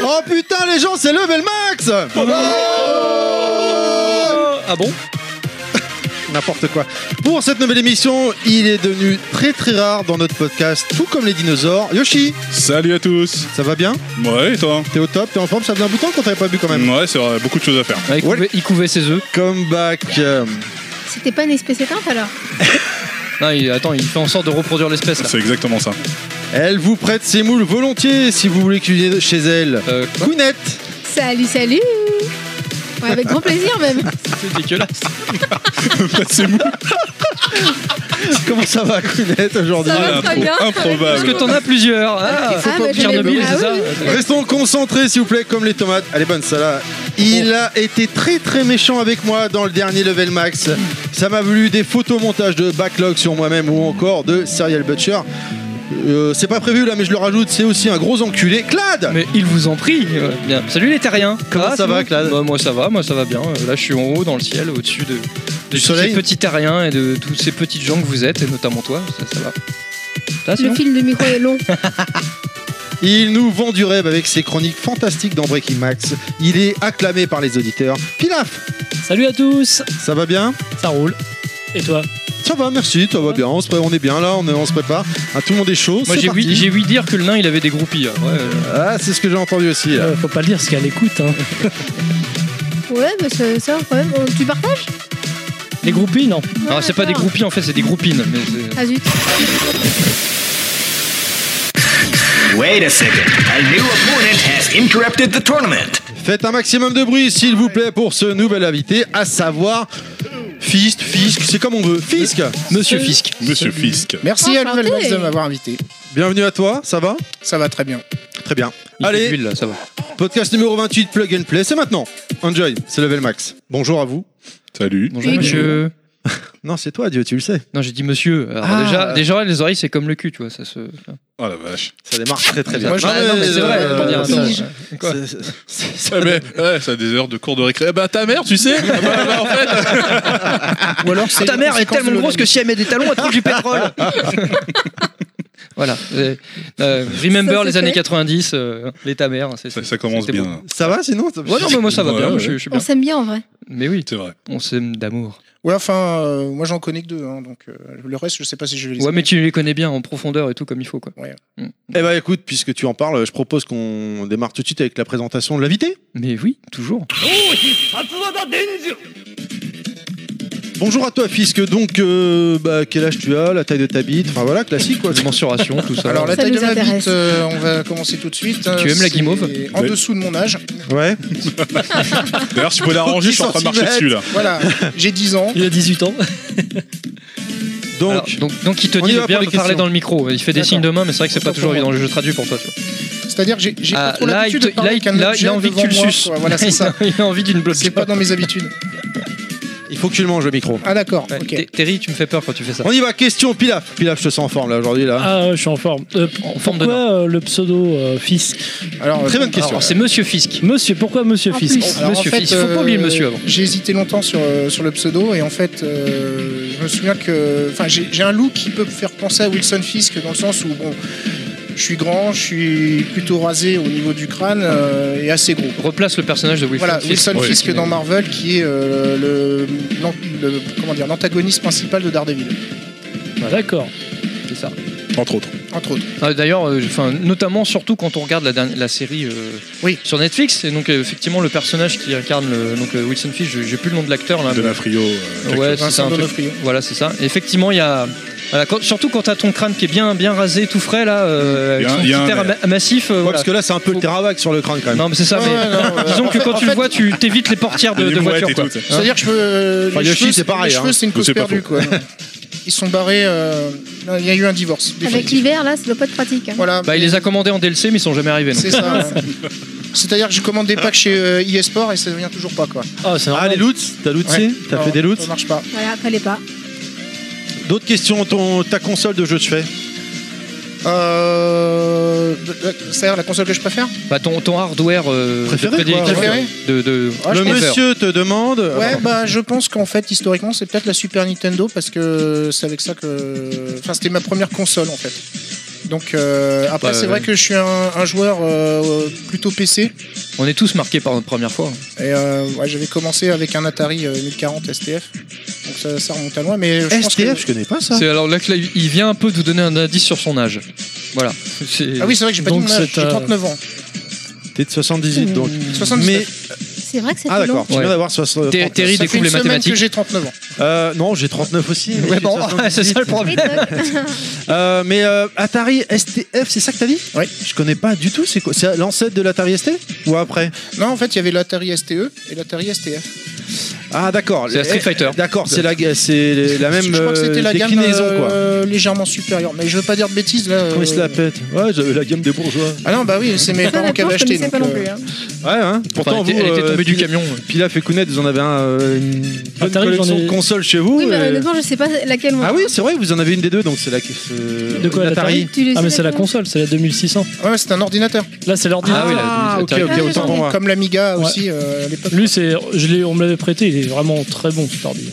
Oh les gens, c'est Level Max Ah bon N'importe quoi. Pour cette nouvelle émission, il est devenu très très rare dans notre podcast, tout comme les dinosaures. Yoshi, Salut à tous ça va bien Ouais, et toi T'es au top T'es en forme Ça faisait un bout de temps qu'on t'avait pas vu quand même. Ouais, c'est vrai, beaucoup de choses à faire. Ah, il, couvait, il couvait ses œufs. Comeback. euh, C'était pas une espèce éteinte alors Non, il, attends, il fait en sorte de reproduire l'espèce là. C'est exactement ça. Elle vous prête ses moules volontiers si vous voulez cuisiner chez elle. Euh, quoi Counette Salut, salut Ouais, Avec grand plaisir même C'est dégueulasse. Ah, c'est mou. Comment ça va, Counette, aujourd'hui Ça va Ah, très l'impro- bien. Parce que Improbable. t'en as plusieurs. Ah, Il faut pas ah, oublier Tchernobyl, les c'est ça Euh, boules. Restons concentrés, s'il vous plaît, comme les tomates. Allez, bonne salade. Il a été très très méchant avec moi dans le dernier level max. Ça m'a voulu des photomontages de backlog sur moi-même ou encore de Serial Butcher. Euh, c'est pas prévu là, mais je le rajoute. C'est aussi un gros enculé. Clad Mais il vous en prie. Euh, Bien. Salut les terriens. Comment ça c'est va, bon Claude Bah, Moi ça va, moi ça va bien. Euh, Là je suis en haut dans le ciel, au-dessus de, de tous soleil ces petits terriens et de tous ces petites gens que vous êtes, et notamment toi. Ça, ça va. Ça, Le sinon fil de micro est long. Il nous vend du rêve avec ses chroniques fantastiques dans Breaking Max. Il est acclamé par les auditeurs. Pilaf, Salut à tous ça va bien Ça roule. Et toi Ça va, merci, ça va bien. On se, pré- on est bien là, on, est- on se prépare. Ah, tout le monde est chaud. Moi c'est j'ai parti. ouï j'ai ouï dire que le nain il avait des groupies. hein. Ouais, euh, Ah, c'est ce que j'ai entendu aussi. là. Euh, Faut pas le dire, parce qu'elle écoute. Hein. Ouais, bah ça, ça quand même. On- Tu partages Les groupies, non. Alors c'est pas des groupes. groupies en fait, c'est des groupines. Mais c'est- Ah zut. Wait a second. A new opponent has interrupted the tournament. Faites un maximum de bruit, s'il vous plaît, pour ce nouvel invité, à savoir Fisk, Fisk, c'est comme on veut. Fisk Monsieur Fisk. Monsieur Fisk. Merci à Enchanté. Nouvelle Max de m'avoir invité. Bienvenue à toi, ça va Ça va très bien. Très bien. Il fait de Allez, l'huile, là, ça va. podcast numéro 28, Plug and Play, c'est maintenant. Enjoy, c'est Level Max. Bonjour à vous. Salut. Bonjour Oui. monsieur. Non, c'est toi, Dieu, tu le sais. Non j'ai dit monsieur. Alors, Ah. déjà, déjà les oreilles c'est comme le cul, tu vois. Ça se... Ah, Oh la vache. Ça démarre très très bien. Moi, je- Non, Ah, non, mais c'est vrai, euh, pour dire ça- ça. Quoi c'est- c'est- c'est- Eh Ah, ben, mais, ouais, ça a des heures de cours de récré. Ah, bah ta mère, tu sais Ah, bah, bah, en fait. Ou alors, c'est Ta les mère est conséquences tellement de grosse que si elle met des talons, elle trouve du pétrole. voilà. Euh, euh, remember Ça, c'est les années fait. 90, euh, les ta mère, c'est Ça, ça commence c'était bien. beau. hein. Ça va sinon ça- Ouais, non, mais moi ça va Ouais, bien, ouais. Je, je suis On bien. s'aime bien en vrai. Mais oui, C'est vrai. on s'aime d'amour. Ouais, enfin, euh, moi j'en connais que deux, hein, donc euh, le reste, je sais pas si je vais les Ouais, mais aimer. tu les connais bien en profondeur et tout comme il faut, quoi. Eh ben écoute, puisque tu en parles, je propose qu'on démarre tout de suite avec la présentation de l'invité. Mais oui, toujours. Bonjour à toi, Fisk. Donc, euh, bah, quel âge tu as, la taille de ta bite, enfin voilà, classique quoi. Les mensurations, tout ça. Alors la Ça taille nous de ma intéresse. bite, euh, on va commencer tout de suite. Euh, aimes la c'est guimauve En Ouais. dessous de mon âge. Ouais. D'ailleurs, si tu peux l'arranger, je suis en train de marcher dessus là. Voilà, j'ai 10 ans. Il a 18 ans. Donc, Alors, donc, donc il te on y dit va de bien pour les parler questions. dans le micro. Il fait des D'accord. signes de main, mais c'est vrai que c'est pas Autant toujours pour évident. Je traduis pour toi. Tu vois. C'est-à-dire, j'ai j'ai Ah, pas trop là, il, l'habitude te- de parler là, avec il- un là, objet il a envie que devant tu le moi, suces. quoi. Voilà, c'est ça. il a envie d'une bloc. C'est pas dans mes habitudes. il faut que tu le manges le micro. Ah d'accord, Ouais, ok. Ter- Terry, tu me fais peur quand tu fais ça. On y va, question Pilaf. Pilaf, je te sens en forme là aujourd'hui là. Ah, ouais, je suis en forme. Euh, p- En forme de pourquoi euh, le pseudo euh, Fisk Alors, Très bonne bon, question. Alors, c'est Monsieur Fisk. Monsieur, pourquoi Monsieur En Fisk plus. Alors, Monsieur en fait, euh, Fils. Faut pas oublier le monsieur avant. J'ai hésité longtemps sur, euh, sur le pseudo et en fait, euh, je me souviens que. Enfin, j'ai j'ai un look qui peut me faire penser à Wilson Fisk dans le sens où, bon, je suis grand, je suis plutôt rasé au niveau du crâne euh, et assez gros. Replace le personnage de Wilson Voilà, Fisk. Wilson Ouais. Fisk dans Marvel qui est euh, le, l'an- le- comment dire l'antagoniste principal de Daredevil, Oh, bah, D'accord. C'est ça. Entre autres. entre autres. Ah, D'ailleurs, euh, enfin, notamment surtout quand on regarde la, dernière- la série euh, Oui. sur Netflix, et donc euh, effectivement le personnage qui incarne le, donc euh, Wilson Fisk, je- j'ai plus le nom de l'acteur là. De mais- la frio. Ah, euh, ouais, c'est ça, Vincent un truc. Hein Donofrio. Voilà, c'est ça. Et effectivement, il y a voilà, quand- surtout quand t'as ton crâne qui est bien bien rasé, tout frais là, euh, Il y avec a un- son il y a petit un- air ma- massif. euh, Ouais, voilà. parce que là, c'est un peu le teravac sur le crâne quand même. Non, mais c'est ça. Ouais, mais- ouais, non, ouais. disons que En quand fait- tu le vois, tu t'évites les portières de, Les de mouettes voiture. et Quoi. tout, ça. Hein C'est-à-dire que je veux. Enfin, les Yoshi, cheveux, c'est pareil, Les hein. cheveux, c'est une Mais cause c'est pas perdue, faux. quoi. Ils sont barrés. euh, Il y a eu un divorce. Avec définitif. l'hiver là, ça doit pas être pratique. hein. Voilà. bah, il les a commandés en DLC, mais ils sont jamais arrivés. donc. C'est ça. ouais. C'est-à-dire que je commande des packs chez euh, eSport et ça ne vient toujours pas quoi. Ah, c'est Ah, les normal. loots T'as looté Ouais. T'as Non, fait des loots Ça marche pas. Voilà, fallait pas. D'autres questions ton, Ta console de jeu, tu fais Euh... C'est-à-dire la console que je préfère Bah, ton, ton hardware euh, Préféré, de quoi, prédilection, Préféré de, de- Ah, Le je préfère. monsieur te demande. Ouais, bah je pense qu'en fait historiquement c'est peut-être la Super Nintendo parce que c'est avec ça que. Enfin, c'était ma première console en fait. Donc euh, après, Ouais, c'est ouais, vrai ouais. que je suis un, un joueur euh, plutôt PC. On est tous marqués par notre première fois. Et euh, ouais, j'avais commencé avec un Atari euh, 1040 STF. Donc ça, ça remonte à loin. Mais je pense que... STF, je connais pas ça. C'est alors là que là, il vient un peu de vous donner un indice sur son âge. Voilà. C'est- Ah oui, c'est vrai que j'ai pas Donc dit mon âge, c'est, j'ai euh, 39 ans. T'es de 78 donc. 79. Mais C'est vrai que ça ah fait long. d'accord, tu viens Ouais. d'avoir 60. Ter- Terry ça fait découvre une les semaine que mathématiques. j'ai 39 ans. Euh, non, j'ai 39 aussi. mais Ouais, j'ai bon, 78. c'est ça le Et problème. toc. Euh, mais euh, Atari STF, c'est ça que t'as dit Ouais. Je connais pas du tout. C'est quoi C'est l'ancêtre de l'Atari ST ou après Non, en fait, il y avait l'Atari STE et l'Atari STF. Ah d'accord. C'est la Street Fighter. D'accord, c'est la, c'est la même je crois que c'était euh, la gamme déclinaison quoi. euh, légèrement supérieure. Mais je veux pas dire de bêtises là. Comment euh, ils se la pètent Ouais, j'avais la gamme des bourgeois. Ah non, bah oui, c'est mes Ça, parents qui honnêtement, avaient je acheté. connaissais Donc, pas non euh, plus. hein. Ouais, hein. Enfin, Pourtant, elle, était, vous, elle était euh, tombée du Pilaf- camion. Pilaf et Kounet, vous en avez un, euh, une bonne Atari, j'en collection ai- de consoles chez vous. Oui, mais et- honnêtement, je sais pas laquelle. moi. euh, Ah oui, c'est vrai, vous en avez une des deux, donc c'est la. c'est- De quoi, l'Atari Tu le Ah, sais mais c'est la laquelle console, c'est la 2600. euh, Ouais, c'est un ordinateur. Là, c'est Ah oui, l'ordinateur. la- Ah, ok, ok, Ah, autant pour j'en ai. moi. Comme l'Amiga Ouais. aussi euh, à l'époque. Ah. Lui, c'est, je l'ai- on me l'avait prêté, il est vraiment très bon cet ordi.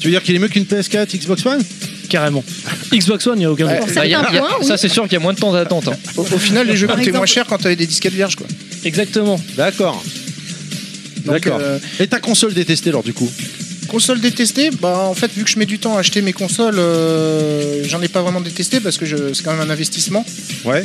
Tu veux dire qu'il est mieux qu'une PS4 Xbox One Carrément. Xbox One, il n'y a aucun Ouais. doute. Pour Ah, il y a- certains il y a- points, oui. Ça, c'est sûr qu'il y a moins de temps d'attente. hein. Au, au final, les jeux Par coûtaient exemple. moins cher quand t'avais des disquettes vierges. Quoi. Exactement. D'accord. Donc, D'accord. euh, Et ta console détestée, alors, du coup console détestée, bah en fait, vu que je mets du temps à acheter mes consoles, euh, j'en ai pas vraiment détesté parce que je- c'est quand même un investissement. Ouais.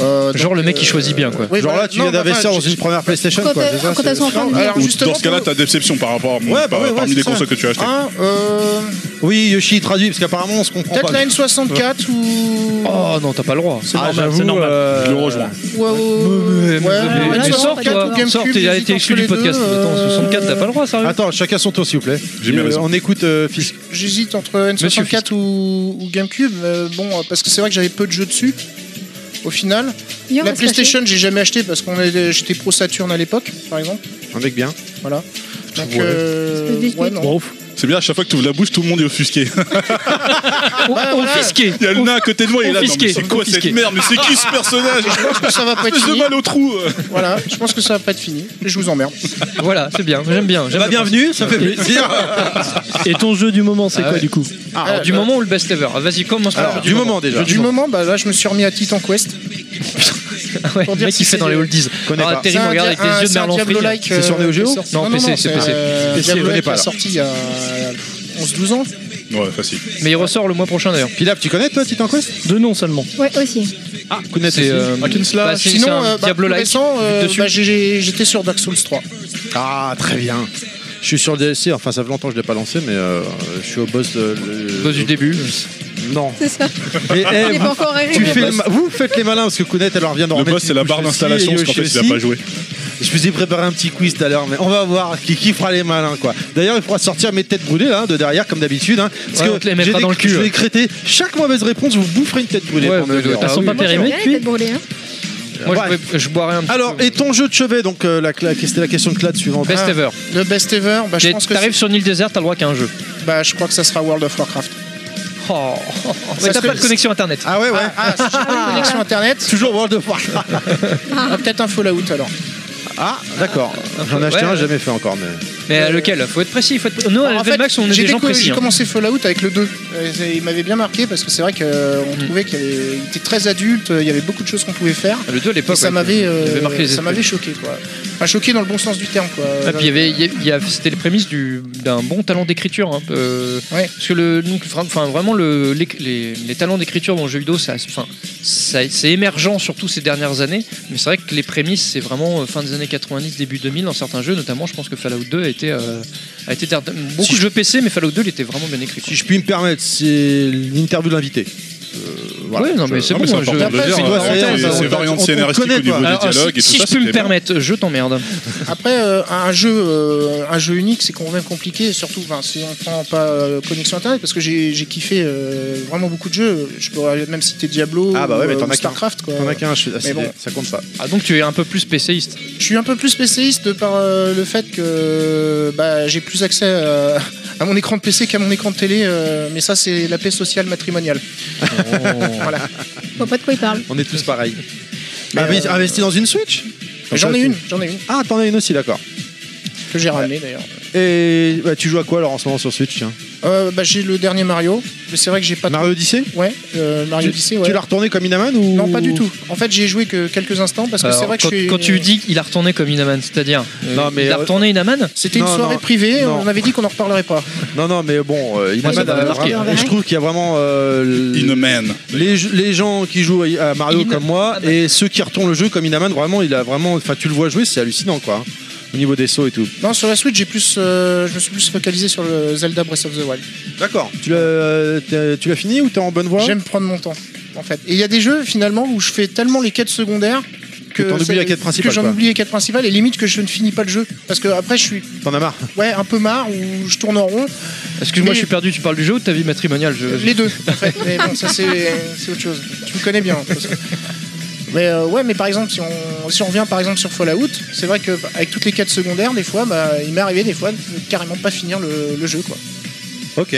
Euh, Genre donc, le mec qui choisit bien, quoi. oui, Genre voilà. là, tu Non, viens bah, d'investir enfin, dans j'ai- une première PlayStation, Quand quoi. t'as- c'est ça, quand t'as c'est- son enfant Non, de alors dire, Ou justement, dans ce cas-là, pour- ta déception par rapport à Ouais, bah par- ouais, ouais, parmi c'est les ça. Hein consoles que tu as achetées. Un, euh, Oui, Yoshi, traduit, parce qu'apparemment, on se comprend peut-être la pas. N64 ou. Oh non, t'as pas le droit. C'est normal, c'est normal. euh, Je le rejoins. Ou, Mais- euh, mais- mais- ouais, mais N64 tu sors, ou toi. GameCube, Sors, t'es j'hésite été exclu du entre les podcast. deux, euh, Attends, 64, t'as pas le droit, sérieux Attends, chacun son tour, s'il vous plaît. J'ai mes Euh, raisons. On écoute euh, Fisk. J'hésite entre Monsieur N64 ou, ou GameCube, euh, bon, euh, parce que c'est vrai que j'avais peu de jeux dessus. Au final, Hier, on la va se lâcher. PlayStation, j'ai jamais acheté parce qu'on est- j'étais pro Saturn à l'époque, par exemple. Un mec bien. Donc, Ouais. euh, Espèce de ouais, non. Bon, C'est bien, à chaque fois que tu ouvres la bouche, tout le monde est offusqué. Ah, bah, Confisqué. Il y a le nain à côté de moi, il est là. Non, Confisqué, mais c'est quoi confisqué. cette merde Mais c'est qui ce personnage Je pense que ça va pas être Espèce de fini. mal au trou Voilà, je pense que ça va pas être fini. Je vous emmerde. Voilà, c'est bien. J'aime bien. j'aime Bah, bien. bienvenue, ça fait plaisir. Et ton jeu du moment, c'est Ah quoi ouais. du coup Alors, du moment où le best ever. Ah, Vas-y, commence par le Alors, jeu du moment déjà. bah, Du moment, bah là, je me suis remis à Titan Quest. Ah ouais, pour le dire mec si qui fait dans c'est- les oldies. connais Ah, pas. Terry C'est me un regarde avec dia- les un- yeux de c'est un Merlan Free. Diablo-like, C'est sur euh, Neo Geo qui est sorti- Non, PC, non, c'est c'est, PC. euh, PC, je Diablo-like connais pas, qui est alors. sorti il y a 11-12 ans. Ouais, facile. Mais il ressort le mois prochain d'ailleurs. Pilaf, tu connais toi Titan Quest Deux noms seulement. Ouais, aussi. Ah, connais C'est euh, bah, c'est- c'est Sinon, un euh, bah, Diablo plus like. récent, euh, dessus. bah, j'ai- j'étais sur Dark Souls 3. Ah, très bien. Je suis sur le DLC, enfin ça fait longtemps que je l'ai pas lancé, mais euh, je suis au boss de. le- Boss du début. Non. C'est ça. Mais, eh, Il est vous, pas encore tu arrivé. fais le ma- vous faites les malins parce que Kounet, elle en revient d'en Le remettre boss, une c'est la couche barre aussi, d'installation, et parce qu'en fait, Yoshi il a pas aussi. joué. Je vous ai préparé un petit quiz tout à l'heure, mais on va voir qui, qui fera les malins quoi. D'ailleurs, il faudra sortir mes têtes brûlées là, de derrière comme d'habitude. Hein, parce Ouais, que on te les j'ai mettra des- dans le cul. Je vais décréter chaque mauvaise réponse, vous boufferez une tête brûlée. Ouais, pendant mais une de- heure. t'as Ah son oui. papier. Périmé, Bien, puis- les têtes brûlées, hein. Moi, je, Bref. boirais- je boirais un petit Alors, peu. et ton jeu de chevet, donc euh, la, la- c'était la question de Clad suivante. Best Ah. ever. Le best ever, bah, je T'es- pense que T'arrives sur une île déserte, t'as le droit qu'à un jeu. c'est- bah, je crois que ça sera World of Warcraft. Oh. Mais Ça t'as se- pas de connexion internet. Ah ouais, ouais. Ah, si j'ai pas de connexion internet, Toujours World of Warcraft. ah, peut-être un Fallout alors. Ah, d'accord. J'en ai acheté Ouais, un, ouais. jamais fait encore, mais. Mais euh, lequel Faut être précis. Faut être... Nous, Alors, à en fait, Max, on est j'ai des gens découvert- précis. J'ai hein. commencé Fallout avec le 2. Euh, c'est- Il m'avait bien marqué parce que c'est vrai qu'on Mm. trouvait qu'il y avait- il était très adulte, euh, il y avait beaucoup de choses qu'on pouvait faire. Le 2 à Et l'époque. ça ouais. m'avait il avait marqué les euh, ça esprits. m'avait choqué quoi. Enfin, choqué dans le bon sens du terme quoi. Ah, puis il y avait, il y a- il y a- c'était les prémices du- d'un bon talent d'écriture. hein, euh, Ouais. Parce que le, donc, vra- enfin, vraiment, le, l'éc- les, les talents d'écriture dans le jeu vidéo, ça, enfin, ça- c'est émergent surtout ces dernières années. Mais c'est vrai que les prémices, c'est vraiment euh, fin des années 90, début 2000 dans certains jeux. Notamment, je pense que Fallout 2 a été. euh, a été der- beaucoup Si de jeux PC, mais Fallout 2 il était vraiment bien écrit. quoi. Si je puis me permettre, c'est l'interview de l'invité. ouais, non, mais c'est Non, bon, mais c'est un important jeu- de le Après, dire, c'est- hein. ouais, C'est- c'est- c'est- on- C'est on- variant on scénaristique connaît, au niveau quoi. des Alors, dialogues et si tout si ça. je peux me c'était bien. permettre, je t'emmerde. Après euh, un jeu euh, un jeu unique c'est quand même compliqué et surtout enfin, si on prend pas euh, connexion internet parce que j'ai j'ai kiffé euh, vraiment beaucoup de jeux. Je pourrais même citer Diablo Ah, bah ouais, ou, mais t'en ou as qu'un. Starcraft quoi. T'en as qu'un, je- Mais bon. c'est- ça compte pas. Ah, donc tu es un peu plus PCiste. Je suis un peu plus PCiste par euh, le fait que bah, j'ai plus accès euh, à mon écran de PC qu'à mon écran de télé, euh, mais ça c'est la paix sociale matrimoniale. Voilà. Je vois pas de quoi il parle. On est tous pareils. Mais, Inve- euh, Investi dans une Switch Mais J'en ai une, j'en ai une Ah, t'en as une aussi, d'accord. que j'ai ramenée d'ailleurs. Et bah, tu joues à quoi alors en ce moment sur Switch tiens Euh, bah, j'ai le dernier Mario, mais c'est vrai que j'ai pas. Mario Odyssey Ouais, euh, Mario Tu- Odyssey, ouais. Tu l'as retourné comme Inaman ou Non, pas du tout. En fait, j'ai joué que quelques instants parce que c'est Alors, vrai que quand, je suis- quand tu dis qu'il a retourné comme Inaman, c'est-à-dire euh, Non, mais, il a euh, retourné Inaman C'était une Non, soirée non, privée, non. on avait dit qu'on en reparlerait pas. Non, non, mais bon, euh, Inaman, ça m'a euh, marqué. vraiment- je trouve qu'il y a vraiment euh, l- In a man. les, les gens qui jouent à Mario In- comme moi et ceux qui retournent le jeu comme Inaman, vraiment, il a vraiment, enfin, tu le vois jouer, c'est hallucinant, quoi. Au niveau des sauts et tout. Non, sur la Switch, j'ai plus, euh, je me suis plus focalisé sur le Zelda Breath of the Wild. D'accord. Tu l'as, euh, t'as- tu l'as fini ou t'es en bonne voie J'aime prendre mon temps, en fait. Et il y a des jeux finalement où je fais tellement les quêtes secondaires que, Que t'en oublies c'est- la quête principale, que j'en quoi. oublie les quêtes principales et limite que je ne finis pas le jeu parce que après je suis T'en as marre ouais un peu marre ou je tourne en rond. Excuse-moi, Mais- je suis perdu. Tu parles du jeu ou de ta vie matrimoniale Euh, je... Les deux, en fait. Mais bon, ça, c'est c'est autre chose. Tu me connais bien. de toute façon. Mais euh, ouais, mais par exemple, si on, si on revient par exemple sur Fallout, c'est vrai que bah, avec toutes les quêtes secondaires, des fois, bah, il m'est arrivé des fois de carrément pas finir le, le jeu. Quoi. Ok.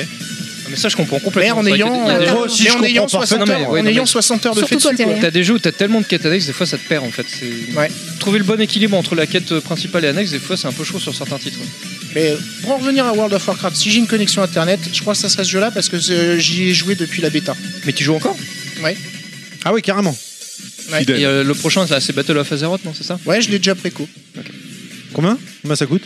Mais ça, je comprends Mais complètement. en C'est vrai qu'il ayant, y a des- il y a des euh, Moi aussi, mais je en comprends ayant 60 parfaitement, heures- ouais, en non, ayant mais- 60 heures de Surtout fait toi, dessus, quoi. le T'as des jeux où t'as tellement de quêtes annexes, des fois ça te perd en fait. C'est- Ouais. Trouver le bon équilibre entre la quête euh, principale et annexe, des fois c'est un peu chaud sur certains titres. ouais. Mais pour en revenir à World of Warcraft, si j'ai une connexion internet, je crois que ça serait ce jeu-là parce que euh, j'y ai joué depuis la bêta. Mais tu joues encore Ah oui, carrément. Et euh, le prochain, là, c'est Battle of Azeroth, non C'est ça Ouais, je l'ai déjà préco. Combien Combien ça coûte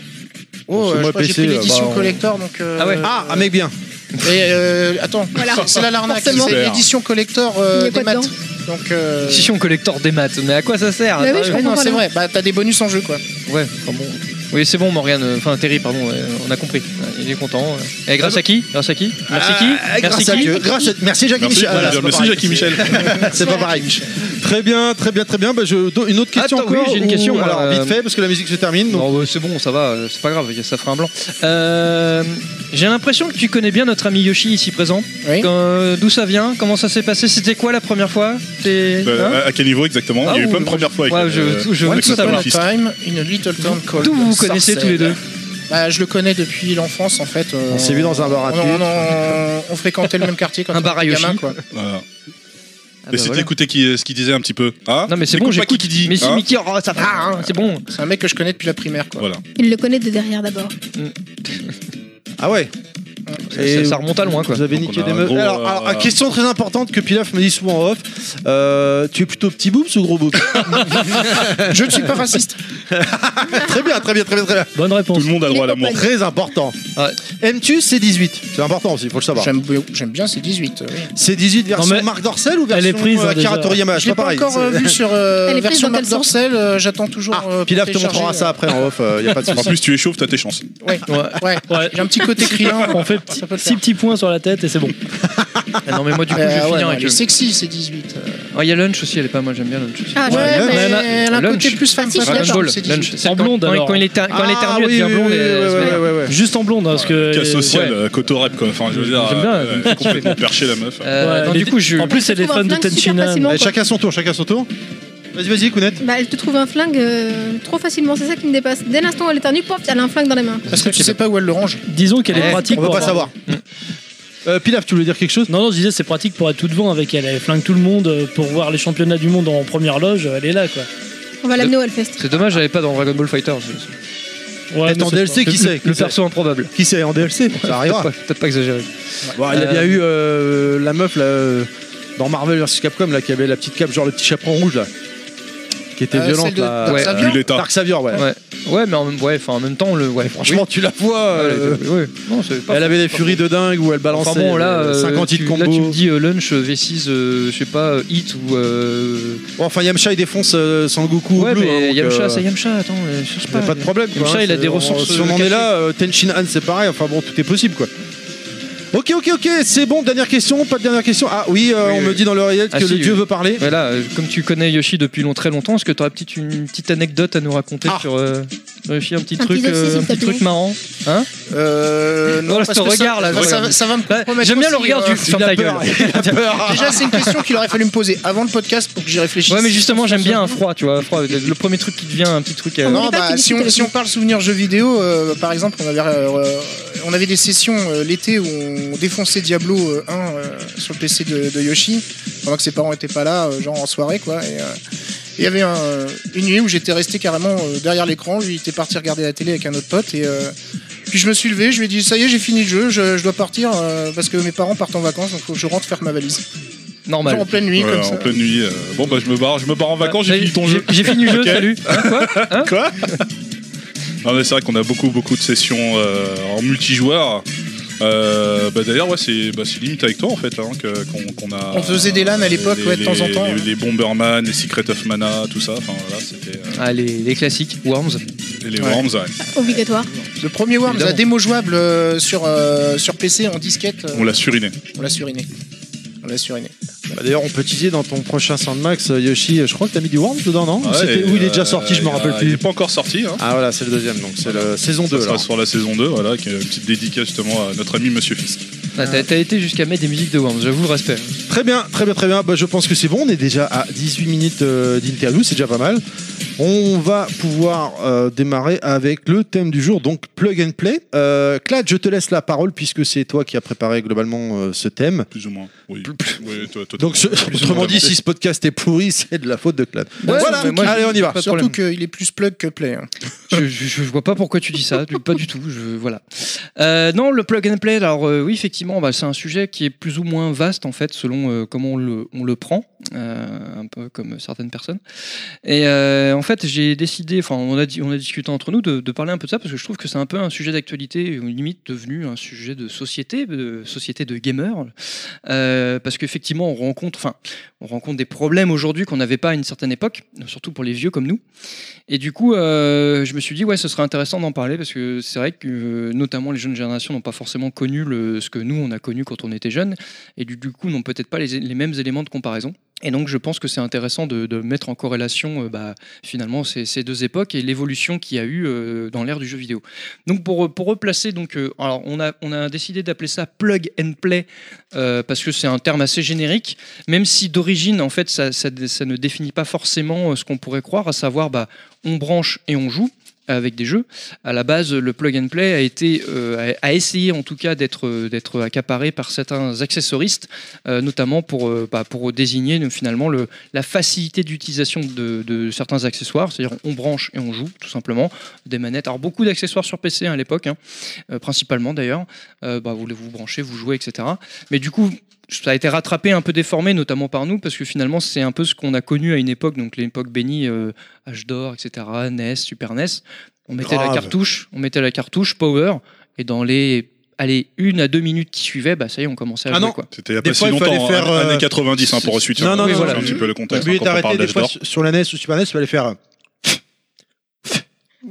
Oh, Sur euh, je moi, crois que j'ai PC, pris là, l'édition bah, on- collector donc. euh, Ah ouais. Ah, un mec bien. Et euh, attends, Voilà. c'est là l'arnaque, c'est Forcément. l'édition collector Il y euh, a des quoi maths. dedans Donc, euh... Si on collector des maths, mais à quoi ça sert Bah oui, attends, je ouais, non, comprends c'est pas. vrai, bah t'as des bonus en jeu quoi. Ouais, enfin bon. Oui, c'est bon, Morgane. euh, Enfin, Terry, pardon, ouais, on a compris. Ouais, Il est content. ouais. Et grâce à qui Grâce à qui Merci qui Ah, Merci grâce à qui Dieu. Grâce à- Merci Jacques Merci, Michel. voilà, Voilà, merci Jackie Michel. C'est pas pareil. Très bien, très bien, très bien. Bah, je- do- une autre question Attends, oui, encore j'ai une ou- question, Alors, euh, vite fait, parce que la musique se termine. donc- Non, bah, c'est bon, ça va, euh, c'est pas grave, y a- ça fera un blanc. Euh, J'ai l'impression que tu connais bien notre ami Yoshi ici présent. Oui. Quand, euh, D'où ça vient Comment ça s'est passé C'était quoi la première fois T'es- hein Euh, à- à quel niveau exactement Il y a Ah, eu plein ou- de premières fois avec Ouais, je- euh, je veux avec tout notre savoir. Upon a petit fils. time in a little town called D'où vous vous connaissez Sarcelles. tous les deux Bah je le connais depuis l'enfance en fait. euh, On s'est vu dans un bar à on, on, on- on fréquentait le même quartier quand Un on bar à était Yoshi. gamin quoi. Voilà. Ah, bah, Et c'était voilà. écouter qui, ce qu'il disait un petit peu. Hein Non mais c'est N'écoute bon, pas j'écoute. qui dit. Mais si hein Mickey, oh, ça va, hein, c'est bon. C'est un mec que je connais depuis la primaire quoi. Voilà. Il le connaît de derrière d'abord. Ah ouais Ça, ça remonte à loin quoi. Vous avez Donc niqué on a des un meufs. gros, Alors, euh, alors, question très importante que Pilaf me dit souvent en off. Euh, tu es plutôt petit boobs ou gros boobs Je ne suis pas raciste. Très bien, très bien, très bien, très bien. Bonne réponse. Tout le monde a droit à l'amour. Très important. Ouais. Aimes-tu c'est 18 C'est important aussi, faut le savoir. J'aime bien- j'aime bien ces 18. euh, oui. C'est 18 version Non, mais Marc Dorcel ou version elle est prise, euh, hein, Akira déjà. Toriyama Je Ah, C'est l'ai pas pas pareil. encore euh, vu sur euh, Elle est prise version dans quel Marc sens Dorcel, euh, j'attends toujours. Ah, euh, pour Pilaf te télécharger, montrera ça euh, après en off, il y a pas de En souci. plus, tu es chauve, t'as tes chances. Ouais, euh, ouais. Ouais. J'ai un petit côté criant. euh, On fait Ça peut le petit- faire. six petits points sur la tête et c'est bon. Ah non mais moi du coup je vais Euh, ouais, finir non, avec elle est le. sexy, c'est 18. euh. Ah, il y a Lunch aussi, elle est pas mal, j'aime bien Lunch aussi. Ah, Ouais, je- mais Nana- elle a un Lunch. côté plus femme. si, je ça, suis Lunch c'est Ball, c'est Lunch. difficile. C'est En quand- blonde, quand, alors. Quand il est teint- quand elle est Ah ternue, elle oui, devient oui, blonde. euh, oui, et elle se met- oui, oui, oui, oui. Juste en blonde, hein, parce que. Cas social, ouais. euh, cotorep quoi. Enfin, je veux dire, J'aime bien, euh, j'aime elle est complètement perchée la meuf. Euh, Ouais, non, mais du coup je. En plus, elle est trouve un fan de flingue super Tenchinan. facilement, Allez, quoi. chacun son tour, chacun son tour. Vas-y, vas-y, Kounet. Bah, elle te trouve un flingue euh, trop facilement, c'est ça qui me dépasse. Dès l'instant où elle est ternue, pof, elle a un flingue dans les mains. Parce que tu sais pas où elle le range. Disons qu'elle Ouais, est pratique On va pour pas savoir. Mmh. Euh, Pilaf, tu voulais dire quelque chose Non, non, je disais, c'est pratique pour être tout devant avec elle. Elle flingue tout le monde euh, pour voir les championnats du monde en première loge. Elle est là, quoi. On va l'amener au Hellfest. C'est dommage, j'avais pas dans Dragon Ball Fighter. Ouais, Peut-être mais en c'est DLC, pas- qui sait Le qui sait perso improbable. Qui sait en DLC Ça arrivera. Peut-être pas- peut-être pas exagéré. Bon, il y a bien eu euh, la meuf là, euh, dans Marvel vs Capcom là, qui avait la petite cape, genre le petit chaperon rouge là, qui était Euh, violente celle de là. Dark Ouais. Savior. Vu l'état. Dark Savior, ouais. Ouais, ouais, mais en même, ouais, enfin, en même temps, le, ouais, Franchement, tu la vois. oui. euh, Ouais, ouais. non, c'est pas elle faux, avait des pas furies faux. de dingue où elle balançait Enfin bon, là, euh, euh, 50 hits tu, combo. là, tu me dis euh, lunch euh, V6, euh, je sais pas, euh, hit ou. euh, Bon, enfin, Yamcha il défonce euh, Sangoku. au Ouais, bleu, mais hein, donc, Yamcha, euh, c'est Yamcha, attends, euh, cherche y a pas. pas de problème. quoi, Yamcha, hein, il a c'est- des on- ressources. Si on en est là, euh, Tenshin Han, c'est pareil. Enfin bon, tout est possible quoi. Ok, ok, ok, c'est bon. Dernière question, pas de dernière question. Ah oui, euh, Oui, on oui. me dit dans l'oreillette Ah, que si, le dieu oui. veut parler. Voilà, euh, comme tu connais Yoshi depuis long, très longtemps, est-ce que tu aurais petite, une petite anecdote à nous raconter Ah. sur euh, Yoshi, un petit Un truc, petit exercice, euh, un s'il te petit truc plaît. marrant Hein Euh, Voilà, parce ce que ça- regard, là, ça- je ça, regarde. ça va me Ouais, Oh, compromettre Bah, J'aime bien le aussi, regard euh, du ferme ta gueule. peur, il a peur. Déjà, c'est une question qu'il aurait fallu me poser avant le podcast pour que j'y réfléchisse. Ouais, mais justement, j'aime bien un froid, tu vois, froid. Le premier truc qui devient un petit truc. euh, Ah Non, N'oublie pas bah, qu'il si, discute on, avec si nous. on parle souvenirs jeux vidéo, euh, par exemple, on avait, euh, on avait des sessions euh, l'été où on défonçait Diablo euh, 1 euh, sur le PC de, de Yoshi, pendant que ses parents étaient pas là, euh, genre en soirée, quoi. Et, euh, il y avait un, une nuit où j'étais resté carrément euh, derrière l'écran, lui il était parti regarder la télé avec un autre pote et euh, Puis je me suis levé, je lui ai dit ça y est, j'ai fini le jeu, je, je dois partir euh, parce que mes parents partent en vacances, donc faut que je rentre faire ma valise. Genre Normal. en pleine nuit, Voilà, comme ça. en pleine nuit. euh, bon, bah, je me barre, je me barre en vacances, j'ai fini ton jeu. Bah, J'ai fini le jeu, Ok. salut. Hein, quoi Hein Quoi Non, mais c'est vrai qu'on a beaucoup, beaucoup de sessions euh, en multijoueur. Euh, bah, D'ailleurs, ouais, c'est bah, c'est limite avec toi en fait. hein, que- qu'on qu'on a, On faisait des LAN à l'époque, les- ouais, de temps en les- temps, Les, ouais. les Bomberman, les Secret of Mana, tout ça. Enfin, voilà, c'était. euh, Ah, les, les classiques, Worms. et les Ouais. Worms, ouais. Obligatoire. Le premier Worms, la Évidemment. démo jouable euh, sur, euh, sur PC en disquette, euh, On l'a suriné. on l'a suriné. On l'a suriné. Bah, D'ailleurs, on peut teaser dans ton prochain Sandmax, euh, Yoshi. Je crois que t'as mis du Worms dedans, non Ou Ouais, c'était- et, ou il est euh, déjà sorti, je me il a- rappelle Il plus. n'est pas encore sorti. Hein. Ah voilà, c'est le deuxième, donc c'est la saison 2. Ça sera alors. sur la saison 2, voilà, qui est une petite dédicace justement à notre ami Monsieur Fisk. Ah, T'as t'as été jusqu'à mettre des musiques de Worms, j'avoue le respect. Très bien, très bien, très bien. Bah, je pense que c'est bon. On est déjà à 18 minutes euh, d'interview, c'est déjà pas mal. On va pouvoir euh, démarrer avec le thème du jour, donc plug and play. Euh, Clad, je te laisse la parole puisque c'est toi qui as préparé globalement euh, ce thème. Plus ou moins. Oui. Oui, toi- toi- Donc, je- plus ou moins, autrement dit, d'abord. si ce podcast est pourri, c'est de la faute de Clad. Ouais, voilà, Bah, mais moi, je- allez, on y va. Pas de Surtout problème. qu'il est plus plug que play. hein. je, je, je vois pas pourquoi tu dis ça, du- pas du tout. Je, voilà. Euh, non, le plug and play. Alors euh, oui, effectivement, bah, c'est un sujet qui est plus ou moins vaste en fait, selon euh, comment on le, on le prend, euh, un peu comme certaines personnes. Et euh, en fait, j'ai décidé, enfin, on a, di- on a discuté entre nous de, de parler un peu de ça parce que je trouve que c'est un peu un sujet d'actualité, ou limite devenu un sujet de société, de société de gamers, Euh, parce qu'effectivement, on rencontre, enfin, on rencontre des problèmes aujourd'hui qu'on n'avait pas à une certaine époque, surtout pour les vieux comme nous. Et du coup, euh, je me suis dit, ouais, ce serait intéressant d'en parler parce que c'est vrai que euh, notamment les jeunes générations n'ont pas forcément connu le- ce que nous, on a connu quand on était jeunes et du, du coup n'ont peut-être pas les, les mêmes éléments de comparaison. Et donc, je pense que c'est intéressant de, de mettre en corrélation euh, bah, finalement ces, ces deux époques et l'évolution qu'il y a eu euh, dans l'ère du jeu vidéo. Donc, pour, pour replacer, donc, euh, alors, on, a, on a décidé d'appeler ça plug and play euh, parce que c'est un terme assez générique, même si d'origine, en fait, ça, ça- ça ne définit pas forcément euh, ce qu'on pourrait croire, à savoir bah, on branche et on joue avec des jeux. À la base, le plug and play a été, euh, a a essayé en tout cas d'être euh, d'être accaparé par certains accessoristes, euh, notamment pour euh, bah, pour désigner euh, finalement le, la facilité d'utilisation de, de certains accessoires. C'est-à-dire on branche et on joue tout simplement des manettes. Alors beaucoup d'accessoires sur PC hein, à l'époque, hein, euh, principalement d'ailleurs. Euh, bah, vous vous branchez, vous jouez, etc. Mais du coup ça a été rattrapé, un peu déformé, notamment par nous, parce que finalement, c'est un peu ce qu'on a connu à une époque, donc l'époque bénie euh, H d'or, etc., NES, E Super NES. On mettait la Grave. cartouche, on mettait la cartouche Power, et dans les allez, une à deux minutes qui suivaient, bah ça y est, on commençait Ah à jouer. non. quoi. C'était il n'y a Des pas fois, si il fallait longtemps, faire, hein, euh, années 90 hein, pour resituer Non, non, Oui, un, voilà. un petit peu le contexte. Lui hein, est quand on arrêté parle des d'âge fois d'or. sur sur la NES ou Super NES, il fallait faire.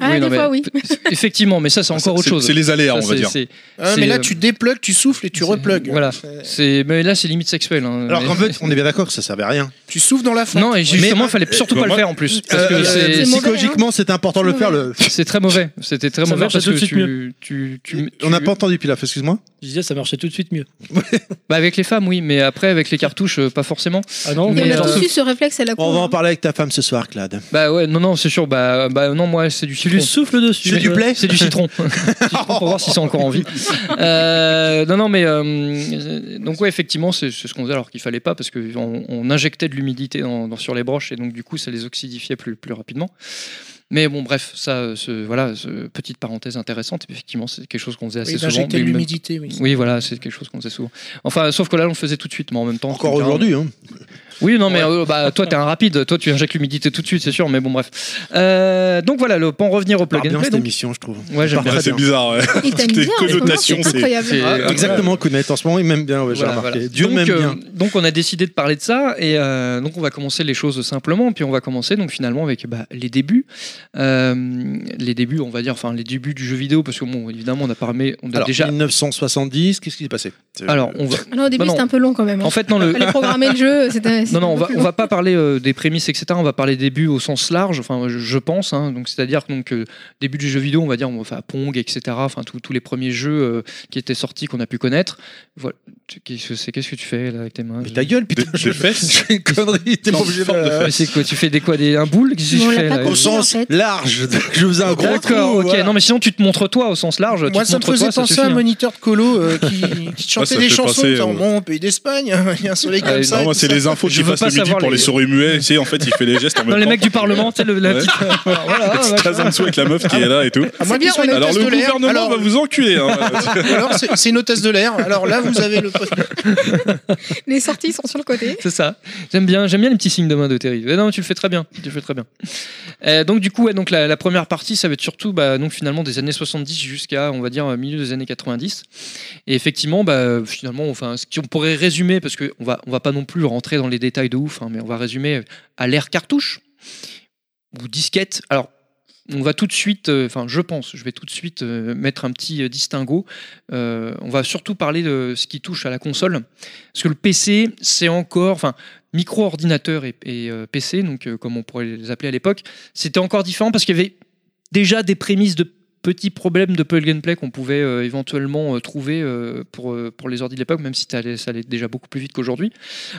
Ah, Oui, des non, mais- fois, oui. Effectivement, mais ça, c'est encore autre C'est- chose. C'est les aléas, Ça, on va c'est- dire. c'est- Ah, C'est, mais là, euh, tu déplugues, tu souffles et tu c'est- replugues. voilà. C'est- c'est- mais là, c'est limite sexuel. hein. Alors Mais- qu'en fait, on est bien d'accord que ça servait à rien. Tu souffles dans la fonte. non, et justement, Mais- il fallait surtout Euh, pas le moi- faire en plus, parce que Euh, c'est- hein c'est- psychologiquement, c'était important de le faire. Le... c'est très mauvais. C'était très Ça mauvais marche parce tout que de suite tu, tu, tu- On n'a tu- pas entendu Pilaf, excuse-moi. Je disais, ça marchait tout de suite mieux. Bah, avec les femmes, oui, mais après avec les cartouches, euh, pas forcément. Ah non, Et on Mais, a euh, tous eu ce réflexe à la On con. va en parler avec ta femme ce soir, Clad. Bah ouais, non, non, c'est sûr. Bah, bah non, moi, c'est du tu lui citron. souffles dessus. C'est du Ouais. plaid C'est du citron. Citron pour voir si c'est encore en vie. Euh, non, non, mais euh, euh, donc ouais, effectivement, c'est c'est ce qu'on faisait alors qu'il fallait pas parce qu'on on injectait de l'humidité dans- dans- sur les broches et donc du coup, ça les oxydifiait plus, plus rapidement. Mais bon, bref, ça, euh, ce, voilà, ce- petite parenthèse intéressante. Effectivement, c'est quelque chose qu'on faisait assez Oui, souvent. d'injecter de mais même- l'humidité, oui. Oui, voilà, c'est quelque chose qu'on faisait souvent. Enfin, sauf que là, on le faisait tout de suite, mais en même temps. Encore tu me diras, aujourd'hui. Hein. Oui, non, mais euh, bah, toi, t'es un rapide. Toi, tu injectes l'humidité tout de suite, c'est sûr. Mais bon, bref. Euh, donc voilà, le, pour en revenir au Part plug and bien play. cette donc- émission, je trouve. Ouais, j'aime bien. Ouais, C'est bizarre, ouais. Il t'aime Tes bien. en ce moment, connotations, C'est c'est- incroyable. C'est- Ah, Exactement, Kounet. En ce moment, il m'aime bien, ouais, j'ai Voilà, remarqué. voilà. Dieu donc, m'aime euh, bien. donc on a décidé de parler de ça et euh, donc on va commencer les choses simplement puis on va commencer donc finalement avec bah, les débuts, Euh, les débuts on va dire enfin les débuts du jeu vidéo parce que bon évidemment on a parlé on a Alors, déjà 1970, qu'est-ce qui s'est passé alors on va Ah Non, au début, Bah non. c'était un peu long quand même. hein. en fait non le Fallait programmer le jeu. c'était- c'était non, non, on un peu va, plus on long. va pas parler euh, des prémices, etc. On va parler des buts au sens large, enfin, je, je pense. hein. donc, c'est-à-dire donc euh, début du jeu vidéo, on va dire, enfin, Pong, etc. Enfin, tous tous les premiers jeux euh, qui étaient sortis qu'on a pu connaître. Voilà. Tu- Qu'est-ce que c'est Qu'est-ce que tu fais là avec tes mains Mais ta gueule, putain, Des- je des fesses fais une connerie, t'es pas obligé de. Euh, Mais c'est quoi Tu fais des quoi des, Un boule Qu'est-ce que Mais je on fais là l'a pas Au compris, en sens fait. mètres. Large, donc je faisais un gros D'accord, trou. euh. ok. voilà. Non, mais sinon, tu te montres toi au sens large. Moi, tu te ça me montres faisait toi, ça penser suffit. à un hein. moniteur de colo euh, qui, qui chantait ça des fait chansons penser en au- bon pays d'Espagne, il y a un soleil Ah, comme non, ça. moi, tout c'est ça. les infos Je qui veux passent pas le midi savoir pour les- les souris muets. Tu sais, en fait, il fait les gestes en même Dans temps. les mecs du Parlement, tu sais, le- la Ouais. petite. euh, Voilà, ouais, C'est très en dessous avec la meuf qui est là et tout. À moins bien, qu'il soit on une Alors hôtesse le de l'air. gouvernement Alors- va vous enculer. hein. Alors, c'est c'est une hôtesse de l'air. Alors là, vous avez le. Les sorties sont sur le côté. C'est ça. J'aime bien, j'aime bien les petits signes de main de Terry. Mais non, tu le fais très bien. Tu le fais très bien. Euh, donc du coup, ouais, donc la, la première partie, ça va être surtout bah, donc finalement des années 70 jusqu'à on va dire euh, milieu des années 90. Et effectivement, bah, euh, finalement, enfin, ce qu'on pourrait résumer, parce qu'on va on va pas non plus rentrer dans les détails de ouf, hein, mais on va résumer à l'ère cartouche ou disquette. Alors on va tout de suite, euh, enfin je pense, je vais tout de suite euh, mettre un petit euh, distinguo. Euh, on va surtout parler de ce qui touche à la console. Parce que le PC, c'est encore, enfin, micro-ordinateur et, et, euh, PC, donc euh, comme on pourrait les appeler à l'époque, c'était encore différent parce qu'il y avait déjà des prémices de petits problèmes de plug and play qu'on pouvait euh, éventuellement euh, trouver euh, pour, euh, pour les ordi de l'époque, même si ça allait, ça allait déjà beaucoup plus vite qu'aujourd'hui.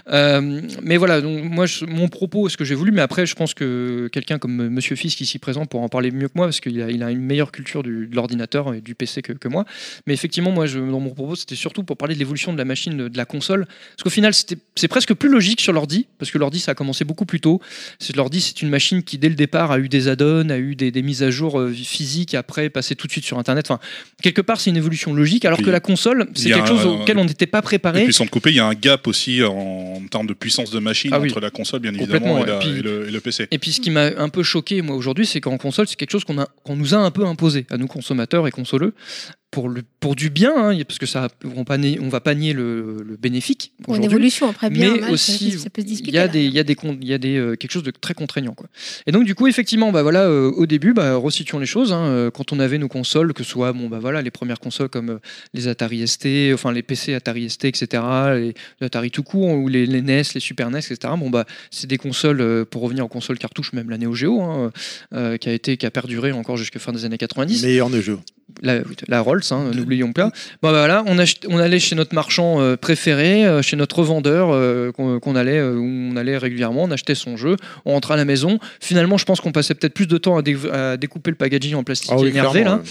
Euh, mais voilà, donc moi, je- mon propos, ce que j'ai voulu, mais après, je pense que quelqu'un comme euh, Monsieur Fisk ici présent pourra en parler mieux que moi parce qu'il a, il a une meilleure culture du- de l'ordinateur et du PC que, que moi. Mais effectivement, moi, je, dans mon propos, c'était surtout pour parler de l'évolution de la machine, de, de la console. Parce qu'au final, c'était- c'est presque plus logique sur l'ordi, parce que l'ordi, ça a commencé beaucoup plus tôt. C'est- L'ordi, c'est une machine qui, dès le départ, a eu des add-ons, a eu des, des mises à jour euh, physiques, après, passé tout de suite sur Internet. Enfin, quelque part, c'est une évolution logique, alors Puis, que la console, c'est il y a quelque un- chose auquel on n'était pas Et préparé. puis sans te couper, il y a un gap aussi en termes de puissance de machine Ah oui. entre la console, bien Complètement, évidemment, et, ouais. la- Puis- et le, et le PC. Et puis ce qui m'a un peu choqué moi aujourd'hui, c'est qu'en console, c'est quelque chose qu'on a- qu'on nous a un peu imposé à nous consommateurs et consoleux pour le pour du bien, hein, parce que ça on, va nier- on va pas nier le, le bénéfique. Bon, une aujourd'hui. évolution après bien. mais mal, ça- aussi ça, peut se il discuter. y a là. des il y a des con- il y a des euh, quelque chose de très contraignant quoi et donc du coup effectivement bah voilà euh, au début bah resituons les choses hein, euh, quand on avait nos consoles que ce soit bon bah voilà les premières consoles comme euh, les Atari ST enfin les PC Atari ST etc les, les Atari tout court ou les, les NES les Super NES etc bon bah c'est des consoles euh, pour revenir aux consoles cartouches même la Neo Geo hein, euh, qui a été qui a perduré encore jusqu'à fin des années 90 Meilleur de jeu. la, oui, la Rolls, hein, n'oublions pas. Bon, bah, voilà, on, achete- on allait chez notre marchand euh, préféré, euh, chez notre revendeur euh, qu'on qu'on allait, euh, où on allait régulièrement, on achetait son jeu, on rentrait à la maison. Finalement, je pense qu'on passait peut-être plus de temps à, dé- à découper le packaging en plastique énervé là.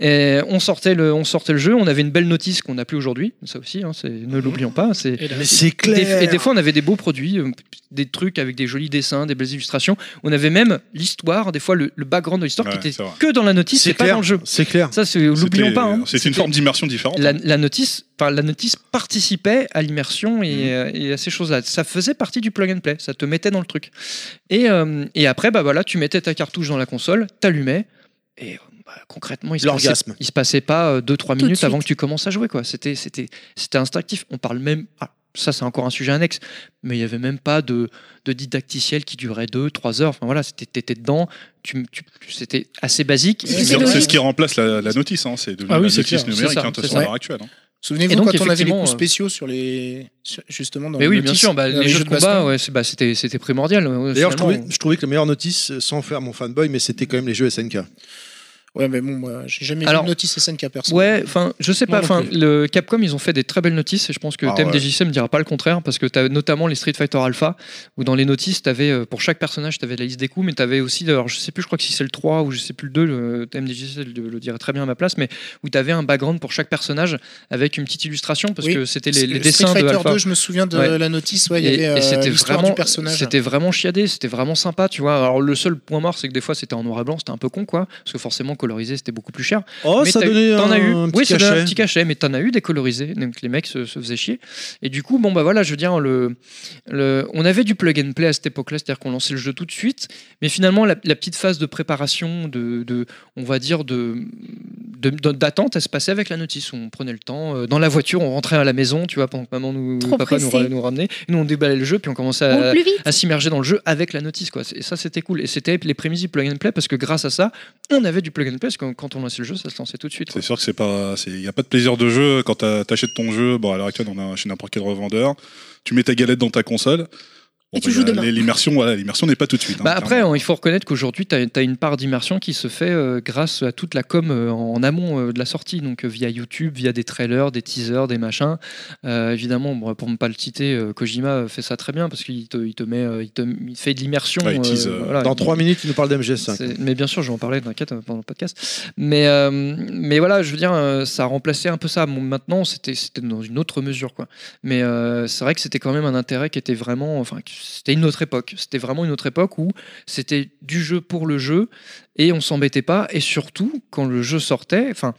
Et on sortait le, on sortait le jeu, on avait une belle notice qu'on n'a plus aujourd'hui. Ça aussi, hein, c'est- ne l'oublions pas. C'est Et là, Mais c'est des- clair. et des fois, on avait des beaux produits, euh, des trucs avec des jolis dessins, des belles illustrations. On avait même l'histoire, des fois le, le background de l'histoire Ouais, qui était c'est vrai. que dans la notice et c'est pas clair. dans le jeu. C'est clair. Ça, c'est- l'oublions C'était- pas. hein. C'est une C'était- forme d'immersion différente. hein. la, la notice, enfin, la notice participait à l'immersion Mm. et, euh, et à ces choses-là. Ça faisait partie du plug and play, ça te mettait dans le truc. Et, euh, et après, bah voilà, tu mettais ta cartouche dans la console, t'allumais, et euh, bah, concrètement, il se, passait, L'orgasme. il se passait pas 2-3 Tout de minutes avant que tu suite. commences à jouer. quoi. C'était c'était- c'était instinctif. On parle même. ah, ça, c'est encore un sujet annexe, mais il n'y avait même pas de, de didacticiel qui durait 2-3 heures. Enfin voilà, c'était- t'étais dedans, tu, tu- c'était assez basique. C'était C'est Mais- c'est ce qui remplace la, la notice. Hein. C'est devenu Ah oui, la c'est notice clair. numérique C'est ça, hein, de toute c'est façon, à l'heure actuelle. hein. Et Souvenez-vous donc, quand on avait les effectivement, coups euh, spéciaux sur les. sur- Justement, dans Mais les oui, bien notices, sûr, bah, dans les, jeux de combat, baston. ouais, c'est- bah, c'était c'était primordial. ouais, D'ailleurs, je finalement. trouvais, je trouvais que le meilleur notice, euh, sans faire mon fanboy, mais c'était quand même les jeux SNK. Ouais, mais bon, moi, j'ai jamais Alors- vu de notice SNK personne. Ouais, enfin, je sais Moi pas. non Enfin, plus. le Capcom, ils ont fait des très belles notices et je pense que Ah TMDJC me dira pas le contraire parce que t'as notamment les Street Fighter Alpha où dans les notices, t'avais euh, pour chaque personnage, t'avais la liste des coups, mais t'avais aussi, alors je sais plus, je crois que si c'est le 3 ou je sais plus le euh, 2, le TMDJC le, le dirait très bien à ma place, mais où t'avais un background pour chaque personnage avec une petite illustration parce Oui, que c'était les, Parce les que dessins Street de Fighter Alpha. 2, je me souviens de Ouais. la notice, ouais, il Et- y et avait euh, c'était l'histoire vraiment- du personnage. C'était vraiment chiadé, c'était vraiment sympa, tu vois. Alors le seul point mort, c'est que des fois c'était en noir et blanc, c'était un peu con, quoi, parce que forcément colorisé, c'était beaucoup plus cher. Oh, mais ça t'as eu- donnait t'en un, as eu, un petit oui, ça donnait cachet. un petit cachet, mais t'en as eu des colorisés, donc les mecs se, se faisaient chier. Et du coup, bon bah voilà, je veux dire, le, le- on avait du plug and play à cette époque-là, c'est-à-dire qu'on lançait le jeu tout de suite, mais finalement la, la petite phase de préparation, de, de- on va dire de de- de- d'attente, elle se passait avec la notice. On prenait le temps euh, dans la voiture, on rentrait à la maison, tu vois, pendant que maman nous, Trop papa nous, ra- pressé. nous ramenait, Et nous on déballait le jeu, puis on commençait Au à, hein. plus vite. à s'immerger dans le jeu avec la notice quoi. Et ça c'était cool et c'était les prémices du plug and play parce que grâce à ça on avait du plug and play parce que quand on lançait le jeu ça se lançait tout de suite. quoi. C'est sûr que c'est pas, il y a pas de plaisir de jeu quand t'as- t'achètes ton jeu. Bon, à l'heure actuelle, on a chez n'importe quel revendeur. Tu mets ta galette dans ta console. Et tu bah, joues y a- demain. les- L'immersion, voilà, l'immersion n'est pas tout de suite. hein, Bah après, clairement. hein, il faut reconnaître qu'aujourd'hui, tu as, une part d'immersion qui se fait euh, grâce à toute la com euh, en amont euh, de la sortie, donc euh, via YouTube, via des trailers, des teasers, des machins. Euh, évidemment, bon, pour ne pas le citer, euh, Kojima euh, fait ça très bien parce qu'il te, il te met, euh, il te il fait de l'immersion. Ouais, il tease, euh, voilà. Dans 3 minutes, il nous parle d'MG5. C'est- Mais bien sûr, je vais en parler, t'inquiète, euh, pendant le podcast. Mais, euh, mais voilà, je veux dire, euh, ça a remplacé un peu ça. Bon, maintenant, c'était c'était dans une autre mesure, quoi. Mais euh, c'est vrai que c'était quand même un intérêt qui était vraiment. Enfin, qui- c'était une autre époque. C'était vraiment une autre époque où c'était du jeu pour le jeu et on s'embêtait pas. Et surtout, quand le jeu sortait, enfin.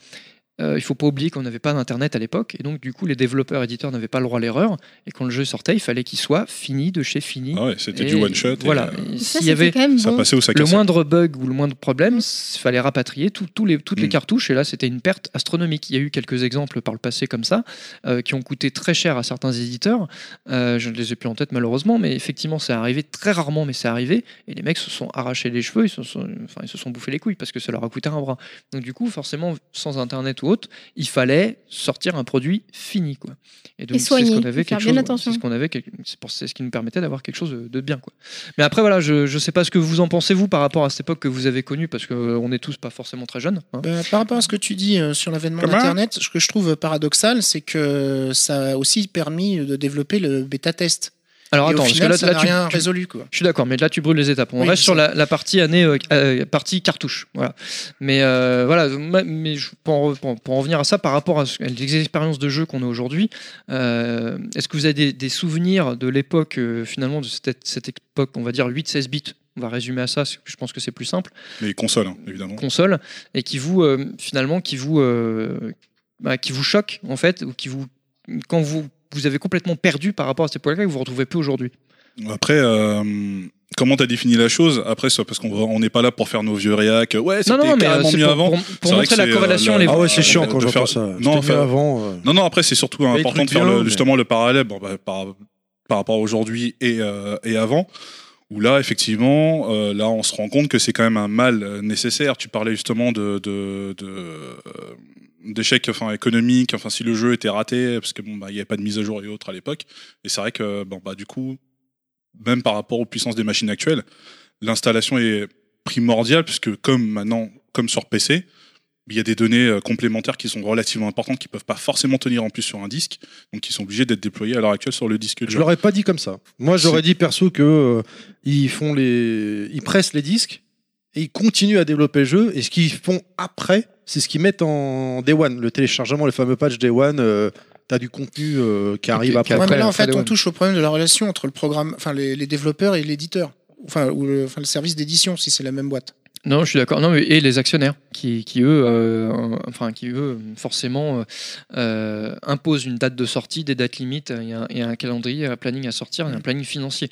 euh, il faut pas oublier qu'on n'avait pas d'internet à l'époque et donc du coup les développeurs éditeurs n'avaient pas le droit à l'erreur et quand le jeu sortait il fallait qu'il soit fini de chez fini. Ah ouais, c'était Et du one shot. et, Voilà. euh, Et Ça, S'il y c'était avait quand même ça bon. passait au sac à le sac. moindre bug ou le moindre problème, il fallait rapatrier tout- tous les, toutes les Mm. cartouches et là c'était une perte astronomique. Il y a eu quelques exemples par le passé comme ça euh, qui ont coûté très cher à certains éditeurs. Euh, je ne les ai plus en tête malheureusement, mais effectivement c'est arrivé très rarement, mais c'est arrivé et les mecs se sont arrachés les cheveux, ils se sont, enfin, ils se sont bouffés les couilles parce que ça leur a coûté un bras. Donc du coup forcément sans internet ou autre, il fallait sortir un produit fini quoi. donc, Et soigné, c'est ce qu'on avait faut faire quelque bien chose- attention. c'est ce qu'on avait quelque- c'est pour- c'est ce qui nous permettait d'avoir quelque chose de de bien quoi. Mais après, voilà, je ne sais pas ce que vous en pensez, vous, par rapport à cette époque que vous avez connue, parce qu'on n'est tous pas forcément très jeunes. hein. Euh, par rapport à ce que tu dis euh, sur l'avènement Comment d'Internet, ce que je trouve paradoxal, c'est que ça a aussi permis de développer le bêta-test. Alors Et attends, au final, parce que là, ça n'a là, tu- rien tu- résolu. Quoi. je suis d'accord, mais là tu brûles les étapes. On Oui, reste je sur sais. la, la partie année, euh, euh, partie cartouche. Voilà. Mais euh, voilà, ma- mais je- pour, en, re- pour en- pour en revenir à ça, par rapport à, ce- à les expériences de jeu qu'on a aujourd'hui, euh, est-ce que vous avez des, des souvenirs de l'époque, euh, finalement, de cette, cette époque, on va dire 8-16 bits On va résumer à ça, parce que je pense que c'est plus simple. Les consoles, hein, évidemment. console et qui vous euh, finalement qui vous euh, bah, qui vous choque en fait ou qui vous quand vous vous avez complètement perdu par rapport à ces points-là que vous vous retrouvez plus aujourd'hui. Après, euh, comment t'as défini la chose Après, ça, parce qu'on va- on n'est pas là pour faire nos vieux réacs. Ouais, Non, c'était non, mais euh, carrément c'est mieux pour, avant. pour- pour C'est vrai que montrer la c'est, corrélation. euh, les- la- Ah ouais, c'est euh, chiant de quand j'entends faire- ça. Non, C'était mieux enfin- avant. euh. Non, non, après, c'est surtout les important de trucs faire le- bien, mais- justement le parallèle bon, bah, par, par rapport à aujourd'hui et, euh, et avant. Où là, effectivement, euh, là, on se rend compte que c'est quand même un mal euh, nécessaire. Tu parlais justement de, de, de, euh, d'échecs enfin, économiques, enfin, si le jeu était raté, parce que bon, bah, il n'y avait pas de mise à jour et autres à l'époque. Et c'est vrai que, bon, bah, du coup, même par rapport aux puissances des machines actuelles, l'installation est primordiale, puisque comme maintenant, comme sur PC, il y a des données euh, complémentaires qui sont relativement importantes, qui peuvent pas forcément tenir en plus sur un disque, donc qui sont obligés d'être déployés à l'heure actuelle sur le disque Je dur. l'aurais pas dit comme ça. Moi, j'aurais dit perso que euh, ils font les, ils pressent les disques et ils continuent à développer le jeu. Et ce qu'ils font après, c'est ce qu'ils mettent en Day One, le téléchargement, le fameux patch Day One. euh, T'as du contenu euh, qui arrive Ok, après. ok. Ouais, mais là, en après fait, les on web. touche au problème de la relation entre le programme, enfin, les, les développeurs et l'éditeur. Enfin, ou le, enfin, le service d'édition, si c'est la même boîte. Non, je suis d'accord. Non, mais- et les actionnaires qui, qui eux, euh, enfin qui eux, forcément euh, euh, imposent une date de sortie, des dates limites, il y a un- il y, a un calendrier, un planning à sortir, il y a un planning financier.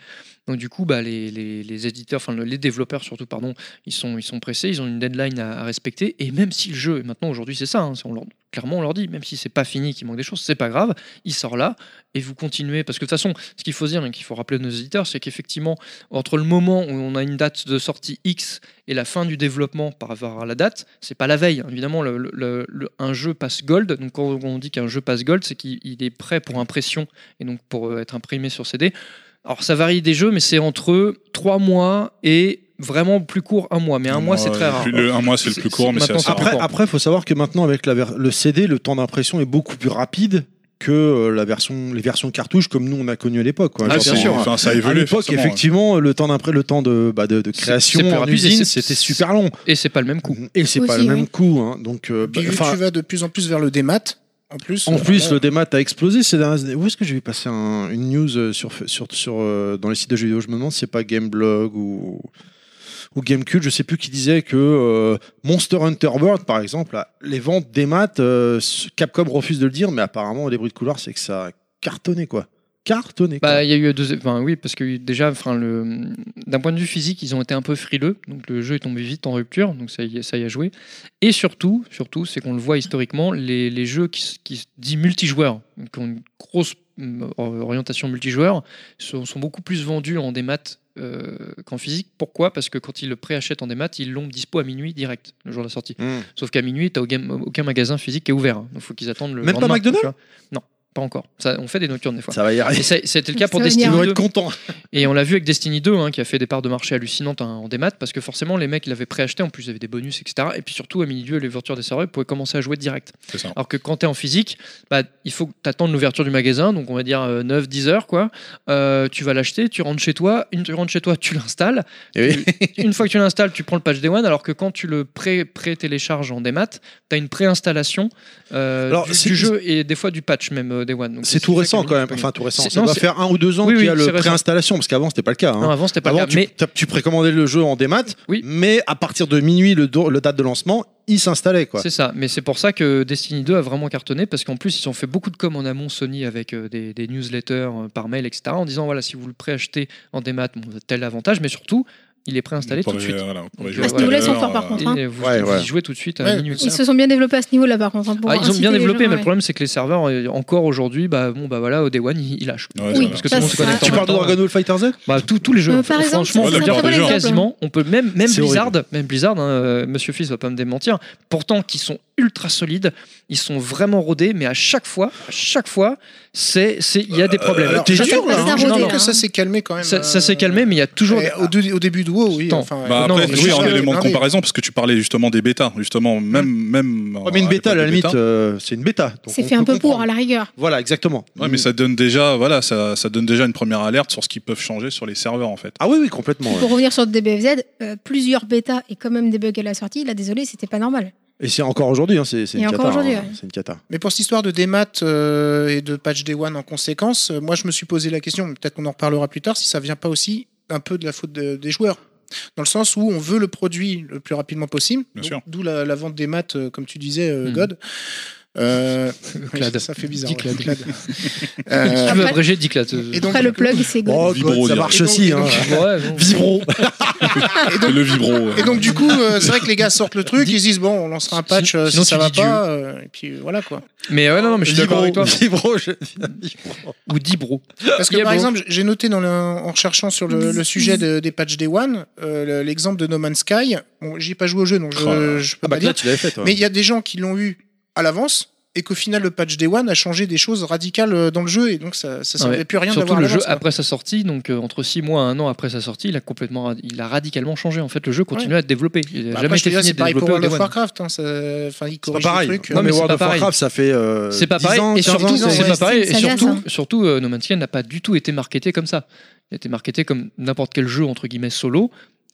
Donc du coup, bah, les, les- les éditeurs, enfin les développeurs surtout, pardon, ils sont ils sont pressés, ils ont une deadline à, à respecter. Et même si le jeu, et maintenant aujourd'hui c'est ça, hein, c'est- on leur- clairement on leur dit, même si c'est pas fini, qu'il manque des choses, c'est pas grave, il sort là et vous continuez. Parce que de toute façon, ce qu'il faut dire et qu'il faut rappeler à nos éditeurs, c'est qu'effectivement entre le moment où on a une date de sortie X et la fin du développement par rapport à la date, c'est pas la veille. Hein. Évidemment, le- le- le- le- un jeu passe gold. Donc, quand on dit qu'un jeu passe gold, c'est qu'il il est prêt pour impression et donc pour euh, être imprimé sur CD. Alors, ça varie des jeux, mais c'est entre 3 mois et vraiment plus court, un mois. Mais un mois, c'est euh, très le rare. plus- le- un mois, c'est le C'est- plus court, mais c'est maintenant, assez c'est rare. Après, après, faut savoir que maintenant, avec la ver- le CD, le temps d'impression est beaucoup plus rapide que euh, la version, les versions cartouches comme nous on a connu à l'époque. quoi. Ah, Genre, bien c'est- sûr. enfin, Enfin, ça a À évolué. l'époque, forcément, effectivement, le temps d'après, le temps de, bah, de, de C'est- création c'est plus en rapide et usine, c'est- c'était super long. Et c'est pas le même coup. Et c'est pas Aussi, le même oui. coup. hein. Donc, euh, Puis, bah, vu que enfin, tu vas de plus en plus vers le démat, en plus. En euh, plus, bon, le démat a explosé ces dernières années. Où est-ce que j'ai vu passer un- une news euh, sur, sur, sur, euh, dans les sites de jeux vidéo Je me demande si c'est pas Gameblog ou, ou Gamecube, je sais plus, qui disait que euh, Monster Hunter World, par exemple, là, les ventes démat, euh, s- Capcom refuse de le dire, mais apparemment, les bruits de couloir, c'est que ça a cartonné, quoi. Cartonné, quoi. Bah, il y a eu deux. Enfin, oui, parce que déjà, enfin, le... d'un point de vue physique, ils ont été un peu frileux. Donc, le jeu est tombé vite en rupture. Donc, ça y, ça y a joué. Et surtout, surtout c'est qu'on le voit historiquement, les, les jeux qui, se- qui se disent multijoueurs, qui ont une grosse mm, or- orientation multijoueur, sont, sont beaucoup plus vendus en démat euh, qu'en physique. Pourquoi Parce que quand ils le préachètent en démat, ils l'ont dispo à minuit direct, le jour de la sortie. Mm. Sauf qu'à minuit, tu n'as aucun magasin physique qui est ouvert. hein. Donc, il faut qu'ils attendent le Même pas lendemain, McDonald's tu vois. Non. Pas encore. Ça, on fait des nocturnes des fois. Ça va y Et arriver. ça- c'était le cas pour Ça va Destiny Ils vont 2. être contents. Et on l'a vu avec Destiny 2, hein, qui a fait des parts de marché hallucinantes hein, en démat, parce que forcément, les mecs l'avaient préacheté, en plus, ils avaient des bonus, etc. Et puis surtout, à milieu, l'ouverture des serveurs, ils pouvaient commencer à jouer direct. hein, C'est ça. Alors que quand tu es en physique, bah, il faut que t'attendes l'ouverture du magasin, donc on va dire 9-10 heures, quoi. Euh, tu vas l'acheter, tu rentres chez toi, une, tu rentres chez toi, tu l'installes. Et oui. Une fois que tu l'installes, tu prends le patch Day One, alors que quand tu le pré- pré-télécharges en démat, tu as une préinstallation euh, Alors, du, c'est- du jeu et des fois du patch même euh, Day One. Donc, C'est tout ça récent qui est quand même. bien. Enfin, tout récent. C'est- Ça non, doit c'est- faire un ou deux ans Oui, qu'il y a oui, le c'est récent. préinstallation, parce qu'avant, c'était pas le cas. hein. Non, avant, c'était pas le Avant, cas, tu, mais- t'as- tu précommandais le jeu en démat, Oui. mais à partir de minuit, le, do- le date de lancement, il s'installait. quoi. C'est ça, mais c'est pour ça que Destiny 2 a vraiment cartonné parce qu'en plus ils ont fait beaucoup de com en amont Sony avec euh, des, des newsletters euh, par mail, etc. En disant voilà si vous le préachetez en démat, bon, vous avez tel avantage, mais surtout il est préinstallé Pour tout de les- suite. voilà, pour les À joueurs ce niveau-là, ils sont forts, par euh, contre. Et vous, Ouais, vous ouais. y jouez tout de suite à Ouais, minuit. Ils se sont bien développés à ce niveau-là, par contre. hein, pour Ah, ils ont inciter bien les gens, développé, mais ouais. le problème c'est que les serveurs euh, encore aujourd'hui, bah bon bah voilà, au Day One ils, ils lâchent. Ouais, Oui, ça va. Parce que ça, tout le monde se c'est connecte vrai. Tu en parles de même temps, Dragon Ball Fighter Oh, Z Oh, Bah, tous, tous les jeux. Euh, par exemple, franchement, c'est un très bon quasiment, exemple. quasiment, on peut même, même C'est Blizzard, même Blizzard, hein, euh, Monsieur Fils va pas me démentir. Pourtant, qui sont ultra solides, ils sont vraiment rodés, mais à chaque fois, à chaque fois, c'est, c'est, il y Euh, a des problèmes. alors, Euh, t'es Ça dur, fait- là, ça hein. fait Non, non. que ça s'est calmé quand même. ça, ça euh, s'est calmé, mais il y a toujours. Ah, et Au, dé- au début de WoW, oui. Attends. Enfin, euh, Bah Non, après, mais oui, je- en je- élément de non, mais- comparaison, parce que tu parlais justement des bêtas, justement, même. même Ouais, mais une à bêta, à la l'époque limite, des bêtas. euh, c'est une bêta. donc C'est on fait un peut peu pour, comprendre. à la rigueur. Voilà, exactement. Ouais, Mm. mais ça donne déjà, voilà, ça, ça donne déjà une première alerte sur ce qu'ils peuvent changer sur les serveurs, en fait. Ah oui, oui, complètement. ouais. Pour revenir sur DBFZ, euh, plusieurs bêtas et quand même des bugs à la sortie, là, désolé, c'était pas normal. Et c'est encore aujourd'hui, hein, c'est c'est Et une, encore cata, aujourd'hui, hein, ouais. c'est une cata. Mais pour cette histoire de démat euh, et de patch day one en conséquence, euh, moi je me suis posé la question, mais peut-être qu'on en reparlera plus tard, si ça vient pas aussi un peu de la faute de- des joueurs. Dans le sens où on veut le produit le plus rapidement possible, Bien donc, sûr. d'où la, la vente des maths, euh, comme tu disais, euh, Mhm. God. Euh, Clad. Ça fait bizarre. Dis ouais, Clad. Clad. Euh, Si tu veux Après- abréger, Diclat. et donc, euh, Après, le plug, c'est Oh, Vibro, God, ça direct. marche Et donc- aussi. et donc- hein. Ouais, bon. Vibro. le vibro. euh. Ah, et donc, du coup, euh, c'est vrai que les gars sortent le truc, ils se disent bon, on lancera un patch euh, si Sinon, ça tu va dis pas, euh, et puis euh, voilà quoi. Mais ouais, non, non, mais je suis d'accord avec toi. Vibro, je- Ah, Ou Dibro. Parce que Yeah, par bro. exemple, j'ai noté dans le- en recherchant sur le, le sujet de- des patchs Day One, euh, le- l'exemple de No Man's Sky. Bon, j'y ai pas joué au jeu, donc Oh là je, là. je peux Ah bah pas dire. là, tu l'avais fait, toi. Mais il y a des gens qui l'ont eu à l'avance et qu'au final, le patch Day One a changé des choses radicales euh, dans le jeu et donc ça, ça servait Ouais. plus à rien Surtout d'avoir à le jeu l'avance, quoi. après sa sortie, donc euh, entre 6 mois et 1 an après sa sortie, il a complètement, rad- il a radicalement changé. En fait, le jeu continue à être développé. Il n'a Bah, jamais après, je été te dirais, fini c'est de pareil pour développer au World Day of One. Warcraft. hein, ça- Enfin, ils C'est pas corrigent le pareil. truc. hein. euh, Non, Non, mais mais c'est World pas of Warcraft, ça fait. euh, C'est pas 10 pareil. ans, et 15 ans, surtout, ans, c'est ouais, pas pareil. c'est Et une sagace, surtout, hein. surtout, euh, No Man's Sky n'a pas du tout été marketé comme ça. Il a été marketé comme n'importe quel jeu entre guillemets solo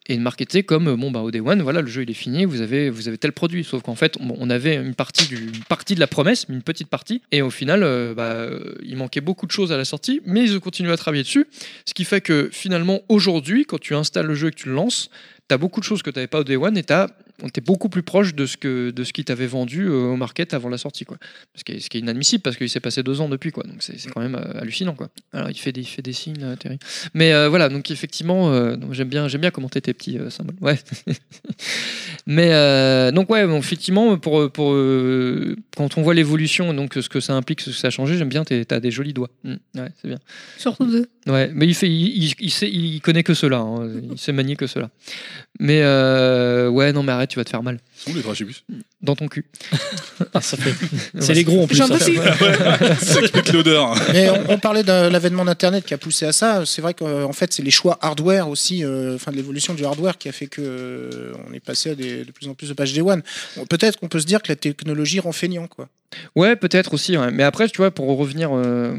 et marketé comme euh, bon bah au day one voilà le jeu il est fini vous avez vous avez tel produit sauf qu'en fait on, on avait une partie du une partie de la promesse mais une petite partie et au final euh, bah, euh, il manquait beaucoup de choses à la sortie mais ils ont continué à travailler dessus ce qui fait que finalement aujourd'hui quand tu installes le jeu et que tu le lances t'as beaucoup de choses que t'avais pas au day one et t'as t'es beaucoup plus proche de ce que de ce qui t'avait vendu euh, au market avant la sortie quoi ce qui est, ce qui est inadmissible parce qu'il s'est passé deux ans depuis quoi donc c'est c'est quand même euh, hallucinant quoi alors il fait des il fait des signes là, Terry mais euh, voilà donc effectivement euh, donc j'aime bien j'aime bien commenter tes petits euh, symboles ouais mais euh, donc ouais bon, effectivement pour pour euh, quand on voit l'évolution donc ce que ça implique ce que ça a changé j'aime bien t'es- t'as des jolis doigts Mm, ouais c'est bien Surtout deux. ouais mais il fait il, il- il sait il connaît que cela hein, il sait manier que cela mais euh, ouais non mais arrête tu vas te faire mal Où les dragibus dans ton cul Ah, ça fait- C'est les gros en plus. J'en ça. peux plus. Avec l'odeur. hein. Mais on, on parlait de l'avènement d'Internet qui a poussé à ça. C'est vrai qu'en fait, c'est les choix hardware aussi, euh, enfin de l'évolution du hardware qui a fait que euh, on est passé à des- de plus en plus de pages Day One. Bon, Peut-être qu'on peut se dire que la technologie rend feignant, quoi. Ouais, peut-être aussi. ouais. Mais après, tu vois, pour revenir, euh,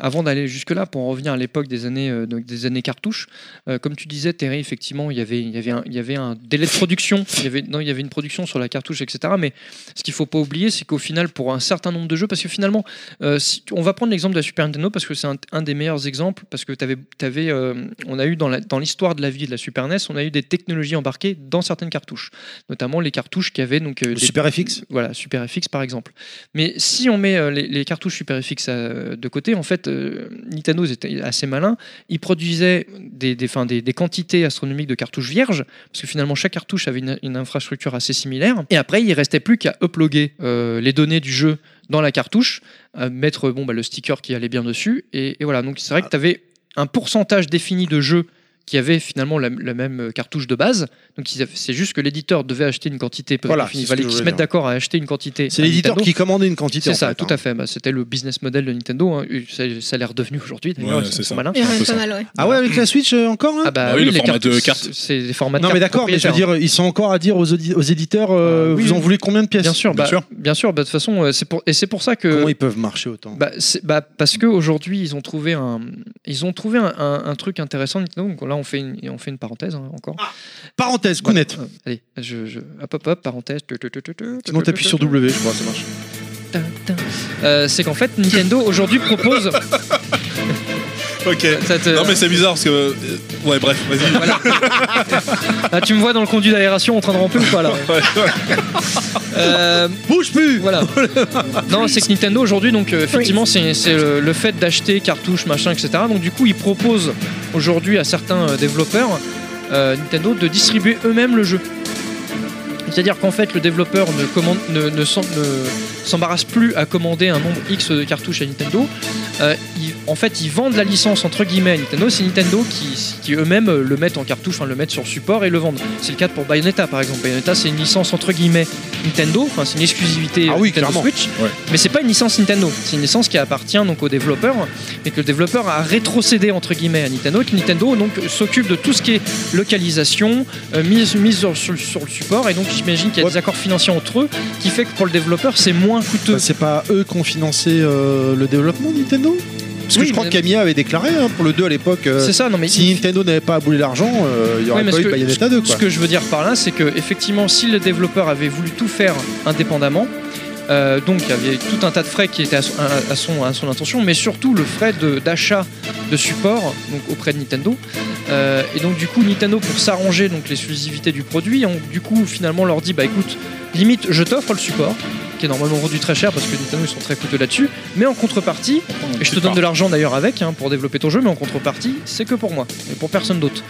avant d'aller jusque-là, pour en revenir à l'époque des années, euh, donc des années cartouches, euh, comme tu disais, Terry, effectivement, il y avait, il y avait, un, il y avait un délai de production. Il y avait, non, il y avait une production sur la cartouche, etc. Mais ce qu'il faut pas oublier, c'est qu'au final, pour un certain nombre de jeux, parce que finalement, euh, si- on va prendre l'exemple de la Super Nintendo parce que c'est un, un des meilleurs exemples, parce que t'avais, t'avais, euh, on a eu dans, la- dans l'histoire de la vie de la Super NES, on a eu des technologies embarquées dans certaines cartouches, notamment les cartouches qui avaient donc euh, Le des- Super FX. voilà, Super FX par exemple. Mais si on met euh, les, les cartouches Super FX euh, de côté, en fait, euh, Nintendo était assez malin. Ils produisaient des, des, enfin, des, des quantités astronomiques de cartouches vierges, parce que finalement chaque cartouche avait une, une infrastructure assez similaire. Et après, il restait plus qu'à uploader euh, les données du jeu dans la cartouche, à mettre bon, bah, le sticker qui allait bien dessus. Et, et voilà, donc c'est vrai que tu avais un pourcentage défini de jeux qui avaient finalement la, la même euh, cartouche de base. Donc ils avaient- c'est juste que l'éditeur devait acheter une quantité. euh, peu- Voilà, enfin, c'est il ce que fallait je qu'ils se voulais mettent dire. d'accord à acheter une quantité. C'est à l'éditeur Nintendo. qui commandait une quantité. C'est en ça, fait, tout hein. à fait. Bah, C'était le business model de Nintendo. hein. Ça, ça l'est redevenu aujourd'hui. d'ailleurs, Ouais, ils sont c'est trop ça. malins. Il y en un a peu pas ça. mal, ouais. Ah ouais, avec la Switch euh, encore là Ah bah Ah oui, le format de cartes, carte. c'est- C'est des formats de Non mais cartes d'accord, mais je veux propriétaires. dire, ils sont encore à dire aux, audi- aux éditeurs, euh, Ah, oui, vous en oui. voulez combien de pièces Bien sûr, Bien bah, sûr. bien sûr. bah, de toute façon, euh, c'est pour et c'est pour ça que Comment ils peuvent marcher autant Bah, c'est- bah, parce qu'aujourd'hui, ils ont trouvé un, ils ont trouvé un, un- un truc intéressant. Donc là, on fait une, on fait une parenthèse hein, encore. Parenthèse, connaître. Euh, allez, je, je- hop, hop, hop, parenthèse. Tu, tu, tu, tu, tu, Sinon tu, t'appuies tu, sur tu, W, je crois, ça marche. tin, tin. Euh, c'est qu'en fait, Nintendo aujourd'hui propose. Ok. Ça te- Non, mais c'est bizarre parce que. euh, Ouais, bref, vas-y. Ah, tu me vois dans le conduit d'aération en train de ramper ou pas là Euh, Bouge plus Voilà. non, c'est que Nintendo aujourd'hui, donc euh, effectivement, c'est c'est le, le fait d'acheter cartouches, machin, etc. Donc du coup, ils proposent aujourd'hui à certains euh, développeurs euh, Nintendo de distribuer eux-mêmes le jeu. C'est-à-dire qu'en fait, le développeur ne commande, ne, ne s'en- ne s'embarrasse plus à commander un nombre X de cartouches à Nintendo. Euh, ils- en fait, ils vendent la licence entre guillemets à Nintendo. C'est Nintendo qui, qui eux-mêmes euh, le mettent en cartouche, enfin le mettent sur support et le vendent. C'est le cas pour Bayonetta par exemple. Bayonetta, c'est une licence entre guillemets Nintendo. Enfin, c'est une exclusivité Ah oui, Nintendo clairement. Switch. Ouais. Mais c'est pas une licence Nintendo. C'est une licence qui appartient donc au développeur et que le développeur a rétrocédé entre guillemets à Nintendo. Et que Nintendo donc s'occupe de tout ce qui est localisation, euh, mise, mise sur, sur- sur le support. Et donc j'imagine qu'il y a Ouais. des accords financiers entre eux qui fait que pour le développeur c'est moins coûteux. Bah, C'est pas eux qui ont financé euh, le développement Nintendo Parce que Oui, je crois mais- que Camilla avait déclaré hein, pour le 2 à l'époque. euh, c'est ça, non mais si Nintendo n'avait pas aboulé l'argent, euh, il y aurait Oui, mais pas ce eu que- Bayonetta 2 Ce quoi. que je veux dire par là, c'est que effectivement, si le développeur avait voulu tout faire indépendamment, euh, donc il y avait tout un tas de frais qui étaient à son, à- à son- à son intention, mais surtout le frais de- d'achat de, support donc auprès de Nintendo. Euh, et donc du coup, Nintendo pour s'arranger donc l'exclusivité du produit, on, du coup finalement leur dit bah écoute, limite je t'offre le support qui est normalement vendu très cher parce que Nintendo ils sont très coûteux là-dessus, mais en contrepartie, et je te donne de l'argent d'ailleurs avec hein, pour développer ton jeu, mais en contrepartie, c'est que pour moi et pour personne d'autre.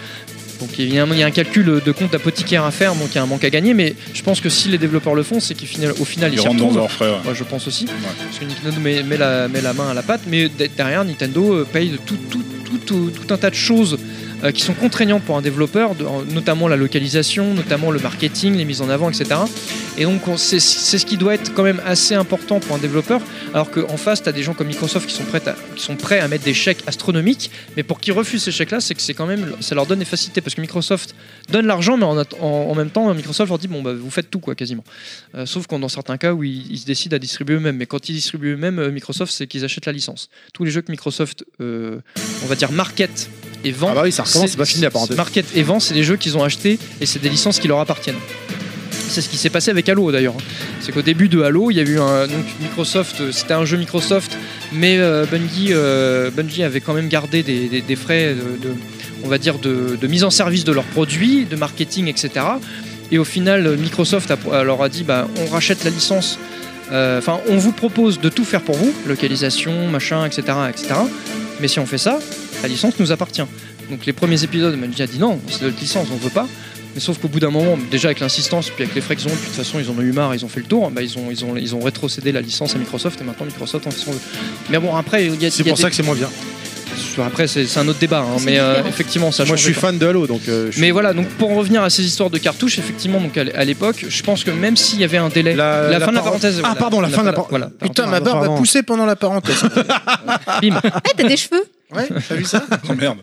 Donc évidemment, il y a un calcul de compte apothicaire à faire, donc il y a un manque à gagner, mais je pense que si les développeurs le font, c'est qu'au final, au final, ils Ils s'y rentrent dans retrouvent. leurs frais, ouais. Moi, je pense aussi, parce que Nintendo met, met la, met la main à la pâte, mais de- derrière, Nintendo euh, paye de tout, tout, tout, tout, tout un tas de choses euh, qui sont contraignantes pour un développeur, de- en- notamment la localisation, notamment le marketing, les mises en avant, etc. Et donc, on- c'est c'est ce qui doit être quand même assez important pour un développeur, alors qu'en face, tu as des gens comme Microsoft qui sont, prêts à, qui sont prêts à mettre des chèques astronomiques, mais pour qu'ils refusent ces chèques-là, c'est que c'est quand même, ça leur donne des facilités, parce que Microsoft donne l'argent, mais en, at- en- en même temps, Microsoft leur dit, bon, bah, vous faites tout, quoi, quasiment. Euh, sauf qu'en dans certains cas où ils, ils se décident à distribuer eux-mêmes. Mais quand ils distribuent eux-mêmes, euh, Microsoft, c'est qu'ils achètent la licence. Tous les jeux que Microsoft, euh, on va dire, market et vend. Ah bah oui, ça recommence, c'est pas fini la parenthèse. Market et vend, c'est des jeux qu'ils ont achetés et c'est des licences qui leur appartiennent. C'est ce qui s'est passé avec Halo d'ailleurs. C'est qu'au début de Halo, il y a eu un donc Microsoft, euh, c'était un jeu Microsoft, mais euh, Bungie, euh, Bungie avait quand même gardé des, des- des frais de, de- on va dire de, de mise en service de leurs produits, de marketing, etc. Et au final, euh, Microsoft a- leur a dit bah, on rachète la licence. Euh, Enfin, on vous propose de tout faire pour vous, localisation, machin, etc., etc. Mais si on fait ça, la licence nous appartient. Donc les premiers épisodes, Bungie a dit non, c'est notre licence, on veut pas. Mais sauf qu'au bout d'un moment, déjà avec l'insistance, puis avec les frais qu'ils ont, puis de toute façon ils en ont eu marre, ils ont fait le tour, bah, ils, ont, ils, ont, ils ont rétrocédé la licence à Microsoft et maintenant Microsoft en fait son jeu. Mais bon, après, il y a, C'est il y a pour ça que c'est moins bien. des- Après, c'est c'est un autre débat, hein, C'est mais euh, différent. effectivement, ça Moi change je suis pas. fan de Halo donc. euh, je suis- Mais voilà, donc pour en revenir à ces histoires de cartouches, effectivement, donc à l- à l'époque, je pense que même s'il y avait un délai. La, fin de la paro- parenthèse. Ah, pardon, la fin de la par- Voilà. Putain, Pardon, ma barbe pardon. a poussé pendant la parenthèse. Eh, t'as des cheveux Ouais, t'as vu ça Oh merde.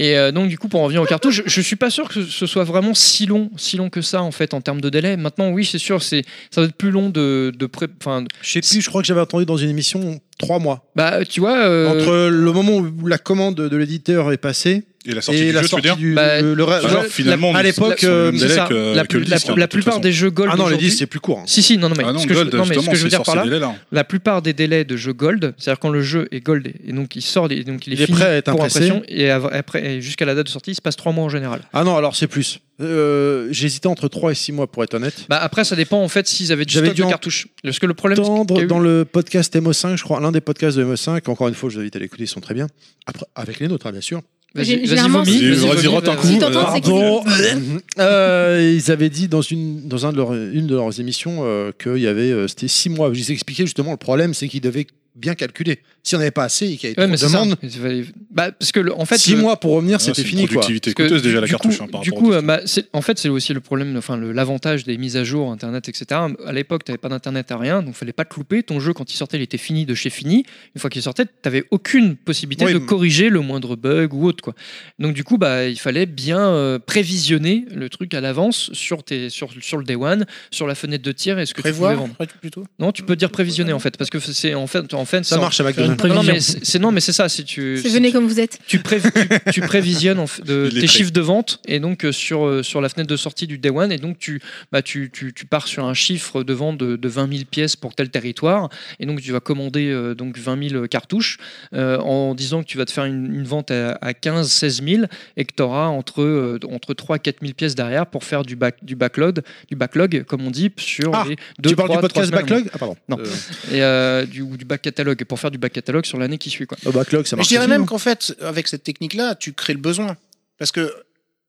Et euh, donc, du coup, pour en revenir aux cartouches, je, je suis pas sûr que ce soit vraiment si long, si long que ça, en fait, en termes de délai. Maintenant, oui, c'est sûr, c'est ça va être plus long de, de pré. Enfin, Je sais plus, je crois que j'avais entendu dans une émission 3 mois. bah, tu vois. euh, Entre le moment où la commande de l'éditeur est passée Et la sortie et du la jeu, tu veux sortie dire du. Bah, le- le- genre, genre, Alors, finalement, à l'époque, sur le euh, même c'est délai ça, que- la, que le la- disque, hein, la de toute plupart façon. des jeux gold. ah non, les d'aujourd'hui- 10 c'est plus court. hein. Si, si, non, non, mais Ah non, ce que Gold, je, non, mais ce justement, que je veux c'est sur dire par ces là, délais-là. la plupart des délais de jeu gold, c'est-à-dire quand le jeu est gold et donc il sort et donc il est, Il est fini prêt à être pour impressé. impression et av- après et jusqu'à la date de sortie, il se passe trois mois en général. Ah non, alors c'est plus. Euh, J'hésitais entre 3 et 6 mois pour être honnête. Bah après ça dépend en fait s'ils avaient du J'avais stock dû de en- cartouches. Parce que le problème c'est qu'il y a Tendre eu- dans le podcast MO5, je crois, l'un des podcasts de MO5, encore une fois, je vous invite à l'écouter, ils sont très bien. Après, avec les nôtres, hein, bien sûr. Vas-y, Gé- vas-y, généralement, vomis, c'est- vas-y, Vas-y, vomis, rate un vas-y. coup. Si t'entends, c'est que- Pardon. Euh, ils avaient dit dans une dans un de leurs- une de leurs émissions euh, qu'il y avait euh, c'était six mois. Je les ai expliqué justement le problème, c'est qu'ils devaient bien calculé. Si on n'avait pas assez et qu'il y avait Ouais, trop mais de c'est ça. demande, Il fallait- Bah, parce que, le- en fait, 6 le- mois pour revenir, Ah, c'était c'est une fini quoi. productivité Parce que coûteuse déjà la du cartouche coup- hein, par du rapport coup, au euh, bah, c'est- en fait, c'est aussi le problème, enfin le- l'avantage des mises à jour Internet, etc. À l'époque, t'avais pas d'internet, à rien, donc fallait pas te louper. Ton jeu, quand il sortait, il était fini de chez fini. Une fois qu'il sortait, t'avais aucune possibilité Oui, de mais- corriger le moindre bug ou autre, quoi. Donc du coup, bah, il fallait bien euh, prévisionner le truc à l'avance sur tes, sur, sur le day one, sur la fenêtre de tir et ce que tu pouvais Prévoir vendre. plutôt Non, tu peux dire prévisionner en fait, parce que c'est en fait, en fait, Ça c'est- marche à Faire une McDonald's. Non, prévision. mais c'est c'est- non, mais c'est ça. Si tu C'est si venez tu- comme vous êtes. tu, pré- tu, tu prévisionnes en fait, de, Il est tes très- chiffres de vente et donc euh, sur, euh, sur la fenêtre de sortie du day one et donc tu, bah, tu, tu, tu pars sur un chiffre de vente de, de 20 000 pièces pour tel territoire et donc tu vas commander euh, donc 20 000 cartouches euh, en disant que tu vas te faire une, une vente à, à 15 16 000 et que tu auras entre, euh, entre 3 000 4 000 pièces derrière pour faire du, back, du, backlog, du backlog comme on dit sur Ah, les deux, Tu parles du trois, trois podcast semaines. Backlog Ah pardon. Non. Euh, et, euh, du, ou du back catalogue pour faire du back catalogue sur l'année qui suit quoi. le backlog, ça Mais marche. je dirais aussi, hein. même non qu'en fait, avec cette technique-là, tu crées le besoin. Parce que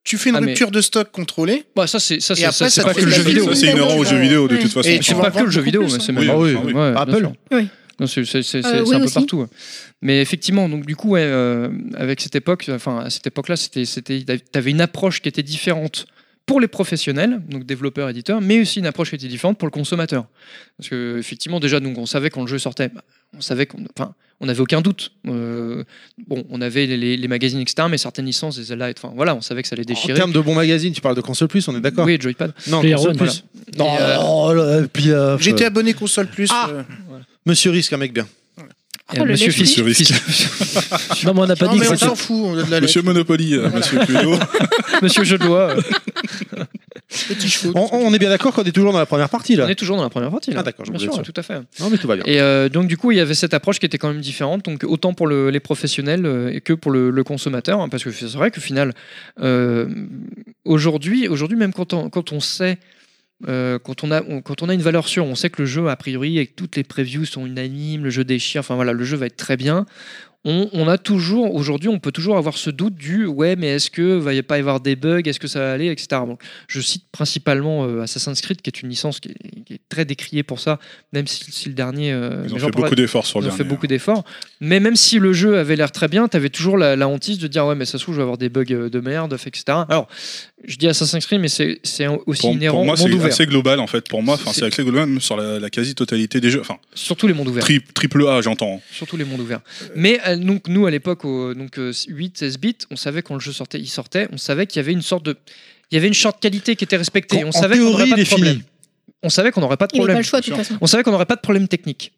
tu fais une Ah, mais- rupture de stock contrôlée. Bah ça c'est ça Et c'est après, ça, c'est ça pas te que le fait jeu la vidéo. Ça, c'est une erreur au jeu vidéo de Ouais. toute façon. Et C'est tu vas pas en que le vendre jeu vidéo, beaucoup mais plus, c'est hein. même Oui, Ah ah oui. ouais, bien Apple. sûr. Oui. Non, c'est c'est- c'est- Euh, c'est oui un peu aussi. partout. ouais. Mais effectivement, donc du coup, ouais, euh, avec cette époque, enfin à cette époque-là, c'était, c'était, t'avais une approche qui était différente pour les professionnels, donc développeurs, éditeurs, mais aussi une approche qui était différente pour le consommateur. Parce que effectivement, déjà, donc on savait quand le jeu sortait, bah, on savait qu'on, enfin, on n'avait aucun doute. Euh, bon, on avait les, les- les magazines etc., mais certaines licences, les light, enfin voilà, on savait que ça allait En déchirer. termes de bon magazine, tu parles de console plus, on est d'accord oui, Joypad. Non, Player console One, plus. Non, Et, euh, oh, là, Pilaf. J'étais abonné console plus. Ah euh, Monsieur Risque, un mec bien. Et, Oh, le Monsieur lait Fils, frit. Non, mais on n'a pas non, dit mais que on c'était- s'en fout, on a de la lettre. Monsieur Monopoly, euh, Monsieur Cluedo. Monsieur Jeu de loi. euh, Petit chevaux. On, on est bien d'accord qu'on est toujours dans la première partie là. On est toujours dans la première partie. Là. Ah, d'accord, je bien voulais sûr, être tout à fait. Non, mais tout va bien. Et euh, donc du coup, il y avait cette approche qui était quand même différente, donc autant pour le- les professionnels euh, et que pour le, le consommateur, hein, parce que c'est vrai qu'au final, euh, aujourd'hui, aujourd'hui même quand on, quand on sait euh, quand on, a, on- quand on a une valeur sûre, on sait que le jeu, a priori, et que toutes les previews sont unanimes, le jeu déchire, enfin voilà, le jeu va être très bien. On, on a toujours, aujourd'hui, on peut toujours avoir ce doute du ouais, mais est-ce que va y pas y avoir des bugs, est-ce que ça va aller, etc. Bon, je cite principalement euh, Assassin's Creed, qui est une licence qui est, qui est très décriée pour ça, même si, si le dernier. euh, Ils mais ont j'en fait parlerai- beaucoup d'efforts sur ils le ont fait dernier. hein. beaucoup d'efforts. Mais même si le jeu avait l'air très bien, t'avais toujours la, la hantise de dire ouais, mais ça se trouve, je vais avoir des bugs euh, de merde, fait, etc. Alors, je dis Assassin's Creed, mais c'est c'est aussi Pour, inhérent pour moi, au monde c'est ouvert. assez global en fait. Pour moi, enfin, C'est- c'est assez global même sur la, la quasi-totalité des jeux. Enfin, Surtout les mondes ouverts. tri- triple A, j'entends. Surtout les mondes ouverts. Mais euh, donc, nous, à l'époque, au- donc, euh, 8, 16 bits, on savait quand le jeu sortait, il sortait, on savait qu'il y avait une sorte de. Il y avait une sorte de qualité qui était respectée. Quand- on en savait qu'on théorie, n'aurait il pas de est fini. problème. On savait qu'on n'aurait pas de Il n'a pas problème. le choix de toute façon. On savait qu'on n'aurait pas de problème technique.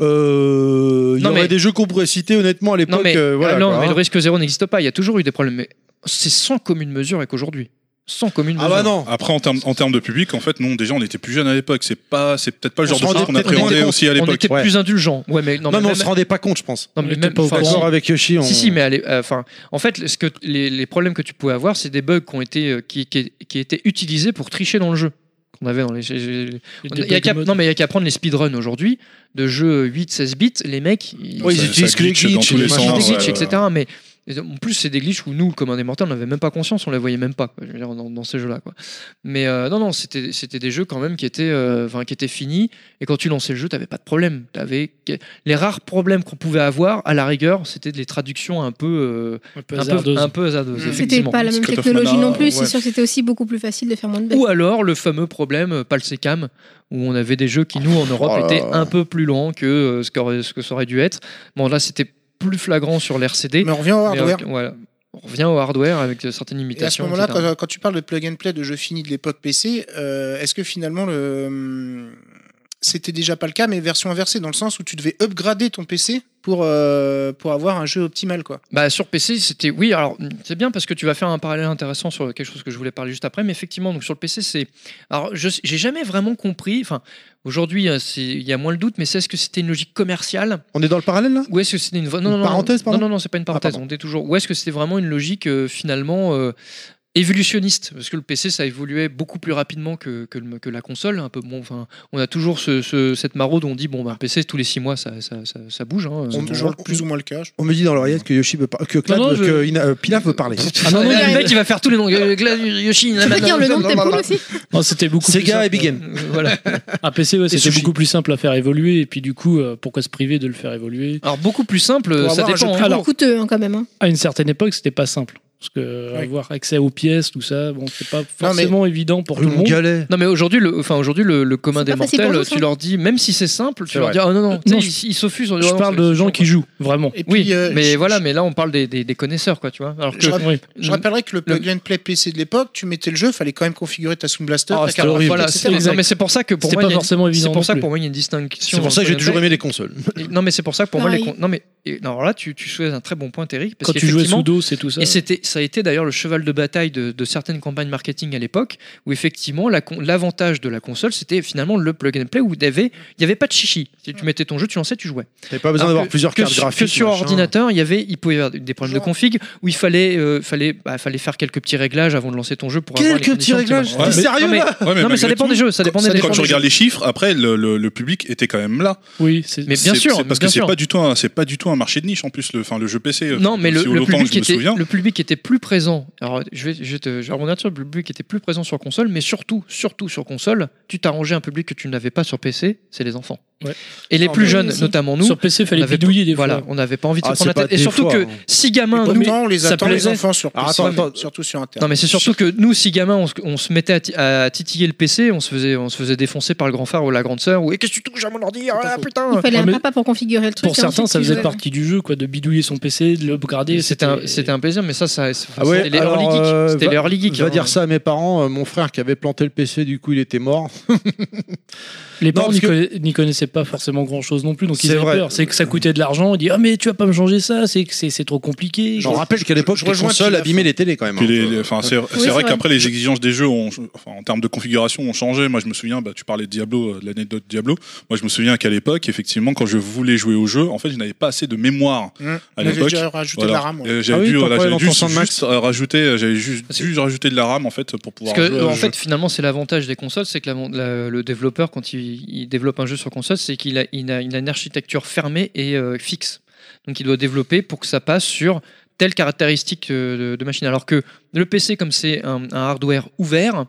Euh, il y Non, aurait mais- des jeux qu'on pourrait citer honnêtement à Non, l'époque. mais, euh, voilà, ah non, quoi, mais hein. le risque zéro n'existe pas. Il y a toujours eu des problèmes. Mais c'est sans commune mesure avec aujourd'hui. Sans commune Ah mesure. bah non. Après, en termes en termes de public, en fait, non, déjà, on était plus jeunes à l'époque. C'est pas, c'est peut-être pas le On genre se de choses rendait qu'on peut-être- on appréhendait était- aussi à On l'époque. était plus indulgents. Ouais, mais Non, non, mais mais on se même- rendait pas compte, je pense. non, mais on était même- pas au enfin, courant. si- D'accord avec Yoshi. On... Si, si, mais allez, euh, enfin, en fait, ce que les, les problèmes que tu pouvais avoir, c'est des bugs qui ont été euh, qui, qui, qui étaient utilisés pour tricher dans le jeu. Qu'on avait dans les. j'ai- j'ai- des Il y a bugs qu'à- de mode. non, mais il y a qu'à prendre les speedruns aujourd'hui de jeux 8-16 bits. Les mecs, ils, Ouais, Ça- ils ça utilisent que les glitch dans glitches, tous les les ils sens, sont sens. euh, des ouais, glitches, ouais. etc. Mais en plus, c'est des glitches où nous, comme des mortels, on n'avait même pas conscience, on les voyait même pas quoi, je veux dire, dans, dans ces jeux-là. quoi. Mais euh, non, non, c'était c'était des jeux quand même qui étaient, euh, enfin, qui étaient finis. Et quand tu lançais le jeu, t'avais pas de problème. T'avais les rares problèmes qu'on pouvait avoir, à la rigueur, c'était des traductions un peu, euh, Un peu un, peu, hasardeuse. un peu hasardeuses. Mmh. C'était effectivement. pas la même Secret of technologie Mana, non plus, ouais. c'est sûr que c'était aussi beaucoup plus facile de faire moins de bugs. Ou alors le fameux problème euh, Palsecam, où on avait des jeux qui, nous, en Europe, Oh là étaient là. un peu plus lents que euh, ce, qu'aurait- ce que ça aurait dû être. Bon, là, c'était plus flagrant sur l'RCD. Mais on revient au euh, hardware. On revient au hardware avec euh, certaines Et à ce limitations. moment-là, etc. quand, quand tu parles de plug and play de jeux finis de l'époque PC, euh, est-ce que finalement le hum, c'était déjà pas le cas, mais version inversée, dans le sens où tu devais upgrader ton PC pour, euh, pour avoir un jeu optimal, quoi. Bah, sur PC, c'était. Oui, alors c'est bien parce que tu vas faire un parallèle intéressant sur quelque chose que je voulais parler juste après, mais effectivement, donc sur le PC, c'est. Alors, je j'ai jamais vraiment compris. Enfin, aujourd'hui, euh, c'est- il y a moins le doute, mais c'est est-ce que c'était une logique commerciale On est dans le parallèle là Ou est-ce que c'était une, vo- non, Une non, non, parenthèse, pardon Non, non, non, c'est pas une parenthèse. pardon. on est toujours. Ou est-ce que c'était vraiment une logique euh, finalement euh, évolutionniste, parce que le PC, ça évoluait beaucoup plus rapidement que, que, le- que la console. Un peu, bon, enfin, on a toujours ce- ce- cette maraude où on dit, bon, bah, PC, tous les 6 mois, ça, ça, ça, ça bouge. Hein, C'est On- toujours on- plus ou moins le cas. je- On me dit dans l'oreillette que Yoshi veut par- que, Clad- Non, non, je- que Ina- euh, Pilaf veut parler. Ah non, non, Ouais, le ouais. mec, il va faire tous les noms. Euh, Glad- Yoshi, Tu peux nanana, dire le nom de tes blablabla. poules aussi Non, c'était beaucoup plus Sega et simple. Big Game. euh, Voilà. Un PC, ouais, c'était sushi. beaucoup plus simple à faire évoluer. Et puis du coup, euh, pourquoi se priver de le faire évoluer Alors, beaucoup plus simple, Pour ça avoir un jeu dépend. plus hein. Alors- Coûteux hein, quand même. hein. À une certaine époque, c'était pas simple. Parce que euh, Oui. avoir accès aux pièces, tout ça, bon, c'est pas forcément évident pour tout Rue le monde. Montgalet. Non mais aujourd'hui, le, enfin aujourd'hui le, le commun C'est des pas facile mortels, pour nous, tu ça. leur dis, même si c'est simple, tu C'est leur dis, vrai. oh non non, tu sais, Non, ils ils s'offusent. en disant, Je oh, parle non, de c'est gens chiant, qui jouent, vraiment. Et puis, Oui, euh, mais je- voilà, je- mais là on parle des, des, des connaisseurs quoi, tu vois. Alors que Ah, Je rappelle- Oui. Je rappellerai que le Le- plug and play PC de l'époque, tu mettais le jeu, fallait quand même configurer ta Sound Blaster, Ah, ta c'était carte horrible. graphique, Voilà, c'est- etc. non mais c'est pour ça que pour C'était moi, pas il y a une- forcément évident c'est non pour ça que plus. pour moi il y a une distinction. C'est pour ça que j'ai entre toujours les aimé les consoles. mecs. Non mais c'est pour ça que pour moi les Pareil. con- non mais et- non, alors là tu tu soulèves un très bon point, Eric, parce Quand tu jouais qu'effectivement, sous dos, c'est tout ça. Et c'était, ça a été d'ailleurs le cheval de bataille de, de certaines campagnes marketing à l'époque, où effectivement la con- l'avantage de la console, c'était finalement le plug and play où il y avait- il n'y avait pas de chichi. Si tu mettais ton jeu, tu lançais, tu jouais. T'avais pas besoin Alors d'avoir que- plusieurs que cartes sur- graphiques. Que sur machin. ordinateur, il y avait, il pouvait y avoir des problèmes de Genre. config où il fallait, euh, fallait, bah, fallait faire quelques petits réglages avant de lancer ton jeu pour avoir les Quelques petits conditions optimales. réglages. Ouais, T'es mais- sérieux Non, mais- là Ouais, mais non mais ça malgré dépend tout, des jeux, ça dépend quand- des Quand défenses tu des regardes les chiffres, après, le, le- le public était quand même là. Oui, c'est. Mais- bien C'est- sûr, c'est mais Parce bien que c'est sûr. pas du tout, un- c'est pas du tout un marché de niche en plus. Le, enfin, le jeu PC. euh, Non, mais le, aussi le holopan que public je me était, souviens. le public était plus présent. Alors, je vais, je vais te je vais rebondir sur le public était plus présent sur console, mais surtout, surtout sur console, tu t'arrangeais un public que tu n'avais pas sur PC, c'est les enfants. Ouais. Et les Ah, plus oui, jeunes, si. notamment nous, Sur PC, on fallait avait- bidouiller des voilà, fois. on n'avait pas envie de Ah, se prendre c'est la pas tête. Et des surtout fois, que hein. si Et gamins, nous, pourtant, on les ça attend les plaisait. enfants sur Alors, PC, attends, attends. surtout sur non Internet. mais c'est surtout que nous, si gamins, on, se- on se mettait à ti- à, titiller le PC, on se faisait, on se faisait défoncer par le grand frère ou la grande sœur ou Eh, qu'est-ce que tu touches à mon ordi Ah, Il putain. fallait Ouais, un mais- papa pour configurer le truc. Pour et certains, ensuite, ça tu faisait jouais. partie du jeu, quoi, de bidouiller son PC, de l'upgrader. C'était un, c'était un plaisir, mais ça, ça c'était Ah ouais, les early alors, geeks. euh, C'était va- les early geeks, Je vais hein. dire ça à mes parents. euh, Mon frère qui avait planté le PC, du coup, il était mort. Les parents parce n'y que- conna- n'y connaissaient pas forcément grand chose non plus, donc ils C'est avaient vrai. peur. C'est que ça coûtait de l'argent. Ils disaient Ah, mais tu vas pas me changer ça, c'est que c'est c'est trop compliqué. J'en rappelle qu'à l'époque, je les rejoins consoles Pilaf, abîmaient les télés quand même. Puis hein. les- les- enfin, c'est c'est c'est vrai vrai. qu'après les exigences des jeux, ont, enfin, en termes de configuration, ont changé. Moi, je me souviens, bah, tu parlais de Diablo, euh, de l'anecdote Diablo. Moi, je me souviens qu'à l'époque, effectivement, quand je voulais jouer au jeu, en fait, je n'avais pas assez de mémoire Hum. à J'avais l'époque. déjà rajouté de Voilà. la RAM. ouais. Euh, J'avais Ah oui, dû, t'en voilà, parlais j'avais dans dû ton centre max. juste euh, rajouter, euh, j'avais juste dû rajouter de la RAM en fait pour pouvoir. Ah, Parce que, jouer euh, au en jeu. fait, finalement, c'est l'avantage des consoles, c'est que l'avant- la- le développeur, quand il, il développe un jeu sur console, c'est qu'il a, il a- il a une architecture fermée et euh, fixe. Donc, il doit développer pour que ça passe sur telle caractéristique euh, de, de machine. Alors que le PC, comme c'est un, un hardware ouvert,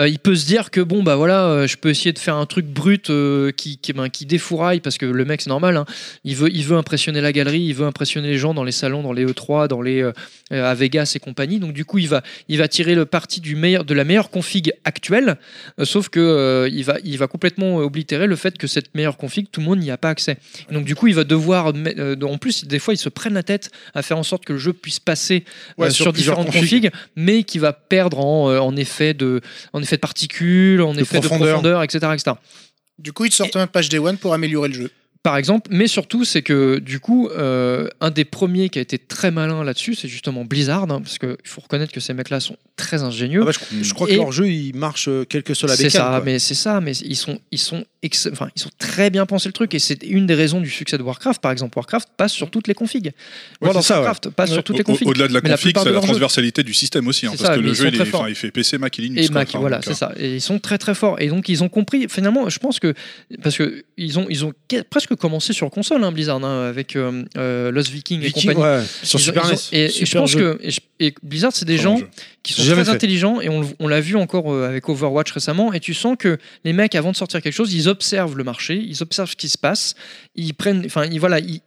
euh, il peut se dire que bon bah voilà, euh, je peux essayer de faire un truc brut euh, qui qui, ben, qui défouraille parce que le mec c'est normal, hein, il veut il veut impressionner la galerie, il veut impressionner les gens dans les salons, dans les E3, dans les euh, à Vegas et compagnie. Donc du coup il va il va tirer le parti du meilleur, de la meilleure config actuelle, euh, sauf que euh, il, va, il va complètement euh, oblitérer le fait que cette meilleure config, tout le monde n'y a pas accès. Donc du coup, il va devoir, me- euh, en plus, des fois, ils se prennent la tête à faire en sorte que le jeu puisse passer euh, Ouais, sur, sur plusieurs différentes configs, configs. mais qui va perdre en, euh, en effet de, en effet de particules, en effet de profondeur. profondeur, etc., etc. Du coup, ils te sortent un patch Day One pour améliorer le jeu. Par exemple, mais surtout, c'est que du coup, euh, un des premiers qui a été très malin là-dessus, c'est justement Blizzard, hein, parce qu'il faut reconnaître que ces mecs-là sont très ingénieux. Ah bah, je, je crois que Et- leur jeu, il marche euh, quel que soit la C'est bécane. ça, quoi. mais c'est ça, mais ils sont, ils sont, ex- enfin, ils sont très bien pensés le truc et c'est une des raisons du succès de Warcraft. Par exemple, Warcraft passe sur toutes les configs. Ouais, World c'est of ça, ouais. Warcraft passe sur toutes les Au- au- configs. Au-delà de la Mais la config, plupart c'est la de leurs jeux. transversalité du système aussi, hein, C'est parce ça, que mais le ils jeu sont il, est- très forts. enfin, il fait PC, Mac et Linux. Et quoi, Mac, enfin, voilà, donc, c'est euh, ça. Et ils sont très très forts. Et donc ils ont compris. Finalement, je pense que parce que ils ont ils ont que- presque commencé sur console, hein, Blizzard, hein, avec euh, euh, Lost Viking, et Viking, compagnie. ouais, sur Ils ont- Super ils ont- NES. et, et je Super pense jeu. que et je- et Blizzard, c'est des très bon gens jeu. qui sont J'ai jamais très fait. intelligents et on, le- on l'a vu encore euh, avec Overwatch récemment et tu sens que les mecs avant de sortir quelque chose ils observent le marché ils observent ce qui se passe ils prennent enfin ils, voilà ils- ils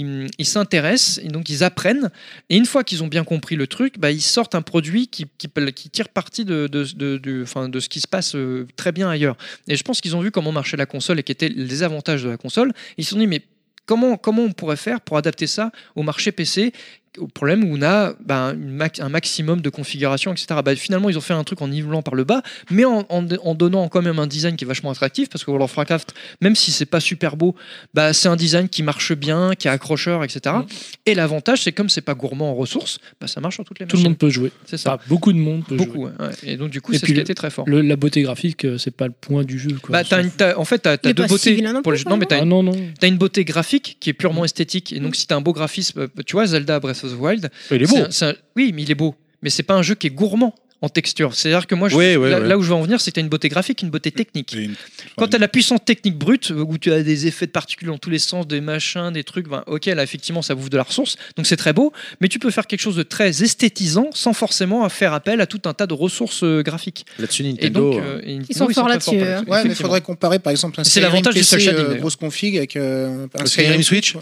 ils- ils s'intéressent et donc ils apprennent et une fois qu'ils ont bien compris le truc bah, ils sortent un produit qui, qui, peut- qui tire parti de, de, de, de- 'fin, de ce qui se passe euh, très bien ailleurs et je pense qu'ils ont vu comment marchait la console et qu'étaient les avantages de la console ils se sont dit mais Comment, comment on pourrait faire pour adapter ça au marché PC au problème où on a ben, une max- un maximum de configuration, etc. Ben, finalement, ils ont fait un truc en nivelant par le bas, mais en, en- en donnant quand même un design qui est vachement attractif, parce que World of Warcraft, même si c'est pas super beau, bah, c'est un design qui marche bien, qui est accrocheur, etc. Mmh. Et l'avantage, c'est comme c'est pas gourmand en ressources, bah, ça marche sur toutes les Tout le machines. monde peut jouer. C'est ça. Enfin, beaucoup de monde peut jouer. Beaucoup. hein. ouais, ouais. Et donc, du coup, Et c'est ce puis qui le- était très fort. Le- la beauté graphique, euh, c'est pas le point du jeu. Quoi. Bah, t'as une- t'as- en fait, t'as Il as est deux pas beautés. si vilain pour non les plus, jeux. non, mais t'as Ah une- non, non. t'as une beauté graphique qui est Mm. purement esthétique. Et donc, si t'as un beau graphisme, tu vois, euh, Zelda Breath of the Wild, Il est C'est beau. un- c'est un- oui, mais il est beau. mais c'est pas un jeu qui est gourmand en texture. C'est-à-dire que moi, je- Oui, oui, là, oui. là où je veux en venir, c'est que tu une beauté graphique, une beauté technique. Et une- Quand tu as la puissance technique brute, euh, où tu as des effets de particules dans tous les sens, des machins, des trucs, ben, ok, là, effectivement, ça bouffe de la ressource, donc c'est très beau, mais tu peux faire quelque chose de très esthétisant sans forcément faire appel à tout un tas de ressources euh, graphiques. Là-dessus, Et Nintendo. donc, euh, euh, et Nintendo, sont ils forts très là-dessus, forts hein. là-dessus, Ouais, mais il effectivement. faudrait comparer par exemple un C'est Skyrim l'avantage du PC, cel shading, euh, d'ailleurs. grosse config avec euh, un Skyrim Switch.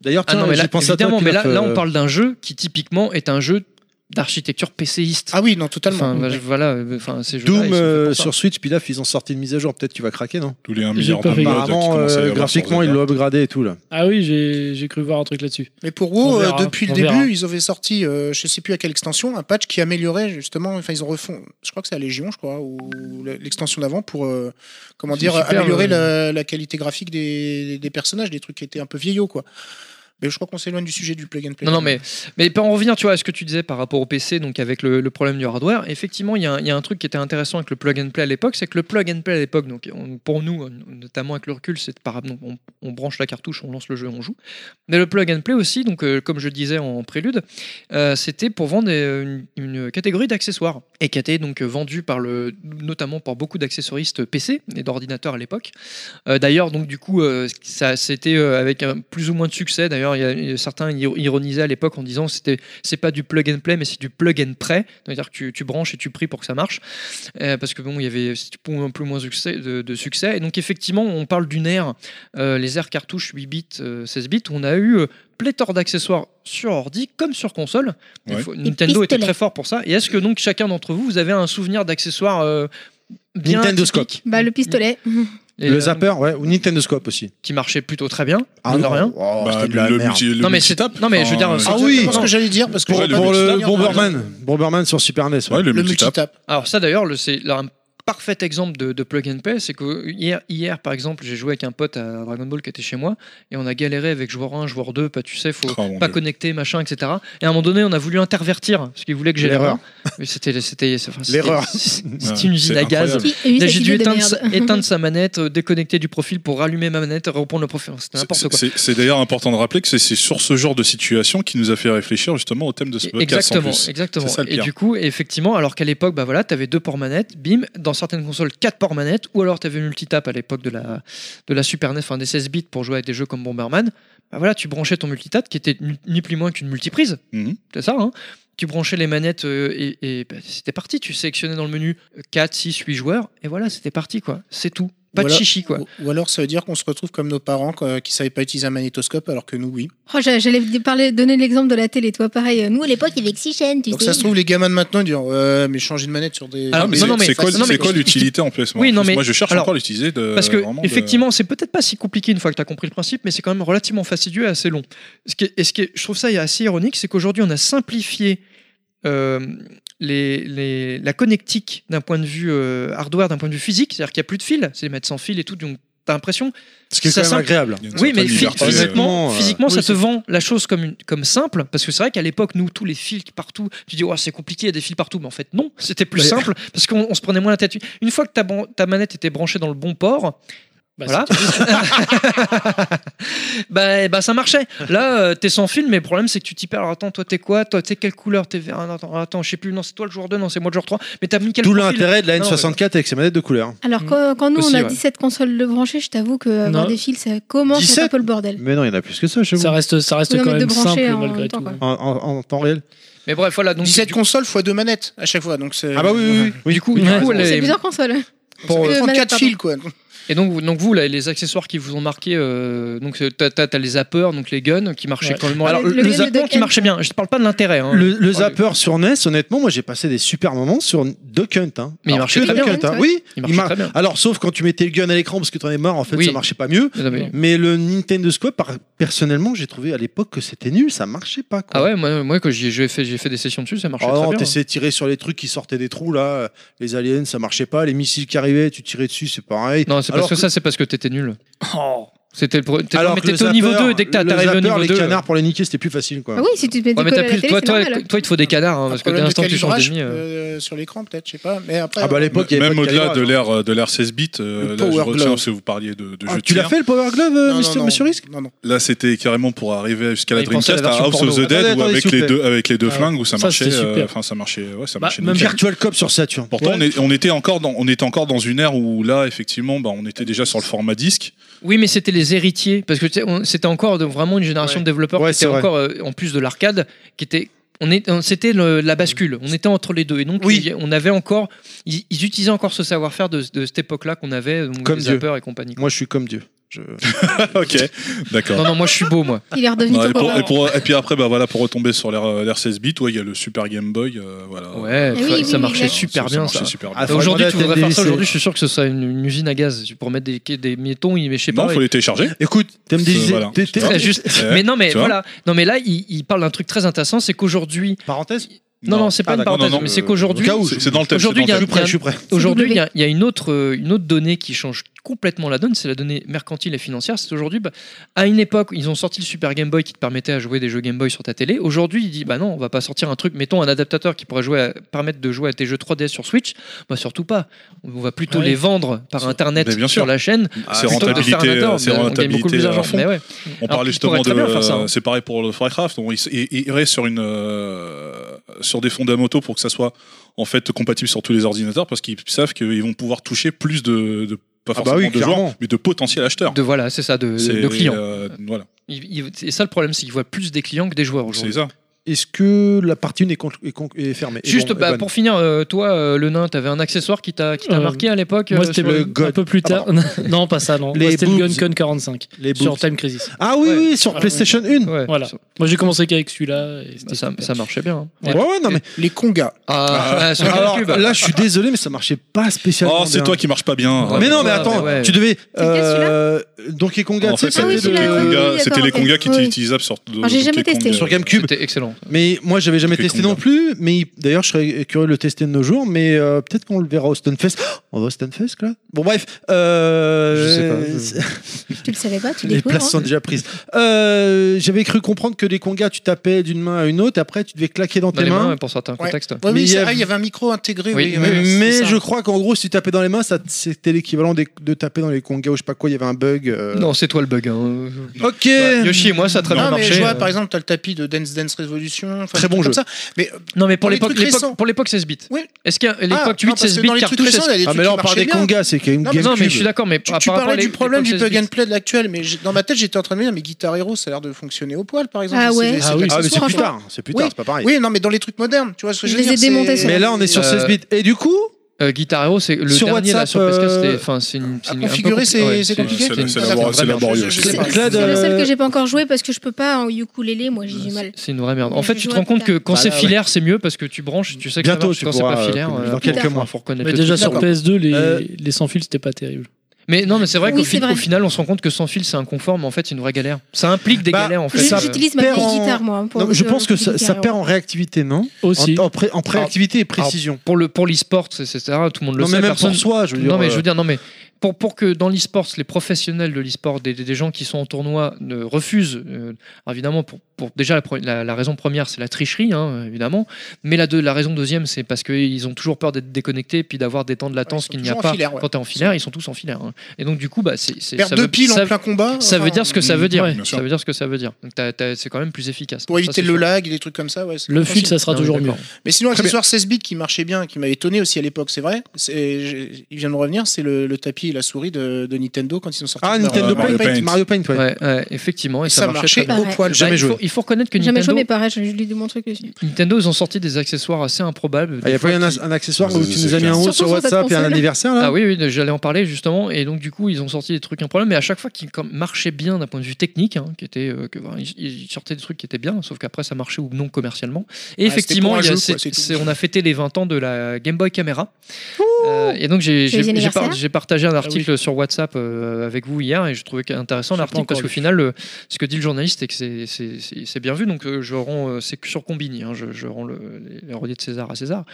D'ailleurs, Ah tiens, non, mais là, j'y pense à toi, évidemment, mais là, Pilaf, là, on euh, parle d'un jeu qui, typiquement, est un jeu d'architecture PCiste. Ah oui, non, totalement. Enfin, bah, je- voilà, euh, enfin, ces jeux-là, ils Doom sont faits euh, pour ça. sur Switch, Pilaf, ils ont sorti une mise à jour. Peut-être tu vas craquer, non Tous les 1 J'ai milliard pas de fait gaffe. modes qui Apparemment, commencent à euh, y avoir sur graphiquement, ils Zelda. l'ont upgradé et tout là. Ah oui, j'ai j'ai cru voir un truc là-dessus. Mais pour On WoW, euh, verra, depuis le on début, verra. ils avaient sorti, euh, je sais plus à quelle extension, un patch qui améliorait justement. Enfin, ils ont refond. Je crois que c'est la Légion, je crois, ou la- l'extension d'avant pour euh, comment C'est dire super, améliorer euh, la, la qualité graphique des, des personnages, des trucs qui étaient un peu vieillots, quoi. Mais je crois qu'on s'éloigne du sujet du plug and play. Non, non, mais, mais pour en revenir, tu vois, à ce que tu disais par rapport au PC, donc avec le, le problème du hardware, effectivement, il y, a un- il y a un truc qui était intéressant avec le plug and play à l'époque, c'est que le plug and play à l'époque, donc on- pour nous, notamment avec le recul, c'est par donc, on, on branche la cartouche, on lance le jeu, on joue. Mais le plug and play aussi, donc euh, comme je disais en prélude, euh, c'était pour vendre euh, une, une catégorie d'accessoires et qui a été donc euh, vendue par le, notamment par beaucoup d'accessoristes PC et d'ordinateurs à l'époque. Euh, d'ailleurs, donc du coup, euh, ça c'était euh, avec un plus ou moins de succès. D'ailleurs, il y a- il y a certains ir- ironisaient à l'époque en disant que c'était c'est pas du plug and play, mais c'est du plug and pray, c'est-à-dire que tu, tu branches et tu pries pour que ça marche, Euh, parce que bon, il y avait c'était plus ou plus ou moins de succès, de, de succès. Et donc effectivement, on parle d'une ère, euh, les aires cartouches 8 bits, euh, 16 bits, on a eu euh, pléthore d'accessoires sur ordi comme sur console. Des Ouais. fois, Nintendo était pistolets. très fort pour ça. Et est-ce que donc chacun d'entre vous, vous avez un souvenir d'accessoires euh, bien Nintendo typiques Scope. Bah, le pistolet. Et, le euh, zapper, ouais, ou Nintendo Scope aussi. qui marchait plutôt très bien, mine de non. rien. Oh, Bah, c'était de la le merde. multi- le Non, mais multi- c'est- non, mais je veux dire, enfin, euh, Ah Ah oui. oui, ce que j'allais dire parce que Pour- j'aurais pas pour pu Pour le finir, Bomberman, Bomberman sur Super E NES. ouais. Ouais, le Le multitap. multitap. Alors ça d'ailleurs, le- c'est là un parfait exemple de, de plug and play, c'est que hier, hier par exemple, j'ai joué avec un pote à Dragon Ball qui était chez moi, et on a galéré avec joueur 1, joueur 2, pas tu sais, faut Oh, mon pas Dieu. connecter, machin, etc. Et à un moment donné, on a voulu intervertir, parce qu'il voulait que j'ai L'erreur. l'erreur. Mais c'était c'était enfin, c'était- L'erreur. C'était Ouais, une usine c'est à gaz. incroyable. Et oui, Là, cette J'ai dû idée de éteindre, merde. sa- éteindre sa manette, euh, déconnecter du profil pour rallumer ma manette, reprendre le profil. C'était n'importe C'est- quoi. C'est c'est d'ailleurs important de rappeler que c'est- c'est sur ce genre de situation qui nous a fait réfléchir justement au thème de ce podcast en Exactement, plus. exactement. C'est ça, le et pire. du coup, effectivement, alors qu'à l'époque, bah voilà, t'avais deux ports manettes, bim, dans certaines consoles, quatre ports manettes, ou alors t'avais multitap à l'époque de la, de la Super NES, enfin des 16 bits pour jouer à des jeux comme Bomberman. Bah voilà, tu branchais ton multitap qui était ni- ni plus ni moins qu'une multiprise, Mhm. c'est ça, hein tu branchais les manettes euh, et, et, bah, c'était parti. Tu sélectionnais dans le menu 4, 6, 8 joueurs et voilà, c'était parti quoi. C'est tout. Pas de Voilà. chichi quoi. Ou, ou alors ça veut dire qu'on se retrouve comme nos parents quoi, qui savaient pas utiliser un magnétoscope alors que nous oui. Oh, j'a- J'allais parler- donner l'exemple de la télé, toi, pareil. euh, Nous, à l'époque, il y avait que six chaînes, tu Donc sais. ça se trouve les gamins de maintenant ils disent ouais mais changer de manette sur des. Ah, Alors, Non, mais non, non, mais c'est- c'est quoi, face- non, c'est mais- quoi l'utilité en plus moi, Oui, en non, plus, mais- Moi, je cherche alors, encore l'utiliser de. Parce que Euh, vraiment de- effectivement, c'est peut-être pas si compliqué une fois que tu as compris le principe, mais c'est quand même relativement fastidieux et assez long. Ce qui est- et ce qui est- je trouve ça assez ironique, c'est qu'aujourd'hui on a simplifié euh, les, les- la connectique d'un point de vue euh, hardware, d'un point de vue physique, c'est-à-dire qu'il n'y a plus de fil, c'est les mettre sans fil et tout, donc t'as l'impression. Ce qui est Ça quand même semble- agréable. il y a une Oui, certaine mais phy- liberté, euh, physiquement, euh, physiquement oui, ça c'est- te vend la chose comme, une- comme simple, parce que c'est vrai qu'à l'époque, nous, tous les fils qui partout, tu dis, oh, c'est compliqué, il y a des fils partout, mais en fait, non, c'était plus Ouais. simple, parce qu'on on se prenait moins la tête. Une fois que ta, ban- ta manette était branchée dans le bon port, Bah, voilà. bah, bah, ça marchait. Là, euh, t'es sans film, mais le problème, c'est que tu t'y perds. Alors, attends, toi, t'es quoi Toi, t'es quelle couleur T'es vert Ah, Attends, attends, je sais plus. Non, c'est toi le joueur 2, non, c'est moi le joueur 3. Mais t'as mis quel D'où profil l'intérêt de la Non, N64 avec ses manettes de couleur. hein. Alors, Mm. quand, quand nous, Aussi, on a ouais. 17 consoles de brancher, je t'avoue que avoir Non. des fils, ça commence à être un 17? peu le bordel. Mais non, il y en a plus que ça chez vous. Ça reste, ça reste Oui, non, quand mais de même simple brancher en malgré même temps, tout. Euh, quoi. En, en- en temps réel. Mais bref, voilà. Donc, 17 du, consoles fois deux manettes à chaque fois donc c'est. Ah bah oui, oui, oui. du coup, Oui, du t'as coup, raison. elle C'est est- plusieurs consoles. pour, euh, Euh, manette, 34 pardon. fils quoi. Et donc, vous- donc vous, là, les accessoires qui vous ont marqué, euh, donc euh, t'as t'as- t'as les zappers, donc les guns qui marchaient Ouais. quand même. Alors, Le- le, le gun de zappement qui Ken. marchait bien. Je te parle pas de l'intérêt. hein. Le, le Oh, zapper sur NES, honnêtement, moi j'ai passé des super moments sur Duck Hunt. hein. Mais il Alors, marchait que très Duck bien, Hunt, hein. ouais. Oui, Il marchait mar- très bien. Alors, sauf quand tu mettais le gun à l'écran parce que t'en es marre, en fait, Oui. ça marchait pas mieux. Non, mais- Mais le Nintendo Squad, par- personnellement, j'ai trouvé à l'époque que c'était nul, ça marchait pas. Quoi. Ah ouais, moi, moi quand j'y- j'ai fait, j'ai fait des sessions dessus, ça marchait Oh très non, bien. hein. t'essayais de tirer sur les trucs qui sortaient des trous là, les aliens ça marchait pas, les missiles qui arrivaient, tu tirais dessus, c'est pareil. Non, c'est parce Alors que que- ça, c'est parce que t'étais nul. C'était le pro- t'es- Alors mais que le t'étais au niveau zapper- 2, dès que t'es le arrivé au zapper, niveau les 2. canards pour les niquer, c'était plus facile quoi. Ah oui, si tu te mets Ouais, mais des t'as cols à la plus, télé, toi, c'est toi, normal. toi, il te faut des canards, hein, parce que dès problème de l'instant que tu changes calibrage d'ennemi. euh, euh, sur l'écran, peut-être, je sais pas. Mais après, euh, Ah bah à l'époque, il y avait Même pas de au-delà caméra, de genre. l'ère de l'ère 16 bits, euh, Le là je Power retiens Glove. parce que vous parliez de, de Ah, jeux de tu l'as tir. fait le Power Glove, euh, euh, non, Mister, non, Monsieur non, Risk Non, non. Là c'était carrément pour arriver jusqu'à la Il pensait à la Dreamcast à version House of porno. the Dead Attendez, ou attendez, avec s'il les vous plaît. deux avec les deux Ah, flingues où ça ça, marchait. c'était euh, super. Enfin ça marchait, ouais ça Bah, marchait. même nickel. Virtual Cop sur Saturn. Pourtant, Ouais. on, est- on était encore dans, on était encore dans une ère où là, effectivement, bah, on était déjà sur le format disque. Oui, mais c'était les héritiers, parce que tu sais, on- c'était encore de- vraiment une génération de développeurs Ouais, qui c'est était vrai. encore, euh, en plus de l'arcade, qui était. On est, on- c'était le- la bascule, on était entre les deux. Et donc, Oui. il- on avait encore. Ils, ils utilisaient encore ce savoir-faire de, de cette époque-là qu'on avait, donc Comme les Dieu. zappers et compagnie. Moi, je suis comme Dieu. Je- ok, d'accord. Non, non, moi je suis beau, moi. Il est redevenu Ouais, tout et, pour- court. et pour- et puis après, bah, voilà, pour retomber sur l'ère euh, l'ère 16 bits, ouais, il y a le Super Game Boy. euh, voilà. Ouais, oui, ça- Ah oui, ça oui, marchait exact. super bien, marchait ça. super Ah, bien. Et Aujourd'hui, Faudrait tu regarder la voudrais faire ça TNDC. aujourd'hui, je suis sûr que ce serait une, une usine à gaz pour mettre des, des métons, il- mais je sais pas. non, ouais. faut les télécharger. Écoute, t'aimes des Euh, idées- voilà. t'es- t'es- Très juste. Ouais. Mais non, mais Tu vois voilà. Non, mais là, il, il parle d'un truc très intéressant, c'est qu'aujourd'hui. Parenthèse Non, non, c'est pas Ah, une d'accord. parenthèse, Non, non, mais non, c'est euh, qu'aujourd'hui, au cas où, C'est c'est dans le thème. Aujourd'hui, c'est dans il y le a- Je suis thème. prêt, je suis prêt. Aujourd'hui, il y, W. a- il y a une autre, euh, une autre donnée qui change complètement la donne, c'est la donnée mercantile et financière. C'est aujourd'hui, bah, à une époque, ils ont sorti le Super Game Boy qui te permettait à jouer des jeux Game Boy sur ta télé. Aujourd'hui, il dit, bah non, on va pas sortir un truc, mettons un adaptateur qui pourrait jouer à- permettre de jouer à tes jeux 3DS sur Switch. Bah surtout pas. On va plutôt Ouais. les vendre par Sur- Internet Mais bien sûr. sur la chaîne. C'est plutôt que de rentabilité, faire un euh, adaptateur. c'est On gagne beaucoup rentabilité plus à d'argent. fond. Mais ouais. On Alors parlait qu'il pourrait justement de. très bien faire ça, hein. C'est pareil pour le Firecraft. On- il- il, il reste sur une euh, sur des fondamentaux pour que ça soit en fait compatible sur tous les ordinateurs parce qu'ils savent qu'ils vont pouvoir toucher plus de, de- pas Ah bah forcément oui, de clairement. joueurs mais de potentiels acheteurs. De voilà, c'est ça, de, C'est, de clients. euh, voilà, Il- il- c'est ça le problème, c'est qu'ils voient plus des clients que des joueurs c'est aujourd'hui. ça. Est-ce que la partie 1 est, con- est con- est fermée est Juste bon- est bah, bonne pour finir, euh, toi, euh, le nain, t'avais un accessoire qui t'a qui t'a Euh, marqué à l'époque Moi, euh, c'était sur le- le- un peu plus tard. non, pas ça, non. Les Moi, C'était le boobs. Gun 45 les sur boobs. Time Crisis. Ah oui, Ouais. oui, sur PlayStation 1. Ouais, Voilà. sur- Moi, j'ai commencé qu'avec celui-là. et c'était bah, ça, super. ça marchait bien. hein. Ouais, ouais, non mais. Les congas. Ah, ah, sur Alors GameCube. là, je suis désolé, mais ça marchait pas spécialement. Oh, c'est bien. toi qui marche pas bien. Ouais, Mais non, mais ouais, attends, ouais. tu devais. lequel, euh, Donkey Konga, En tu fait, sais, Ah c'était t'avais oui, les celui-là, oui, le- oui, Konga- euh, oui, c'était les d'accord, Kongas ok. qui étaient Oui. utilisables sur. Ah, j'ai jamais testé. sur GameCube. C'était excellent. Mais moi, j'avais jamais Donkey testé Konga. non plus. Mais d'ailleurs, je serais curieux de le tester de nos jours. Mais euh, peut-être qu'on le verra au Stunfest. On va au Stunfest, là Bon, bref. euh, Je sais pas, Tu le savais pas, tu Les découvres. places sont déjà prises. Euh, j'avais cru comprendre que les congas, tu tapais d'une main à une autre. Après, tu devais claquer dans, Dans tes les mains, mains. ouais, pour certains Ouais. Euh. contextes. Ouais, Mais il oui, y c'est a- vrai, il y avait un micro intégré. Oui, Oui, oui, ouais, c'est Mais ça. je crois qu'en gros, si tu tapais dans les mains, ça, c'était l'équivalent des- de taper dans les congas ou je sais pas quoi. Il y avait un bug. euh. Non, c'est toi le bug. hein. Ok. Yoshi et moi, ça a très Non, bien mais marché. je vois, euh. par exemple, t'as le tapis de Dance Dance Revolution. enfin, Très bon comme jeu. ça. Mais euh, Non, mais pour Dans les l'époque, trucs l'époque- récents. pour l'époque 16 bits. Oui. Est-ce qu'à Ah, l'époque non, 8 parce 16 que bits, dans les trucs cartouche récents, il y a des Ah, trucs mais là, qui on parle marchaient des bien. congas. C'est quand même Non, mais Non, mais GameCube. je suis d'accord, mais Tu, par tu rapport à parlais du l'époque problème du 16 plug bits. and play de l'actuel, mais j'ai- dans ma tête j'étais en train de me dire, mais Guitar Hero ça a l'air de fonctionner au poil par exemple. Ah C'est ouais. des- c'est Ah de oui, Ah, mais c'est l'accessoire, plus quoi. tard. C'est plus tard, Oui. c'est pas pareil. Oui, non, mais dans les trucs modernes, tu vois ce que je Je veux les dire. ai c'est- démontés, ceux-là. Mais là, on est sur Euh, 16 bits. Et du coup, Euh, Guitar Hero, c'est le Sur dernier là WhatsApp, sur PS4, euh, c'était enfin c'est une c'est à une- un peu configurer, c'est- compli- ouais, c'est compliqué. c'était une- C'est c'est une laborieux, vraie c'est merde. laborieux, Je je sais sais pas. pas. C'est Clad, c'est le seul euh, que j'ai pas encore joué parce que je peux pas en ukulélé, moi j'ai du mal. Ah, C'est une vraie merde. En Mais fait, je tu te joue rends à compte que quand Bah, c'est ouais. filaire, c'est mieux parce que tu branches, tu sais que Bientôt, ça marche. tu quand c'est pourras, pas euh, filaire. dans euh, quelques faut- mois. faut reconnaître Mais le déjà truc. sur D'accord. PS2, les, Euh, les sans fil, c'était pas terrible. Mais non, mais c'est vrai Oui, qu'au c'est fi- vrai. au final, on se rend compte que sans fil, c'est inconforme. mais En fait, c'est une vraie galère. Ça implique des Bah, galères en fait. ça Je- J'utilise ma perd vieille en- guitare, moi. pour- non, je pense que pour ça, Guitar ça Hero. perd en réactivité, non en, Aussi. en pré- en préactivité et précision. Pour le pour l'e-sport, c'est- etc. Tout le monde le non, sait. mais même personne- pour soi, je veux dire. non mais je euh, veux dire non mais pour pour que dans l'e-sport les professionnels de l'e-sport des, des- des gens qui sont en tournoi ne refusent euh, alors évidemment pour, pour déjà la, pro- la- la raison première c'est la tricherie hein, évidemment mais la deux- la raison deuxième c'est parce que ils ont toujours peur d'être déconnectés puis d'avoir des temps de Ouais, latence ils sont qu'il n'y a toujours en pas filaire, ouais. quand t'es en filaire ils sont tous en filaire hein. et donc du coup bah c'est c'est- Perdre ça deux veut- piles ça- en plein combat. ça enfin, veut dire ce que ça veut dire. Ouais, bien sûr. ça veut dire ce que ça veut dire. Donc t'as- t'as- c'est quand même plus efficace. Pour Ça, éviter c'est le sûr. lag, et des trucs comme ça, ouais. c'est Le fil, compréhensible. ça sera Non, Ah, toujours mais mieux. Ah d'accord. Mais sinon, Très bien. accessoire 16 bits qui marchait bien, qui m'avait étonné aussi à l'époque, c'est vrai. C'est- j'ai- Il vient de me revenir, c'est le, le tapis et la souris de, de Nintendo quand ils ont sorti. Ah, leur- Nintendo Euh, Paint, Mario Paint. Mario Paint, ouais. Ouais, ouais, effectivement, et, Et ça marchait très bien. au Ouais. poil. Jamais Bah, il faut- joué. Il faut reconnaître que Jamais joué, Nintendo, mais pareil, je je lui dis mon truc aussi. Nintendo, ils ont sorti des accessoires assez improbables. Ah, Il n'y des a pas eu fois un, qui- un accessoire Ça, où ça, tu c'est nous as mis clair. un rôle Surtout sur sur cette WhatsApp et un console. anniversaire, là Ah oui, oui, j'allais en parler justement. Et donc, du coup, ils ont sorti des trucs improbables, mais à chaque fois qu'ils comme, marchaient bien d'un point de vue technique, hein, qui était, euh, que, voilà, ils, ils sortaient des trucs qui étaient bien, sauf qu'après, ça marchait ou non commercialement. Et Ah, effectivement, il y a- c'était pour un jeu, c'est- quoi, c'est tout. c'est- on a fêté les 20 ans de la Game Boy Camera. Euh, et donc, j'ai Joyeux j'ai- j'ai par- anniversaire. Ah j'ai partagé un l'article sur WhatsApp euh, avec vous hier et je trouvais qu- intéressant J'ai pas l'article parce encore qu'au lu. final, le- ce que dit le journaliste, c'est que c'est- c'est c'est- c'est bien vu. Donc, euh, je rends, euh, c'est que sur Combini, hein, je, je rends le, les reliés de César à César.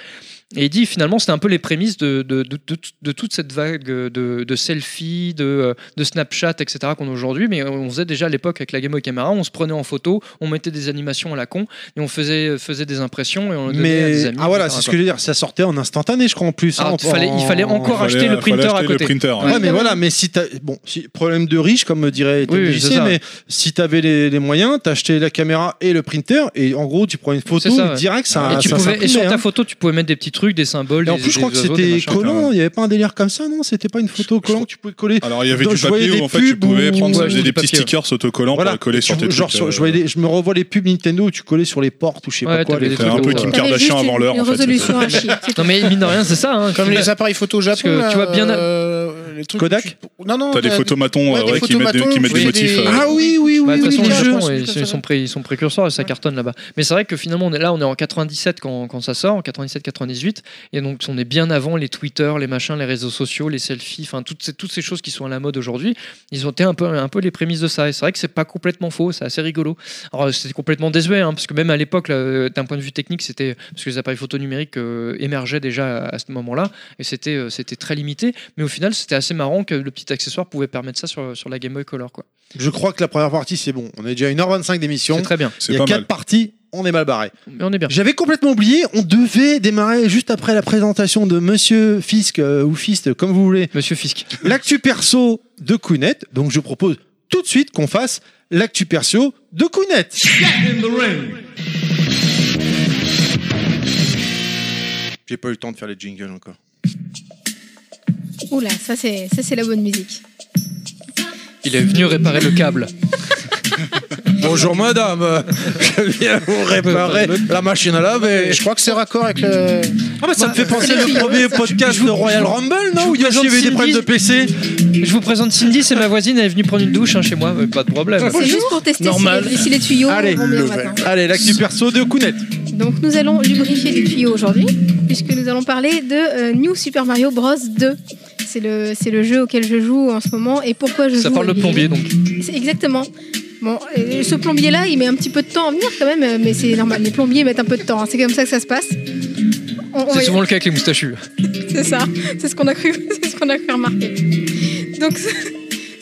Et il dit finalement, c'était un peu les prémices de, de, de- de- de toute cette vague de, de selfies, de, euh, de Snapchat, etc. qu'on a aujourd'hui. Mais on faisait déjà à l'époque avec la Game Boy Camera, on se prenait en photo, on mettait des animations à la con et on faisait, euh, faisait des impressions et on les donnait à des Mais amis. ah voilà, etc., c'est ce que je veux dire. Ça sortait en instantané, je crois en plus. Ah, hein, il en- fallait- il fallait en- encore acheter le printer à côté. Le printer, Ouais, ouais. mais voilà, mais si t'as. Bon, si, problème de riche, comme me dirait Oui, oui, TMDJC, c'est ça. mais si t'avais les, les moyens, t'achetais la caméra et le printer, et en gros, tu prends une photo C'est ça, ouais. direct, ça. et, tu ça pouvais, et s'imprimait, sur ta hein. photo, tu pouvais mettre des petits trucs, des symboles. Et en des- plus, je crois des que oiseaux, des c'était machins. collant, il n'y avait pas un délire comme ça, non C'était pas une photo collant que tu pouvais coller. Alors il y avait Donc, du je voyais papier des où en fait tu pubs où- pouvais prendre Ouais, tu faisais du des petits papier. stickers autocollants pour les coller sur Tu- tes genre, trucs, sur- euh, je, voyais des- je me revois les pubs Nintendo où tu collais sur les portes ou je sais Ouais, pas quoi. t'avais les des trucs C'était un comme peu ça. Kim T'avais juste Kardashian avant une- l'heure. Une en fait. résolution à chier. c'est tout. Non, mais mine de rien, c'est ça. hein, Comme tu- les appareils photo au Japon. que tu vois là, bien- euh, les trucs Kodak où tu- Non, non. T'as des photomatons ouais, euh, des ouais, qui mettent des- photomatons, qui mettent des tu fais motifs. des- euh, Ah oui, oui, Bah, oui, de toute oui, façon, les le jeux. Japon, oui, ils- tout à ils, fait. sont pré- ils sont précurseurs et ça cartonne là-bas. Mais c'est vrai que finalement, on est là, on est en 97 quand, quand ça sort, en 97-98. Et donc, on est bien avant les Twitter, les machins, les réseaux sociaux, les selfies, enfin, toutes ces, toutes ces choses qui sont à la mode aujourd'hui. Ils ont été un peu, un peu les prémices de ça. Et c'est vrai que c'est pas complètement faux, c'est assez rigolo. Alors, c'était complètement désuet, hein, parce que même à l'époque, là, euh, d'un point de vue technique, c'était parce que les appareils photo numériques euh, émergeaient déjà à, à ce moment-là. Et c'était euh, c'était très limité. Mais au final, c'était assez marrant que le petit accessoire pouvait permettre ça sur, sur la Game Boy Color. quoi. Je crois que la première partie, c'est bon. On est déjà à 1h25 d'émission. C'est très bien. Il C'est y a pas 4 mal. parties, on est mal barré. Mais on est bien. J'avais complètement oublié, on devait démarrer juste après la présentation de Monsieur Fisk euh, ou Fist, comme vous voulez, Monsieur Fisk. l'actu perso de Kounet. Donc je propose tout de suite qu'on fasse l'actu perso de Kounet. J'ai pas eu le temps de faire les jingles encore. Oula, ça c'est ça, c'est la bonne musique. Il est venu réparer le câble. Bonjour madame, je viens vous réparer la machine à laver. Je crois que c'est raccord avec euh, le. Ah bah ça me fait penser au premier podcast de Royal Rumble, je non vous Où il y présente avait des problèmes de Sylvie. PC. Je vous présente Cindy, c'est ma voisine, elle est venue prendre une douche hein, chez moi, mais pas de problème. C'est juste pour tester si Normal. les, si les tuyaux Allez, vont bien le maintenant. Allez, l'actu perso de Kounet. Donc nous allons lubrifier les tuyaux aujourd'hui, puisque nous allons parler de euh, New Super Mario Bros 2. C'est le, c'est le jeu auquel je joue en ce moment et pourquoi je Ça joue. parle de euh, plombier donc. C'est- Exactement. Bon, euh, ce plombier-là, il met un petit peu de temps à venir quand même, euh, mais c'est normal. Les plombiers mettent un peu de temps. hein. C'est comme ça que ça se passe. On- on C'est va- souvent le cas avec les moustachus. C'est ça, c'est ce qu'on a cru, c'est ce qu'on a cru remarquer. Donc ce,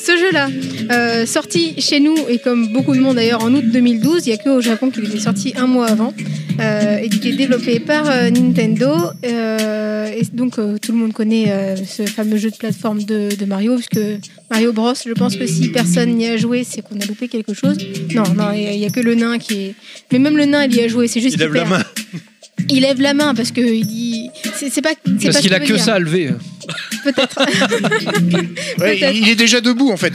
ce jeu-là, euh, sorti chez nous et comme beaucoup de monde d'ailleurs en août 2012, il n'y a que au Japon qu'il était sorti un mois avant, euh, et qui est développé par euh, Nintendo. euh, et donc euh, tout le monde connaît euh, ce fameux jeu de plateforme de, de Mario, puisque Mario Bros, je pense que si personne n'y a joué, c'est qu'on a loupé quelque chose. Non, non, il n'y a que le nain qui est... Mais même le nain, il y a joué, c'est juste... Il lève qu'il la perd. main. Il lève la main parce que il dit... C'est c'est pas... c'est Parce pas ce qu'il a veut que dire. ça à lever. Peut-être. Ouais, Peut-être. il est déjà debout en fait.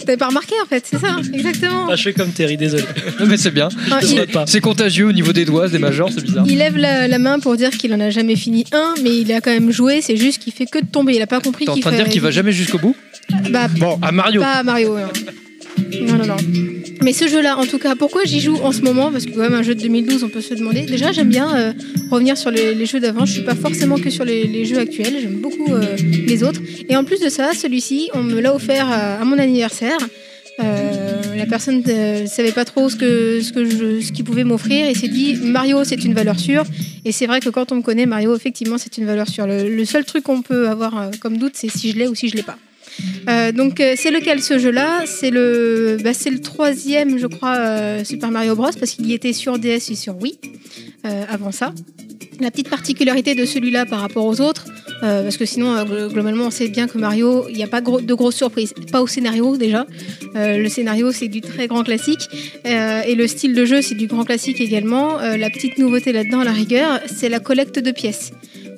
T'avais pas remarqué en fait, c'est ça, exactement. Bah, Ah, je fais comme Terry, désolé. Mais c'est bien. Enfin, Je il, sais pas. C'est contagieux au niveau des doigts, des majors, c'est bizarre. il lève la, la main pour dire qu'il en a jamais fini un, mais il a quand même joué, c'est juste qu'il fait que de tomber. Il a pas compris T'es en qu'il train de dire fallait- qu'il va jamais jusqu'au bout Bah, Bon, Oh, à Mario. Pas à Mario. Non. non, non, non. Mais ce jeu-là, en tout cas, pourquoi j'y joue en ce moment Parce que quand même, un jeu de 2012, on peut se demander. Déjà, j'aime bien euh, revenir sur les, les jeux d'avant. Je suis pas forcément que sur les, les jeux actuels. J'aime beaucoup euh, les autres. Et en plus de ça, celui-ci, on me l'a offert à, à mon anniversaire. Euh, la personne ne savait pas trop ce que ce que je- ce qu'il pouvait m'offrir et s'est dit Mario c'est une valeur sûre et c'est vrai que quand on me connaît Mario effectivement c'est une valeur sûre le, le seul truc qu'on peut avoir euh, comme doute c'est si je l'ai ou si je l'ai pas euh, donc euh, c'est lequel ce jeu-là C'est le, bah, c'est le troisième, je crois, euh, Super Mario Bros. parce qu'il y était sur DS et sur Wii euh, avant ça. La petite particularité de celui-là par rapport aux autres, euh, parce que sinon euh, glo- globalement on sait bien que Mario, il n'y a pas gros- de grosses surprises, pas au scénario déjà. Euh, le scénario c'est du très grand classique Euh, et le style de jeu c'est du grand classique également. Euh, la petite nouveauté là-dedans à la rigueur, c'est la collecte de pièces.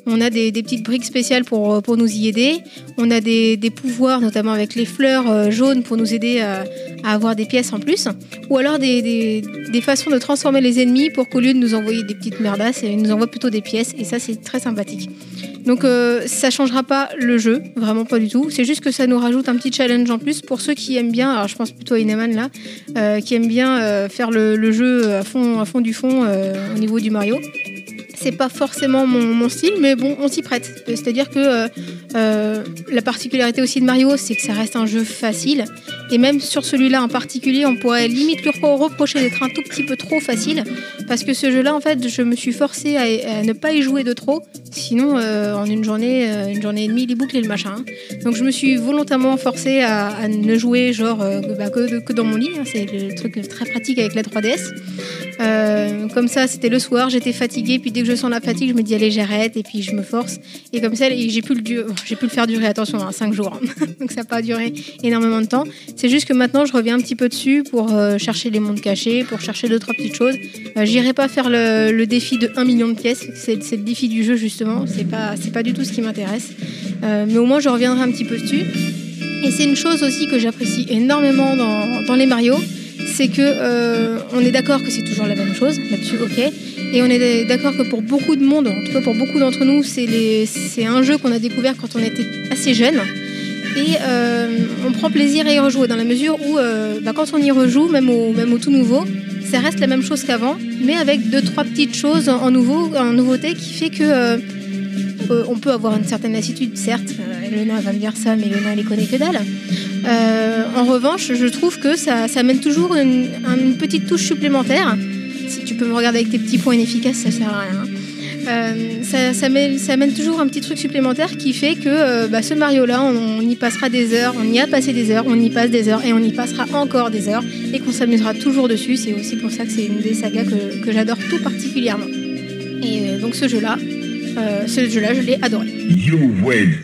On a des, des petites briques spéciales pour, pour nous y aider. On a des, des pouvoirs, notamment avec les fleurs euh, jaunes, pour nous aider à, à avoir des pièces en plus. Ou alors des, des- des façons de transformer les ennemis pour qu'au lieu de nous envoyer des petites merdasses, ils nous envoient plutôt des pièces. Et ça, c'est très sympathique. Donc, euh, ça changera pas le jeu, vraiment pas du tout. C'est juste que ça nous rajoute un petit challenge en plus pour ceux qui aiment bien, alors je pense plutôt à Inaman là, euh, qui aiment bien euh, faire le, le jeu à fond, à fond du fond euh, au niveau du Mario. c'est pas forcément mon, mon style, mais bon, on s'y prête. C'est-à-dire que euh, euh, la particularité aussi de Mario, c'est que ça reste un jeu facile. Et même sur celui-là en particulier, on pourrait limite lui reprocher d'être un tout petit peu trop facile. Parce que ce jeu-là, en fait, je me suis forcée à, à ne pas y jouer de trop. Sinon, euh, en une journée, euh, une journée et demie, il est bouclé le machin. hein. Donc je me suis volontairement forcée à, à ne jouer genre euh, bah, que, que dans mon lit. hein. C'est le truc très pratique avec la 3DS. Euh, comme ça, c'était le soir, j'étais fatiguée. Puis dès que je sens la fatigue, je me dis allez, j'arrête. Et puis je me force. Et comme ça, et j'ai pu le, du- bon, j'ai pu le faire durer. Attention, 5 jours. hein. Donc ça n'a pas duré énormément de temps. C'est juste que maintenant, je reviens un petit peu dessus pour euh, chercher les mondes cachés, pour chercher deux trois petites choses. Euh, J'irai pas faire le, le défi de 1 million de pièces. C'est c'est le défi du jeu justement. C'est pas c'est pas du tout ce qui m'intéresse. Euh, mais au moins, je reviendrai un petit peu dessus. Et c'est une chose aussi que j'apprécie énormément dans, dans les Mario, c'est que euh, on est d'accord que c'est toujours la même chose, là-dessus, ok. Et on est d'accord que pour beaucoup de monde, en tout cas pour beaucoup d'entre nous, c'est les- c'est un jeu qu'on a découvert quand on était assez jeune. Et euh, on prend plaisir à y rejouer dans la mesure où, euh, bah, quand on y rejoue, même au, même au tout nouveau, ça reste la même chose qu'avant, mais avec deux trois petites choses en, en nouveau, en nouveauté qui fait que euh, euh, on peut avoir une certaine lassitude, certes. Euh, le nain va me dire ça, mais le nain, il connaît que dalle. Euh, en revanche, je trouve que ça, ça amène toujours une, une petite touche supplémentaire. Si tu peux me regarder avec tes petits points inefficaces, ça sert à rien. hein. Euh, ça, ça, amène, ça amène toujours un petit truc supplémentaire qui fait que euh, bah, ce Mario-là, on, on y passera des heures, on y a passé des heures, on y passe des heures et on y passera encore des heures et qu'on s'amusera toujours dessus. C'est aussi pour ça que c'est une des sagas que, que j'adore tout particulièrement. Et euh, donc ce jeu-là, euh, ce jeu-là, je l'ai adoré.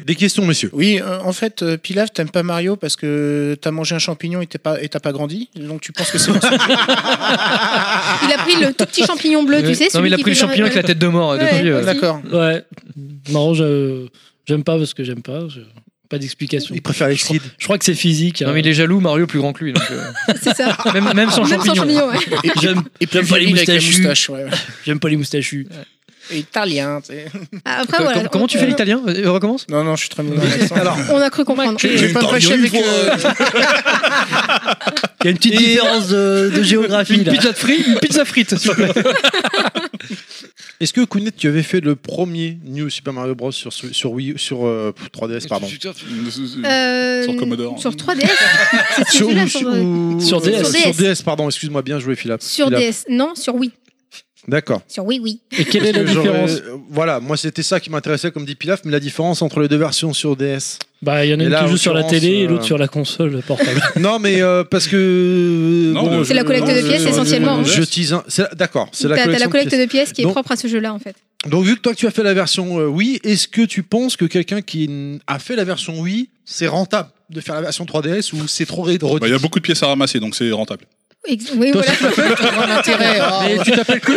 Des questions, monsieur. Oui, euh, en fait, euh, Pilaf, t'aimes pas Mario parce que t'as mangé un champignon et t'es pas- et t'as pas grandi. Donc tu penses que c'est pour ça. Il a pris le tout petit champignon bleu, tu sais. Euh, non, mais celui il a qui pris le fait dans- champignon avec la tête de mort. Ouais. depuis, euh, D'accord. Ouais. Non, je j'aime pas parce que j'aime pas. je- Pas d'explication. Il préfère les seeds. Je crois que c'est physique. hein. Non, mais il est jaloux, Mario plus grand que lui. donc, euh, C'est ça. même, même sans Même champignon. sans champignon, ouais. Et J'aime Et puis j'aime pas les viril avec la moustachus. moustache, ouais. J'aime pas les moustachus. Et Italien, tu sais. Après, Euh, voilà. com- comment tu fais l'italien Euh, Recommence Non, non, je suis très mauvais. avec ça. on, on a cru comprendre. Je vais pas prêcher avec. euh, Il y a une petite différence de, de géographie Une là. pizza de frites, une pizza frite. s'il te plaît. Est-ce que Kounet, tu avais fait le premier New Super Mario Bros sur, sur Wii, sur euh, 3DS, pardon Euh, Sur Commodore. Sur 3DS. C'est sur, celui-là ou- sur, euh, ou- Sur DS. Sur DS, pardon, excuse-moi, bien joué, Philip. sur Philip. DS. Non, sur Wii. D'accord. Sur Wii, oui. Et quelle est la Parce que différence j'aurais- euh, Voilà, moi c'était ça qui m'intéressait, comme dit Pilaf, mais la différence entre les deux versions sur DS. Bah, il y en a Et une là, en qui joue sur la l'occurrence, télé et euh, l'autre sur la console portable. non, mais euh, parce que. Non, le- C'est la collecte non, de je- pièces je- essentiellement. Je tease un- c'est la- D'accord, c'est la T'as t'as collection. la de collecte pièces. de pièces qui est Donc- propre à ce jeu-là, en fait. Donc, vu que toi tu as fait la version euh, Wii, est-ce que tu penses que quelqu'un qui n- a fait la version Wii, c'est rentable de faire la version 3DS ou c'est trop redit Bah, Il y a beaucoup de pièces à ramasser, donc c'est rentable. Ex- Oui, voilà. l'intérêt, oh. Mais tu t'appelles que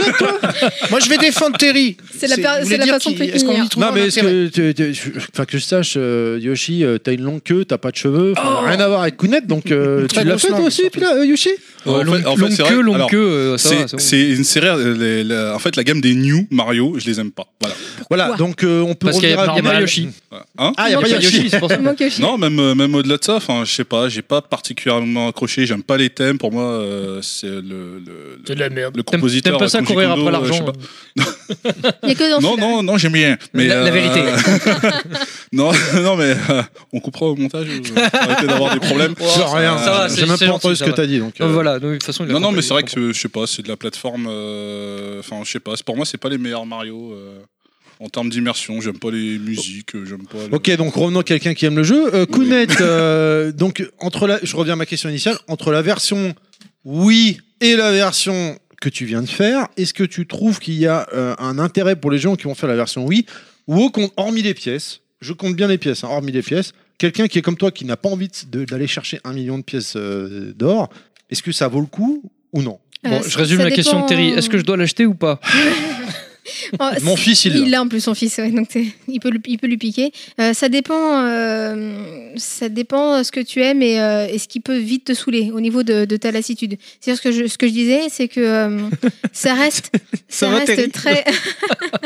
Moi, je vais défendre Terry. C'est la C'est- per- vous voulez c'est la dire façon de qu'il- le Est-ce qu'on y punir. trouve Non, un mais est-ce intérêt que. tu- tu- tu- Enfin, que je sache, euh, Yoshi, euh, t'as une longue queue, t'as pas de cheveux, enfin, Oh. rien à voir avec Kounet, donc euh, Très tu l'as grosse fait toi langue, aussi, surtout. puis là, euh, Yoshi En Euh, fait- Longue en fait, longue c'est vrai. queue, longue Alors, queue, euh, ça va. C'est c'est bon. c'est une série. euh, les- la- En fait, la gamme des New Mario, je les aime pas. Voilà. Voilà, Pourquoi donc euh, on peut Parce qu'il y a- revenir à il y a pas normal. Yoshi. Voilà. Hein Ah, il y a Non, pas il y a Yoshi. c'est pour ça. Il manque Yoshi. Non, même, euh, même au-delà de ça, enfin, je sais pas, j'ai pas particulièrement accroché, j'aime pas les thèmes, pour moi, euh, c'est le, le, C'est le, de la merde. le T'aimes compositeur. t'aimes pas ça Koji courir Kondo, après euh, je sais l'argent pas. euh. Il n'y a que dans Non, celui-là. non, non, j'aime bien. Mais, La- la euh, vérité. non, non, mais euh, on coupera au montage, ou- arrêtez d'avoir des problèmes. Genre rien, Ça va, j'ai c'est- même c'est pas entendu gentil, ce ça que va. t'as dit. Donc, euh, Euh, Voilà, donc, de toute façon, il a Non, non, compris, mais c'est il vrai comprend. que je sais pas, c'est de la plateforme. euh, Enfin, je sais pas, c'est- pour moi, c'est pas les meilleurs Mario euh, en termes d'immersion. J'aime pas les musiques, euh, j'aime pas. le- Ok, donc revenons à quelqu'un qui aime le jeu. Euh, Kounet, euh, donc entre la, je reviens à ma question initiale, entre la version oui et la version que tu viens de faire, est-ce que tu trouves qu'il y a euh, un intérêt pour les gens qui vont faire la version oui ou au compte, hormis les pièces, je compte bien les pièces, hein, hormis les pièces, quelqu'un qui est comme toi qui n'a pas envie de- d'aller chercher un million de pièces euh, d'or, est-ce que ça vaut le coup ou non Euh, Bon, ça- je résume ça la question de dépend- Terry. Est-ce que je dois l'acheter ou pas Oh, Mon c'est- fils, Euh, il l'a. Il l'a en plus son fils, ouais, donc c'est- il peut, lui- il peut lui piquer. Euh, ça dépend, euh, ça dépend euh, ce que tu aimes et, euh, et ce qui peut vite te saouler au niveau de, de ta lassitude. C'est-à-dire ce que je, ce que je disais, c'est que euh, ça reste, ça, va, Terry reste très.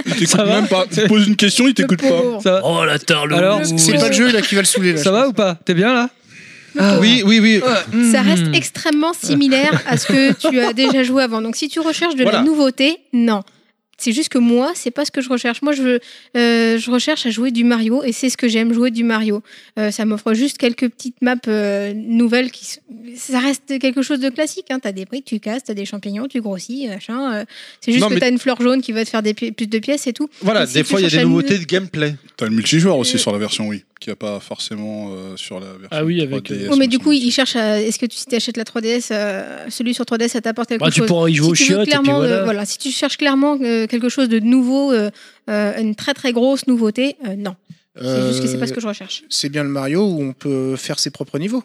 Il t'écoute Ça va même pas. Tu poses une question, il t'écoute Le pas. pauvre. Ça va Oh la tarlou. Alors, C'est pas le jeu là qui va le saouler. là, je ça va ou pas T'es bien là Oui, oui, oui. Ça reste Ah Hmm. extrêmement similaire à ce que tu as déjà joué avant. Donc si tu recherches de Voilà. la nouveauté, non. C'est juste que moi, c'est pas ce que je recherche. Moi, je, veux- euh, je recherche à jouer du Mario et c'est ce que j'aime jouer du Mario. Euh, ça m'offre juste quelques petites maps euh, nouvelles qui. s- Ça reste quelque chose de classique. Hein. T'as des briques, tu casses, t'as des champignons, tu grossis, machin. euh. C'est juste Non, que mais- t'as une fleur jaune qui va te faire des pi- plus de pièces et tout. Voilà, Mais si des tu fois il y a cherches des à nouveautés de gameplay. T'as le multijoueur aussi sur la version Wii, qui a pas forcément euh, sur la version Ah oui, avec, 3DS, euh, Oui, Oh, mais du machin. coup, il cherche à. Est-ce que tu, si tu achètes la 3DS, euh, celui sur 3DS, ça t'apporte quelque Bah, tu chose pourras y jouer au si tu veux chiottes et puis clairement, voilà. euh, voilà, si tu cherches clairement euh, quelque chose de nouveau, euh, euh, une très très grosse nouveauté, euh, non. C'est juste que c'est pas ce que je recherche. Euh, C'est bien le Mario où on peut faire ses propres niveaux.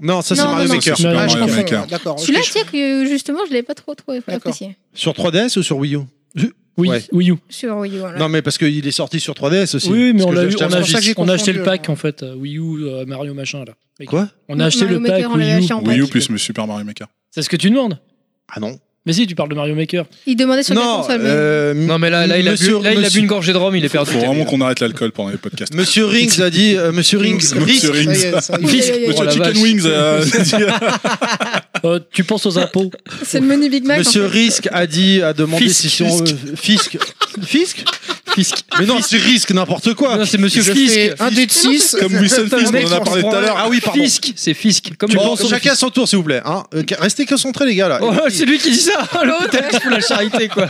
Non, ça c'est Non, Mario non, non. Maker. C'est Super Ah, je Mario confonds, Maker. D'accord. Euh, ok, Celui-là, je- je sais que justement, je l'ai pas trop, trop D'accord. apprécié Sur 3DS ou sur Wii U Oui, Ouais. Wii U. sur Wii U. voilà. Non, mais parce qu'il est sorti sur 3DS aussi. Oui, oui, mais Parce on que l'a j'ai eu, acheté on un a Mario. pour ça que acheté, j'ai on a acheté le confondu, pack en fait, euh, Wii U euh, Mario machin là. Quoi On a acheté Mario le pack Maker, on l'avait Wii U. acheté en Wii U pack. plus mais Super Mario Maker. C'est ce que tu demandes Ah non. Mais si, tu parles de Mario Maker. Il demandait sur quelle Non, console. mais- euh, Non, mais là, là, il, a monsieur- bu, là, il a bu monsieur- une gorgée de rhum, il est perdu. Faut vraiment qu'on arrête l'alcool pendant les podcasts. Monsieur Rings a dit. euh, Monsieur Rings. Monsieur Rings. Rings. Ça y est, ça y est. Oh Oui, oui, oui, oui. Monsieur la Chicken vache. Wings a dit- Euh, tu penses aux impôts C'est le menu Big Mac. Monsieur en fait. Risk a dit, a demandé Fisk, si son Fisk. euh, fisc, fisc, fisc. Mais non, c'est risque n'importe quoi. Non, c'est Monsieur Je Fisk. fais Un dé de 6. Comme Wilson Fisk, on en a parlé tout à l'heure. Ah oui, pardon. Fisk, c'est Fisk. Comme Bon, le morceau de chacun son tour, s'il vous plaît. Hein. Euh, Restez concentrés, les gars. Là. Oh, c'est lui qui dit ça L'autre, c'est pour la charité, quoi.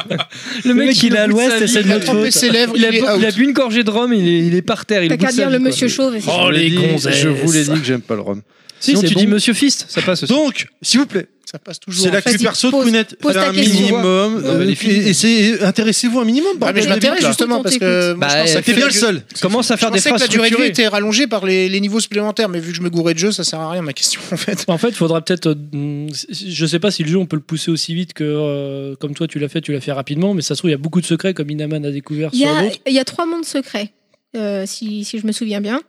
Le mec, il est à au bout de l'ouest sa et vie. c'est de Il a notre trempé faute. ses lèvres, Il a, il bu, est out. il a bu une gorgée de rhum, il est, il est par terre. Il est T'as au bout de qu'à sa dire vie, le quoi. monsieur chauve. et c'est- Oh, Je vous les l'ai dit, gonzesses. Je vous l'ai dit que j'aime pas le rhum. Si, Sinon, tu tu dis bon. Monsieur Fist, ça passe aussi. Donc, s'il vous plaît, Ça passe toujours. c'est en l'actu Vas-y, perso de pose- Kounet. pose Alors, ta un question. minimum. Non, mais euh, les filles- et- Essayez, intéressez-vous un minimum. Ah, mais bordel je Eh, de m'intéresse merde, là. justement Tout parce le temps, que. moi, Bah, je pensais euh, que T'es bien la- le seul. Commence à Je faire des pensais que phrases la durée de vie structurées. était rallongée par les, les niveaux supplémentaires, mais vu que je me gourais de jeu, ça sert à rien ma question en fait. En fait, faudra peut-être. euh, Je sais pas si le jeu on peut le pousser aussi vite que euh, comme toi tu l'as fait, tu l'as fait rapidement, mais ça se trouve il y a beaucoup de secrets comme Inaman a découvert Il y, sur a, l'autre. il y a trois mondes secrets, euh, si, si je me souviens bien.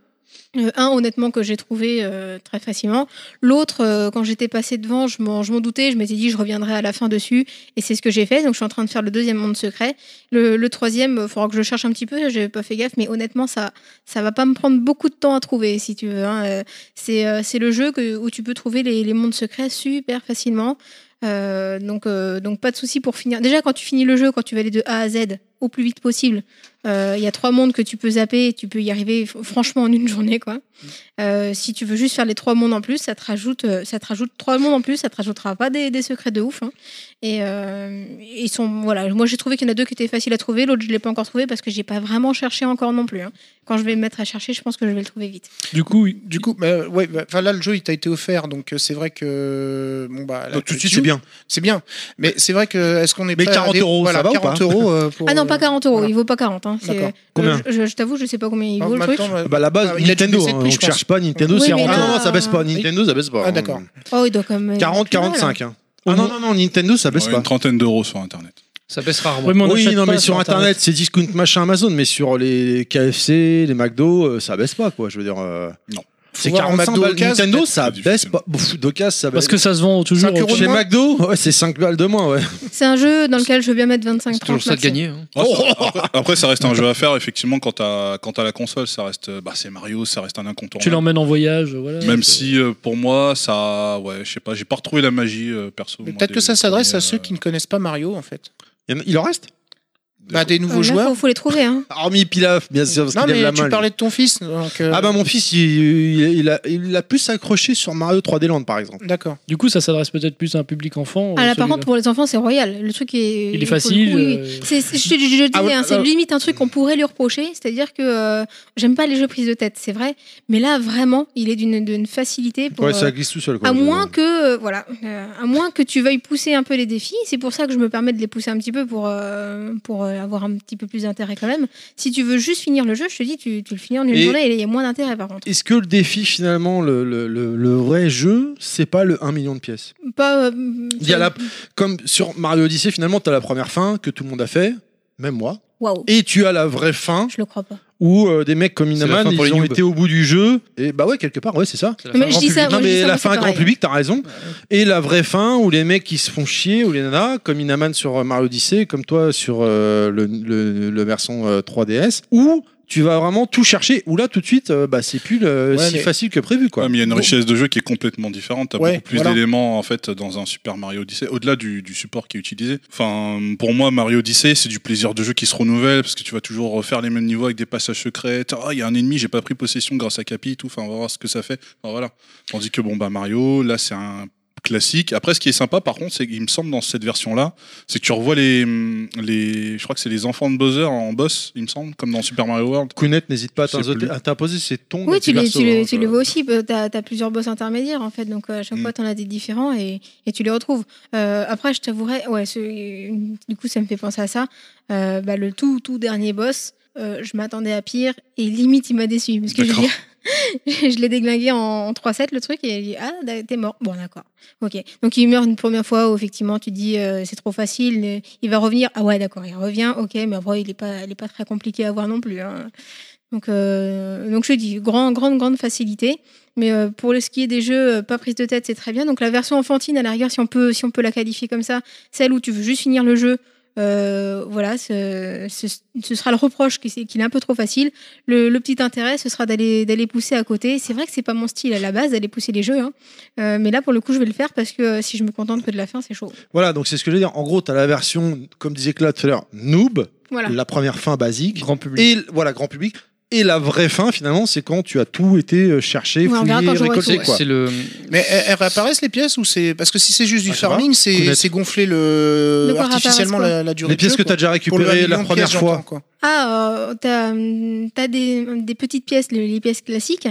Euh, un, honnêtement, que j'ai trouvé euh, très facilement. L'autre, euh, quand j'étais passé devant, je m'en je m'en doutais, je m'étais dit, je reviendrai à la fin dessus. Et c'est ce que j'ai fait. Donc, je suis en train de faire le deuxième monde secret. Le, le troisième, il faudra que je cherche un petit peu. J'ai pas fait gaffe, mais honnêtement, ça ça va pas me prendre beaucoup de temps à trouver, si tu veux. hein. Euh, C'est euh, c'est le jeu que- où tu peux trouver les, les mondes secrets super facilement. Euh, donc, euh, donc, pas de souci pour finir. Déjà, quand tu finis le jeu, quand tu vas aller de A à Z au plus vite possible, euh, Il y a trois mondes que tu peux zapper et tu peux y arriver f- franchement en une journée. Quoi. Mm. Euh, si tu veux juste faire les trois mondes en plus, ça te rajoute, euh, ça te rajoute trois mondes en plus, ça te rajoutera pas des, des secrets de ouf. hein. Et euh, ils sont, voilà, moi j'ai trouvé qu'il y en a deux qui étaient faciles à trouver, l'autre je l'ai pas encore trouvé parce que j'ai pas vraiment cherché encore non plus. hein. Quand je vais me mettre à chercher, je pense que je vais le trouver vite. Du coup, Du coup, bah, ouais, bah, enfin, là le jeu il t'a été offert, donc euh, c'est vrai que bon bah là, Donc, tout de tu- suite, c'est bien. c'est bien, mais c'est vrai que est-ce qu'on est Mais prêt à 40 dé- euros, voilà, ça va ou 40 pas euros euh, pour Ah non, pas 40 euros, voilà. il vaut pas 40. hein, c'est- D'accord. Combien je, je- je t'avoue, je sais pas combien il Ah, vaut le truc. maintenant, euh, Bah, la base, Ah, il a dû Nintendo. baisser hein, le On prix, je ne cherche pas Nintendo, Oui, c'est mais en là- ça baisse pas. Nintendo, ça baisse pas. Ah d'accord. Oh, il doit quand même. 40, 45. hein. Ah non, non, non, Nintendo, ça baisse Ouais, pas. euh, une trentaine d'euros sur internet. Ça baisse rarement. oui, mais on Oui, n'achète non, pas mais sur Internet, Ah c'est discount machin Amazon, mais sur les KFC, les McDo, euh, ça baisse pas, quoi. Je veux dire. euh, Non. C'est Faut voir 45 McDo balles. d'occasion, Nintendo, peut-être. ça C'est baisse difficile. pas. Bouf, d'occasion, ça baisse. Parce que ça se vend toujours. Cinq euros au- chez moins. McDo, ouais, c'est 5 balles de moins, ouais. C'est un jeu dans lequel je veux bien mettre 25 C'est toujours 30 ça de maximum. gagner. hein. Ouais, ça- après, après, ça reste un jeu à faire, effectivement, quand t'as quand t'as la console, ça reste. euh, Bah, c'est Mario, ça reste un Tu incontournable. l'emmènes en voyage, voilà. Même si, euh, pour moi, ça. Ouais, je sais pas, j'ai pas retrouvé la magie euh, perso. bah, Mais moi, Peut-être des- que ça s'adresse des, à ceux qui ne connaissent pas Mario en fait. Il y en a- Il en reste Bah, des Euh, là, nouveaux joueurs. faut, faut les trouver. Hein. Hormis Pilaf, bien sûr, parce Non qu'il aime mais la tu main. parlais lui. de ton fils, donc euh, Ah bah mon fils, il, il- il a, il a plus accroché sur Mario 3D Land, par exemple. d'accord. Du coup, ça s'adresse peut-être plus à un public enfant. Ah euh, là, par celui-là. contre, pour les enfants, c'est royal. Le truc est. Il est pour le facile, coup, oui, oui. euh. C'est- c'est- je te- je te disais, Ah ouais, hein, c'est alors- limite un truc qu'on pourrait lui reprocher. C'est-à-dire que euh, j'aime pas les jeux prises de tête, c'est vrai. Mais là, vraiment, il est d'une d'une facilité pour. Ouais, ça euh, glisse tout seul, quoi. à Je- moins que euh, voilà, euh, à moins que tu veuilles pousser un peu les défis, c'est pour ça que je me permets de les pousser un petit peu pour euh, pour euh, avoir un petit peu plus d'intérêt quand même. Si tu veux juste finir le jeu, je te dis, tu, tu le finis en une Et- journée et il y a moins d'intérêt par contre. Est-ce que le défi, finalement, le, le, le, le vrai jeu, c'est pas le 1 million de pièces Pas. euh, Il y a la- Comme sur Mario Odyssey, finalement, t'as la première fin que tout le monde a fait, même moi. Waouh, Et tu as la vraie fin je le crois pas. où euh, des mecs comme C'est la Inaman, fin pour ils les ont noobs. été au bout du jeu. Et bah ouais, quelque part, ouais, c'est ça. C'est la Mais fin je grand dis Ah, ça, public. moi, non, mais justement, la c'est fin grand pareil. public, t'as raison. Et la vraie fin où les mecs qui se font chier, ou les nanas, comme Inaman sur euh, Mario Odyssey, comme toi sur euh, le, le, le version euh, 3DS, où tu vas vraiment tout chercher. Ou là, tout de suite, euh, bah, c'est plus euh, Ouais, si mais- facile que prévu. Quoi. Ouais, mais il y a une richesse de jeu qui est complètement différente. T'as Ouais, beaucoup plus voilà. d'éléments en fait dans un Super Mario Odyssey, au-delà du, du support qui est utilisé. Enfin, pour moi, Mario Odyssey, c'est du plaisir de jeu qui se renouvelle parce que tu vas toujours refaire les mêmes niveaux avec des passages secrets. Ah, il y a un ennemi, j'ai pas pris possession grâce à Capi, et tout. Enfin, on va voir ce que ça fait. Enfin, voilà. Tandis que bon bah Mario, là, c'est un classique. Après, ce qui est sympa, par contre, c'est qu'il me semble dans cette version-là, c'est que tu revois les, les, je crois que c'est les enfants de Bowser en boss, il me semble, comme dans Super Mario World. Kounet, n'hésite pas à Je sais t'insoter- plus. à t'imposer, c'est ton. Oui, petit tu, les, verso, tu, les- hein, tu je- les vois aussi. bah, T'as as plusieurs boss intermédiaires en fait, donc euh, à chaque Mm. fois t'en as des différents et, et tu les retrouves. Euh, après, je t'avouerai, ouais, ce- du coup, ça me fait penser à ça. Euh, bah, le tout, tout dernier boss, euh, je m'attendais à pire et limite il m'a déçu parce que je, D'accord. l'ai- je l'ai déglingué en, en 3-7 le truc et il dit ah d'ac- t'es mort. Bon d'accord, ok. Donc il meurt une première fois où effectivement tu dis euh, c'est trop facile, euh, il va revenir. Ah ouais d'accord, il revient, ok, mais après il est pas, il est pas très compliqué à voir non plus. hein. Donc, euh, donc je dis, grand, grande, grande facilité. Mais euh, pour le ce qui est des jeux, euh, pas prise de tête, c'est très bien. Donc la version enfantine, à la rigueur, si on peut, si on peut la qualifier comme ça, celle où tu veux juste finir le jeu, euh, voilà, ce, ce, ce sera le reproche que c'est- qu'il est un peu trop facile. Le, le petit intérêt, ce sera d'aller d'aller pousser à côté. C'est vrai que c'est pas mon style à la base d'aller pousser les jeux, hein. Euh, mais là pour le coup, je vais le faire parce que euh, si je me contente que de la fin, c'est chaud. Voilà, donc c'est ce que je veux dire. En gros, t'as la version, comme disait Claude tout à l'heure, noob, Voilà. la première fin basique, Grand public. et voilà, grand public. Et la vraie fin, finalement, c'est quand tu as tout été euh, cherché, Ouais, on verra fouillé, quand j'aurai récolté. tout, Quoi. C'est le. Mais elles, elles réapparaissent les pièces ou c'est parce que si c'est juste du Ah, je sais farming, Connaître. c'est c'est gonfler le De quoi artificiellement réapparaissent la, la durée. Les de pièces jeu, que quoi. t'as déjà Pour le récupérées la million de première pièces, fois. j'entends, quoi. Ah, euh, t'as, hum, t'as des, des petites pièces, les, les pièces classiques,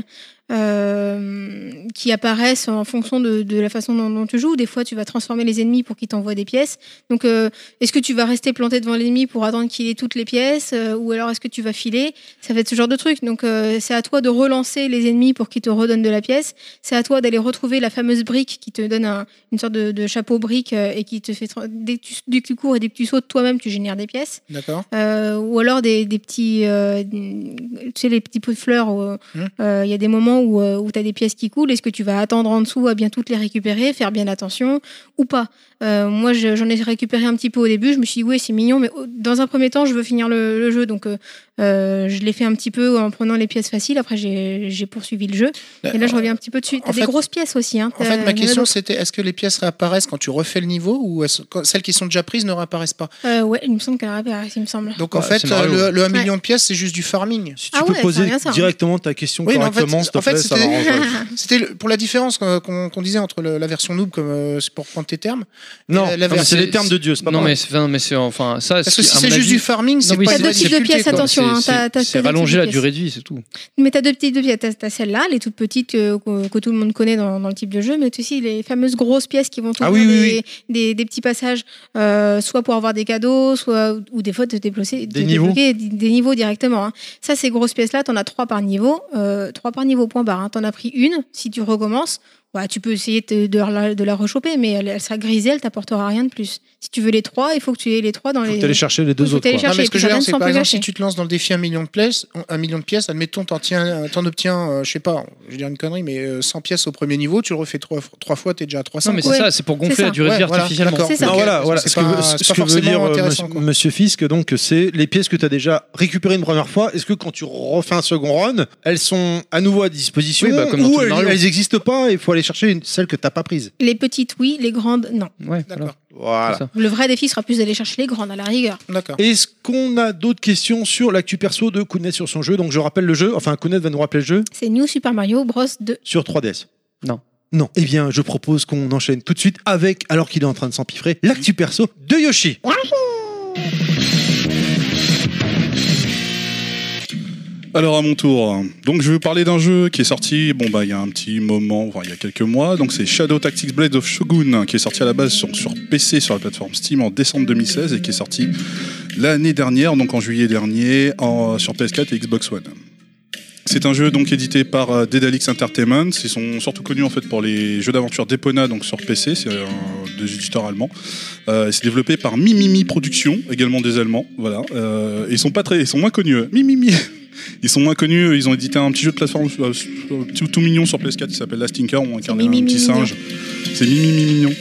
euh, qui apparaissent en fonction de, de la façon dont, dont tu joues. Des fois, tu vas transformer les ennemis pour qu'ils t'envoient des pièces. Donc, euh, est-ce que tu vas rester planté devant l'ennemi pour attendre qu'il ait toutes les pièces, euh, ou alors est-ce que tu vas filer Ça va être ce genre de truc. Donc, euh, c'est à toi de relancer les ennemis pour qu'ils te redonnent de la pièce. C'est à toi d'aller retrouver la fameuse brique qui te donne un- une sorte de, de chapeau brique euh, et qui te fait tra- dès que tu, dès que tu cours et dès que tu sautes toi-même, tu génères des pièces. D'accord. Euh, ou alors des, des petits euh, tu sais les petits pots de fleurs où, euh, Mhm. euh, il y a des moments où, euh, où tu as des pièces qui coulent est-ce que tu vas attendre en dessous à bien toutes les récupérer faire bien attention ou pas Euh, moi je- j'en ai récupéré un petit peu au début je me suis dit oui c'est mignon mais au- dans un premier temps je veux finir le, le jeu donc euh, euh, je l'ai fait un petit peu en prenant les pièces faciles après j'ai j'ai poursuivi le jeu et là je reviens un petit peu dessus Euh, En t'as des fait- grosses pièces aussi hein. En fait, T'as- il y ma en a question d'autres. c'était est-ce que les pièces réapparaissent quand tu refais le niveau ou est-ce- quand- celles qui sont déjà prises ne réapparaissent pas Euh, ouais il me semble qu'elle arrive il me semble Donc en Bah, Ouais, fait, c'est Mario. euh, le, le 1 Ouais. million de pièces, c'est juste du farming. Si tu Ah peux ouais, c'est poser rien, ça. directement ta question Oui, mais en fait, correctement, s'il te en fait, plaît, ça c'était- m'arrange. C'était le- pour la différence qu'on qu'on- qu'on disait entre le- la version noob, comme euh, c'est pour prendre tes termes. Non, la- non, mais la c'est version- les termes de Dieu, c'est pas Non pareil. mais, c'est- non, mais c'est enfin ça. Parce que à si mon c'est juste avis- du farming, c'est mais pas c'est- une T'as vraie deux types de difficulté. pièces, quoi. attention, hein, c'est- t'as- t'as- C'est t'as- rallonger t'as- la durée de vie, c'est tout. Mais t'as deux petites de pièces. T'as- T'as celle-là, les toutes petites que, euh, que- que tout le monde connaît dans, dans le type de jeu, mais t'as aussi les fameuses grosses pièces qui vont Ah t'ouvrir oui, oui, des, des- des petits passages, euh, soit pour avoir des cadeaux, soit ou des fois de débloquer Des niveaux. débloquer des, des niveaux directement. hein. Ça, ces grosses pièces-là, t'en as trois par niveau, euh, trois par niveau point barre. hein. T'en as pris une, si tu recommences. ouais, tu peux essayer de, de la, de la rechoper, mais elle, elle sera grisée, elle t'apportera rien de plus. Si tu veux les trois, il faut que tu aies les trois dans Faut les. que t'ailles chercher les deux faut autres. t'ailles quoi. chercher. Non, mais ce que je veux Certaines dire, c'est sont que, par plus exemple, cachées. si tu te lances dans le défi un million de pièces, un million de pièces, admettons, t'en tiens, t'en obtiens, euh, je sais pas, je vais dire une connerie, mais euh, 100 pièces au premier niveau, tu le refais trois, trois fois, t'es déjà à 300. Non mais Ouais, c'est ça, c'est pour gonfler ça. la durée de vie Ouais, voilà, artificiellement. d'accord. C'est ça. Non, Ok, voilà, parce voilà. que Ce que, veut- C'est pas, c'est ce pas que veut dire forcément euh, intéressant. monsieur- quoi. Monsieur Fisk, donc, c'est les pièces que tu as déjà récupérées une première fois. Est-ce que quand tu refais un second run, elles sont à nouveau à disposition Oui, bah, comme dans ou tous les elles Mario. elles existent pas et il faut aller chercher une- celles que t'as pas prises Les petites, oui, les grandes, non. Ouais, voilà. D'accord. Voilà. C'est ça. Le vrai défi sera plus d'aller chercher les grandes à la rigueur. D'accord. Est-ce qu'on a d'autres questions sur l'actu perso de Kounet sur son jeu Donc je rappelle le jeu, enfin Kounet va nous rappeler le jeu C'est New Super Mario Bros 2. sur 3DS. Non. Non, eh bien je propose qu'on enchaîne tout de suite avec, alors qu'il est en train de s'empiffrer, l'actu perso de Yoshi. Alors à mon tour, donc je vais vous parler d'un jeu qui est sorti, bon bah il y a un petit moment, enfin il y a quelques mois, donc c'est Shadow Tactics Blades of Shogun qui est sorti à la base sur, sur PC sur la plateforme Steam en décembre 2016 et qui est sorti l'année dernière, donc en juillet dernier, en- sur PS4 et Xbox One. C'est un jeu donc édité par euh, Dedalix Entertainment. Ils sont surtout connus en fait pour les jeux d'aventure Depona donc sur PC. C'est un des éditeurs allemands. Euh, c'est développé par Mimimi Productions, également des Allemands. Voilà. Euh, ils sont pas très, ils sont moins connus. eux. Mimimi. Ils sont moins connus. Ils ont édité un petit jeu de plateforme euh, tout, tout mignon sur PS4 qui s'appelle Last Tinker. On incarne un Mimimi petit mignon. singe. C'est Mimimi mignon.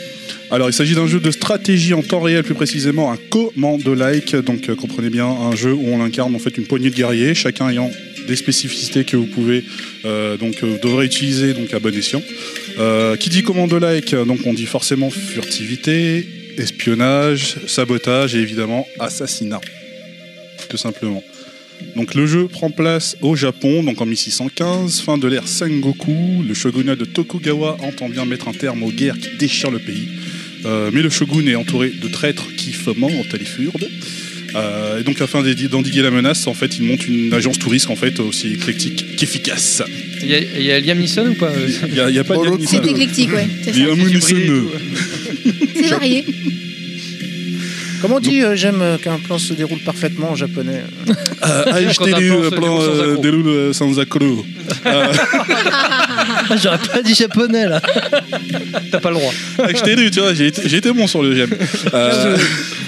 Alors, il s'agit d'un jeu de stratégie en temps réel, plus précisément un command-like. Donc, euh, comprenez bien, un jeu où on incarne en fait une poignée de guerriers, chacun ayant des spécificités que vous pouvez euh, donc euh, devrez utiliser donc à bon escient. Euh, qui dit command-like, donc on dit forcément furtivité, espionnage, sabotage et évidemment assassinat, tout simplement. Donc le jeu prend place au Japon, donc en 1615, fin de l'ère Sengoku. Le shogunat de Tokugawa entend bien mettre un terme aux guerres qui déchirent le pays. Euh, mais le shogun est entouré de traîtres qui fomentent les furdes. Euh, et donc afin d'édi- d'endiguer la menace, en fait, il monte une agence touriste en fait aussi éclectique qu'efficace. Il y, a- il y a Liam Neeson ou pas euh, Il n'y a, il y a pas Oh, de l'autre, C'est éclectique, ouais. C'est ça. Liam J'ai Neeson. brillé et tout. C'est varié. Comment on dit euh, J'aime euh, qu'un plan se déroule parfaitement en japonais. Euh, Quand un HTLU, plan se euh, plan euh, déroule sans accroc. déroule euh, sans accroc. Euh, Ah, J'aurais pas dit japonais là. T'as pas le droit. HTLU, E, tu vois, j'ai été, j'ai été bon sur le j'aime. Euh,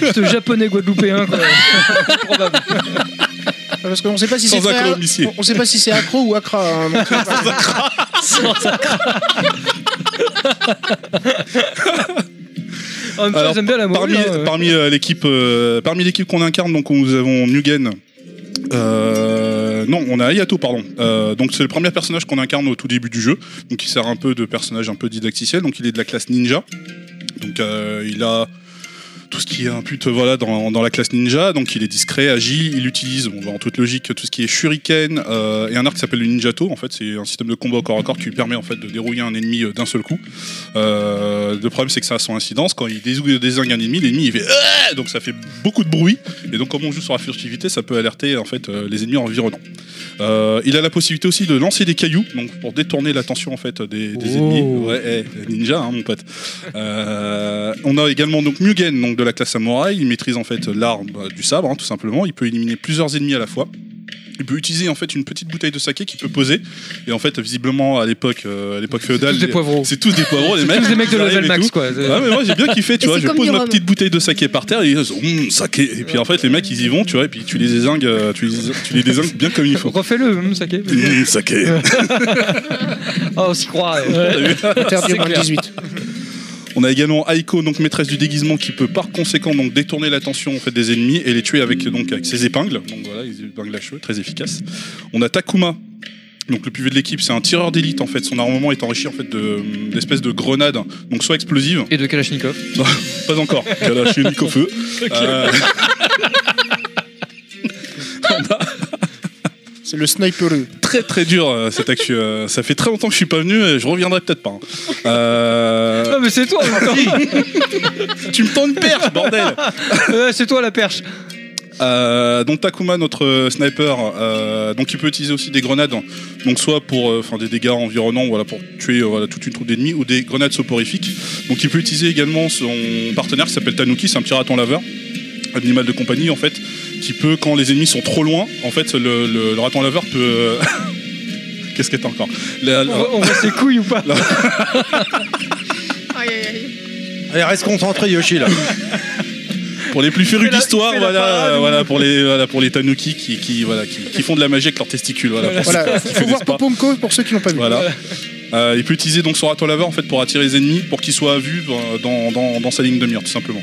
Ce ce japonais guadeloupéen, quoi. Improbable. Ah, Parce qu'on ne sait pas si Sans c'est très- accro, ici. on- on sait pas si c'est accro ou accra. hein, donc- En même temps, Alors, ils aiment bien la parmi, morue, hein. parmi, euh, l'équipe, euh, parmi l'équipe qu'on incarne, donc nous avons Nugen. Euh, non, on a Ayato, pardon. Euh, donc c'est le premier personnage qu'on incarne au tout début du jeu, donc il sert un peu de personnage un peu didacticiel. Donc il est de la classe ninja. Donc euh, il a tout ce qui impute voilà dans, dans la classe ninja. Donc il est discret, agile, il utilise bon, en toute logique tout ce qui est shuriken euh, et un arc qui s'appelle le ninjato. En fait, c'est un système de combat au corps à corps qui lui permet en fait de dérouiller un ennemi euh, d'un seul coup. Euh, le problème c'est que ça a son incidence quand il dés- désingue un ennemi, l'ennemi il fait Ah donc ça fait beaucoup de bruit et donc comme on joue sur la furtivité, ça peut alerter en fait euh, les ennemis environnants. Euh, il a la possibilité aussi de lancer des cailloux donc pour détourner l'attention en fait des, des ennemis. Ouais, eh, ninja hein, mon pote. Euh, on a également donc Mugen, donc de la classe samouraï. Il maîtrise en fait l'arme euh, du sabre, hein, tout simplement. Il peut éliminer plusieurs ennemis à la fois. Il peut utiliser en fait une petite bouteille de saké qu'il peut poser. Et en fait, visiblement à l'époque, euh, à l'époque féodale, tous des les- poivrons. c'est tous des poivrons, les mecs. Tous des mecs de Ils arrivent level et max, tout. quoi. Euh. C'est- Ouais, mais moi j'ai bien kiffé, tu Et vois. c'est Je comme pose du ma rhum. petite bouteille de saké par terre et ils disent Hum, saké. Et puis en fait, les mecs ils y vont, tu vois. Et puis tu les désingues, euh, tu les, tu les désingues bien comme il faut. Refais-le, hum, Saké. Hum, saké. Ah, on s'y croit. euh. ouais. Interdit C'est au moins de clair. 18. On a également Aiko, donc maîtresse du déguisement, qui peut par conséquent donc détourner l'attention en fait des ennemis et les tuer avec donc avec ses épingles. Donc voilà, les épingles à cheveux, très efficaces. On a Takuma. Donc le pivot de l'équipe, c'est un tireur d'élite en fait. Son armement est enrichi en fait de- hum, d'espèces de grenades, donc soit explosives, Et de Kalachnikov. pas encore. Elle a lâché au feu. Euh, C'est le snipereux. très très dur euh, cette actu. euh, ça fait très longtemps que je suis pas venu et je reviendrai peut-être pas. hein. Euh, Non, mais c'est toi, tu me tends une perche, bordel. Euh, c'est toi la perche. Euh, donc Takuma, notre euh, sniper, euh, donc il peut utiliser aussi des grenades, hein. donc soit pour euh, enfin, des dégâts environnants, voilà, pour tuer euh, voilà, toute une troupe d'ennemis, ou des grenades soporifiques. Donc il peut utiliser également son partenaire qui s'appelle Tanuki, c'est un petit raton laveur, animal de compagnie en fait, qui peut, quand les ennemis sont trop loin, en fait le, le- le raton laveur peut... euh, Qu'est-ce que t'as encore La- la- On on voit ses couilles ou pas Aïe, aïe, aïe. Allez, reste concentré, Yoshi, là. Pour les plus férus Il fait la- d'histoire, il fait la voilà, parade, euh, ou- voilà, pour les, voilà, pour les Tanuki qui, qui, voilà, qui, qui font de la magie avec leurs testicules, voilà. pour ceux Voilà, qui faut connaissent voir pas. Popomko pour ceux qui l'ont pas vu. Voilà. Euh, il peut utiliser donc son raton laveur en fait pour attirer les ennemis, pour qu'ils soient à vue euh, dans, dans- dans sa ligne de mire tout simplement.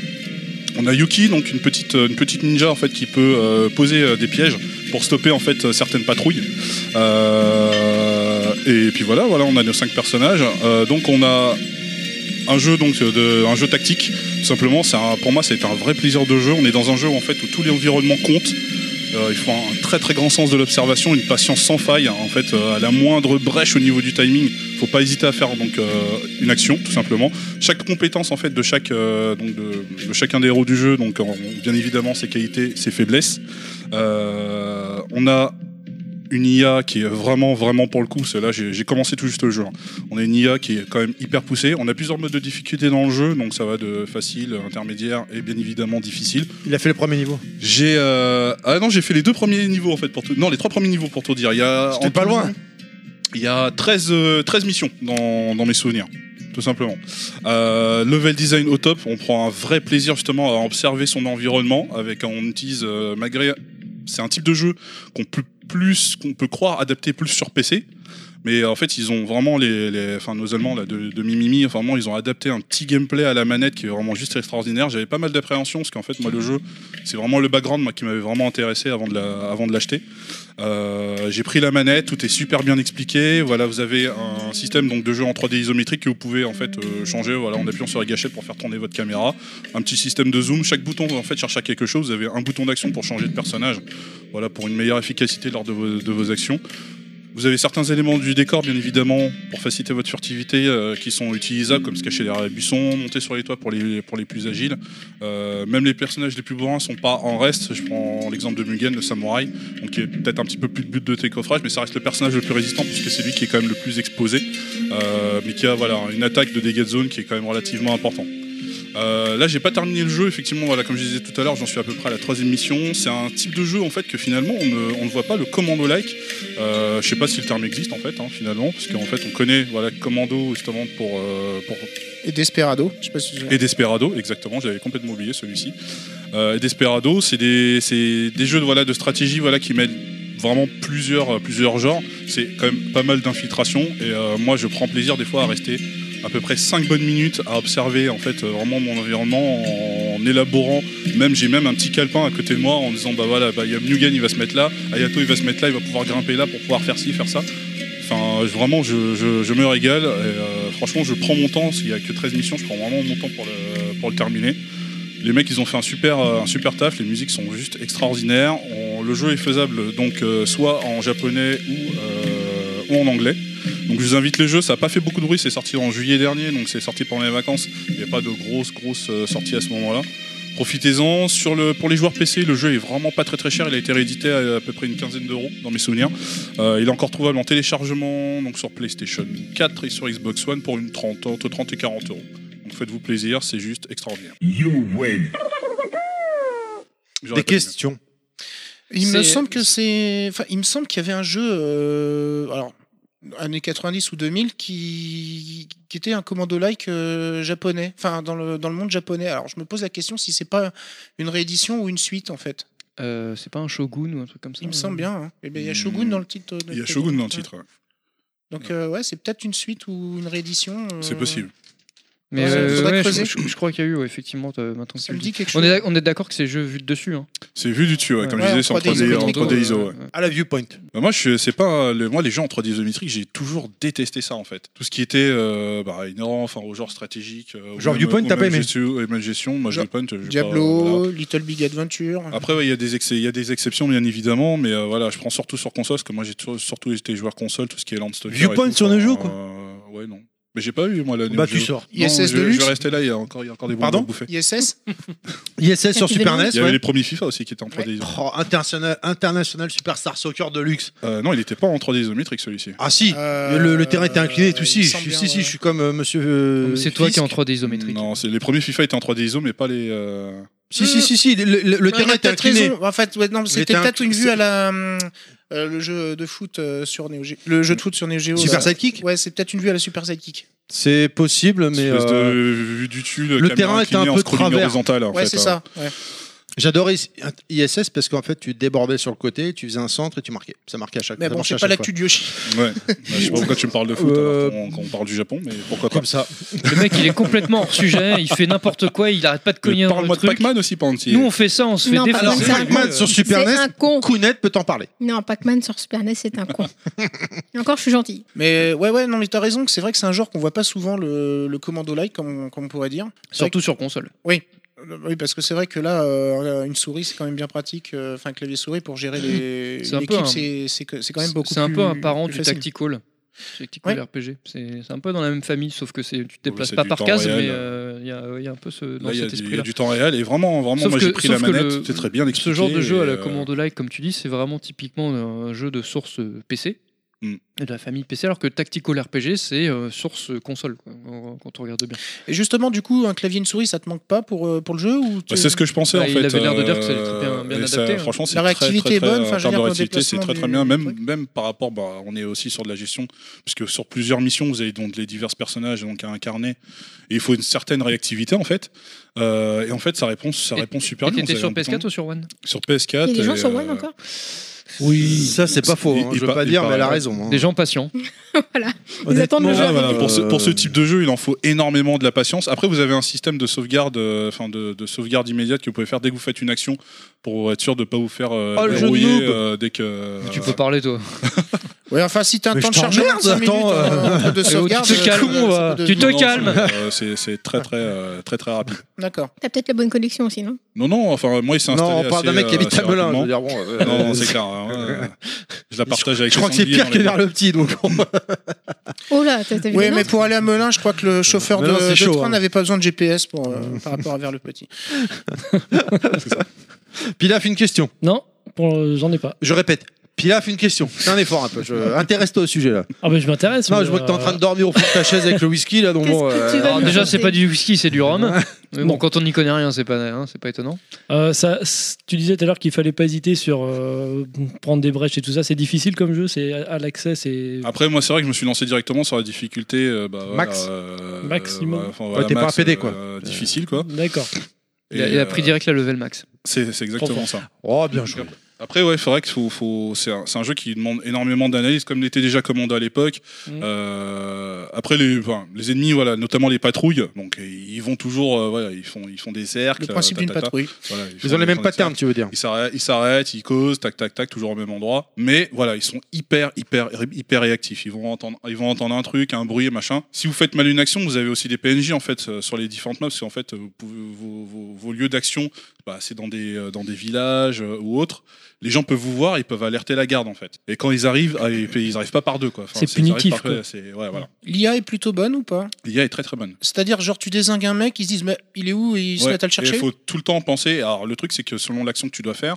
On a Yuki, donc une petite, euh, une petite ninja en fait qui peut euh, poser euh, des pièges pour stopper en fait euh, certaines patrouilles. Euh, et puis voilà, voilà, on a nos cinq personnages. Euh, donc on a un jeu donc de, un jeu tactique. Tout simplement, c'est un- pour moi, c'est un vrai plaisir de jeu. On est dans un jeu en fait où tous les environnements comptent. Euh, il faut un très très grand sens de l'observation, une patience sans faille. hein. En fait, euh, à la moindre brèche au niveau du timing, faut pas hésiter à faire donc euh, une action tout simplement. Chaque compétence en fait de chaque euh, donc de, de chacun des héros du jeu, donc en- bien évidemment ses qualités, ses faiblesses. Euh, on a une IA qui est vraiment vraiment pour le coup. c'est Là, j'ai j'ai commencé tout juste le jeu. hein. On a une IA qui est quand même hyper poussée. On a plusieurs modes de difficulté dans le jeu, donc ça va de facile, intermédiaire et bien évidemment difficile. Il a fait le premier niveau. J'ai euh, ah non j'ai fait les deux premiers niveaux en fait pour tout... non les trois premiers niveaux pour tout dire il y a C'était en pas tout, loin. il y a 13, euh, 13 missions dans, dans mes souvenirs tout simplement Euh, level design au top on prend un vrai plaisir justement à observer son environnement avec on utilise euh, malgré c'est un type de jeu qu'on peut plus qu'on peut croire adapté plus sur PC. Mais en fait, ils ont vraiment les, les- enfin nos Allemands là de, de Mimimi, enfin, vraiment, ils ont adapté un petit gameplay à la manette qui est vraiment juste extraordinaire. J'avais pas mal d'appréhension parce qu'en fait, moi le jeu, c'est vraiment le background moi qui m'avait vraiment intéressé avant de la- avant de l'acheter. Euh, j'ai pris la manette, tout est super bien expliqué. Voilà, vous avez un système donc de jeu en 3D isométrique que vous pouvez en fait euh, changer. Voilà, en appuyant sur la gâchette pour faire tourner votre caméra. Un petit système de zoom. Chaque bouton en fait cherche à quelque chose. Vous avez un bouton d'action pour changer de personnage. Voilà, pour une meilleure efficacité lors de vos, de vos actions. Vous avez certains éléments du décor, bien évidemment, pour faciliter votre furtivité, euh, qui sont utilisables, comme se cacher derrière les buissons, monter sur les toits pour les, pour les plus agiles. Euh, même les personnages les plus bourrins sont pas en reste. Je prends l'exemple de Mugen, le samouraï, donc qui est peut-être un petit peu plus de but de tes coffrages, mais ça reste le personnage le plus résistant puisque c'est lui qui est quand même le plus exposé, euh, mais qui a voilà, une attaque de dégâts de zone qui est quand même relativement important. Euh, là, j'ai pas terminé le jeu, effectivement, voilà, comme je disais tout à l'heure, j'en suis à peu près à la troisième mission. C'est un type de jeu en fait que finalement on ne, on ne voit pas le commando-like. Euh, je sais pas si le terme existe en fait, hein, finalement, parce qu'en fait on connaît voilà, commando justement pour, euh, pour, Et Desperado, je sais pas si tu- et Desperado, exactement, j'avais complètement oublié celui-ci. Euh, et Desperado, c'est des, c'est des jeux de, voilà, de stratégie voilà, qui mêlent vraiment plusieurs, euh, plusieurs genres. C'est quand même pas mal d'infiltration. Et euh, moi, je prends plaisir des fois à rester à peu près 5 bonnes minutes à observer en fait euh, vraiment mon environnement en élaborant même j'ai même un petit calepin à côté de moi en disant bah voilà bah il y a Mugen il va se mettre là Ayato il va se mettre là il va pouvoir grimper là pour pouvoir faire ci faire ça Enfin, je- vraiment, je, je- je me régale. Et, euh, franchement, je prends mon temps. S'il n'y a que 13 missions, je prends vraiment mon temps pour le, pour le terminer. Les mecs, ils ont fait un super, euh, un super taf. Les musiques sont juste extraordinaires. On- le jeu est faisable donc euh, soit en japonais ou, euh, ou en anglais. Donc je vous invite les jeux, ça n'a pas fait beaucoup de bruit, c'est sorti en juillet dernier, donc c'est sorti pendant les vacances, il n'y a pas de grosse grosse euh, sortie à ce moment-là. Profitez-en, Sur le, pour les joueurs PC, le jeu est vraiment pas très très cher, il a été réédité à, à peu près une quinzaine d'euros dans mes souvenirs. Euh, il est encore trouvable en téléchargement donc sur PlayStation 4 et sur Xbox One pour une 30, entre 30 et 40 euros. Donc faites-vous plaisir, c'est juste extraordinaire. J'aurais Des pas dit questions. Il me C'est- semble que c'est. Enfin, il me semble qu'il y avait un jeu, euh, alors années 90 ou 2000, qui, qui était un commando-like euh, japonais, enfin dans le dans le monde japonais. Alors, je me pose la question si c'est pas une réédition ou une suite en fait. Euh, c'est pas un Shogun ou un truc comme ça Il me euh, semble bien. hein. Eh ben, il y a Shogun dans le titre. de- mieux. Hmm. Il y a Shogun dans le titre, hein. ouais. Donc euh, ouais, c'est peut-être une suite ou une réédition. euh, c'est possible. Mais Ouais, euh, faudrait ouais, je, creuser. je- je crois qu'il y a eu, ouais, effectivement, t'as- maintenant que tu Ça me le dis. dit quelque On chose. est d'ac- on est d'accord que c'est jeu vu de dessus. Hein. C'est vu du dessus, ouais, Ouais. comme Ouais, je en disais, c'est en 3D 3D, en isométrique, 3D iso. ouais. ouais. À la viewpoint. Bah, moi, je sais pas. le- moi, les jeux en 3D isométrique, j'ai toujours détesté ça en fait. Tout ce qui était euh, bah, inhérent, enfin, au genre stratégique. euh, au Genre même- viewpoint, au t'as même pas aimé gestion- et même gestion, moi, Genre viewpoint, j'ai pas- Diablo, voilà. Little Big Adventure. Après, ouais, il y a des excès- il y a des exceptions, bien évidemment, mais euh, voilà, je prends surtout sur console, parce que moi, j'ai toujours- surtout été joueur console, tout ce qui est Landstalker. et Viewpoint tout, sur enfin, nos jeux, quoi. euh, ouais, non. Mais j'ai pas eu, moi, la Bah, Neo tu Geo. sors. Non, ISS je, je Deluxe. vais rester là, il y a encore, il y a encore des bonbons Pardon à bouffer. ISS. ISS sur Epidemic. Super E NES. Il y avait ouais. les premiers FIFA aussi qui étaient en 3D iso. Oh, international, international Superstar Soccer de luxe. Euh, non, il était pas en 3D isométrique celui-ci. Ah si, Euh, le, le terrain était incliné et tout. il Si, me je, semble suis- bien, si, si, ouais. je suis comme euh, monsieur. euh, C'est toi qui es en Fisk. 3D isométrique. Non, c'est- les premiers FIFA étaient en 3D iso, mais pas les. euh, Si, si, si, si, le, le- le Non, il terrain a était peut-être incliné. raison. En fait, ouais, non, c'était était peut-être inc- une vue à la hum, euh, le jeu de foot euh, sur Neo Geo. Le jeu de foot sur Neo Geo. Super là. Sidekick Ouais, c'est peut-être une vue à la Super Sidekick. C'est possible, mais espèce euh, de vue du dessus, le, terrain était était un peu travers. horizontal en ouais, fait, c'est hein. ça. ouais. j'adorais ISS parce qu'en fait, tu débordais sur le côté, tu faisais un centre et tu marquais. Ça marquait à chaque Mais ça bon, marchait c'est à pas chaque l'actu de Yoshi. Ouais. Bah, je sais pas pourquoi tu me parles de foot Euh, alors qu'on- qu'on parle du Japon, mais fois. pourquoi pas. Comme ça. Le mec, il est complètement hors sujet, il fait n'importe quoi, il arrête pas de cogner Mais dans le Parle-moi de truc. Pac-Man aussi, Panty. Nous, on fait ça, on se fait Non, défoncer. Ah, Alors, c'est un Pac-Man con. sur Super E C'est un NES, con. Kounet peut t'en parler. Non, Pac-Man sur Super NES, c'est un con. Et encore, je suis gentil. Mais ouais, ouais, non, mais t'as raison que c'est vrai que c'est un genre qu'on voit pas souvent le, le commando like, comme, on- comme on pourrait dire. Surtout sur console. Euh, Oui, parce que c'est vrai que là, euh, une souris, c'est quand même bien pratique. euh, Enfin, clavier souris pour gérer les C'est un peu l'équipe, un- c'est c'est que- c'est quand même beaucoup. C'est un plus- peu un parent plus du facile. tactical. Du Tactical Ouais. RPG. C'est c'est un peu dans la même famille, sauf que c'est- tu te déplaces c'est pas du par temps case, réel. mais euh, il y a- il y, a un peu ce, dans Là, il y, a cet du- il y esprit-là. a du temps réel et vraiment, vraiment Sauf moi que- j'ai pris la sauf que manette, le- c'était très bien expliqué. Ce genre de jeu à et, la euh, commando like, comme tu dis, c'est vraiment typiquement un jeu de source euh, PC. Hmm. et De la famille PC, alors que Tactical RPG, c'est euh, source euh, console, quoi, en- quand on regarde bien. Et justement, du coup, un clavier et une souris, ça te manque pas pour, euh, pour le jeu ou bah, c'est ce que je pensais Bah, en il fait. avait l'air de dire que ça allait euh, être bien- bien et ça, adapté, hein. Franchement, c'est La très, très, réactivité est très- bonne, enfin, en je termes de veux dire, pour le réactivité, c'est très très déplacement du- bien. du Même, truc. même par rapport, bah, on est aussi sur de la gestion, puisque sur plusieurs missions, vous avez donc les divers personnages donc à incarner. Et il faut une certaine réactivité en fait. Euh, et en fait, ça répond, ça Et- répond super et bien. t'étais vous sur avez un PS4 bouton- ou sur One Sur PS4. Il y a des gens et, sur One euh, encore Oui. Ça, c'est pas faux. hein. Il- il Je veux par- pas il dire, mais elle a paraît- raison. hein. Des gens patients. Ils attendent le Honnêtement, jeu. ah, voilà, pour, ce, Euh, pour ce type de jeu, il en faut énormément de la patience. Après, vous avez un système de sauvegarde, euh, enfin de, de sauvegarde immédiate que vous pouvez faire dès que vous faites une action pour être sûr de ne pas vous faire euh, Oh, le jeu de verrouiller, noob. euh, dès que. Tu peux parler, toi. Ouais, enfin, si t'as un Mais temps je de chargement de t'emmerde, 5 minutes attends, euh, tu de te sauvegarde. euh, calmes, ça peut euh, devenir- tu te Non, non, calmes. c'est, euh, C'est c'est très très euh, très très rapide. D'accord. T'as peut-être la bonne connexion aussi, non Non non, enfin moi il s'est installé. Non, on parle d'un assez, mec qui euh, habite à assez Melun. Je, veux rapidement. dire, bon, euh, Non, non, c'est clair. hein, ouais. je la partage avec je crois que c'est pire que vers le petit. Donc, Oh là, t'as t'as vu Oui, la mais note pour aller à Melun, je crois que le chauffeur de, Melun, c'est de chaud, train hein. n'avait pas besoin de GPS pour, euh, par rapport à vers le petit. Pilaf, une question. Non, pour- euh, j'en ai pas. Je répète. Pilaf, une question. C'est un effort un peu. Je... Intéresse-toi au sujet là. Ah, mais je m'intéresse. Non, mais, je vois que t'es en euh, train de dormir au fond de ta chaise avec le whisky là. Donc, Qu'est-ce bon, que euh, tu vas Alors, nous déjà, c'est raconter pas du whisky, c'est du rhum. Mais bon, quand on n'y connaît rien, c'est pas, hein, c'est pas étonnant. Euh, ça, c- tu disais tout à l'heure qu'il fallait pas hésiter sur euh, prendre des brèches et tout ça. C'est difficile comme jeu, c'est à à l'accès, c'est. Après, moi, c'est vrai que je me suis lancé directement sur la difficulté. euh, bah, voilà, Max. euh, Maximum. enfin, t'es pas un PD, quoi. euh, difficile, quoi. D'accord. Il a, Et, il a euh, pris direct la level max. C'est c'est exactement Trop ça. Oh, bien joué. Après, ouais, c'est vrai que faut, faut- c'est un, c'est un jeu qui demande énormément d'analyse, comme l'était déjà Commando à l'époque. Mhm. Euh, après, les, enfin, les ennemis, voilà, notamment les patrouilles, donc ils vont toujours, euh, voilà, ils font, ils font des cercles. Le principe euh, d'une tatata. patrouille. Voilà, ils Ils font- ont les mêmes font des patterns, tu veux dire. Ils s'arrêtent, ils s'arrêtent, ils causent, tac, tac, tac, toujours au même endroit. Mais voilà, ils sont hyper, hyper, hyper réactifs. Ils vont entendre, ils vont entendre un truc, un bruit, machin. Si vous faites mal une action, vous avez aussi des PNJ en fait euh, sur les différentes maps. Parce qu'en fait, vous pouvez- vos, vos- vos lieux d'action, bah, c'est dans des, euh, dans des villages euh, ou autres. Les gens peuvent vous voir, ils peuvent alerter la garde en fait. Et quand ils arrivent, ah, ils, ils arrivent pas par deux quoi. Enfin, C'est ils arrivent punitif, par- quoi. c'est- ouais, voilà. L'IA est plutôt bonne ou pas L'IA est très très bonne. C'est-à-dire, genre, tu désingues un mec, ils se disent, mais il est où Et ils se Ouais, mettent à le et chercher Il faut tout le temps penser. Alors, le truc, c'est que selon l'action que tu dois faire,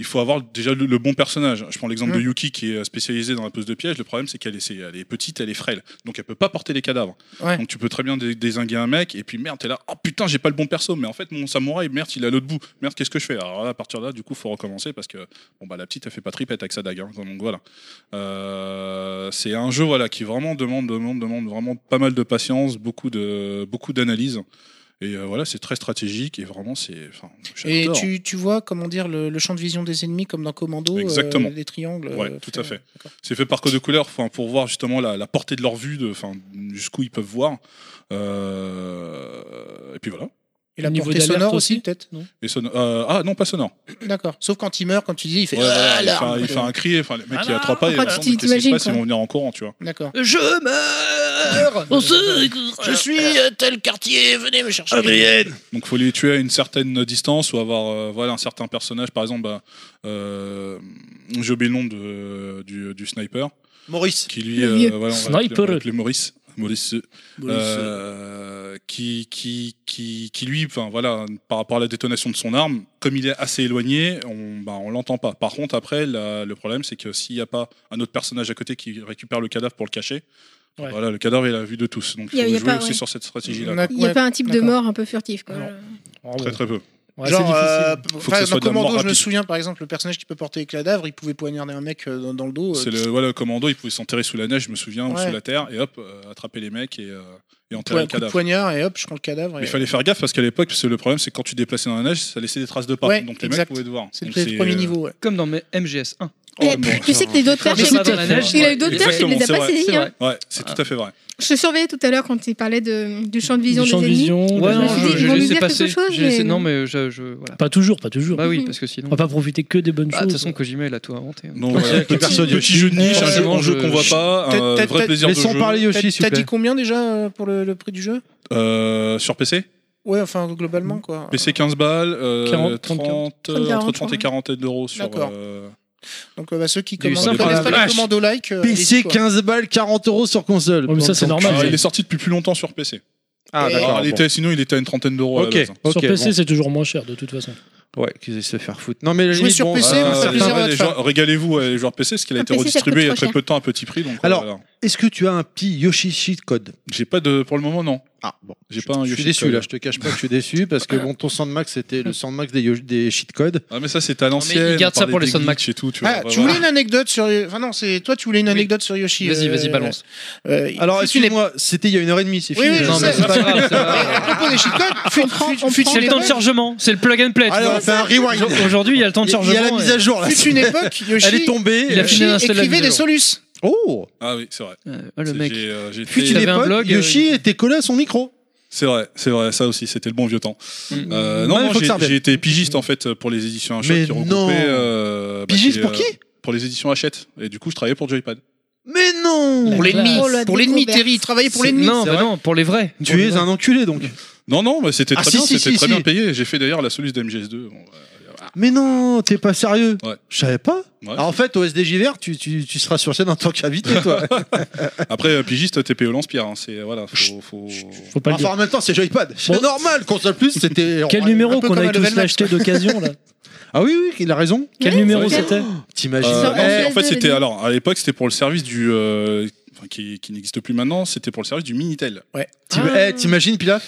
il faut avoir déjà le, le bon personnage. Je prends l'exemple Mhm. de Yuki qui est spécialisée dans la pose de piège. Le problème, c'est qu'elle est, c'est- elle est petite, elle est frêle. Donc, elle peut pas porter les cadavres. Ouais. Donc, tu peux très bien dé- désinguer un mec. Et puis, merde, t'es là. Oh putain, j'ai pas le bon perso. Mais en fait, mon samouraï, merde, il est à l'autre bout. Merde, qu'est-ce que je fais Alors, là, à partir de là, du coup, faut recommencer parce que bon, bah, la petite, elle fait pas tripette avec sa dague. hein. Donc, voilà. Euh, c'est un jeu voilà, qui vraiment demande, demande, demande vraiment pas mal de patience, beaucoup de beaucoup d'analyse. Et euh, voilà, c'est très stratégique et vraiment, c'est. enfin, Et j'adore. tu, tu vois, comment dire, le, le champ de vision des ennemis comme dans Commando, euh, Exactement. les triangles. Ouais, euh, tout à fait. d'accord. C'est fait par code de couleur enfin, pour voir justement la, la portée de leur vue, de, enfin, jusqu'où ils peuvent voir. Euh, Et puis voilà. Et la Au niveau portée d'alerte sonore aussi, aussi peut-être Et sono- euh, ah non, pas sonore. D'accord. Sauf quand il meurt, quand tu dis, il fait. Ouais, voilà, Ah, il, là fait, il fait un cri, enfin, les mecs qui attrapent pas, ils Ah Après, attendent, tu qu'est-ce qui se t'imagines, passe, ils quoi. vont venir en courant, tu vois. D'accord. Je meurs Je suis à tel quartier, venez me chercher. Donc faut les tuer à une certaine distance ou avoir euh, voilà un certain personnage par exemple bah, euh, j'ai oublié le nom de, du, du sniper Maurice. qui lui Le euh, vieux. voilà, on va Sniper. l'appeler- on va l'appeler Maurice Maurice, euh, qui qui qui qui lui enfin voilà par rapport à la détonation de son arme comme il est assez éloigné on bah, on l'entend pas par contre après la- le problème c'est que s'il n'y a pas un autre personnage à côté qui récupère le cadavre pour le cacher Ouais. voilà le cadavre est à la vue de tous donc Y il a- faut y a jouer pas, aussi ouais. sur cette stratégie là Il n'y a pas un type de D'accord. mort un peu furtif, quoi. Euh, Non. Oh, très ouais. très peu Ouais, c'est Genre, difficile. euh, Faut que ce enfin, soit dans de la mort Commando, je me rapide. souviens, par exemple, le personnage qui peut porter les cadavres, il pouvait poignarder un mec euh, dans, dans le dos. euh, C'est le, voilà, le commando, il pouvait s'enterrer sous la neige, je me souviens, ou Ouais. sous la terre, et hop, euh, attraper les mecs et, euh, et coup- enterrer coup le de cadavre. poignard et hop, je prends le cadavre. Mais et- il fallait faire gaffe parce qu'à l'époque, parce que le problème, c'est que quand tu déplaçais dans la neige, ça laissait des traces de pas. Ouais, donc les exact. mecs pouvaient te voir. C'est le Donc euh, premier niveau. ouais. Comme dans mes MGS1. Eh, bon, tu sais que les d'autres Comme perches, ça dans la neige. il a eu d'autres perches, il Exactement, les a c'est pas vrai, saisies. C'est hein. vrai. Ouais, c'est tout à fait vrai. Je te surveillais tout à l'heure quand tu parlais de, du champ de vision Du champ des de ennemis. vision. Ouais, des- non, je me je- dis, ils j'ai vont nous laissé dire quelque passer. chose, J'ai laissé- mais- Non, mais je. je- voilà. Pas toujours, pas toujours. Bah oui, parce que sinon. On va pas profiter que des bonnes Bah, De toute choses. façon, Kojima, il a tout inventé. hein. Donc, voilà, avec les petit, personnages. petit jeu de niche, un jeu, Forcément, un jeu je- qu'on voit pas, Peut-être- un peut-être- vrai plaisir Mais de sans jeu. parler T'as Yoshi, s'il t'as vous dit plaît. combien déjà euh, pour le, le prix du jeu Euh, sur PC Ouais, enfin globalement quoi. PC 15 balles, euh, 40, 30, euh, 30, entre 30 et ouais. 40 d'euros sur. D'accord. euh, Donc euh, bah, ceux qui Du commandent simple connaissent à la pas vache. les commandos like. euh, PC allez-y, quoi. 15 balles, 40 euros sur console. Ouais, Oh, mais ça, c'est Donc, normal. tu- Alors, ouais. Ah, il est sorti depuis plus longtemps sur PC. Ah, Ouais. d'accord. Alors, bon. il était- Sinon, il était à une trentaine d'euros. à la Ok, base. ok. Sur PC, bon. c'est toujours moins cher de toute façon. Bah, Ouais, qu'ils aient se faire foutre. Non, mais la Jouer limite, sur bon, PC, euh, moi, ça certains- me fait plaisir. ouais, Ah, les joueurs- Régalez-vous euh, les joueurs PC parce qu'il a Un été PC, ça redistribué il y a coûte trop très peu de temps à petit prix. Donc, Alors- euh, voilà. Est-ce que tu as un petit Yoshi cheat code j'ai pas de pour le moment non. Ah bon, J'ai Je- pas Je un suis Yoshi déçu Code. là, je te cache pas que je suis déçu parce que bon, ton Sandmax c'était le Sandmax des, Yo- des cheat codes. Ah, mais ça, c'est à mais l'ancienne. il garde on ça pour parlait les des Soundmax. glitches Et tout, tu vois, Ah, ouais, tu voilà. voulais une anecdote sur. Enfin, non, c'est toi, tu voulais une anecdote sur Yoshi. Vas-y, euh, vas-y, balance. euh, Alors si tu n'es- excuse-moi, c'était il y a une heure et demie, c'est Oui, fini. oui, je Non, sais. mais c'est pas- grave, ça Mais va. à propos des cheatcodes, fut- fut- fut- fut C'est une le temps de époque- chargement, c'est le plug and play. tu Allez, vois. on fait un rewind. Aujourd'hui- Aujourd'hui, il y a le temps de Il il chargement. y a la mise à jour là. fut une époque, Elle est Yoshi, tombée. Il a euh, fini Yoshi d'installer la écrivait mise à des jour. solus. Oh Ah oui, c'est vrai. Ouais, ouais, le C'est- mec. j'ai, euh, j'ai Fut été- une avait un époque, blog, euh, Yoshi était collé à son micro. C'est vrai, c'est vrai, ça aussi, c'était le bon vieux temps. Mm. Euh, Ouais, non, il non, faut que j'ai- ça revienne. j'ai été pigiste en fait pour les éditions Hachette Mais qui regroupaient, non. euh, bah, Pigiste pour euh, qui Pour les éditions Hachette. Et du coup, je travaillais pour Joypad. Mais non Pour l'ennemi, Oh, la pour l'ennemi, découverte. Terry, il travaillait pour C'est- l'ennemi. Non, c'est bah vrai. non, pour les vrais. Pour Tu les es vrais. un enculé donc. Non, non, mais c'était Ah, très si, bien, si, c'était si, très si. bien payé. J'ai fait d'ailleurs la soluce d'MGS2. Bon, euh, Mais non, t'es pas sérieux. Ouais. Je savais pas. Ouais. Alors, en fait, au SDJ vert, tu, tu, tu seras sur scène en tant qu'invité, toi. Après, euh, pigiste, TPE lance-pierre. hein, c'est voilà, faut, faut... Faut pas le enfin, dire. en même temps, c'est Joypad. C'est Bon. normal, console plus, c'était. Quel numéro peu qu'on comme avait un tous level max. acheté d'occasion là Ah oui, oui, il a raison. Quel Ouais, numéro c'est c'était T'imagines. Euh, Sur non, c'est- en MGS2, fait, c'était les deux. alors à l'époque, c'était pour le service du euh, enfin, qui, qui n'existe plus maintenant. C'était pour le service du Minitel. T'im- Ah. eh, T'imagines, Pilaf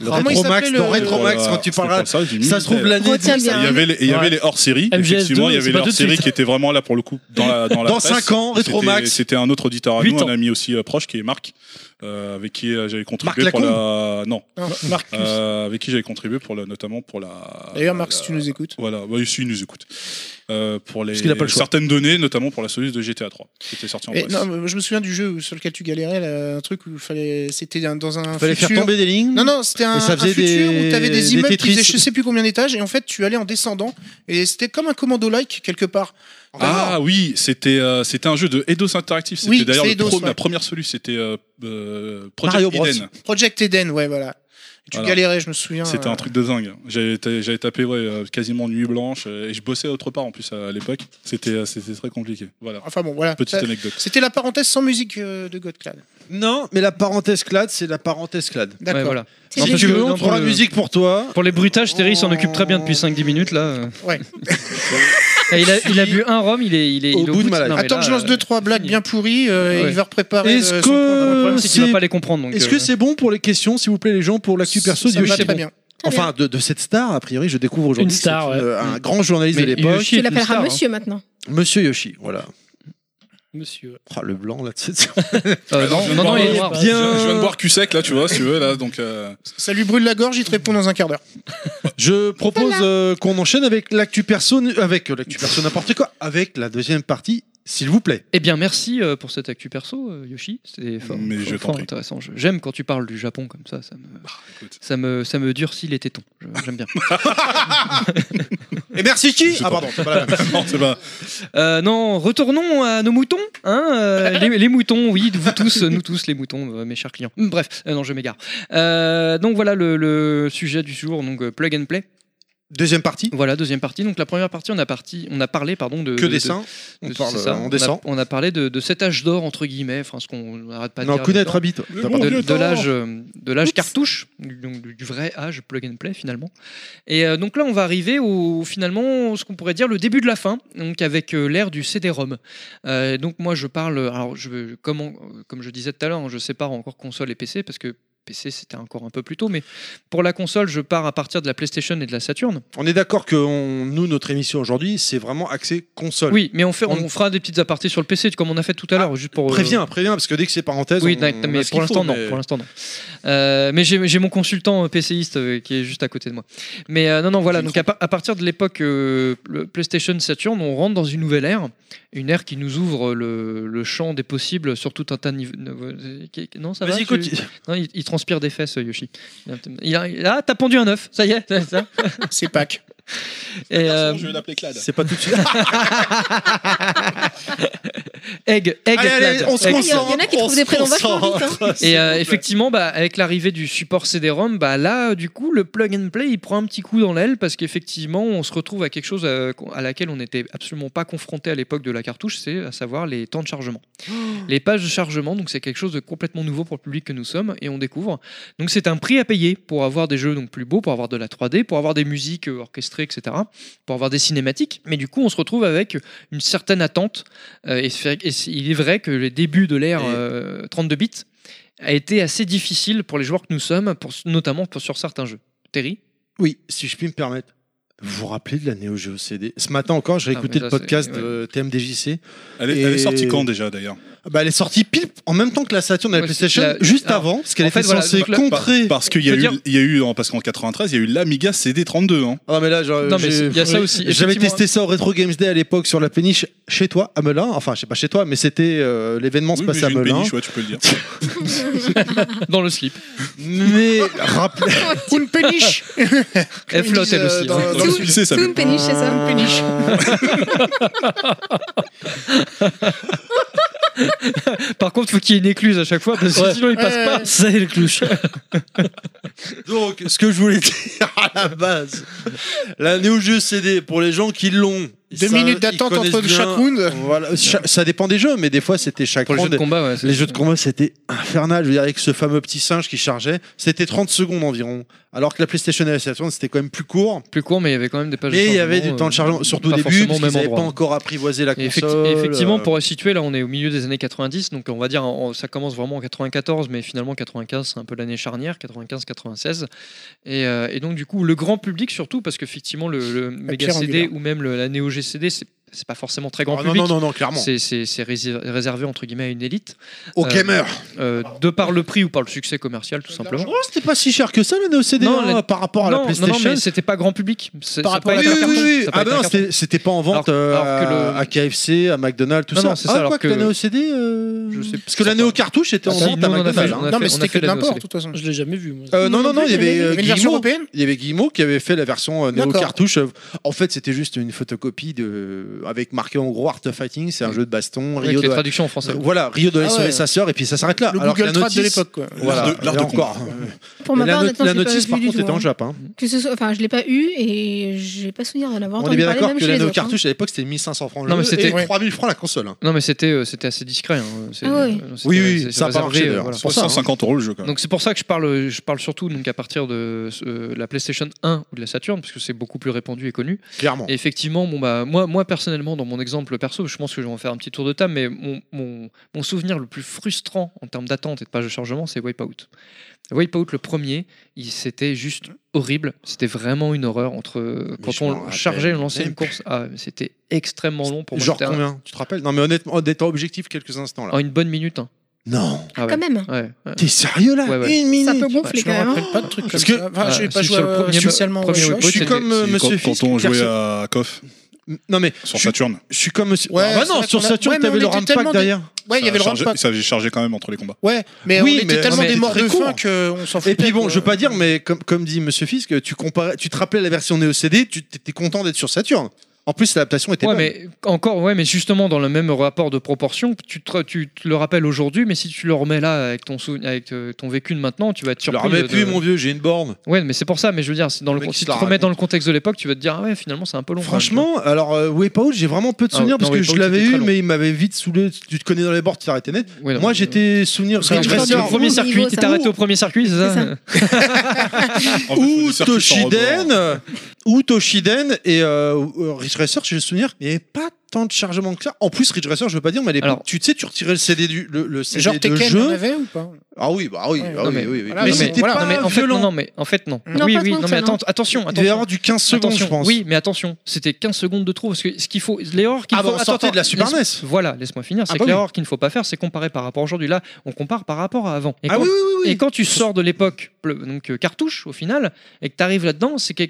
Le Ah. Comment il Retromax, s'appelait dans le- Retromax, Voilà, quand tu c'était parleras. pour le service du Ça se trouve Minitel. l'année. Retiens bien. Il y avait les, il y Ouais. avait les hors-séries. MGS2, Effectivement, il y c'est avait pas les tout de hors-séries suite. qui étaient vraiment là pour le coup dans la dans la Dans presse. 5 ans, C'était- Retromax. C'était un autre auditeur à Huit nous, ans. un ami aussi euh, proche qui est Marc, euh, avec qui euh, j'avais contribué Marc pour la non, Non, Marcus. euh, avec qui j'avais contribué pour la notamment pour la. D'ailleurs, Marc, si la- tu nous écoutes. Voilà, bah, ici il nous écoute. Euh, pour les Parce qu'il a pas le choix. certaines données, notamment pour la solution de GTA 3, qui était sortie en Et presse. non, mais je me souviens du jeu sur lequel tu galérais, là, un truc où il fallait, c'était un- dans un Il fallait futur. faire tomber des lignes. Non, non, c'était un, ça un faisait futur des- où t'avais des des immeubles qui Tetris. faisaient je sais plus combien d'étages et en fait tu allais en descendant et c'était comme un commando-like quelque part. Ah oui, c'était euh, c'était un jeu de Eidos Interactive. C'était Oui, d'ailleurs c'est le pro- Eidos, ouais. la première solution, c'était euh, euh, Project Mario Bros. Eden. Project Eden, ouais, voilà. Et tu Voilà. galérais, je me souviens. C'était euh, un truc de dingue. J'avais ta- j'avais tapé ouais, euh, quasiment nuit blanche euh, et je bossais autre part en plus à l'époque. C'était euh, c'était très compliqué. Voilà, Enfin bon, voilà. petite Ça- anecdote. C'était la parenthèse sans musique euh, de Godclad. Non, mais la parenthèse clade, c'est la parenthèse clade. D'accord. Ouais, voilà. Si Non, parce tu que- veux, on non, pour prend la le- musique pour toi. Pour les bruitages, Terry s'en occupe très bien depuis 5-10 minutes là. Ouais. Et il, a, il a bu un rhum, il est, il est, Au il est bout de ma life. non, mais Attends là, que je lance euh, deux trois blagues bien pourries euh, et Ouais. il va préparer. Est-ce euh, que- son programme. Le problème, c'est qu'il C'est- va pas les comprendre. donc, Est-ce euh, que c'est bon pour les questions, s'il vous plaît, les gens, pour l'actu perso Ça du me va Yoshi très bien. Enfin, de, de cette star, a priori, je découvre aujourd'hui. Une star, c'est une- ouais. euh, Un grand journaliste Mais de l'époque. Yoshi Tu est une l'appelleras star, hein. monsieur maintenant. Monsieur Yoshi, voilà. Monsieur. Oh, le blanc, là, tu sais. Euh, Ah non, non, je non, non, viens de il est boire. noir. Bien. Je, je viens de boire cul sec là, tu vois, si tu veux là. Donc euh, Ça lui brûle la gorge, il te répond dans un quart d'heure. Je propose euh, qu'on enchaîne avec l'actu perso, avec euh, l'actu perso n'importe quoi, avec la deuxième partie, s'il vous plaît. Eh bien, merci euh, pour cette actu perso, euh, Yoshi. C'était fort, Mais je t'en fort, fort prie. Bah, intéressant. Je- J'aime quand tu parles du Japon comme ça. Ça me, écoute. ça me, ça me durcit les tétons. Je- J'aime bien. Et merci qui Je Ah, pardon, c'est pas la même. non, c'est pas. Euh, non, retournons à nos moutons. hein, euh, les, les moutons, oui, vous tous, nous tous, les moutons, euh, mes chers clients. Hum, Bref, euh, non, je m'égare. Euh, donc voilà le, le sujet du jour, donc euh, plug and play. Deuxième partie, Voilà, deuxième partie. Donc la première partie, on a, parti, on a parlé pardon, de. que de- dessin. de- On de- parle, euh, c'est ça, on a- descend. On a, parlé de, de cet âge d'or, entre guillemets, enfin, ce qu'on n'arrête pas de Non, dire. Kounet, tout le temps. Rabbit. Le T'as bon pas- vieux de, de temps. l'âge euh, de l'âge cartouche du- donc du, du vrai âge plug and play finalement et euh, donc là on va arriver au finalement ce qu'on pourrait dire le début de la fin donc avec euh, l'ère du CD-ROM Euh, donc moi je parle alors je veux- comme, on- comme je disais tout à l'heure hein, je sépare encore console et PC parce que PC c'était encore un peu plus tôt mais pour la console je pars à partir de la PlayStation et de la Saturn On est d'accord que on- nous, notre émission aujourd'hui, c'est vraiment axé console. oui mais on, fait, on On- fera des petites apartés sur le PC comme on a fait tout à l'heure juste pour euh, Préviens, préviens, parce que dès que c'est parenthèse, Oui, on- d'accord, on a mais ce pour qu'il faut, l'instant, non. mais- Pour l'instant, non. Euh, mais j'ai j'ai mon consultant euh, PCiste euh, qui est juste à côté de moi. Mais euh, non, non, voilà. Donc, à, par- à partir de l'époque euh, le PlayStation Saturn, on rentre dans une nouvelle ère. Une ère qui nous ouvre le, le champ des possibles sur tout un tas de niveaux. euh, qui- Non, ça va Vas-y, tu- continue. Non, il, il transpire des fesses, euh, Yoshi. Il a- il a- ah, t'as pendu un œuf. Ça y est, c'est ça. C'est Pâques. Et, euh, Ah, Je vais l'appeler Clad. C'est pas tout de suite. egg, egg. Allez, allez, Clad. on se Egg Ah, Il y, Clad. en a qui On trouvent des se prénoms vachement vite. hein. Et euh, effectivement, bah, avec l'arrivée du support CD-ROM, bah, là, du coup, le plug and play, il prend un petit coup dans l'aile parce qu'effectivement, on se retrouve à quelque chose euh, qu'on- à laquelle on n'était absolument pas confronté à l'époque de la cartouche, c'est à savoir les temps de chargement. les pages de chargement, donc c'est quelque chose de complètement nouveau pour le public que nous sommes et on découvre. Donc c'est un prix à payer pour avoir des jeux donc plus beaux, pour avoir de la 3D, pour avoir des musiques euh, orchestrées illustrés, etc., pour avoir des cinématiques. Mais du coup, on se retrouve avec une certaine attente. euh, et, c'est- et c'est- il est vrai que les débuts de l'ère euh, 32 bits a été assez difficile pour les joueurs que nous sommes, pour, notamment pour, sur certains jeux. Terry Oui, si je puis me permettre. Vous vous rappelez de la Neo Geo CD Ce matin encore, j'ai Ah, écouté mais le ça, podcast c'est- ouais. de TMDJC. Elle est, elle est Et- sortie quand déjà d'ailleurs Ah Bah, elle est sortie pile en même temps que la Saturn et la Ouais, c'est- PlayStation, la- juste alors, avant, parce qu'elle en était fait, voilà, censée donc la- Par- contrer. Parce qu'il y, a Je veux eu- il y a eu, en- parce qu'en 93, il y a eu l'Amiga CD32. Hein. Ah non, mais là, genre, Non, mais j'ai- il y a ça aussi, J'avais effectivement. testé ça au Retro Games Day à l'époque sur la péniche chez toi, à Melun. Enfin, je sais pas chez toi, mais c'était euh, l'événement se Oui, mais passait j'ai à une Melun. péniche, ouais, tu peux le dire. Dans le slip. Mais rappelez. Une péniche Elle flotte, elle aussi. euh, Dans- hein. Dans le Tout- lycée, ça Tout une péniche, c'est ça Une péniche. Par contre, faut qu'il y ait une écluse à chaque fois, parce que Ouais. sinon, il passe Ouais. pas. Ah, Ça, c'est le clouche. Donc, ce que je voulais dire à la base, la Neo Geo CD, pour les gens qui l'ont. Deux ça, minutes ils d'attente connaissent entre bien. chaque round. Voilà, cha- ça dépend des jeux, mais des fois c'était chaque Pour les jeux round. de combat, ouais, c'est- Les jeux de combat, c'était infernal. Je veux dire, avec ce fameux petit singe qui chargeait, c'était 30 secondes environ. Alors que la PlayStation et la Saturn, c'était quand même plus court. plus court, mais il y avait quand même des pages de Mais il y chargement, avait du euh, temps de chargement, surtout au pas début, forcément parce au même qu'ils n'avaient pas endroit. encore apprivoisé la Et effecti- console. et effectivement, euh, pour situer, là, on est au milieu des années 90, donc on va dire, en- ça commence vraiment en 94, mais finalement 95, c'est un peu l'année charnière, 95-96. Et, euh, et donc, du coup, le grand public surtout, parce qu'effectivement, le, le Mega pierre CD angulaire. ou même le- la Neo GCD, c'est c'est pas forcément très grand ah, non, public. non, non, non, clairement. C'est- C'est c'est rési- réservé entre guillemets à une élite, Au euh, gamer. euh, de par le prix ou par le succès commercial, tout simplement. Oh, c'était pas si cher que ça, la Neo CD, Non, hein, la- par rapport à la Non, non, PlayStation. non, mais c'était pas grand public. C'est- Par ça rapport a à pas oui, oui, été un oui, carton, oui. ça a pas Ah été bah un non, carton. c'était c'était pas en vente Alors- euh, alors que le- à KFC, à McDonald's, tout Non, ça. non, c'est ah, ça, alors quoi que la que- Neo CD, euh, Je sais- parce que la Neo cartouche était en Ah, Si, vente nous, à on en a fait, McDonald's. on hein. a Non, fait- mais on a c'était que fait de la Neo l'import, de CD. toute façon. Je l'ai jamais vu, moi. Euh, Mmh, non, non, non, il y avait euh, Une version Guillemot, européenne il y avait Guillemot qui avait fait la version euh, Neo D'accord. cartouche. En fait, c'était juste une photocopie de avec marqué en gros Art Fighting, c'est un jeu de baston. Avec Rio les de... traductions en français. Voilà, Rio de Ah sauver ouais. sa sœur et puis ça s'arrête là. Le Alors que Google la Trad de notice- l'époque, quoi. Voilà, L'art de- l'art là de combat. encore. Pour Mais ma part, la, honnêtement, la je l'ai pas notice, vu par du contre, tout, était en hein. Japon. Que ce soit, enfin, je l'ai pas eu et j'ai pas souvenir d'en avoir On est entendu bien parler, d'accord même que chez la les Neo autres. hein. cartouche à l'époque c'était 1500 francs. le Non, mais jeu, c'était- et 3000 francs la console. hein. Non, mais c'était euh, c'était assez discret. hein. C'est- Ah ouais. euh, c'était- Oui, oui, c'est ça part réservé, chez euh, eux, voilà. c'est pour ça, hein. 150 euros le jeu quand même. Donc c'est pour ça que je parle, je parle surtout donc à partir de euh, la PlayStation 1 ou de la Saturn parce que c'est beaucoup plus répandu et connu. Clairement. Et effectivement, bon bah moi, moi personnellement dans mon exemple perso, je pense que je vais en faire un petit tour de table, mais mon, mon, mon souvenir le plus frustrant en termes d'attente et de page de chargement, c'est Wipeout. Wipeout le premier, il c'était juste horrible, c'était vraiment une horreur entre euh, quand je m'en on rappelle chargeait, on lançait même une course, ah, mais c'était extrêmement long pour moi. Genre C'était un- combien Tu te rappelles Non, mais honnêtement, en étant objectif quelques instants là. en une bonne minute. hein. Non, Ah ouais, Quand même, hein. ouais, ouais. Bah, t'es sérieux là Ouais, ouais. Une ça minute. peut gonfler Je me quand même. hein. rappelle pas de trucs comme Parce que- ça. Enfin, j'ai Ah, pas si, joué sur le à- premier- spécialement. premier ouais. Wipeout, Je suis c'était- comme euh, Si, Monsieur quand, Fisk. quand on jouait perso- à KOF Non mais je sur suis- Saturn, je suis comme Monsieur. Ouais, Ah bah non, c'est sur vrai Saturn qu'on a- t'avais le Ouais, mais on était rampack tellement dé- derrière. Ouais, il y avait le ça a run chargé- ça avait chargé quand même entre les combats. Ouais, mais Oui, on mais- était tellement mais des morts très de faim court. qu'on s'en foutait. Et puis bon, quoi. je veux pas dire, mais comme, comme dit Monsieur Fisk, tu, comparais, tu te rappelais la version Neo CD, tu étais content d'être sur Saturn. En plus, l'adaptation était Ouais, bonne. mais encore, ouais, mais justement dans le même rapport de proportion, tu te, tu te le rappelles aujourd'hui, mais si tu le remets là avec ton souvenir, avec euh, ton vécu de maintenant, tu vas être Tu la surpris. remets de- plus, de- mon vieux, j'ai une borne. Ouais, mais c'est pour ça. Mais je veux dire, c'est dans le, Le mec con- qui si te tu la te remets dans raconte. le contexte de l'époque, tu vas te dire ah ouais, finalement c'est un peu long. quand même, tu vois. Franchement, alors euh, Wipeout, j'ai vraiment peu de souvenirs Ah, parce non, que je Wipeout, l'avais c'était eu, très mais il m'avait vite saoulé. Tu te connais dans les bords, tu t'arrêtais net. Ouais, non, Moi, mais- euh, j'étais souvenir. Parce que Ridge tu Racer, au premier Ouh, circuit, niveau, tu ça. t'arrêtes au premier circuit, c'est ça, C'est ça. ou En fait, faut des circuits sans rebord. Toshiden, ou Toshiden et euh, euh, Ridge Racer, j'ai le souvenir, il n'y avait pas tant de chargement que ça. En plus, Ridge Racer, je veux pas dire, mais à l'époque, Alors- tu tu sais, tu retirais le CD du le, le CD Genre de Tekken, jeu. on avait ou pas Ah oui, bah oui, Ouais. ah Non, oui, mais- oui, oui. voilà, mais non, mais- c'était voilà. pas Non, mais en fait, violent. non, non, mais en fait non. Non, oui, pas oui, tant non, que mais ça, non. attends, attention, Il devait y attention. avoir du 15 secondes, Attention, je pense. Oui, mais attention, c'était 15 secondes de trop. Parce que ce qu'il faut, l'erreur qu'il Ah bah on faut. attends, sortait attends, de la Super laisse- NES. Voilà, laisse-moi finir. C'est bah que oui. l'erreur qu'il ne faut pas faire, c'est comparer par rapport aujourd'hui. Là, on compare par rapport à avant. Et Ah quand- oui, oui, oui. Et quand tu sors de l'époque ple- donc euh, cartouche au final et que tu arrives là-dedans, c'est que-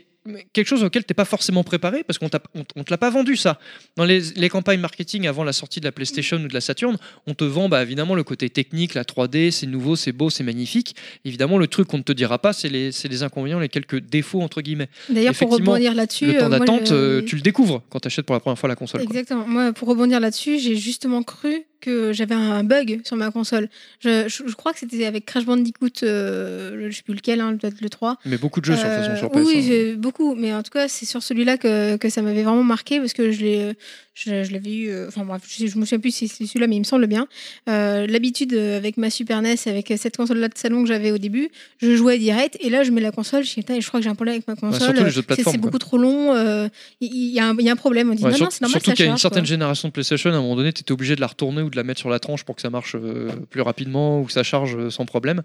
quelque chose auquel t'es pas forcément préparé parce qu'on t'a- on t- on te l'a pas vendu ça. Dans les, les campagnes marketing avant la sortie de la PlayStation ou de la Saturn, on te vend bah, évidemment le côté technique, la 3D, c'est nouveau, c'est beau, c'est magnifique. Évidemment, le truc qu'on ne te dira pas, c'est les, c'est les inconvénients, les quelques défauts entre guillemets. D'ailleurs, pour Effectivement, rebondir là-dessus, le temps euh, moi, d'attente, je- euh, tu le découvres quand tu achètes pour la première fois la console. quoi. Exactement. Moi, pour rebondir là-dessus, j'ai justement cru que j'avais un bug sur ma console. Je, je- je crois que c'était avec Crash Bandicoot, euh, je sais plus lequel, hein, peut-être le 3. Mais beaucoup de jeux sur, de toute façon, sur Euh, PS. Oui, hein. j'ai- beaucoup. Mais en tout cas, c'est sur celui-là que, que ça m'avait vraiment marqué parce que je l'ai, je, je l'avais eu. euh, Enfin bref, je, je me souviens plus si c'est celui-là, mais il me semble bien. Euh, L'habitude euh, avec ma Super NES, avec cette console-là de salon que j'avais au début, je jouais direct et là, je mets la console. Je dis, Putain, je crois que j'ai un problème avec ma console. Bah, surtout les jeux de C'est- plateforme, c'est quoi. beaucoup trop long. euh, Il il y, a un- il y a un problème. On dit Ouais, non, sur- non, c'est normal. surtout ça qu'il y a une charge, certaine quoi. génération de PlayStation, à un moment donné, tu étais obligé de la retourner ou de la mettre sur la tranche pour que ça marche euh, plus rapidement ou que ça charge euh, sans problème.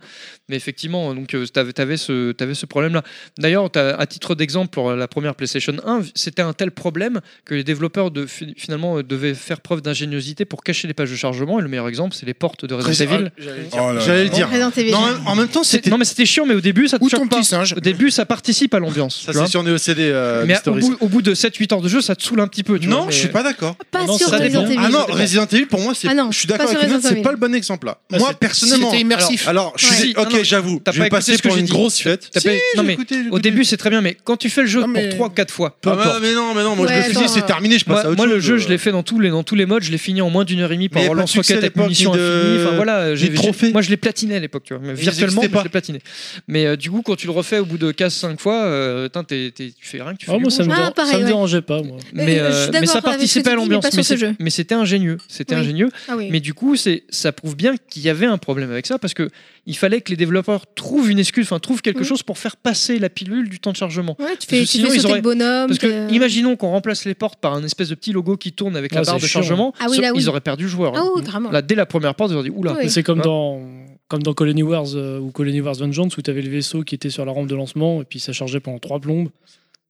Mais effectivement, euh, donc tu avais, ce, t'avais ce problème-là. D'ailleurs, t'as- à titre d'exemple, pour la première PlayStation 1, c'était un tel problème que les développeurs de, fi- finalement euh, devaient faire preuve d'ingéniosité pour cacher les pages de chargement. Et le meilleur exemple, c'est les portes de Resident Evil. Oh là J'allais le là. dire. Resident Evil. Non, en- en même temps, C'est- ah, c'était. Non, mais c'était chiant, mais au début, ça te Ou choque ton pas. petit singe. Au début, ça participe à l'ambiance. Ça, tu c'est vois. sur Neo CD. euh, mais Mister au Risk. bout, au bout de 7-8 heures de jeu, ça te saoule un petit peu. tu vois, Non, mais- je suis pas d'accord. Pas Non, sur ça Resident dépend. Evil. Ah non, Resident Evil, pour moi, c'est. Ah non, je suis d'accord pas sur avec Nina, Resident c'est Evil. pas le bon exemple là. Ah, moi, c'est- personnellement. C'était immersif. Alors, je Ouais. suis. Non, non, Ok, j'avoue. t'as Je pas vais écouté passer ce que pour j'ai une dit. grosse fête. T'as pas- non, mais au début c'est très bien, mais quand tu fais le jeu Non, mais- pour 3-4 fois, peu Ah, mais importe. non, mais non, mais non, moi je Ouais, me suis dit attends, c'est euh, terminé, je passe à Moi, autre moi, le chose. jeu, je l'ai fait dans tous les dans tous les modes. Je l'ai fini en moins d'une heure et demie par Mais pas de relance succès à roquette avec l'époque, munitions ni de- infinies. Enfin voilà, j'ai- j'ai- trophées. moi je l'ai platiné à l'époque, tu vois. Mais ils virtuellement, existaient mais pas. je l'ai platiné. Mais euh, du coup, quand tu le refais au bout de 15-5 fois, euh, tain, t'es- t'es- tu fais rien que tu fais. Ah, du moi, bon ça me, jeu. déra- Ah, pareil, ça me ouais. dérangeait pas. Moi. mais, Euh, je suis euh, mais ça d'accord avec ce que participait tu à dis, mais l'ambiance, pas sur mais ce c'est- jeu. mais c'était ingénieux, c'était Oui. ingénieux. Ah oui. Mais du coup, c'est, ça prouve bien qu'il y avait un problème avec ça parce que il fallait que les développeurs trouvent une excuse, enfin trouvent quelque Mhm. chose pour faire passer la pilule du temps de chargement. Ouais, tu fais, tu sinon, fais ils sauter auraient- le bonhomme. Parce que t'es- euh, imaginons qu'on remplace les portes par un espèce de petit logo qui tourne avec la Ouais, barre c'est de chiant. chargement, Ah oui, ce- là, oui. ils auraient perdu le joueur. Ah hein. oui, carrément. Là, dès la première porte, ils auraient dit oula. Oui. C'est comme Ouais. dans comme dans Colony Wars euh, ou Colony Wars Vengeance où tu avais le vaisseau qui était sur la rampe de lancement et puis ça chargeait pendant trois plombes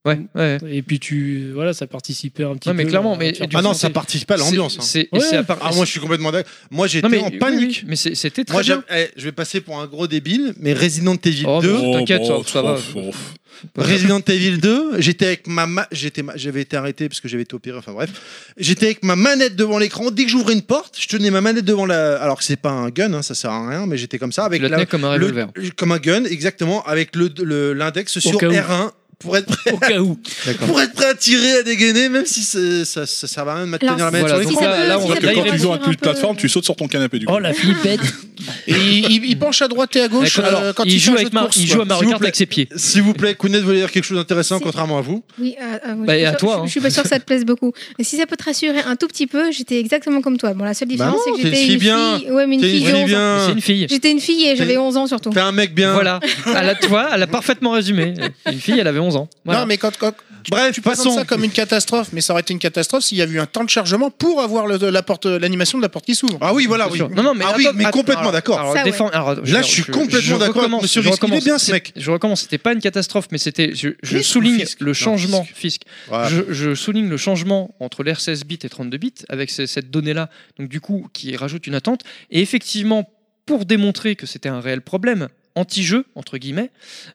Ouais, ouais. et puis tu voilà ça participait un petit Non, mais peu, clairement, euh, mais- tu et du Ah non, c'est- ça participe pas à l'ambiance. hein. C'est, et Ouais. c'est à part- Ah, moi je suis complètement d'accord. Moi j'étais non, mais en oui, panique. oui, mais c'est- c'était très Moi, bien. j'aime- eh, je vais passer pour un gros débile, mais Resident Evil Oh, 2, mais- T'inquiète, ça- ça va. pff, pff. Resident Evil 2, j'étais avec ma, ma- j'étais, ma- j'avais été arrêté parce que j'avais été opéré, enfin bref, j'étais avec ma manette devant l'écran. Dès que j'ouvrais une porte, je tenais ma manette devant la, alors que c'est pas un gun, hein, ça sert à rien, mais j'étais comme ça avec Tu la la- tenais comme un le- revolver. comme un gun, exactement, avec le, le- l'index sur cas où. R1 pour être prêt, au cas où pour être prêt à tirer, à dégainer, même si c'est- ça, ça sert à rien de me tenir Alors, la manette voilà, sur donc l'écran. là- là, on Parce va- que là, il quand va ils ont faire un plus de peu- plateforme, tu sautes sur ton canapé du coup. oh la flippette Et il, il- il penche à droite et à gauche D'accord. euh, quand il, il fait joue un jeu avec de Mar- course, il quoi. joue à Mario S'il vous Kart plaît. avec ses pieds. S'il vous plaît, Kounet voulait dire quelque chose d'intéressant, Si. contrairement à vous. Oui, ah, ah, oui, Bah, je suis et à pas- toi, Je, hein. je suis pas sûre que ça te plaise beaucoup. Mais si ça peut te rassurer un tout petit peu, j'étais exactement comme toi. Bon, la seule différence, non, c'est t'es que une j'étais fille une bien. fille. Ouais, mais une T'es fille une de 11 fille ans. bien, C'est une fille. J'étais une fille et j'avais T'es- 11 ans surtout. t'es un mec bien. Voilà, à la, toi, elle a parfaitement résumé. Une fille, elle avait 11 ans. Voilà. Non, mais quand, quand Bref, tu présentes passons. ça comme une catastrophe, mais ça aurait été une catastrophe s'il y avait eu un temps de chargement pour avoir le- la porte, l'animation de la porte qui s'ouvre. Ah oui, voilà, Bien oui. sûr. Non, non, mais ah oui, attends, mais attends, complètement d'accord. Alors, Ça, ouais. défend- alors, Là, je suis complètement d'accord avec recommence, Monsieur je Risk. Il est recommence. bien, ce mec. Je recommence, c'était pas une catastrophe, mais c'était. Je, je Risk ou souligne Fisk le changement Fisk. fisc. Voilà. Je, je souligne le changement entre l'air 16 bits et 32 bits avec ces- cette donnée-là, donc du coup, qui rajoute une attente. Et effectivement, pour démontrer que c'était un réel problème anti-jeu, entre guillemets,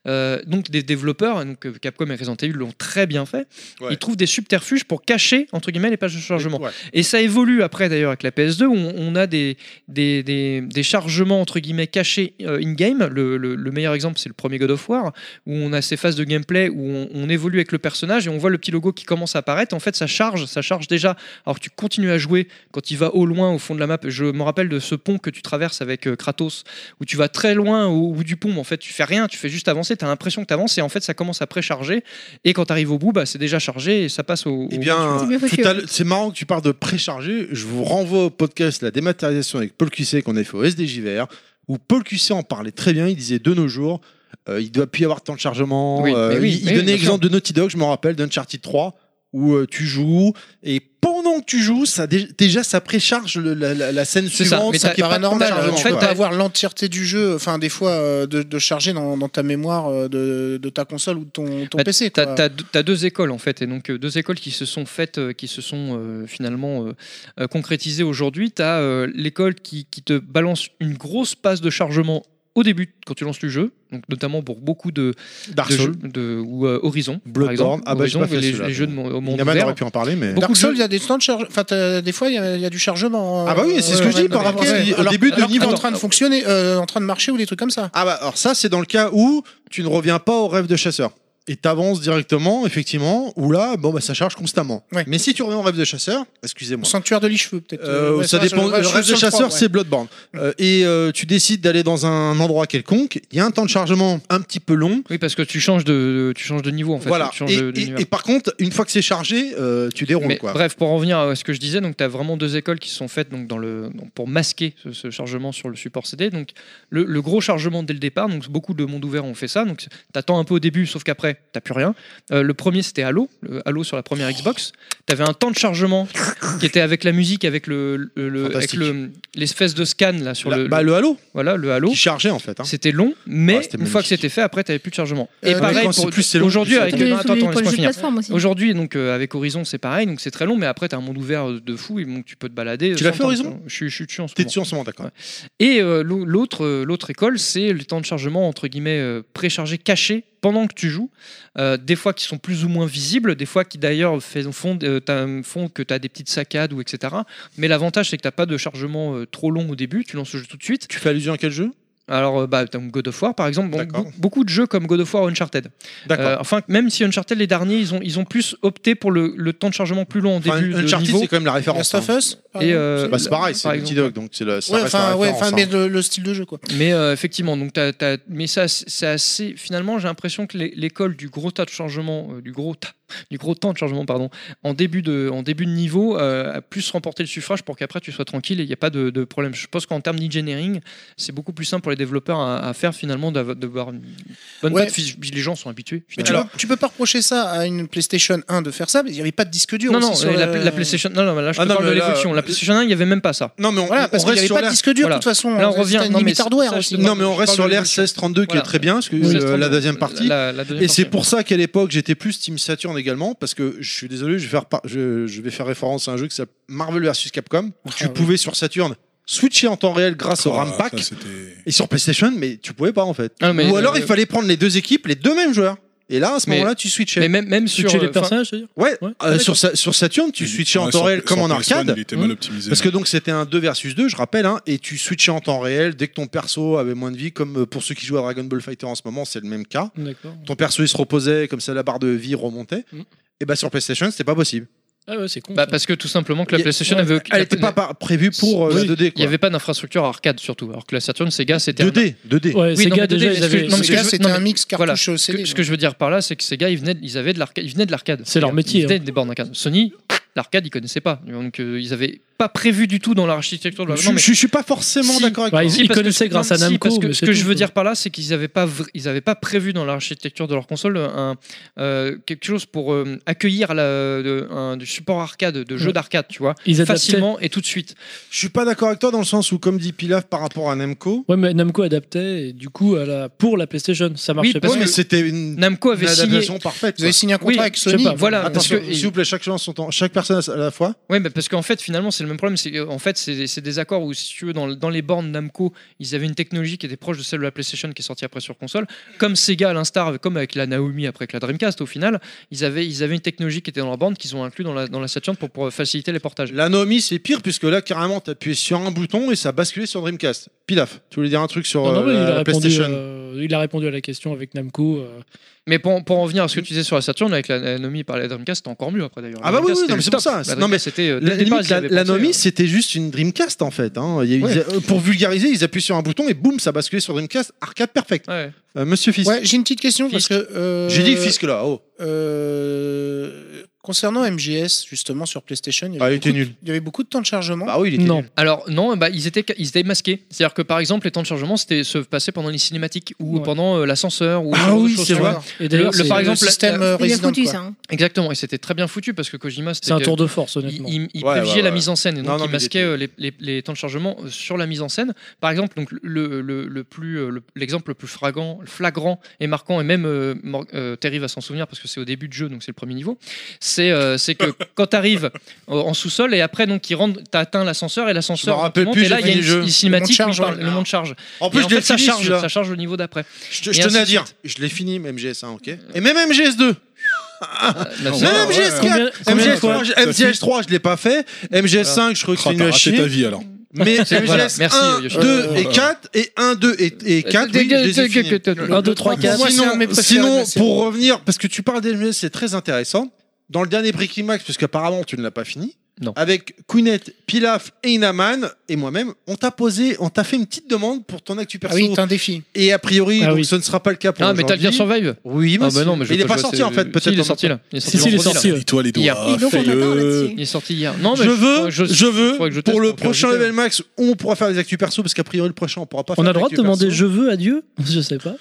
euh, donc des développeurs, donc euh, Capcom et Resident Evil l'ont très bien fait, Ouais. ils trouvent des subterfuges pour cacher, entre guillemets, les pages de chargement. Ouais. Et ça évolue après d'ailleurs avec la PS2 où on, on a des, des, des- des chargements entre guillemets cachés euh, in-game. Le, le- le meilleur exemple c'est le premier God of War où on a ces phases de gameplay où on, on évolue avec le personnage et on voit le petit logo qui commence à apparaître. En fait ça charge, ça charge déjà. Alors tu continues à jouer quand il va au loin au fond de la map. Je me rappelle de ce pont que tu traverses avec euh, Kratos où tu vas très loin au bout du pont mais en fait tu fais rien, tu fais juste avancer, tu as l'impression que tu avances et en fait ça commence à précharger et quand tu arrives au bout bah, c'est déjà chargé et ça passe au... Eh au- bien, C'est mieux foutu, tout à ouais. l'heure- c'est marrant que tu parles de précharger. Je vous renvoie au podcast La dématérialisation avec Paul Cusset qu'on a fait au SDJVR, où Paul Cusset en parlait très bien. Il disait de nos jours, euh, il doit plus y avoir tant de chargement. Euh, Oui, mais oui, il il oui, donnait bien l'exemple de Naughty Dog, je me rappelle, d'Uncharted 3, où euh, tu joues, et pendant que tu joues, ça, dé- déjà ça précharge le- la, la- la scène C'est ça, suivante. mais sans t'as- qu'il y ait paraît pas de temps de normal. hein, en euh, chargement, Tu fait, peux quoi. pas t'as- avoir l'entièreté du jeu, enfin des fois euh, de, de charger dans, dans ta mémoire euh, de, de ta console ou de ton, ton Bah, PC. T'as quoi. t'as deux- t'as deux écoles en fait, et donc euh, deux écoles qui se sont faites, euh, qui se sont euh, finalement euh, euh, concrétisées aujourd'hui. T'as euh, l'école qui, qui te balance une grosse passe de chargement au début quand tu lances le jeu, donc notamment pour beaucoup de, Dark de jeux Souls, de- ou euh, Horizon, par Bloodborne. exemple, Ah bah, j'ai Horizon, pas fait les, celui-là, les jeux de, mon- au monde Inaman ouvert. aurait pu en parler, mais. Beaucoup Dark de Souls, jeux- il y a des temps de charge- enfin, t'as- des fois il y, a- il y a du chargement. euh, Ah bah oui, c'est ce que je dis par rapport ouais. au- au Alors- début de alors que t'es niveau. en train de fonctionner, euh, en train de marcher ou des trucs comme ça. Ah bah alors ça c'est dans le cas où tu ne reviens pas au rêve de chasseur. et t'avances directement, effectivement, ou là, bon, bah, ça charge constamment. Ouais. Mais si tu reviens au rêve de chasseur, excusez-moi. Sanctuaire de l'Icheveux, peut-être. Euh, Ouais, ça c'est vrai, dépend. sur ouais, le sur rêve de sur le chasseur, trois, c'est Bloodborne. Euh, et euh, tu décides d'aller dans un endroit quelconque. Il y a un temps de chargement un petit peu long. Oui, parce que tu changes de, tu changes de niveau en fait. voilà. Tu changes Et, de- et- d'univers. et par contre, une fois que c'est chargé, euh, tu déroules Mais quoi. bref, pour en revenir à ce que je disais, donc tu as vraiment deux écoles qui sont faites donc dans le donc, pour masquer ce, ce chargement sur le support CD. Donc le, le gros chargement dès le départ, donc beaucoup de monde ouvert ont fait ça. Donc t'attends un peu au début, sauf qu'après t'as plus rien. Euh, le premier c'était Halo, le Halo sur la première Xbox. T'avais un temps de chargement qui était avec la musique, avec le, le- le- avec Fantastique. le- l'espèce de scan là sur Là, le, bah, le- le halo, voilà le Halo. qui chargeait en fait. hein. C'était long, mais Ah, c'était une magnifique. fois que c'était fait, après, t'avais plus de chargement. Euh, Et oui, pareil, quand c'est pour- plus, c'est long, aujourd'hui, plus avec... c'est Tous les- attends, tous les- attends, pour laisse-moi les jeux de finir. plateforme aussi. Aujourd'hui, donc euh, avec Horizon, c'est pareil, donc c'est très long, mais après t'as un monde ouvert de fou, et donc tu peux te balader. Tu l'as sans fait, temps- Horizon Je suis je suis dessus en ce T'es moment. dessus en ce moment, d'accord. Et euh, l'au- l'autre, euh, l'autre école, c'est le temps de chargement entre guillemets euh, préchargé, caché pendant que tu joues. Euh, des fois qui sont plus ou moins visibles, des fois qui d'ailleurs fait- font, euh, t'as- font que tu as des petites saccades ou etc. Mais l'avantage c'est que t'as pas de chargement euh, trop long au début, tu lances le jeu tout de suite. Tu fais allusion à quel jeu Alors, euh, bah, donc God of War, par exemple, bon, D'accord. be- beaucoup de jeux comme God of War ou Uncharted. D'accord. Euh, enfin, même si Uncharted, les derniers, ils ont, ils ont plus opté pour le, le temps de chargement plus long au Enfin, début de Uncharted, niveau. c'est quand même la ouais. référence. Last of hein. Us par Et, exemple, euh, c'est- Bah, c'est pareil, Par c'est Naughty exemple. Dog, donc c'est le. ça Ouais, reste la enfin, ouais, référence, enfin, hein. mais le, le style de jeu, quoi. Mais euh, effectivement, donc t'as- t'as- mais ça, c'est assez. Finalement, j'ai l'impression que l'é- l'école du gros tas de chargement, euh, du gros tas, du gros temps de chargement, pardon, en début de, en début de niveau, euh, a plus remporté le suffrage pour qu'après tu sois tranquille et il n'y a pas de, de problème. Je pense qu'en termes d'engineering, c'est beaucoup plus simple pour les développeurs à, à faire finalement d'avoir d'avoir une bonne Ouais. patte, puis Les gens sont habitués. Mais finalement. tu, peux, tu peux pas reprocher ça à une PlayStation 1 de faire ça, mais il n'y avait pas de disque dur. Non, aussi non, sur la, le- la PlayStation. Non, non, mais là, je Ah te non, parle de mais là, l'évolution. La PlayStation 1, il n'y avait même pas ça. Non, mais on, Voilà, on parce qu'il reste n'y avait sur pas de l'air- disque dur, de Voilà. toute façon. Là, on C'était revient- une non, mais limite ça, hardware ça, aussi. je- Non, mais on parle reste sur de l'air l'évolution. 1632 qui est Voilà. très bien, parce que Oui, euh, c'est très la bien. deuxième partie. La- la deuxième Et c'est partie. pour ça qu'à l'époque j'étais plus Team Saturn également parce que je suis désolé, je vais faire, par- je, je vais faire référence à un jeu qui s'appelle Marvel vs Capcom où tu ouais. pouvais sur Saturn switcher en temps réel grâce au Ah, RAM pack ça, c'était- et sur PlayStation mais tu pouvais pas en fait. Ah, mais, Ou alors euh, il fallait prendre les deux équipes, les deux mêmes joueurs. Et là à ce Mais- moment-là tu switchais. Mais même, même sur. Switcher les euh, enfin, personnages, c'est-à-dire ouais, Ouais. euh, Ah, d'accord. sur, sa- sur Saturn tu Il- switchais en ouais, temps sur- réel comme sur en PS1, arcade. Hmm Il était mal optimisé. Parce que donc c'était un 2 versus 2, je rappelle, hein, et tu switchais en temps réel dès que ton perso avait moins de vie, comme euh, pour ceux qui jouent à Dragon Ball Fighter en ce moment, c'est le même cas. D'accord. ton perso il se reposait comme ça la barre de vie remontait Mm. et bah sur PlayStation c'était pas possible Ah ouais, c'est con. bah, ça. parce que tout simplement que la Y- PlayStation ouais, avait. elle était pas par- prévue pour euh, Oui. la 2D Il n'y quoi. avait pas d'infrastructure arcade surtout. Alors que la Saturn, Sega, c'était. un- 2D 2D Ouais, Oui, non, Sega, mais déjà, désolé, ils parce que- avaient. non, mais Parce que là, je- c'était non, un mais- mix voilà. cartouche Ce CD. que, ce que je veux dire par là, c'est que Sega, ils venaient, de- ils avaient de l'arcade, ils venaient de l'arcade. C'est leur métier, Ils hein. venaient des bornes arcade. Sony, l'arcade, ils connaissaient pas. Donc euh, ils avaient pas prévu du tout dans l'architecture de la. je, bah, non, mais- je- je suis pas forcément Si. d'accord avec Bah, toi. ils- Si, parce que connaissaient ce- grâce non, à si, Namco, parce que mais ce c'est que tout, je veux quoi. dire par là, c'est qu'ils n'avaient pas, vr- ils avaient pas prévu dans l'architecture de leur console un, euh, quelque chose pour euh, accueillir la- de- un- du support arcade, de jeux Ouais. d'arcade, tu vois, Ils adaptaient. facilement et tout de suite. je suis pas d'accord avec toi dans le sens où comme dit Pilaf par rapport à Namco Ouais, mais Namco adaptait, et du coup, à la... pour la PlayStation, ça marchait Oui, pas. parce ouais, que- mais c'était une, Namco avait une signé. adaptation parfaite Vous avez signé un Oui, contrat avec je sais Sony. pas, Voilà, parce parce que s'il vous plaît chaque chose en son temps chaque personne à la fois Oui, mais parce qu'en fait, finalement, c'est le même problème. C'est en fait, c'est c'est des accords où, si tu veux, dans, le- dans les bornes Namco, ils avaient une technologie qui était proche de celle de la PlayStation qui est sortie après sur console. Comme Sega, à l'instar, comme avec la Naomi après avec la Dreamcast, au final, ils avaient, ils avaient une technologie qui était dans la borne qu'ils ont inclus dans la, dans la Saturn pour, pour faciliter les portages. la Naomi c'est pire puisque là carrément t'appuyais sur un bouton et ça basculait sur Dreamcast Pilaf tu voulais dire un truc sur Non, non, euh, mais il, la a répondu, PlayStation euh, il a répondu à la question avec Namco. euh, Mais pour, pour en venir à ce que tu disais sur la Saturn, avec la Naomi par la Dreamcast, c'était encore mieux après d'ailleurs. Ah La bah oui, Dreamcast, oui, c'était non, mais le c'est pour ça. Non, mais top. La Dreamcast, c'était, euh, dès La, le départ, limite, ils y la, avaient la pensé, Naomi, euh. c'était juste une Dreamcast en fait. hein. Il y a- ils Ouais. a- euh, pour vulgariser, ils appuient sur un bouton et boum, ça basculait sur Dreamcast. Arcade perfect. Ouais. Euh, Monsieur Fisk. Ouais, j'ai une petite question parce Fisk. que. euh, J'ai dit Fisk là. Oh, euh, Concernant MGS, justement, sur PlayStation, il y ah, il avait était beaucoup- nul. il y avait beaucoup de temps de chargement. Bah oui, il était Non. nul. Alors non, bah, ils, étaient, ils étaient masqués. C'est-à-dire que par exemple, les temps de chargement, c'était se passaient pendant les cinématiques ou Ouais. pendant euh, l'ascenseur ou ce Ah genre de oui, choses, c'est tu vrai. vois. Et d'ailleurs, Le- le c'est- par Le exemple, système la- euh, C'est bien Resident, foutu quoi. ça. hein. Exactement, et c'était très bien foutu parce que Kojima, c'est un c'était tour de force, il, honnêtement. il- il Ouais, privilégiait ouais, la ouais. mise en scène et donc Non, non, il mais il masquait était- euh, les, les- les temps de chargement euh, sur la mise en scène. Par exemple, donc le, le, le plus euh, le- l'exemple le, plus flagrant, flagrant et marquant et même euh, Mor- euh, Terry va s'en souvenir parce que c'est au début de jeu donc c'est le premier niveau. C'est euh, c'est que quand tu arrives en sous-sol et après donc ils rentrent, t'as atteint l'ascenseur et l'ascenseur Je me rappelle monte, plus, et là j'ai il y a fini une, le jeu. une cinématique Le monde charge, où il parle- ouais. le monde charge. En Et plus, en je l'ai fait, ça fini, charge, celui-là. ça charge au niveau d'après. Je, te- je Et tenais à ainsi dire, de je l'ai fini, mais MGS1, hein, ok. Et même MGS2. Bah, Même c'est- MGS4. Combien- combien de fois MGS3, je l'ai pas fait. MGS5, je crois que Ah, c'est une t'as raté ta chier. vie alors. Mais C'est- MGS voilà, merci, 1, Yoshi. Euh, 2 et 4 et 1, 2 et, et 4, oui, je les ai finis. 1, 2, 3, Pour 4. moi, c'est un de mes Sinon, préférés, sinon, mais c'est pour bon. revenir, parce que tu parles d'MGS, c'est très intéressant. Dans le dernier Breaking Max, puisqu'apparemment tu ne l'as pas fini, Non. avec Kounet, Pilaf et Inaman et moi-même, on t'a posé, on t'a fait une petite demande pour ton actu Ah perso. oui, t'as un défi. et a priori, Ah donc, oui. ce ne sera pas le cas pour Ah, Metal aujourd'hui. Gear Survive Oui, mais, Ah, bah non, mais je il peux n'est pas jouer, sorti c'est- en fait, Si, peut-être. il est en sorti même là. Il est Si, sorti si, il est vendredi, là. sorti. ouais. Dis-toi les Hier. doigts. Ils l'ont fait fais-le. d'accord là-dessus. Il est sorti hier. Non, temps. mais je faudrait veux, que je- je veux, faudrait que je pour teste le pour prochain curiosité. level max, on pourra faire des actus perso parce qu'a priori le prochain on pourra pas. On faire a le droit de d'actu demander perso. je veux à Dieu Je sais pas.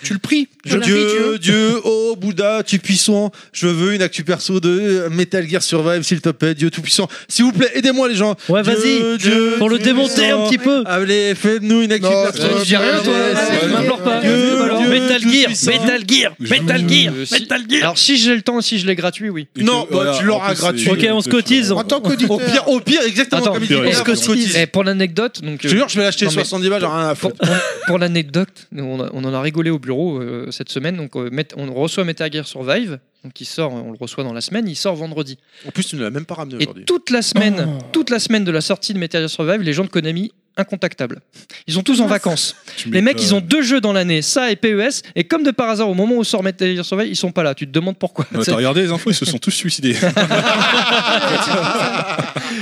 Tu le pries. Je- Voilà. Dieu, Dieu, oh Bouddha, tu puissant, je veux une actu perso de euh, Metal Gear Survive, s'il te plaît, Dieu tout puissant. S'il vous plaît, aidez-moi les gens. Ouais, Dieu, vas-y. Dieu, Pour le Dieu démonter un puissant. petit peu. Allez, faites-nous une actu Non, perso. euh, Tu dis rien, toi Ouais, c'est- ouais. M'implore pas. Dieu, Dieu, Metal Dieu Gear, puissant. Metal Gear, Je- Metal Gear, Euh, si- Metal Gear. Alors, si j'ai le temps, si je l'ai gratuit, oui. Et que- Non, bah, voilà, tu l'auras en plus, gratuit. c'est- Ok, on se c'est- cotise. En tant qu'auditeur. Au pire, au pire, exactement Attends, comme il dit. est-ce Voilà, que on cotise. Eh, pour l'anecdote, donc. Je euh, te jure, je vais l'acheter Non, mais- 70 balles, j'en ai rien à pour, foutre. pour- pour l'anecdote, nous, on, a- on en a rigolé au bureau euh, cette semaine. Donc, euh, Met- on reçoit Metal Gear Survive, donc il sort, on le reçoit dans la semaine, il sort vendredi. En plus, tu ne l'as même pas ramené Et aujourd'hui. toute la semaine, Oh. toute la semaine de la sortie de Metal Gear Survive, les gens de Konami incontactables. Ils sont tous en vacances. tu Les mecs, m'étonnes. ils ont deux jeux dans l'année, ça et PES, et comme de par hasard, au moment où sort Metal Gear Survive, ils sont pas là. Tu te demandes pourquoi. Bah, T'as ça, regardé les infos, ils se sont tous suicidés.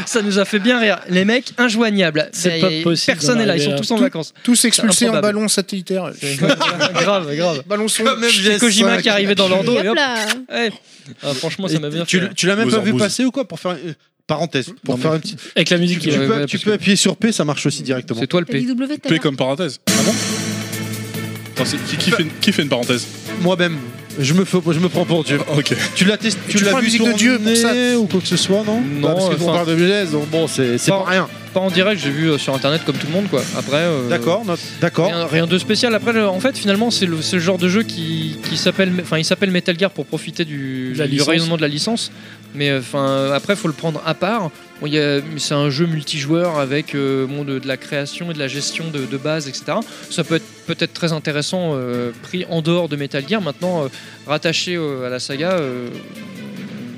ça nous a fait bien rire. Les mecs injoignables. C'est Mais pas possible Personne d'en est là. Ils sont arriver tous en là. vacances. Tous expulsés en improbable. ballon satellitaire. grave, grave. Ballon son. Comme C'est MGS5. Kojima qui arrivait dans leur dos et Hop hop. là. ouais. Ah, franchement, ça m'a bien Tu fait. l- tu l'as même pas Mozart vu Blues. passer ou quoi pour faire une- euh, parenthèse pour Non, faire mais- une petite Avec la musique tu qui peux, ouais, ouais, tu parce peux que- appuyer sur P ça marche aussi directement C'est toi le T'as dit P. W tout à P l'heure. comme parenthèse. Ah bon Attends, c'est- qui, qui fait une, qui fait une parenthèse moi-même je me fais- je me prends pour Dieu Ah, Ok. tu l'as testé tu tu l'as prends la vu musique de tourner Dieu pour ça. ou quoi que ce soit non Non, Bah, parce que euh, on enfin- parle de BGS, donc bon c'est c'est Pas- pas rien Pas en direct, j'ai vu euh, sur internet comme tout le monde quoi. Après. euh, d'accord note- d'accord Rien, rien de spécial. Après, le- en fait, finalement, c'est le, c'est le genre de jeu qui, qui s'appelle, enfin, il s'appelle Metal Gear pour profiter du, De la du licence. rayonnement de la licence. Mais euh, enfin, euh, après, faut le prendre à part. Bon, il y a- c'est un jeu multijoueur avec euh, bon, de, de la création et de la gestion de, de base, etc. Ça peut être peut-être très intéressant euh, pris en dehors de Metal Gear. Maintenant, euh, rattaché euh, à la saga, euh,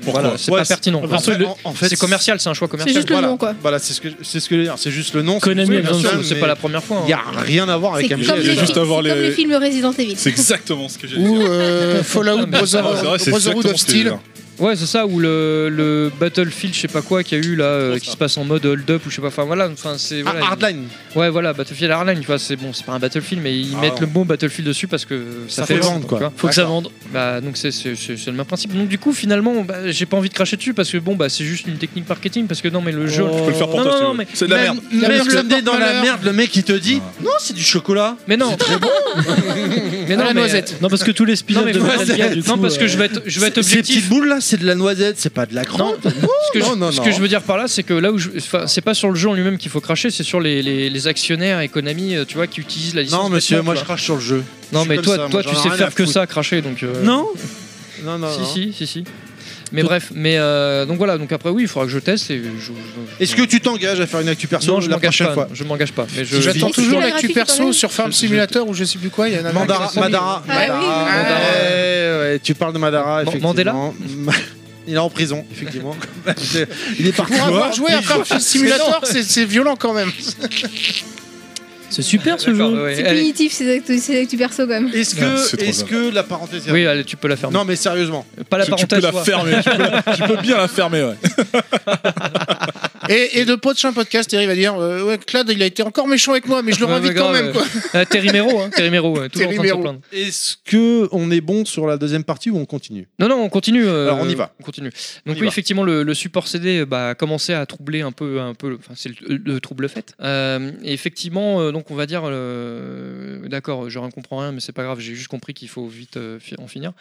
Pourquoi voilà, c'est Ouais, pas c'est- pertinent. quoi. Parce que le- en, en c'est commercial, c'est un choix C'est commercial. juste le voilà. nom quoi. voilà c'est ce que c'est ce que je veux dire. c'est juste le nom Konami c'est a besoin de commercial, ça, C'est mais pas la première fois. hein. il y a rien à voir C'est avec comme, MGS Il y a les, juste c'est à voir comme les- les films Resident Evil. C'est exactement ce que j'ai dit. Ou euh, Fallout Ah, c'est Brotherhood vrai, c'est Brotherhood exactement of ce que Steel. j'ai dit. Ouais, c'est ça, ou le, le Battlefield, je sais pas quoi, qu'il y a eu là, euh, qui se passe en mode hold-up ou je sais pas, enfin voilà, enfin c'est. Ah, Voilà, Hardline il- Ouais, voilà, Battlefield Hardline, tu vois, c'est bon, c'est pas un Battlefield, mais ils Ah, mettent non. le mot Battlefield dessus parce que ça, Ça fait vendre, quoi. tu vois. Faut que ça vende. Bah, donc c'est c'est- c'est- c'est le même principe. Donc du coup, finalement, bah, j'ai pas envie de cracher dessus parce que bon, bah c'est juste une technique marketing, parce que non, mais le jeu. Je peux le faire pour toi Non, non, si Oh. tu non, veux. mais C'est de la même, merde. même Parce que le nez dans la porte-malheur. merde le mec il te dit non c'est du chocolat Mais non, mais non, la mais- noisette. Non, parce que tous les Non, spin-offs mais de voilà, Metal Gear, du non, coup, parce que euh, je vais être, je vais être ces petites objectif. boules là c'est de la noisette c'est pas de la crampe Ce que, Non, je, non, ce non. que je veux dire par là, c'est que là où je. enfin, c'est pas sur le jeu en lui-même qu'il faut cracher, c'est sur les, les- les actionnaires et Konami, euh, tu vois, qui utilisent la licence. non monsieur maintenant, moi tu je vois. crache sur le jeu Je Non, suis mais comme toi, ça, moi, toi j'en tu ai sais rien à faire que foutre. ça, cracher, donc. euh, non non non Si, non. si, si, si. Mais bref, mais euh, donc voilà, donc après, oui, il faudra que je teste. Et je- je- je- Est-ce que tu t'engages à faire une actu perso Non, je la m'engage prochaine pas. fois Je m'engage pas. Mais je. J'attends Et toujours c'est l'actu graphique, quand perso même. sur Farm Je- Simulator ou je sais plus quoi. Il y en a Mandara, Madara, Ah oui, Madara. Madara. Ouais, ouais, tu parles de Madara, Man- effectivement. Mandela Il est en prison, effectivement. Il est parti. Pour avoir joué à Farm Simulator, c'est c'est violent quand même. C'est super ce D'accord, jeu. ouais, C'est allez. punitif ces actus ces actus perso quand même. Est-ce Ah, que, c'est trop est-ce bien. que la parenthèse est- Oui, allez, tu peux la fermer. Non, mais sérieusement. pas la Tu- Tu peux parenthèse. la toi. fermer. tu peux la- Tu peux bien la fermer, ouais. Et, et de prochain podcast, Terry va dire euh, Ouais, Claude, il a été encore méchant avec moi, mais je le Ouais, réinvite mais quand grave, même. ouais. Quoi. Euh, Terry Mero, hein, Terry Mero, ouais, toujours Terry en train de se Mero. plaindre. Est-ce que on est bon sur la deuxième partie ou on continue Non, non, on continue. euh, Alors, on y va. On continue. Donc On y oui, va. effectivement, le, le support CD euh, bah, a commencé à troubler un peu, un peu. le- Enfin, c'est le, le trouble fait. Euh, et effectivement, euh, donc on va dire, euh, d'accord, je ne comprends rien, mais c'est pas grave. J'ai juste compris qu'il faut vite euh, fi- en finir.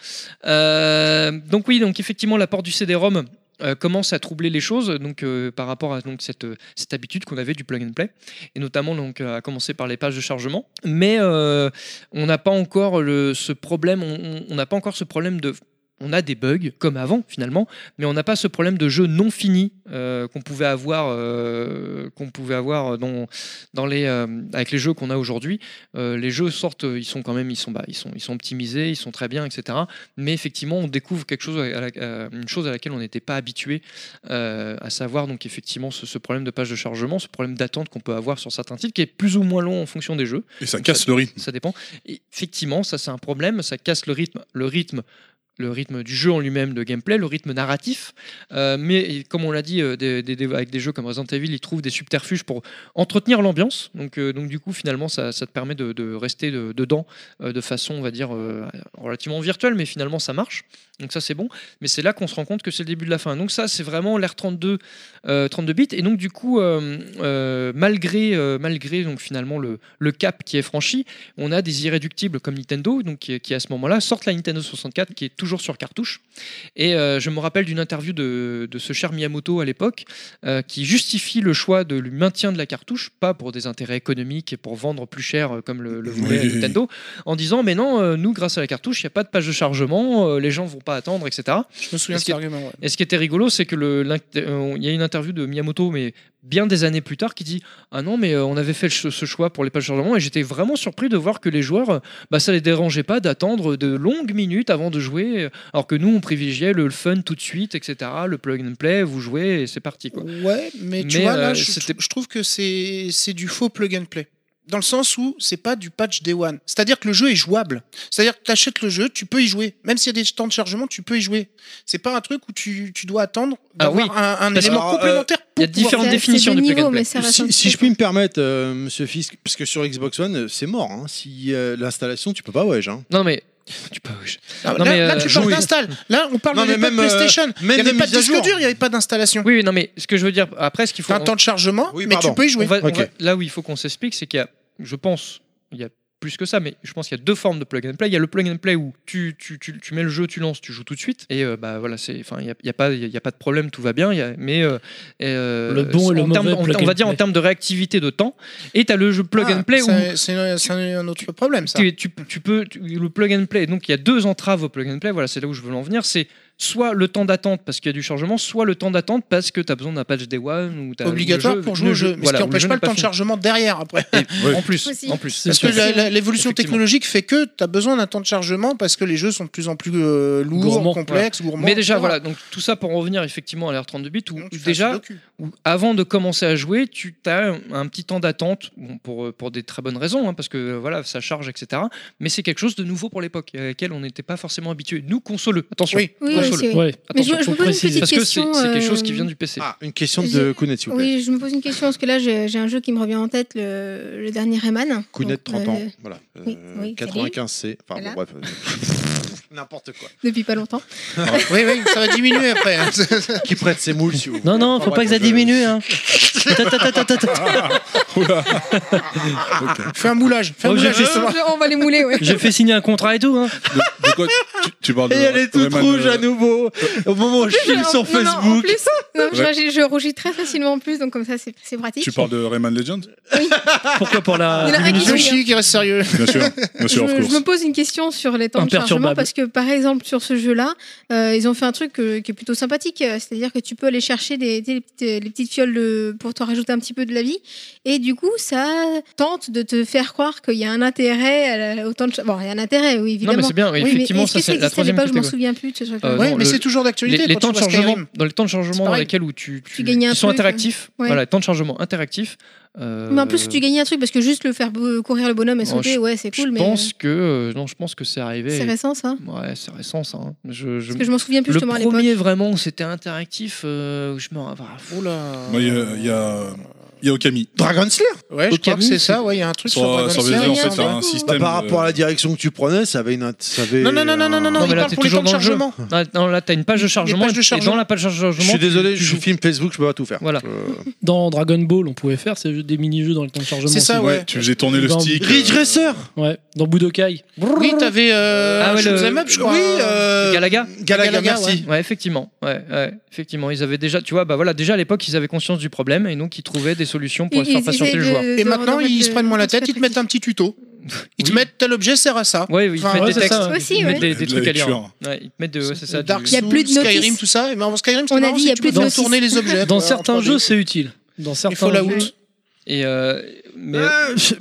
Euh, donc oui, donc effectivement, l'apport du CD-ROM. euh, commence à troubler les choses donc euh, par rapport à donc cette, euh, cette habitude qu'on avait du plug and play et notamment donc euh, à commencer par les pages de chargement mais euh, on n'a pas encore le, ce problème on- on on n'a pas encore ce problème de on a des bugs comme avant finalement, mais on n'a pas ce problème de jeu non fini euh, qu'on pouvait avoir, euh, qu'on pouvait avoir dans, dans les, euh, avec les jeux qu'on a aujourd'hui. Euh, les jeux sortent, ils sont quand même, ils sont, bah, ils sont, ils sont optimisés, ils sont très bien, etc. Mais effectivement, on découvre quelque chose, à la- euh, une chose à laquelle on n'était pas habitué, euh, à savoir donc effectivement ce, ce problème de page de chargement, ce problème d'attente qu'on peut avoir sur certains titres, qui est plus ou moins long en fonction des jeux Et ça Donc, casse le rythme. ça dépend. Et effectivement, ça c'est un problème, ça casse le rythme, le rythme, le rythme du jeu en lui-même de gameplay, le rythme narratif. Euh, mais et comme on l'a dit, euh, des- des- des- avec des jeux comme Resident Evil, ils trouvent des subterfuges pour entretenir l'ambiance. Donc, euh, donc du coup, finalement, ça, ça te permet de, de rester de- dedans euh, de façon, on va dire, euh, relativement virtuelle, mais finalement ça marche. Donc ça c'est bon. Mais c'est là qu'on se rend compte que c'est le début de la fin. Donc ça c'est vraiment l'ère 32, euh, 32 bits. Et donc du coup, euh, euh, malgré, euh, malgré donc finalement le, le cap qui est franchi, on a des irréductibles comme Nintendo, donc qui, qui, à ce moment-là sortent la Nintendo 64 qui est toujours sur cartouche. Et euh, je me rappelle d'une interview de, de ce cher Miyamoto à l'époque euh, qui justifie le choix de le maintien de la cartouche, pas pour des intérêts économiques et pour vendre plus cher euh, comme le, le voulait Oui. Nintendo, en disant mais non, euh, nous grâce à la cartouche, il n'y a pas de page de chargement, euh, les gens vont pas attendre, etc. Je me souviens de Est-ce cet que- argument. ouais. Et ce qui était rigolo, c'est que le, l'int- euh, il y a une interview de Miyamoto, mais bien des années plus tard, qui dit Ah non, mais euh, on avait fait ce, ce choix pour les pages de chargement, et j'étais vraiment surpris de voir que les joueurs, euh, bah, ça les dérangeait pas d'attendre de longues minutes avant de jouer, euh, alors que nous, on privilégiait le fun tout de suite, etc. Le plug and play, vous jouez et c'est parti. Quoi. Ouais, mais tu Mais, vois, là, euh, je, c'était- je trouve que c'est c'est du faux plug and play. Dans le sens où c'est pas du patch day one. C'est-à-dire que le jeu est jouable. C'est-à-dire que tu achètes le jeu, tu peux y jouer. Même s'il y a des temps de chargement, tu peux y jouer. C'est pas un truc où tu, tu dois attendre Ah oui, d'avoir un, parce un que- élément Alors, euh, complémentaire. Il y a pour pouvoir- différentes C'est- définitions c'est du deux plug and niveaux, play. mais ça reste un Si, si peu je puis me permettre, euh, monsieur Fisk, parce que sur Xbox One, euh, c'est mort. hein. Si euh, l'installation, tu peux pas wedge. hein. Non, mais. Tu peux, oui. Ah, Non, là, mais, là, euh, tu parles jouer. d'install. Là, on parle Non, de mais l'époque même, euh, PlayStation. il même n'y avait des pas de mises à disque jour. dur, il n'y avait pas d'installation. Oui, oui, non, mais ce que je veux dire après, ce qu'il faut. T'as un temps de chargement, Oui, mais pardon. tu peux y On jouer. va- on Ok. va- là où il faut qu'on s'explique, c'est qu'il y a, je pense, il y a plus que ça, mais je pense qu'il y a deux formes de plug and play. Il y a le plug and play où tu, tu, tu, tu mets le jeu, tu lances, tu joues tout de suite, et euh, bah voilà, c'est, enfin, il n'y a, il y a pas, il y a- il y a pas de problème, tout va bien. il y a- mais euh, et, euh, Le bon et le en termes- mauvais on- plug on, va and dire en play. termes de réactivité de temps. Et tu as le jeu plug Ah, and play où c'est- C'est un- c'est un autre problème, ça. tu, tu- tu peux tu- le plug and play. Donc il y a deux entraves au plug and play. Voilà, c'est là où je veux en venir. C'est soit le temps d'attente parce qu'il y a du chargement, soit le temps d'attente parce que tu as besoin d'un patch day one ou t'as- ou le Obligatoire jeu- pour jouer au le jeu. Mais ce voilà, qui ou n'empêche jeu pas n'est le temps de fini. chargement derrière après. En plus, Aussi. en plus. Parce que la- la- l'évolution Effectivement. technologique fait que tu as besoin d'un temps de chargement parce que les jeux sont de plus en plus euh, lourds, Gourmands. complexes, gourmands. Mais déjà, etc. voilà, donc tout ça pour en revenir effectivement à l'ère 32 bits, où Sinon, tu fais un déjà, sudoku. où avant de commencer à jouer, tu as un, un petit temps d'attente, bon, pour, euh, pour des très bonnes raisons, hein, parce que euh, voilà, ça charge, etc. Mais c'est quelque chose de nouveau pour l'époque, à laquelle on n'était pas forcément habitué. Nous, consoleux, attention, Oui. Oui, console. aussi, oui. Ouais. Mais je, attention, je faut me pose une petite préciser. parce que c'est question. c'est quelque euh, chose qui vient du PC. Ah, une question J'ai- de Kounet, s'il vous plaît. Oui, je me pose une question parce que là, j'ai j'ai un jeu qui me revient en tête, le, le dernier Rayman. Kounet, Donc, 30 euh, ans. Voilà. oui, oui, 95C. Enfin, bon, Voilà. bref. euh, N'importe quoi. depuis pas longtemps. oui, oui, ça va diminuer après. hein. Qui prête ses moules, si vous Non, voulez. non, Enfin, Ah, faut pas bref, que ça je- diminue. Hein. Ta, ta, ta, ta, ta, ta. fais un moulage. Fais un Oh, j'ai moulage, fait- justement. Euh, on va les mouler, ouais. J'ai fait signer un contrat et tout. Hein. De, de quoi tu, tu parles Et de elle est toute Rayman, rouge euh, à nouveau. Au moment où je suis Non, sur non, non, en Facebook. plus, non, je, Ouais. j'ai- je rougis très facilement en plus, donc comme ça, c'est c'est pratique. Tu parles de Rayman Legends Pourquoi pour la Il y en a un qui- diminution Yoshi qui reste sérieux. Bien sûr, bien Je, sûr, of me- je course. me pose une question sur les temps de chargement Imperturbable. parce que par exemple sur ce jeu-là, euh, ils ont fait un truc euh, qui est plutôt sympathique, euh, c'est-à-dire que tu peux aller chercher des, des- les, petites, les petites fioles de- pour te rajouter un petit peu de la vie et du coup ça tente de te faire croire qu'il y a un intérêt à la- au temps de cha- bon il y a un intérêt oui Non, évidemment. mais c'est bien, Oui, mais effectivement, est-ce ça que c'est la existait à troisième l'époque Je m'en catégorie. souviens plus de ce truc. Euh, ouais, non, mais le- c'est toujours d'actualité. les, les quand temps tu de joues à chargement Skyrim. dans les temps de chargement dans pareil. lesquels où tu, tu, gagnes un ils sont peu, interactifs ouais. voilà temps de chargement interactifs euh, Mais en plus, si tu gagnais un truc parce que juste le faire bou- courir le bonhomme et Oh, sauter, ouais, c'est je cool, mais pense que euh, non je pense que c'est arrivé c'est récent ça. ouais c'est récent ça hein. je, je- Parce que je m'en souviens plus le justement à l'époque. premier vraiment où c'était interactif euh, où je me rappelle Oh Moi, Il y a- il y a, il y a Okami. Dragon Slayer Ouais, je crois que Okami, c'est ça. Ouais, il y a un truc sur Sur, Dragon sur Slayer, Blizzard, en il me fait, semble. t'as un Bah, système. par rapport à euh, la direction que tu prenais, ça avait une. int- Ça avait Non, non, non, non, non, non, un- non, il mais là parle t'es pour les temps toujours de dans le jeu chargement. Ah, non, là t'as une page de chargement pages de et- et chargement. dans la page de chargement Je suis tu- désolé, tu je joues. filme Facebook, je peux pas tout faire. voilà Euh, Dans Dragon Ball, on pouvait faire ces jeux- des mini-jeux dans le temps de chargement. C'est ça, aussi. ouais. Tu faisais tourner le Dans- stick. Ridge euh, Racer Ouais. Dans Budokai. Oui, t'avais euh, Ah ouais, Shoot le- Them Up, je crois. Oui, euh, Ah, Galaga Galaga, Galaga, merci. Ouais, effectivement. Ouais, ouais, effectivement, ils avaient déjà, tu vois, bah voilà, déjà à l'époque, ils avaient conscience du problème et donc ils trouvaient des solutions pour Ils- faire ils patienter essaient le de- joueur. de Et maintenant, remettre ils se le- prennent moins la le truc tête, ils te mettent un petit tuto. Ils te Oui. mettent tel objet sert à ça. Ouais, ils te Enfin, mettent ouais, des c'est textes, ça. Aussi, ils te mettent ouais. des, De des la trucs à lire. lecture. Ouais, ils te mettent de, ouais, c'est ça. Dark du- Il y a Souls, plus de notices. Skyrim, tout ça. Et ben, Skyrim, c'est On a marrant, dit, c'est il y a que tu plus peux de faire tourner les objets. Dans quoi, certains entre jeux, les- c'est utile. Dans Et certains jeux. Fallout. Et euh, mais Euh,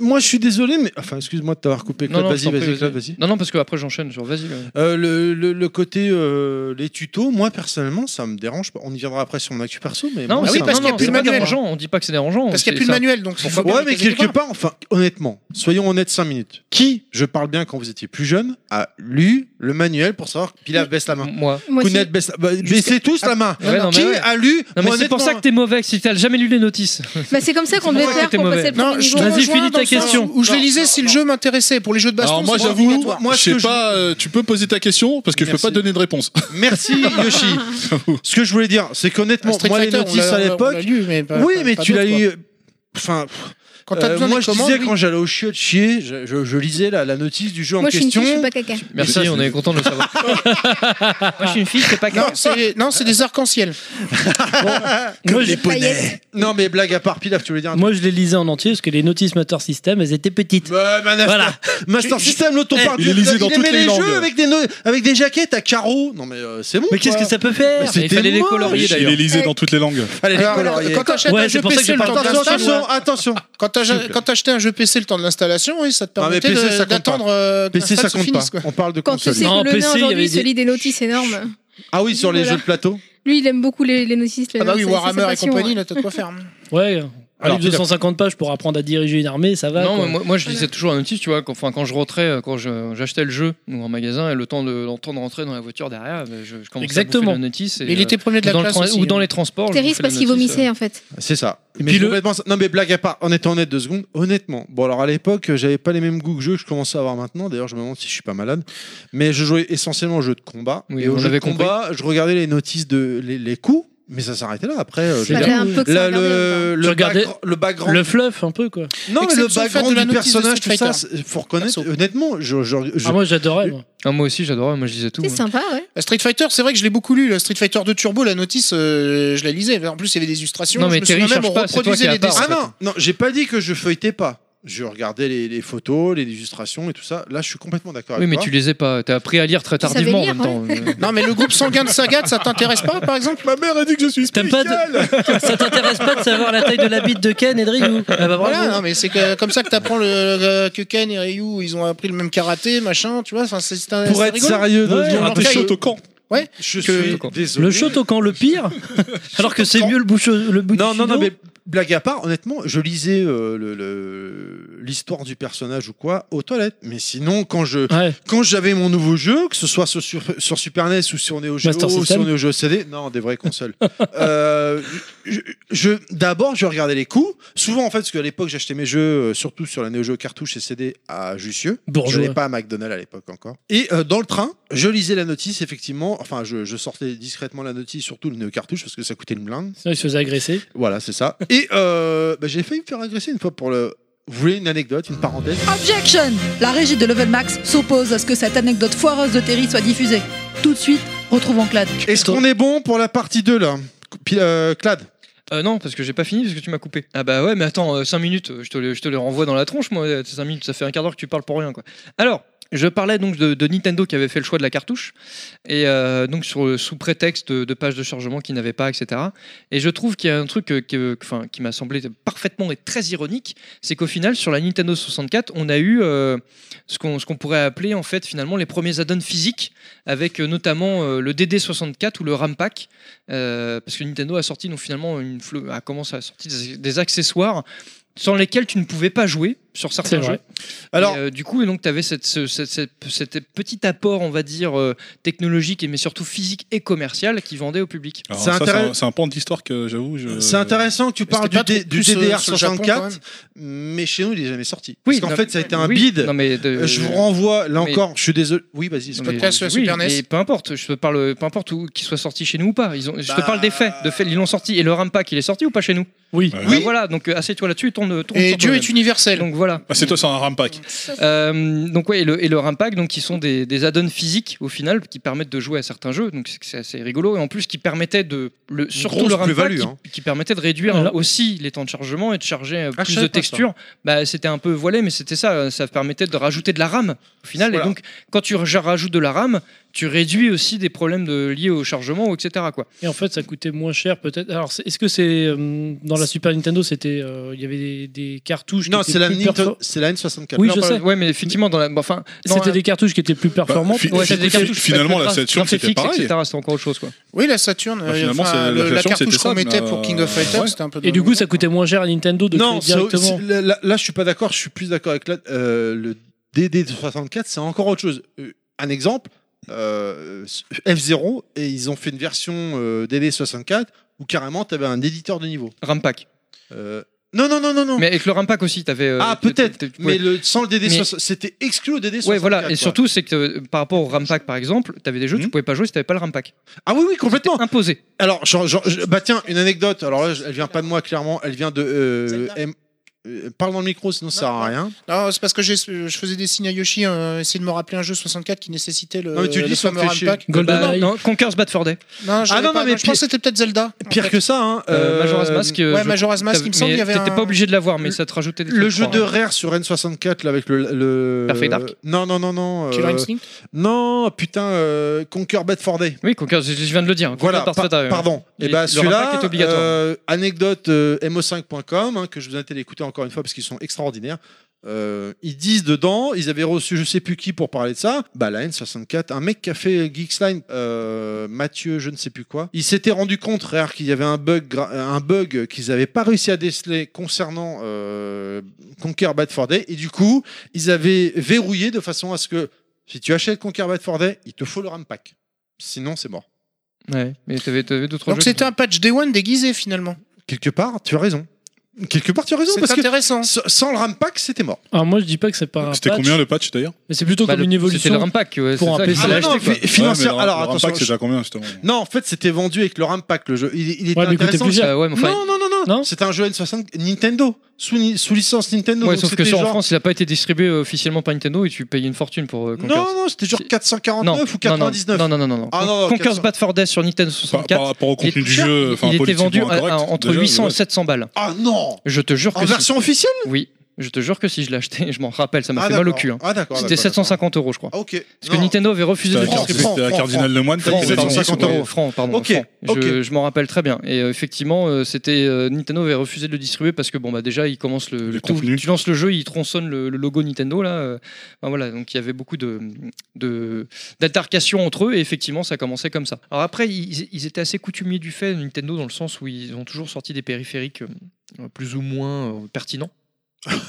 moi, je suis désolé, mais enfin, excuse-moi de t'avoir coupé. Claude. non, non, je Vas-y, t'en prie, vas-y, vas-y. Claude, vas-y. non, non, parce que après j'enchaîne sur vas-y. euh. Euh, le, le- le côté euh, les tutos, moi personnellement, ça me dérange pas. On y viendra après sur mon actu perso, mais Non, moi, Ah c'est- oui, ça parce me- non, qu'il y a non, plus c'est de pas manuel. dérangeant. On dit pas que c'est dérangeant. Parce qu'il n'y c'est a plus de ça. manuel, donc il faut Ouais, bien mais les caser quelque quelque part, enfin, honnêtement, soyons honnêtes 5 minutes. Qui, je parle bien quand vous étiez plus jeune, a lu le manuel pour savoir que Pilaf baisse la main Moi. Moi aussi. Kounet baisse la bah, Baissez tous la main Ouais, non, mais Qui ouais. a lu Non, mais Moi, c'est pour ça que honnêtement, t'es mauvais, si t'as jamais lu les notices. Bah, c'est comme ça qu'on C'est devait pour ça faire que t'es pour passer mauvais. le Non, premier je niveau. te Vas-y, rejoins finis dans ta le sens question. Où je les lisais si le jeu m'intéressait. Pour les jeux de baston, Alors moi c'est pas j'avoue, obligatoire. Moi, moi ce je que sais je- pas, euh, tu peux poser ta question parce que je Merci. peux pas donner de réponse. Merci Yoshi. Ce que je voulais dire, c'est qu'honnêtement, Street moi les Fighter, on notices l'a- à on l'a- on l'époque, l'a lu, mais pas- oui, pas- mais pas tu l'as d'autres, quoi. lu. Enfin, pff, Quand t'as euh, besoin moi des je commandes, disais oui. quand j'allais au chiot de chier, je, je- je lisais la, la notice du jeu en Moi, je suis une question. fille, je suis pas caca. Merci, on est content de le savoir. Moi, je suis une fille, c'est pas Non, c'est non, c'est des arcs-en-ciel. Moi, je- Paillettes. Non mais blague à part, Pilaf, tu voulais dire un Moi, je les lisais en entier parce que les notices Master System, elles étaient petites. Bah, Master, Voilà. Master System, l'autre on Eh, parle il du- est lisé dans aimait toutes les les langues. jeux avec des, nœuds- avec des jaquettes à carreaux. Non mais euh, c'est bon. Mais qu'est-ce que ça peut faire c'était Il fallait les moche. colorier Il d'ailleurs. est lisé dans toutes les langues. Allez, les Alors, colorier. Quand t'achètes Ouais, un c'est jeu pour ça que j'ai PC le pas temps de Attention, l'installation, attention, attention. quand t'ach- quand t'achetais un jeu PC le temps de l'installation, oui, ça te Non, mais permettait PC, ça compte de- pas. d'attendre euh, que PC l'install ça se compte pas. finisse, quoi. On parle de Quand tu console. sais Non, que le PC, nain il y avait aujourd'hui se des- lit des notices énormes. Ah oui, sur les Voilà. jeux de plateau. Lui, il aime beaucoup les, les notices. le- Ah bah oui, c'est- c'est sa Warhammer et passion, compagnie, ouais. là, t'as de quoi faire. hein. Ouais. Un Alors, livre de 150 pages pour apprendre à diriger une armée, ça va. Non, quoi. mais moi, moi, je lisais toujours la notice, tu vois. Quand, enfin, quand je rentrais, euh, quand je- j'achetais le jeu ou en magasin, et le temps de, le temps de rentrer dans la voiture derrière, ben, je, je commençais Exactement. à bouffer la notice. et, Mais il euh, était premier de la dans le classe tran- aussi, ou dans hein. les transports. je Terry, bouffais c'est la parce qu'il notice, euh. vomissait en fait. C'est ça. Mais Puis le- complètement ça- Non mais blague à part, en étant honnête deux secondes, honnêtement, bon alors à l'époque euh, j'avais pas les mêmes goûts que je que je commençais à avoir maintenant, d'ailleurs je me demande si je suis pas malade, mais je jouais essentiellement aux jeux de combat, Oui, et aux on jeux de avait compris. combat je regardais les notices de les, les coups, mais ça s'arrêtait là après. euh, je veux Bah, dire, Fallait un peu que ça hein, là, regardait, le, Tu le, regardais- backgr- le background Le fluff, un peu, quoi. Non, mais le Exception faite de background la du notice de personnage, tout Street ça, Fighter. c'est- faut reconnaître. Perso. Honnêtement, je, je, je- Ah, moi, j'adorais. moi. Ah, moi aussi, j'adorais. Moi, je lisais tout. hein. C'est hein. ouais. sympa, ouais. La Street Fighter, c'est vrai que je l'ai beaucoup lu. La Street Fighter 2 Turbo, la notice, euh, je la lisais. En plus, il y avait des illustrations. Non, mais je me Terry, souviens même, cherche on pas, c'est toi qui reproduisait as les part, en dessins. ah fait. non, non, j'ai pas dit que je feuilletais pas. Je regardais les, les photos, les illustrations et tout ça. Là, je suis complètement d'accord Oui, avec mais toi. tu lisais pas. T'as appris à lire très Tu savais tardivement lire, en même temps. euh. Non, mais le groupe sanguin de Sagat, ça t'intéresse pas, par exemple Ma mère a dit que je suis T'aimes pas spécial. de- Ça t'intéresse pas de savoir la taille de la bite de Ken et de Ryu Ah bah Voilà, voilà. non, mais c'est que- comme ça que t'apprends le, le- que Ken et Ryu, ils ont appris le même karaté, machin, tu vois. Enfin, c'est c'est un. Pour c'est être rigolo. sérieux, deux Ouais, secondes, alors, je- t'es chaud, je, Autocan. suis que- désolé. Le Shotokan, le pire, alors que c'est mieux le bouche le bout Non, du non, non, fuseau. mais blague à part, honnêtement, je lisais euh, le- le- l'histoire du personnage ou quoi aux toilettes. Mais sinon, quand je Ouais. quand j'avais mon nouveau jeu, que ce soit sur, sur, sur Super NES ou sur Neo Geo, Master ou System. sur Neo Geo CD, non, des vraies consoles. euh, je, je- D'abord, je regardais les coûts. Souvent, en fait, parce qu'à l'époque, j'achetais mes jeux, euh, surtout sur la Neo Geo cartouche et CD à Jussieu. Je Bourgeois. n'allais pas à McDonald's à l'époque encore. Et euh, dans le train, je lisais la notice, effectivement. Enfin, je, je sortais discrètement la notice, surtout le Neo cartouche, parce que ça coûtait une blinde. Sinon, il se faisait agresser. Voilà, c'est ça. Et euh, bah, j'ai failli me faire agresser une fois pour le. Vous voulez une anecdote, une parenthèse Objection La régie de Level Max s'oppose à ce que cette anecdote foireuse de Terry soit diffusée. Tout de suite, retrouvons Clad. Ah, Est-ce qu'on est bon pour la partie 2 là Puis, euh, Clad Euh, non, parce que j'ai pas fini, parce que tu m'as coupé. Ah bah ouais, mais attends, 5 minutes, euh, je te, le- je te les renvoie dans la tronche, moi, 5 minutes, ça fait un quart d'heure que tu parles pour rien, quoi. Alors, je parlais donc de, de Nintendo qui avait fait le choix de la cartouche, et euh, donc sur, sous prétexte de, de pages de chargement qu'ils n'avaient pas, etc. Et je trouve qu'il y a un truc euh, que- que- enfin, qui m'a semblé parfaitement et très ironique, c'est qu'au final, sur la Nintendo 64, on a eu euh, ce qu'on ce qu'on pourrait appeler, en fait, finalement, les premiers add-ons physiques, avec euh, notamment euh, le DD64 ou le RAM Pack, euh, parce que Nintendo a sorti donc finalement une fle- a commencé à sortir des, des accessoires sans lesquels tu ne pouvais pas jouer sur certains C'est vrai. jeux. Alors, Alors du coup et donc tu avais cette, ce- cette- cette- cet petit apport on va dire euh, technologique et mais surtout physique et commercial qui vendait au public. Alors, C'est ça, intéress- c'est un- C'est un pan de l'histoire que j'avoue. je- C'est intéressant que tu parles C'était du, D- pas trop du plus, euh, sur le Japon, quand même. DDR64, mais chez nous, il est jamais sorti. Parce non, qu'en fait, ça a été un oui, bide. Non mais de- Euh, je vous renvoie, là mais- encore, je suis désolé. Oui, vas-y. non, excuse-moi. mais- podcast sur la Super NES. mais peu importe, je te parle peu importe où qu'il soit sorti chez nous ou pas. Ils ont, je te Bah- parle des faits, de fait, ils l'ont sorti et le RAM Pack il est sorti ou pas chez nous Oui. Ouais. Bah Voilà, donc euh, assieds-toi là-dessus, tourne tourne Et sur Dieu toi-même. est universel. Donc voilà. Ah, c'est toi, c'est un rampack. Euh, donc ouais, et le, et le Rampack, donc qui sont des, des add-ons physiques au final, qui permettent de jouer à certains jeux, donc c'est- c'est assez rigolo, et en plus qui permettait de, le, surtout grosse le Rampack, plus-value, qui, hein. qui permettait de réduire Voilà. aussi les temps de chargement et de charger euh, Ah, je plus savais de pas ça. textures. Bah, c'était un peu voilé, mais c'était ça, ça permettait de rajouter de la RAM au final, Voilà. et donc quand tu ra- rajoutes de la RAM, tu réduis aussi des problèmes de, liés au chargement, etc. Quoi. Et en fait, ça coûtait moins cher peut-être. Alors, c'est- est-ce que c'est euh, dans la Super Nintendo, c'était euh, il y avait des, des cartouches Non, qui c'est étaient la, plus Nintendo- perfor- c'est la N64. Oui, Non, je pas- sais. Ouais, mais effectivement, dans la, bon, enfin, dans C'était la- des cartouches qui étaient plus performantes. Bah, fi- ouais, c'était des fi- cartouches, finalement, la graphiques, Saturn, c'était graphiques, pareil. etc. C'est encore autre chose, quoi. Oui, la euh, Saturn, Bah, finalement, enfin, c'est- la le- la, Saturn, cartouche c'était qu'on ça, mettait mais, pour King of euh, Fighters, ouais. c'était un peu. Et du coup, ça coûtait moins cher à Nintendo de Non, créer ça- directement. c'est- là, là- là, je suis pas d'accord. Je suis plus d'accord avec la- euh, le DD64. C'est encore autre chose. Euh, Un exemple, euh, F0 et ils ont fait une version euh, DD64 où carrément tu avais un éditeur de niveau. Rampack. Euh, non, non, non, non, non. Mais avec le Rampack aussi, t'avais. euh, ah t- t- peut-être, t- tu pouvais- mais le, sans le DD, Mais- c'était exclu au DD64. Ouais, voilà. quoi. Et surtout, c'est que euh, par rapport au Rampack, par exemple, t'avais des jeux, tu Mhm. pouvais pas jouer si t'avais pas le Rampack. Ah oui, oui, Hmm. complètement. Imposé. Alors, genre- genre, je- bah tiens, une anecdote. Alors là, je- elle vient pas de moi, clairement. Elle vient de. euh, Zelda. M- euh, parle dans le micro, sinon ça sert à rien. Non, Euh, c'est parce que j'ai- je faisais des signes à Yoshi, euh, essayer de me rappeler un jeu 64 qui nécessitait le. Non, mais tu le dis le sans te fameux faire RAM chier. pack. Golden Bah, non, Conker's Bad Fur Day. Non, je, Ah, l'ai non, pas, non, mais je pense pi- que c'était peut-être Zelda. en Pire fait. que ça, hein. Euh, Majora's euh, Mask. Ouais, Majora's Mask, il me semble qu'il y avait T'étais un- pas obligé de l'avoir, mais Le- ça te rajoutait des Le trucs, jeu je de crois. hein. Rare sur N64 là, avec le. le- Perfect Dark Non, non, non, non. euh, Killer Instinct Non, putain, euh, Conquer Bad for Day. Oui, Conker's, je je viens de le dire. Voilà, Conker's Bad Fur par- Day, ouais. pardon. Il- Et bah euh, le celui-là, rampac est obligatoire. euh, anecdote euh, mo5.com, hein, que je vous invite à l'écouter encore une fois parce qu'ils sont extraordinaires. Euh, ils disent dedans, ils avaient reçu je sais plus qui pour parler de ça, bah la N64, un mec qui a fait Geeksline, euh, Mathieu, je ne sais plus quoi, il s'était rendu compte Rare, qu'il y avait un bug, gra- un bug qu'ils n'avaient pas réussi à déceler concernant euh, Conquer Bad for Day, et du coup, ils avaient verrouillé de façon à ce que si tu achètes Conquer Bad for Day, il te faut le RAM pack. Sinon, c'est mort. Ouais, mais t'avais t'avais d'autres jeux. Donc c'était un patch Day One déguisé finalement. quelque part, tu as raison. Quelque part, tu as raison, C'est parce que intéressant. s- sans le rampack, c'était mort. Alors moi, je dis pas que c'est pas un C'était Ah, patch, combien le patch d'ailleurs mais c'est plutôt Bah, comme le- une C'était le évolution. Rampack. ouais, pour c'est un ça, PC que- Ah, mais non, acheté, quoi. fi- financière- Ouais, mais le- alors, le attention. rampack, c'était à combien justement Non, en fait, c'était vendu avec le rampack, le jeu. Il, il était Ouais, mais écoutez, intéressant. plusieurs- Euh, ouais, mais enfin, Non, non, non, non. Non C'était un jeu N60 Nintendo, sous, ni- sous licence Nintendo. ouais, donc sauf que c'était ça, en genre- France, il a pas été distribué officiellement par Nintendo et tu payais une fortune pour euh, Conker's. Non, non, c'était genre Si- 449 ou 99. Non, non, non, non. non. Ah, non, Bah, non, Conker's 400. Bad Fur Day sur Nintendo par, 64. par rapport au il est contenu du cher. jeu, enfin, il était politiquement vendu à- à- incorrect, entre déjà, 800 ouais. et 700 balles. Ah non Je te jure En que si. version officielle Oui, je te jure que si je l'ai acheté, je m'en rappelle, ça m'a Ah, fait mal au d'accord. cul. hein. Ah d'accord. C'était d'accord, 750 euros, je crois. d'accord. Ah, ok. Parce que Non. Nintendo avait refusé de C'était le à Francs, Cardinal- distribuer. francs, C'était à francs, Cardinal Lemoine, francs, t'avais francs, des 750 euros. euros. francs, pardon. Ok, francs. Je, ok. je m'en rappelle très bien. Et euh, effectivement, euh, c'était euh, Nintendo avait refusé de le distribuer parce que bon bah déjà il commence le, le- contenu. tu lances le jeu, il tronçonne le, le logo Nintendo là. euh, enfin, voilà, donc il y avait beaucoup de de- d'altercations entre eux et effectivement ça commençait comme ça. Alors après ils, ils étaient assez coutumiers du fait Nintendo dans le sens où ils ont toujours sorti des périphériques euh, plus ou moins euh, pertinents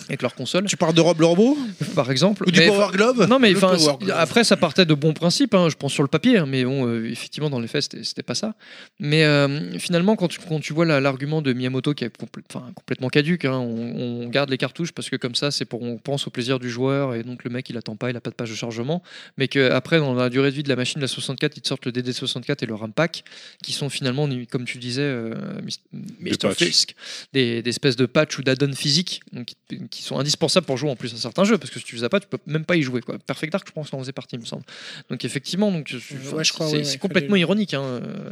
avec leur console, Tu parles de Rob Lorbo par exemple. ou du Mais- Power Globe non mais Le enfin, Power c'est- Glove. après ça partait de bons principes, hein, je pense sur le papier, hein, mais bon, euh, effectivement dans les faits c'était- c'était pas ça. Mais euh, finalement quand tu, quand tu vois la- l'argument de Miyamoto qui est compl- enfin, complètement caduque, hein, on, on garde les cartouches parce que comme ça c'est pour on pense au plaisir du joueur et donc le mec il attend pas, il a pas de page de chargement, mais que après dans la durée de vie de la machine la 64 ils te sortent le DD64 et le RAM pack qui sont finalement comme tu disais euh, Mis- Mr. patchs. Fisk des, des espèces de patchs ou d'add-ons physiques donc, qui, qui sont indispensables pour jouer en plus à certains jeux parce que si tu les as pas tu peux même pas y jouer quoi. Perfect Dark je pense en faisait partie il me semble donc effectivement donc je- enfin, ouais, je crois, c'est ouais, c'est ouais. complètement ironique hein, euh,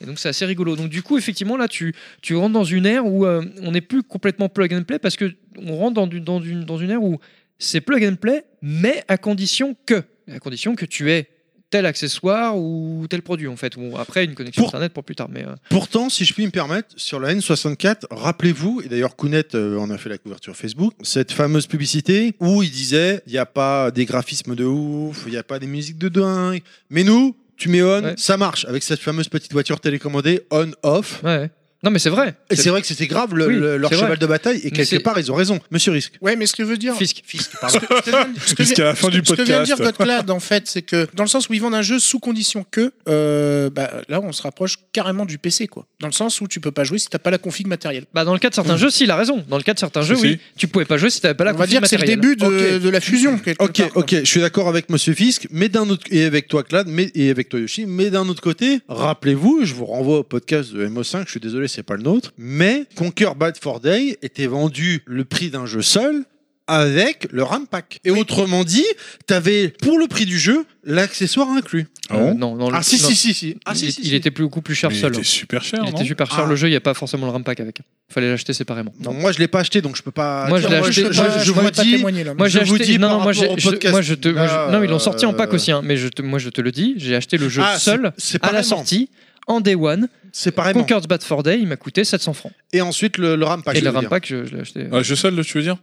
et donc c'est assez rigolo donc du coup effectivement là tu, tu rentres dans une ère où euh, on n'est plus complètement plug and play parce que on rentre dans, du- dans, une, dans une ère où c'est plug and play mais à condition que à condition que tu aies tel accessoire ou tel produit en fait ou après une connexion Pour- internet pour plus tard mais euh, Pourtant, si je puis me permettre, sur la N64, rappelez-vous, et d'ailleurs Kounet euh, en a fait la couverture Facebook, cette fameuse publicité où il disait il n'y a pas des graphismes de ouf, il n'y a pas des musiques de dingue, mais nous, tu mets on, Ouais. ça marche, avec cette fameuse petite voiture télécommandée on-off. ouais non mais c'est vrai Et c'est vrai que c'était grave le- Oui, le- leur c'est vrai. cheval de bataille, et Mais quelque c'est- part, ils ont raison. Monsieur Risque. Ouais, mais ce que je veux dire. Fisk. Ce que- ce que vient- ce que Jusqu'à vient- la fin ce que- du Ce que vient de dire podcast. Godclad, en fait, c'est que dans le sens où ils vendent un jeu sous condition que, euh, bah, là, on se rapproche carrément du PC, quoi. Dans le sens où tu peux pas jouer si t'as pas la config matérielle. Bah dans le cas de Mm. certains jeux, si, il a raison. Dans le cas de certains jeux, Si, oui. si. Tu pouvais pas jouer si t'avais pas la on va config dire que c'est le matérielle. début de, Ok. de la fusion. quelque Ok, part, quoi. ok, je suis d'accord avec Monsieur Fisk, mais d'un autre et avec toi Clad, mais et avec toi Yoshi, mais d'un autre côté, rappelez-vous, je vous renvoie au podcast de MO5, je suis désolé, c'est pas le nôtre, mais Conquer Bad for Day était vendu le prix d'un jeu seul avec le RAM pack. Et autrement dit, t'avais pour le prix du jeu l'accessoire inclus. Ah bon non, non, le- Ah si non, si si si. Ah il, si si. il si. était plus- beaucoup plus cher Mais seul. Il était super cher, non Il était super cher Ah. le jeu, il n'y a pas forcément le RAM pack avec. Fallait l'acheter séparément. Non, moi je l'ai pas acheté donc je peux pas. Moi, je l'ai Moi, acheté- je peux pas- je je vous pourrais pas dis- témoigner là. Moi je j'ai vous acheté dis non, par moi rapport j'ai au je- podcast moi je te moi, je- là, non ils l'ont sorti en pack euh, aussi hein, mais je te, moi je te le dis j'ai acheté le jeu Ah, c'est- seul c'est à la pareillement. sortie en day one Séparément. Conquer's Bad for Day il m'a coûté 700 francs Et ensuite le, le RAM pack. et Ah, je le veux RAM dire. pack je, je l'ai acheté Ah, je seul, tu veux dire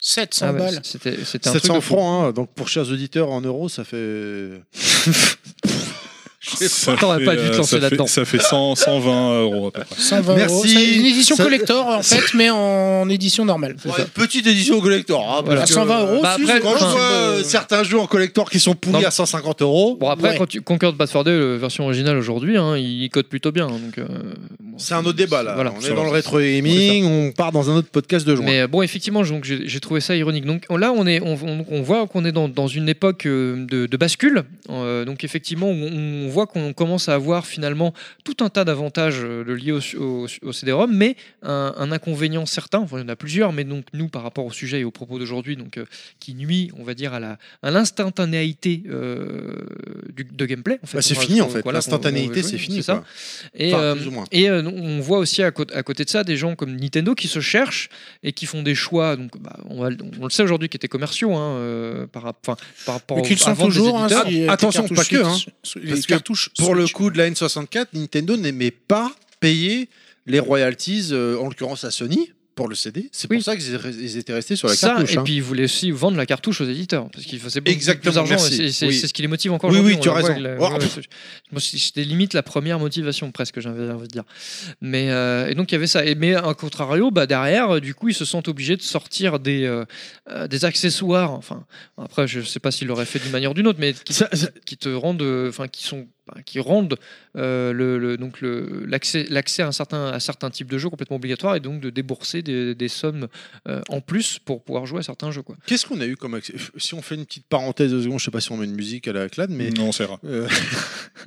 700 Ah ouais, balles. c'était c'était un truc 700 de fou. francs, hein, donc pour chers auditeurs en euros, ça fait. Ça T'aurais fait, pas dû te euh, lancer ça fait- là-dedans. Ça fait 100, 120 euros à peu près. 120 Merci. euros. C'est une édition Ça- collector en fait, mais en édition normale. Ouais, petite édition collector. hein, parce Voilà. À que- 120 euros, Bah, si, après, c'est Quand je Enfin, bon. vois euh, certains jeux en collector qui sont pourris Non. à 150 euros, Bon après Ouais. quand tu Conquer's Bad for Day euh, version originale aujourd'hui hein, il code plutôt bien hein, donc euh, bon, c'est un autre débat là. voilà. on ça est dans va. le rétro gaming, on part dans un autre podcast de juin. Mais euh, bon, effectivement, donc, j'ai j'ai trouvé ça ironique. Donc on- là, on, est, on, on- on voit qu'on est dans, dans une époque euh, de, de bascule. Euh, donc effectivement, on, on voit qu'on commence à avoir finalement tout un tas d'avantages euh, liés au, au, au CD-ROM, mais un, un inconvénient certain, enfin, il y en a plusieurs, mais donc nous, par rapport au sujet et aux propos d'aujourd'hui, donc euh, qui nuit, on va dire, à la- à l'instantanéité euh, du- de gameplay. En fait, Bah, c'est Voilà, fini en qu'on- fait. voilà, qu'on- L'instantanéité, qu'on- c'est oui, fini. ça. quoi. Et, Enfin, euh, plus ou moins. et euh, on voit aussi à, côté- à côté de ça des gens comme Nintendo qui se cherchent et qui font des choix. Donc, bah, on, va- on le sait aujourd'hui qui étaient commerciaux hein, euh, par, rap- enfin, par rapport Mais au- qu'ils à sont vendre des toujours. hein, éditeurs. si, euh, Attention, tes pas que, hein. cartouches Switch- les Parce que cartouches Pour le Switch. coup de la N64, Nintendo n'aimait pas payer les royalties, euh, en l'occurrence à Sony, pour le CD. C'est Oui. pour ça qu'ils ils étaient restés sur la ça, cartouche. et hein. puis ils voulaient aussi vendre la cartouche aux éditeurs parce qu'ils faisaient beaucoup Exactement, plus d'argent merci. et c'est- c'est Oui. c'est ce qui les motive encore Oui, aujourd'hui, oui, on tu as le voit raison. avec Oh. ouais, ouais, c'est- moi, c'est- c'était limite la première motivation presque j'avais envie de dire mais euh, et donc il y avait ça et, mais à contrario bah, derrière euh, du coup ils se sentent obligés de sortir des, euh, euh, des accessoires enfin après je sais pas s'ils l'auraient fait d'une manière ou d'une autre mais qui, Ça- ça- qui te rendent euh, enfin qui sont bah, qui rendent euh, le, le- donc le- l'accès l'accès à un certain à certains types de jeux complètement obligatoire et donc de débourser des, des sommes euh, en plus pour pouvoir jouer à certains jeux quoi. Qu'est-ce qu'on a eu comme accès Si on fait une petite parenthèse de secondes, je sais pas si on met une musique à la clade, mais Non, c'est rare. euh,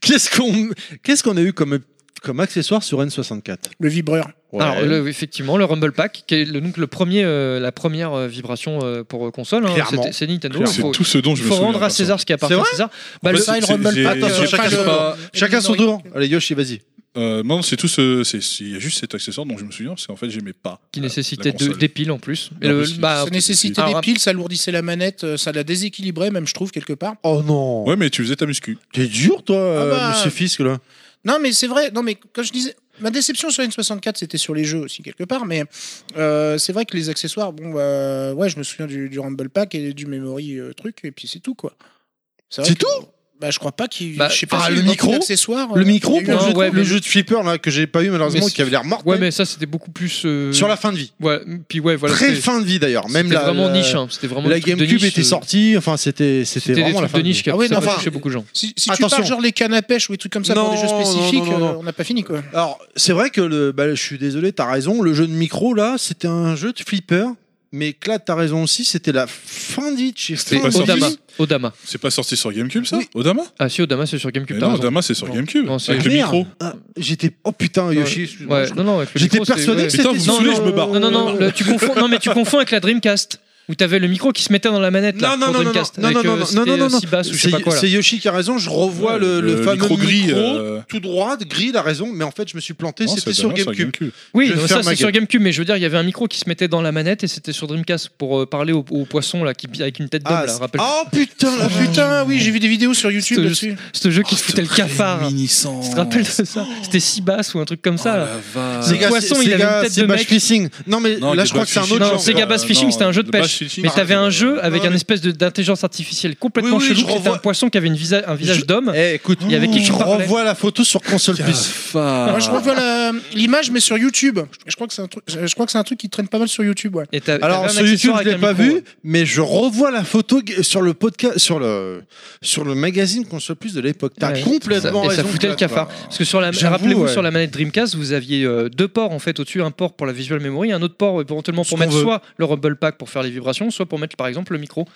qu'est-ce qu'on qu'est-ce qu'on a eu comme comme accessoire sur N64 Le vibreur. Ouais. Alors le- effectivement le Rumble Pack qui est le- donc le premier euh, la première euh, vibration euh, pour euh, console hein, Clairement. c'est- c'est Nintendo il C'est faut, tout ce dont je il me faut souviens. rendre à perso. César ce qui appartient C'est à vrai César Bah, le- c'est- ça et le c'est- Rumble j'ai- Pack, j'ai Attention, pas chacun le- son tour. Chacun son tour. Allez Yoshi, vas-y. Euh, non, c'est tout ce. c'est- c'est- Il y a juste cet accessoire dont je me souviens, c'est en fait, j'aimais pas. qui la- la nécessitait deux- console. des piles en plus Et Non, le- mais c'est- bah, Ah, Ça nécessitait alors, des piles, ça alourdissait la manette, euh, ça la déséquilibrait, même je trouve, quelque part. Oh non Ouais, mais tu faisais ta muscu. T'es dur toi, Ah euh, bah. monsieur Fisk là. Non, mais c'est vrai. Non, mais quand je disais. Ma déception sur N64, c'était sur les jeux aussi, quelque part. Mais euh, c'est vrai que les accessoires, bon, bah, ouais, je me souviens du, du Rumble Pack et du Memory euh, truc, et puis c'est tout, quoi. vrai C'est que- Bah, je crois pas qu'il. Bah, je sais pas ah, s'il y le a eu un micro accessoire, Le euh, micro il y a eu pour un- le, jeu, Non, ouais, le mais- jeu de flipper là que j'ai pas eu malheureusement Mais qui avait l'air mort ouais mais ça c'était beaucoup plus euh, sur la fin de vie. ouais, puis ouais voilà Très c'était- fin de vie d'ailleurs. Même c'était la vraiment la- niche hein, c'était vraiment La des trucs de GameCube niche, était euh, sortie. Enfin c'était c'était c'était des vraiment la trucs fin de de niche vie. qui a Ah oui, ça non, a enfin, touché beaucoup de gens Si, si tu Attention. parles genre les cannes à pêche ou des trucs comme ça pour Non, des jeux non, spécifiques, non, non, euh, non. on n'a pas fini, quoi. Alors c'est vrai que le bah, je suis désolé t'as raison. Le jeu de micro là c'était un jeu de flipper. Mais là t'as raison aussi c'était la fin de vie de chez C'était fin pas de sorti. vie. Odama Odama C'est pas sorti sur Gamecube, ça Oui. Odama ah si Odama c'est sur GameCube Mais t'as Non, raison. Odama, c'est sur Non. Gamecube. Non, c'est- Avec le Merde. micro. Ah, J'étais oh putain Yoshi. excuse-moi, Ouais, je- non, non, avec le J'étais micro, c'est- persuadé ouais. que c'était Putain, vous me sur saoulez, le- je me barre. Non, non, non, le- tu confonds, non, mais tu confonds avec la Dreamcast, où t'avais le micro qui se mettait dans la manette, Non, là, non, pour non, non, Dreamcast, non, avec, non, euh, non, c'était, non, non, non, euh, non. Sibas ou je sais C'est- pas quoi, là. C'est Yoshi qui a raison, je revois Ouais, le, le le fameux micro, micro gris, euh, tout droit, gris, la raison, mais en fait je me suis planté, Oh, Non, c'était c'est sur Odama, GameCube. Oui, je non, vais ça faire ma c'est sur gueule. GameCube, mais je veux dire, il y avait un micro qui se mettait dans la manette et c'était sur Dreamcast pour euh, parler au, au poisson là, qui, avec une tête d'homme, Ah, là, c'est- rappelle. oh putain, Ah, la putain. putain, oui, j'ai vu des vidéos sur YouTube C'était là-dessus. Ce jeu oh, qui te foutait le cafard. Tu te rappelles de ça C'était Sibas ou un truc comme Oh, ça, là. Les gars, poisson, c'est- il avait Sega, une tête de Sega mec. Fishing. Non mais là je crois que c'est un autre non, genre. Sega Bass Fishing, c'était un jeu de pêche. Mais t'avais un jeu avec Non, un mais- espèce de- d'intelligence artificielle complètement Oui, oui, chelou, je c'était un revois- poisson qui avait une visa- un visage Je- d'homme. Eh écoute, Il y avait quelqu'un je qui parlait. revois la photo sur console plus. Moi, Ah. je revois la- l'image, mais sur YouTube. Je crois que c'est un truc, je crois que c'est un truc qui traîne pas mal sur YouTube, ouais. Et t'as- Alors t'avais un sur YouTube accessoire je l'ai avec un pas micro, hein. vu, mais je revois la photo gu- sur le podcast, sur le sur le magazine console plus de l'époque. T'as Ouais. complètement et ça raison. foutait le Clad, quoi. cafard. Parce que sur la, J'avoue, rappelez-vous ouais. sur la manette Dreamcast, vous aviez euh, deux ports en fait au-dessus, un port pour la visual memory, un autre port euh, éventuellement Ce pour qu'on mettre veut. soit le rumble pack pour faire les vibrations, soit pour mettre par exemple le micro.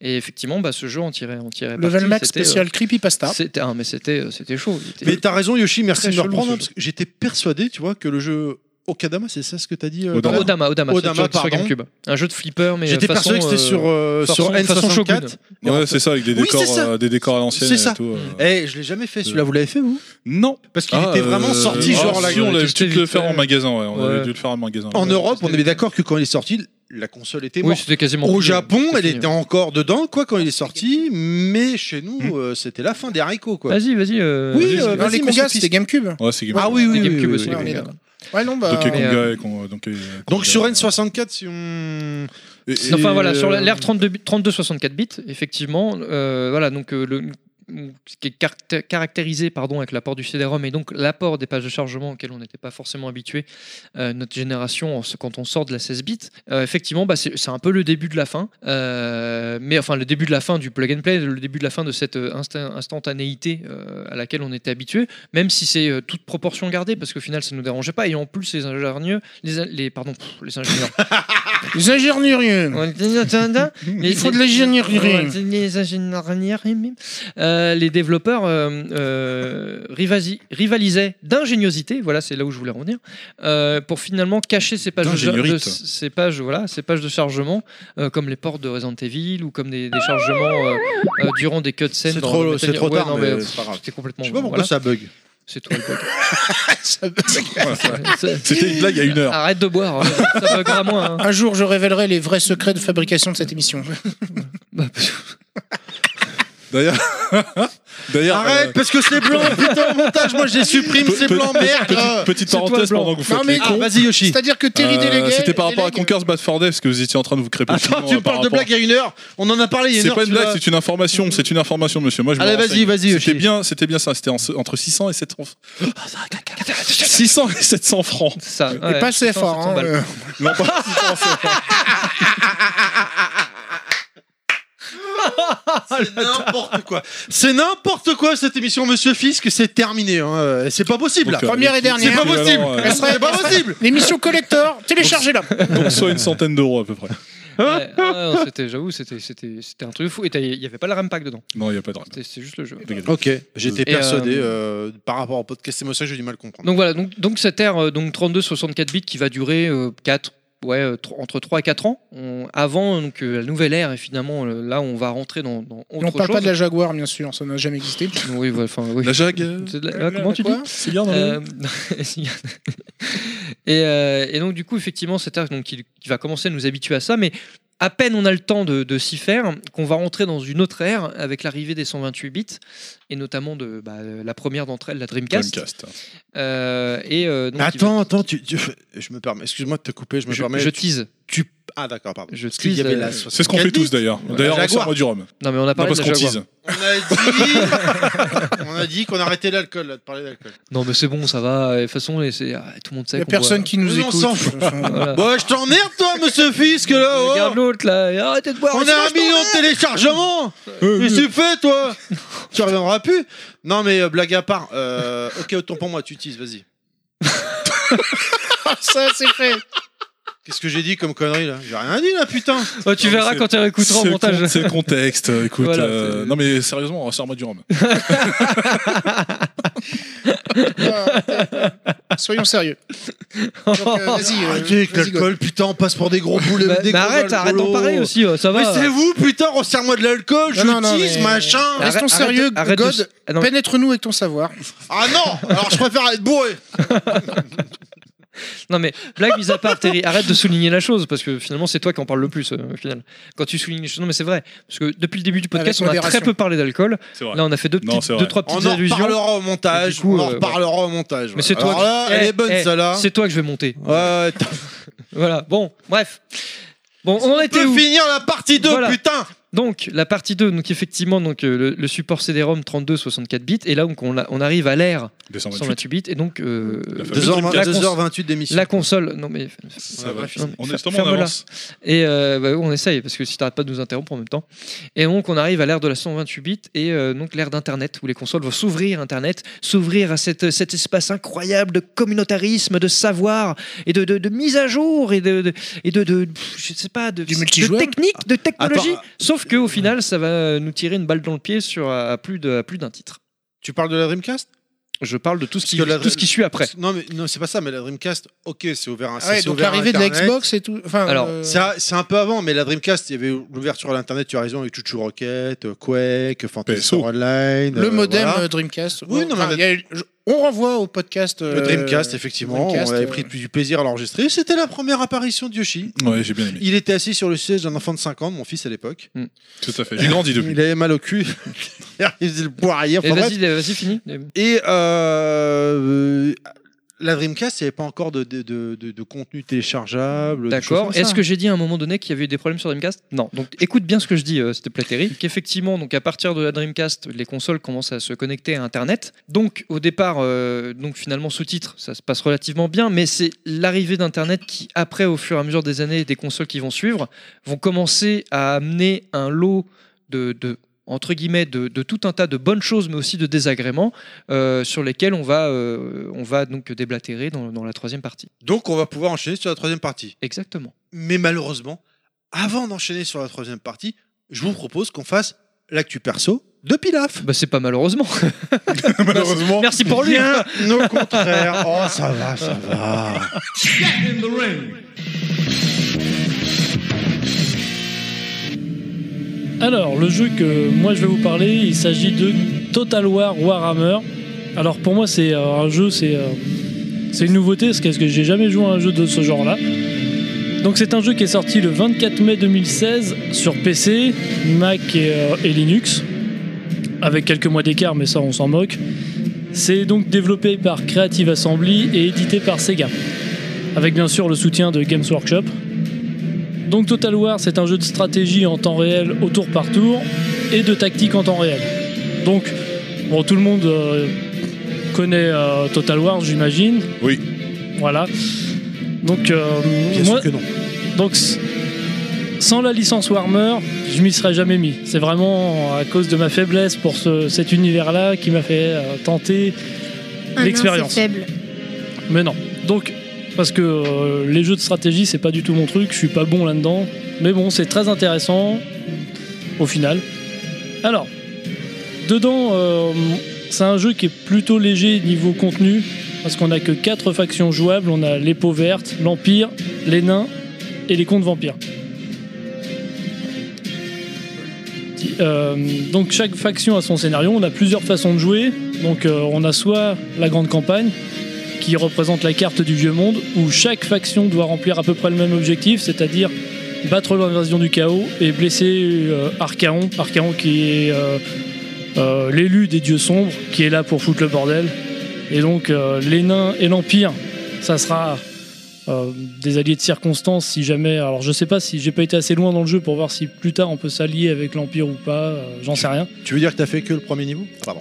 Et effectivement, bah, ce jeu en tirait, en tirait Level parti, Max c'était, euh, spécial Creepypasta. C'était ah, mais c'était euh, c'était chaud. il était- Mais t'as raison, Yoshi, merci Très de me chelou, reprendre, ce parce que j'étais persuadé, tu vois, que le jeu Okadama, c'est ça ce que t'as dit euh, Odama. Bernard Odama, Odama, c'est Odama, sur- sur pardon. GameCube. Un jeu de flipper, mais. J'étais façon, persuadé que c'était euh, sur, euh, sur façon- façon Shogun. N64. Et en Ouais, fait- c'est ça, avec des Oui, décors, c'est ça. euh, des décors à l'ancienne C'est et ça. tout. euh. Eh, je l'ai jamais fait celui-là, vous l'avez fait vous Non. Parce qu'il Ah, était vraiment euh, sorti ah, genre la- si, on avait Testé dû le vite faire fait. en magasin, ouais. On avait Ouais. dû le faire en magasin. En Ouais. Europe, on est d'accord que quand il est sorti, la console était Oui, morte. c'était quasiment. euh, Au fini. Japon, C'était elle fini. était encore dedans, quoi, quand il est sorti, mais chez nous, Hmm. euh, c'était la fin des haricots, quoi. Mmh. Vas-y, vas-y. euh, Oui, vas-y, euh, vas-y. Non, les monsieur Kongas, Fils. c'était GameCube. Ouais, c'est Ah GameCube. oui, oui, C'est oui, GameCube oui, aussi, oui, on oui. est d'accord. Ouais, non, bah. Donc les Mais, Konga euh, et Kon- donc les- Donc Konga. sur N64, si on... Et- et- Enfin voilà, sur euh, la- l'ère 32 bits- 32-64 bits, effectivement, euh, voilà, donc euh, le ce qui est caracté- caractérisé pardon, avec l'apport du CD-ROM et donc l'apport des pages de chargement auxquelles on n'était pas forcément habitué, euh, notre génération, en ce- quand on sort de la 16 bits, euh, effectivement, bah, c'est c'est un peu le début de la fin, euh, mais enfin le début de la fin du plug and play, le début de la fin de cette euh, insta- instantanéité euh, à laquelle on était habitué, même si c'est euh, toute proportion gardée, parce qu'au final ça ne nous dérangeait pas, et en plus les ingénieurs, les, in- les, pardon, pff, les ingénieurs, Les ingénieurs. il faut de l'ingénierie. Les ingénieries. Euh, les développeurs euh, euh, rivasi- rivalisaient d'ingéniosité, voilà, c'est là où je voulais en venir, euh, pour finalement cacher ces pages, de, D'ingénierite. de- ces pages, voilà, ces pages de chargement, euh, comme les portes de Resident Evil ou comme des, des chargements euh, euh, durant des cutscenes. C'est dans trop, Metal c'est Gear. trop Ouais, tard, non, mais pff, c'est pas grave. c'était complètement. Je sais pas pourquoi voilà, ça bug. C'est toi le bug. C'était une blague il y a une heure. Arrête de boire, hein, ça buggera moins. hein. Un jour, je révélerai les vrais secrets de fabrication de cette émission. Bah, D'ailleurs, d'ailleurs. Arrête, euh, parce que c'est blanc, putain, au montage, moi je les supprime, pe- c'est pe- blanc, merde Petite, petite parenthèse pendant que vous faites. mais- les Ah, cons. vas-y Yoshi C'est-à-dire que Terry Euh, Délégué. C'était par rapport à délègue- Conker's Bad Ford Day, parce que vous étiez en train de vous crêper. le Attends, chignon, tu euh, me par parles de rapport- blague il y a une heure, on en a parlé il y a une C'est heure. pas une tu blague, vois. c'est une information, c'est une information, monsieur. Moi, je me Allez, vas-y, renseigne. vas-y, C'était Yoshi. bien, c'était bien ça. C'était en- entre 600 et 700. 600 et 700 francs. Ça, Et ouais, pas CFA. 700 hein, balles. euh, Non, pas 600, c'est- C'est n'importe quoi. C'est n'importe quoi cette émission, Monsieur Fisk, c'est terminé. hein. Euh, C'est pas possible. Donc, là. euh, Première et C'est dernière. pas possible. équivalent, euh, Elle serait- C'est pas possible. L'émission collector, téléchargez-la. Donc, soit une centaine d'euros à peu près. Ouais, ah non, c'était, j'avoue, c'était, c'était, c'était un truc fou. Et t'as- il n'y avait pas la rampack dedans. Non, il n'y a pas de rame. C'était, c'était juste le jeu. Ok, j'étais Et, euh, persuadé euh, par rapport au podcast. C'est moi ça que j'ai du mal à comprendre. Donc voilà, donc, donc cette ère euh, donc 32-64 bits qui va durer 4, ouais, euh, tr- entre 3 et 4 ans. On- avant donc, euh, la nouvelle ère, et finalement, euh, là, on va rentrer dans, dans Et on autre parle chose. pas de la Jaguar, bien sûr, ça n'a jamais existé. Oui, ouais, enfin, oui. La jag, euh, C'est de la- ah, comment tu dis Quoi c'est bien dans le- Euh, et, euh, et donc du coup effectivement c'est donc qui, qui va commencer à nous habituer à ça mais à peine on a le temps de, de s'y faire qu'on va rentrer dans une autre ère avec l'arrivée des 128 bits et notamment de bah, la première d'entre elles la Dreamcast, Dreamcast. Euh, et euh, donc, Mais il va- attends, attends, tu, tu- je me permets. Excuse-moi de te couper, je me je, permets. je tu, tease tu- ah d'accord, pardon. Je Parce qu'il y tease, avait euh, la C'est ce qu'on fait 64 tous d'ailleurs. D'ailleurs, La on Jaguar. sort moi du rhum. Non, non mais on a parlé parce de la qu'on Jaguar. tease. On a dit, on a dit qu'on arrêtait l'alcool là, de parler d'alcool. non mais c'est bon ça va de toute façon et c'est- ah, tout le monde sait Il y a qu'on boit. personne qui nous Mais on écoute. s'en fout. Bon, je t'emmerde toi, Monsieur Fisk là. oh. regarde l'autre là et arrêtez de boire On mais sinon, a un je million de téléchargements Mais c'est fait, toi Tu reviendras plus Non, mais euh, blague à part, euh, ok, autant pour moi, tu utilises, vas-y. Ah, Ça, c'est fait. Qu'est-ce que j'ai dit comme connerie, là J'ai rien dit, là, putain t'emmerde. Oh, tu Non, mais verras c'est- quand tu réécouteras C'est en le montage con- C'est le contexte. euh, Écoute, Voilà, euh, c'est- non mais sérieusement, sors moi du rhum. Ah, Soyons sérieux. Donc, euh, vas-y. euh, Arrêtez avec vas-y, go. l'alcool, putain, on passe pour des gros boules Bah, des bah, gros arrête, arrête d'en alcoolos. parler aussi, euh, ça Mais va. c'est vous, putain, resserre-moi de l'alcool, je Non, non, non, l'utilise, mais- machin Restons Arrête- sérieux, arrête de- God. Ah, non, Pénètre-nous avec ton savoir. Ah non Alors, je préfère être bourré Non mais blague mise à part, Terry, arrête de souligner la chose parce que finalement c'est toi qui en parle le plus euh, au final. Quand tu soulignes les choses, non mais c'est vrai parce que depuis le début du podcast Avec on a modération. très peu parlé d'alcool. C'est vrai. Là on a fait deux, Non, petites- c'est vrai. deux trois On petites en allusions. reparlera au montage, Du coup, on en euh, reparlera au montage. Mais c'est voilà. toi. Alors là, que- elle Eh, est bonne, eh, celle-là. C'est toi que je vais monter. Ouais, t'as- Voilà. Bon, bref. Bon, on en était peut où finir la partie 2, Voilà. putain Donc la partie 2, donc effectivement donc euh, le, le support CD-ROM 32 64 bits et là donc on, a- on arrive à l'ère 228. 128 bits et donc euh, La fameuse la cons- 2h28 d'émission. la console non mais Ça va. Non, mais On est fer- justement en ferme-la. avance. Et euh, bah, on essaye, parce que si t'arrêtes pas de nous interrompre en même temps. Et donc, on arrive à l'ère de la 128 bits et euh, donc l'ère d'Internet, où les consoles vont s'ouvrir à Internet, s'ouvrir à cette, cet espace incroyable de communautarisme, de savoir et de, de, de mise à jour et de, de- et de, de- pff, je sais pas, de, Du de multijoueur technique, de technologie. Attends. euh, Sauf qu'au final, ça va nous tirer une balle dans le pied sur à, à plus de- à plus d'un titre. Tu parles de la Dreamcast Je parle de tout ce qui, Parce que la- tout ce qui suit après. Non, mais non, c'est pas ça, mais la Dreamcast, ok, c'est ouvert à Ah ouais, c'est donc ouvert à l'arrivée de la Internet. Xbox et tout. Enfin, Alors, euh, Ça, C'est un peu avant, mais la Dreamcast, il y avait l'ouverture à l'internet, tu as raison, avec Chuchu Rocket, euh, Quake, Fantasy PSO. Star Online. le euh, modem voilà. euh, Dreamcast. Oui, non, mais- Enfin, il y a eu- je- on renvoie au podcast. euh, Le Dreamcast, effectivement, Dreamcast, on avait pris euh, du plaisir à l'enregistrer. C'était la première apparition de Yoshi. Ouais, j'ai bien aimé. Il était assis sur le siège d'un enfant de 5 ans, mon fils à l'époque. Tout à fait. J'ai grandi depuis. Il avait mal au cul. il faisait le poirier. Et Enfin, bref. Vas-y, vas-y, fini. Et euh, euh, la Dreamcast, il n'y avait pas encore de, de- de- de- de contenu téléchargeable. de D'accord. choses comme Est-ce ça. que j'ai dit à un moment donné qu'il y avait eu des problèmes sur Dreamcast Non. Donc écoute bien ce que je dis, euh, c'était Platéry. Qu'effectivement, donc à partir de la Dreamcast, les consoles commencent à se connecter à Internet. Donc au départ, euh, donc finalement sous-titres, ça se passe relativement bien, mais c'est l'arrivée d'Internet qui, après, au fur et à mesure des années, des consoles qui vont suivre, vont commencer à amener un lot de, de- entre guillemets, de, de tout un tas de bonnes choses, mais aussi de désagréments, euh, sur lesquels on va, euh, on va donc déblatérer dans- dans la troisième partie. Donc, on va pouvoir enchaîner sur la troisième partie. Exactement. Mais malheureusement, avant d'enchaîner sur la troisième partie, je vous propose qu'on fasse l'actu perso de Pilaf. Bah c'est pas malheureusement. Malheureusement. Merci pour lui. Bien au contraire. Oh, ça va, ça va. Alors, le jeu que moi je vais vous parler, il s'agit de Total War Warhammer. Alors pour moi, c'est euh, un jeu, c'est euh, c'est une nouveauté, parce que parce que j'ai jamais joué à un jeu de ce genre-là. Donc c'est un jeu qui est sorti le 24 mai 2016 sur PC, Mac et, euh, et Linux, avec quelques mois d'écart, mais ça on s'en moque. C'est donc développé par Creative Assembly et édité par Sega, avec bien sûr le soutien de Games Workshop. Donc Total War, c'est un jeu de stratégie en temps réel au tour par tour et de tactique en temps réel. Donc, bon, tout le monde euh, connaît euh, Total War, j'imagine. Oui. Voilà. Donc, euh, Bien moi, sûr que non. donc, s- sans la licence Warmer, je m'y serais jamais mis. C'est vraiment à cause de ma faiblesse pour ce- cet univers-là qui m'a fait euh, tenter Ah non, l'expérience. c'est faible. Mais non. Donc, parce que euh, les jeux de stratégie, c'est pas du tout mon truc, je suis pas bon là-dedans. Mais bon, c'est très intéressant au final. Alors, dedans, euh, c'est un jeu qui est plutôt léger niveau contenu, parce qu'on a que quatre factions jouables on a les peaux vertes, l'Empire, les nains et les contes vampires. Euh, donc chaque faction a son scénario, on a plusieurs façons de jouer. Donc euh, on a soit la grande campagne, qui représente la carte du vieux monde, où chaque faction doit remplir à peu près le même objectif, c'est-à-dire battre l'invasion du chaos et blesser euh, Archaon, Archaon qui est euh, euh, l'élu des dieux sombres, qui est là pour foutre le bordel. Et donc euh, les nains et l'Empire, ça sera euh, des alliés de circonstance si jamais... Alors je sais pas si j'ai pas été assez loin dans le jeu pour voir si plus tard on peut s'allier avec l'Empire ou pas, euh, j'en sais rien. Tu veux dire que t'as fait que le premier niveau Ah, Pardon.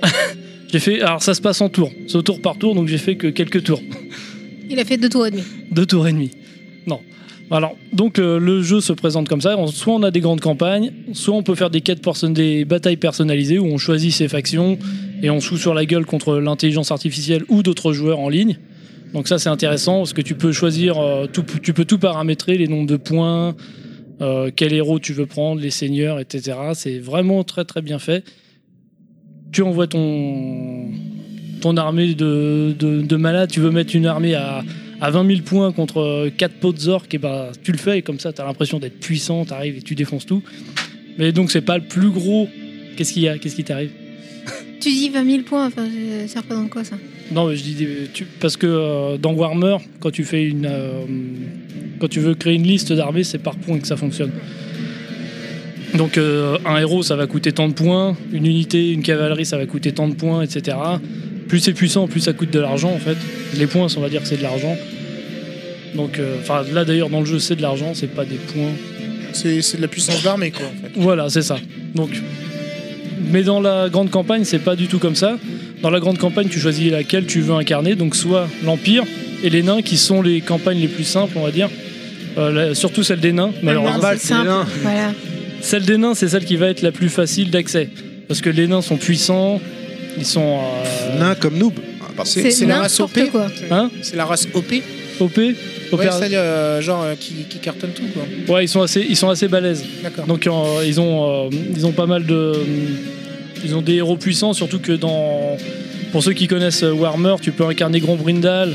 J'ai fait... Alors ça se passe en tour, c'est au tour par tour, donc j'ai fait que quelques tours. Il a fait deux tours et demi. Deux tours et demi. Non. Alors, donc euh, le jeu se présente comme ça. On- Soit on a des grandes campagnes, soit on peut faire des quêtes perso- des batailles personnalisées où on choisit ses factions et on se fout sur la gueule contre l'intelligence artificielle ou d'autres joueurs en ligne. Donc ça c'est intéressant parce que tu peux choisir, euh, tout, tu peux tout paramétrer, les nombres de points, euh, quel héros tu veux prendre, les seigneurs, etc. C'est vraiment très très bien fait. Tu envoies ton ton armée de, de, de malades, tu veux mettre une armée à, à 20 000 points contre euh, 4 pots de Zork, et bah, tu le fais et comme ça t'as l'impression d'être puissant, t'arrives et tu défonces tout. Mais donc c'est pas le plus gros. Qu'est-ce qu'il y a Qu'est-ce qui t'arrive Tu dis 20 000 points, enfin, euh, ça représente quoi ça Non, mais je dis des- tu- parce que euh, dans Warhammer, quand tu fais une, euh, quand tu veux créer une liste d'armées, c'est par points que ça fonctionne. Donc euh, un héros, ça va coûter tant de points, une unité, une cavalerie, ça va coûter tant de points, etc. Plus c'est puissant, plus ça coûte de l'argent en fait. Les points, on va dire que c'est de l'argent. Donc, euh, enfin là d'ailleurs dans le jeu, c'est de l'argent, c'est pas des points. C'est c'est de la puissance d'armée, quoi. en fait. Voilà, c'est ça. Donc, mais dans la grande campagne, c'est pas du tout comme ça. Dans la grande campagne, tu choisis laquelle tu veux incarner, donc soit l'Empire et les nains, qui sont les campagnes les plus simples, on va dire. Euh, la- surtout celle des nains, malheureusement. Ah non, c'est simple. Voilà. Celle des nains, c'est celle qui va être la plus facile d'accès. Parce que les nains sont puissants, ils sont euh, Nain comme noob. Ah, pardon. C'est c'est la race OP. n'importe quoi. Hein C'est la race OP. OP. Ouais, opéra- c'est-à-dire, euh, genre, euh, qui, qui cartonne tout, quoi. ouais, ils sont assez, ils sont assez balèzes. D'accord. Donc euh, ils ont euh, ils ont pas mal de ils ont des héros puissants surtout que dans pour Pour ceux qui connaissent euh, Warhammer, tu peux incarner Grand Brindal,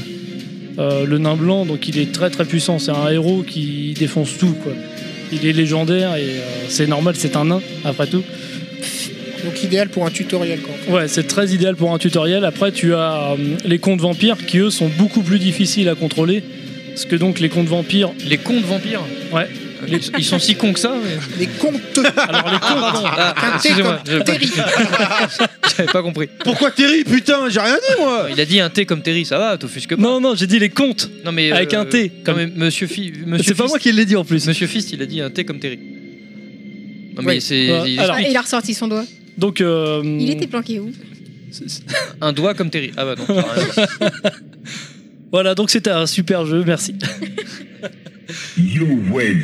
euh, le nain blanc, donc il est très très puissant. C'est un héros qui défonce tout, quoi. Il est légendaire et euh, c'est normal, c'est un nain, après tout. Donc idéal pour un tutoriel quoi. Ouais, c'est très idéal pour un tutoriel. Après, tu as euh, les contes vampires qui, eux, sont beaucoup plus difficiles à contrôler. Parce que donc, les contes vampires. Les contes vampires Ouais. Les- Ils sont si cons que ça mais- Les comptes Alors, les contes. non. Ah, Excusez-moi, j'avais pas- Terry. j'avais pas compris. Pourquoi Terry Putain, j'ai rien dit moi Il a dit un T comme Terry, ça va, t'offusques pas. Non, non, j'ai dit les contes. Non, mais, euh, Avec un T, non, comme- mais Monsieur, Fi- Monsieur C'est pas Fist- moi qui l'ai dit en plus. Monsieur Fist, il a dit un T comme Terry. Non, mais Ouais. c'est Ouais, il- Euh, alors- Ah, il a ressorti son doigt. Donc. euh, Il était planqué où un doigt comme Terry. Ah bah non. ça a rien à voir. Voilà, donc c'était un super jeu, merci.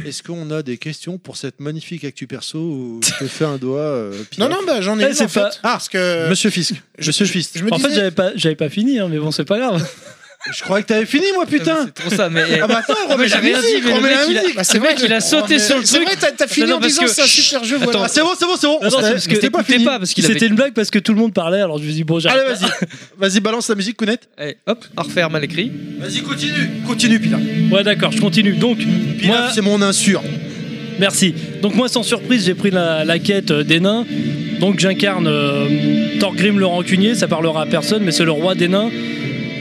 Est-ce qu'on a des questions pour cette magnifique actu perso où je te fais un doigt euh, Non Pierre non bah j'en ai Eh, une, c'est en fait. pas- Ah, parce que Monsieur Fisk, Monsieur Fisk, Euh, je me en fait, disais j'avais pas, j'avais pas fini, hein, mais bon, c'est pas grave. je croyais que t'avais fini, moi, putain C'est trop ça, mais. Ah bah attends, Ah, remets mais la j'avais rien dit, musique, mais le remets la mec, il a- musique bah, c'est le mec, vrai, il a sauté sur le c'est truc. vrai t'as, t'as fini non, en parce disant que- c'est un super jeu voilà. Ah, c'est bon, c'est bon, c'est bon Non, On non, s'était- c'est parce que on s'était pas t'écoutais fini. pas parce qu'il C'était avait. une blague parce que tout le monde parlait, alors je me suis dit, bon, j'arrête. Allez, vas-y Vas-y, balance la musique, Kounet Allez, Eh, hop, à refaire mal écrit. Vas-y, continue Continue, Pilar Ouais, d'accord, je continue. Donc, Pilaf, moi, c'est mon insure Merci. Donc moi, sans surprise, j'ai pris la, la quête euh, des nains. Donc j'incarne euh, Thorgrim le rancunier, ça parlera à personne, mais c'est le roi des nains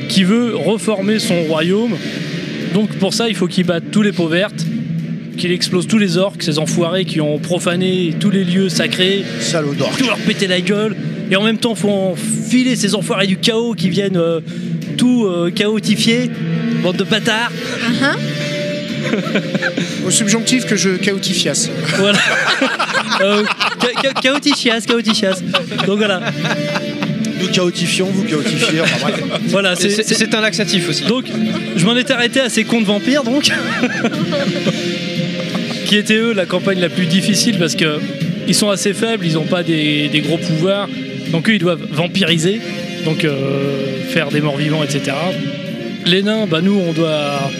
qui veut reformer son royaume. Donc pour ça, il faut qu'il batte tous les peaux vertes, qu'il explose tous les orques, ces enfoirés qui ont profané tous les lieux sacrés, Salaud d'or tout leur péter la gueule. Et en même temps, faut enfiler ces enfoirés du chaos qui viennent euh, tout euh, chaotifier. Bande de bâtards. Ah, hein Au subjonctif que je chaotifiasse. Voilà. euh, ca- ca- chaotichias, chaotichias. Donc voilà. Nous chaotifions, vous chaotifiez enfin, voilà. Voilà, C'est- c'est- C'est c'est- c'est un laxatif aussi. Donc, je m'en étais arrêté à ces contes vampires, donc. qui étaient eux la campagne la plus difficile parce que ils sont assez faibles, ils n'ont pas des, des gros pouvoirs. Donc, eux, ils doivent vampiriser, donc euh, faire des morts vivants, etc. Les nains, bah, nous, on doit,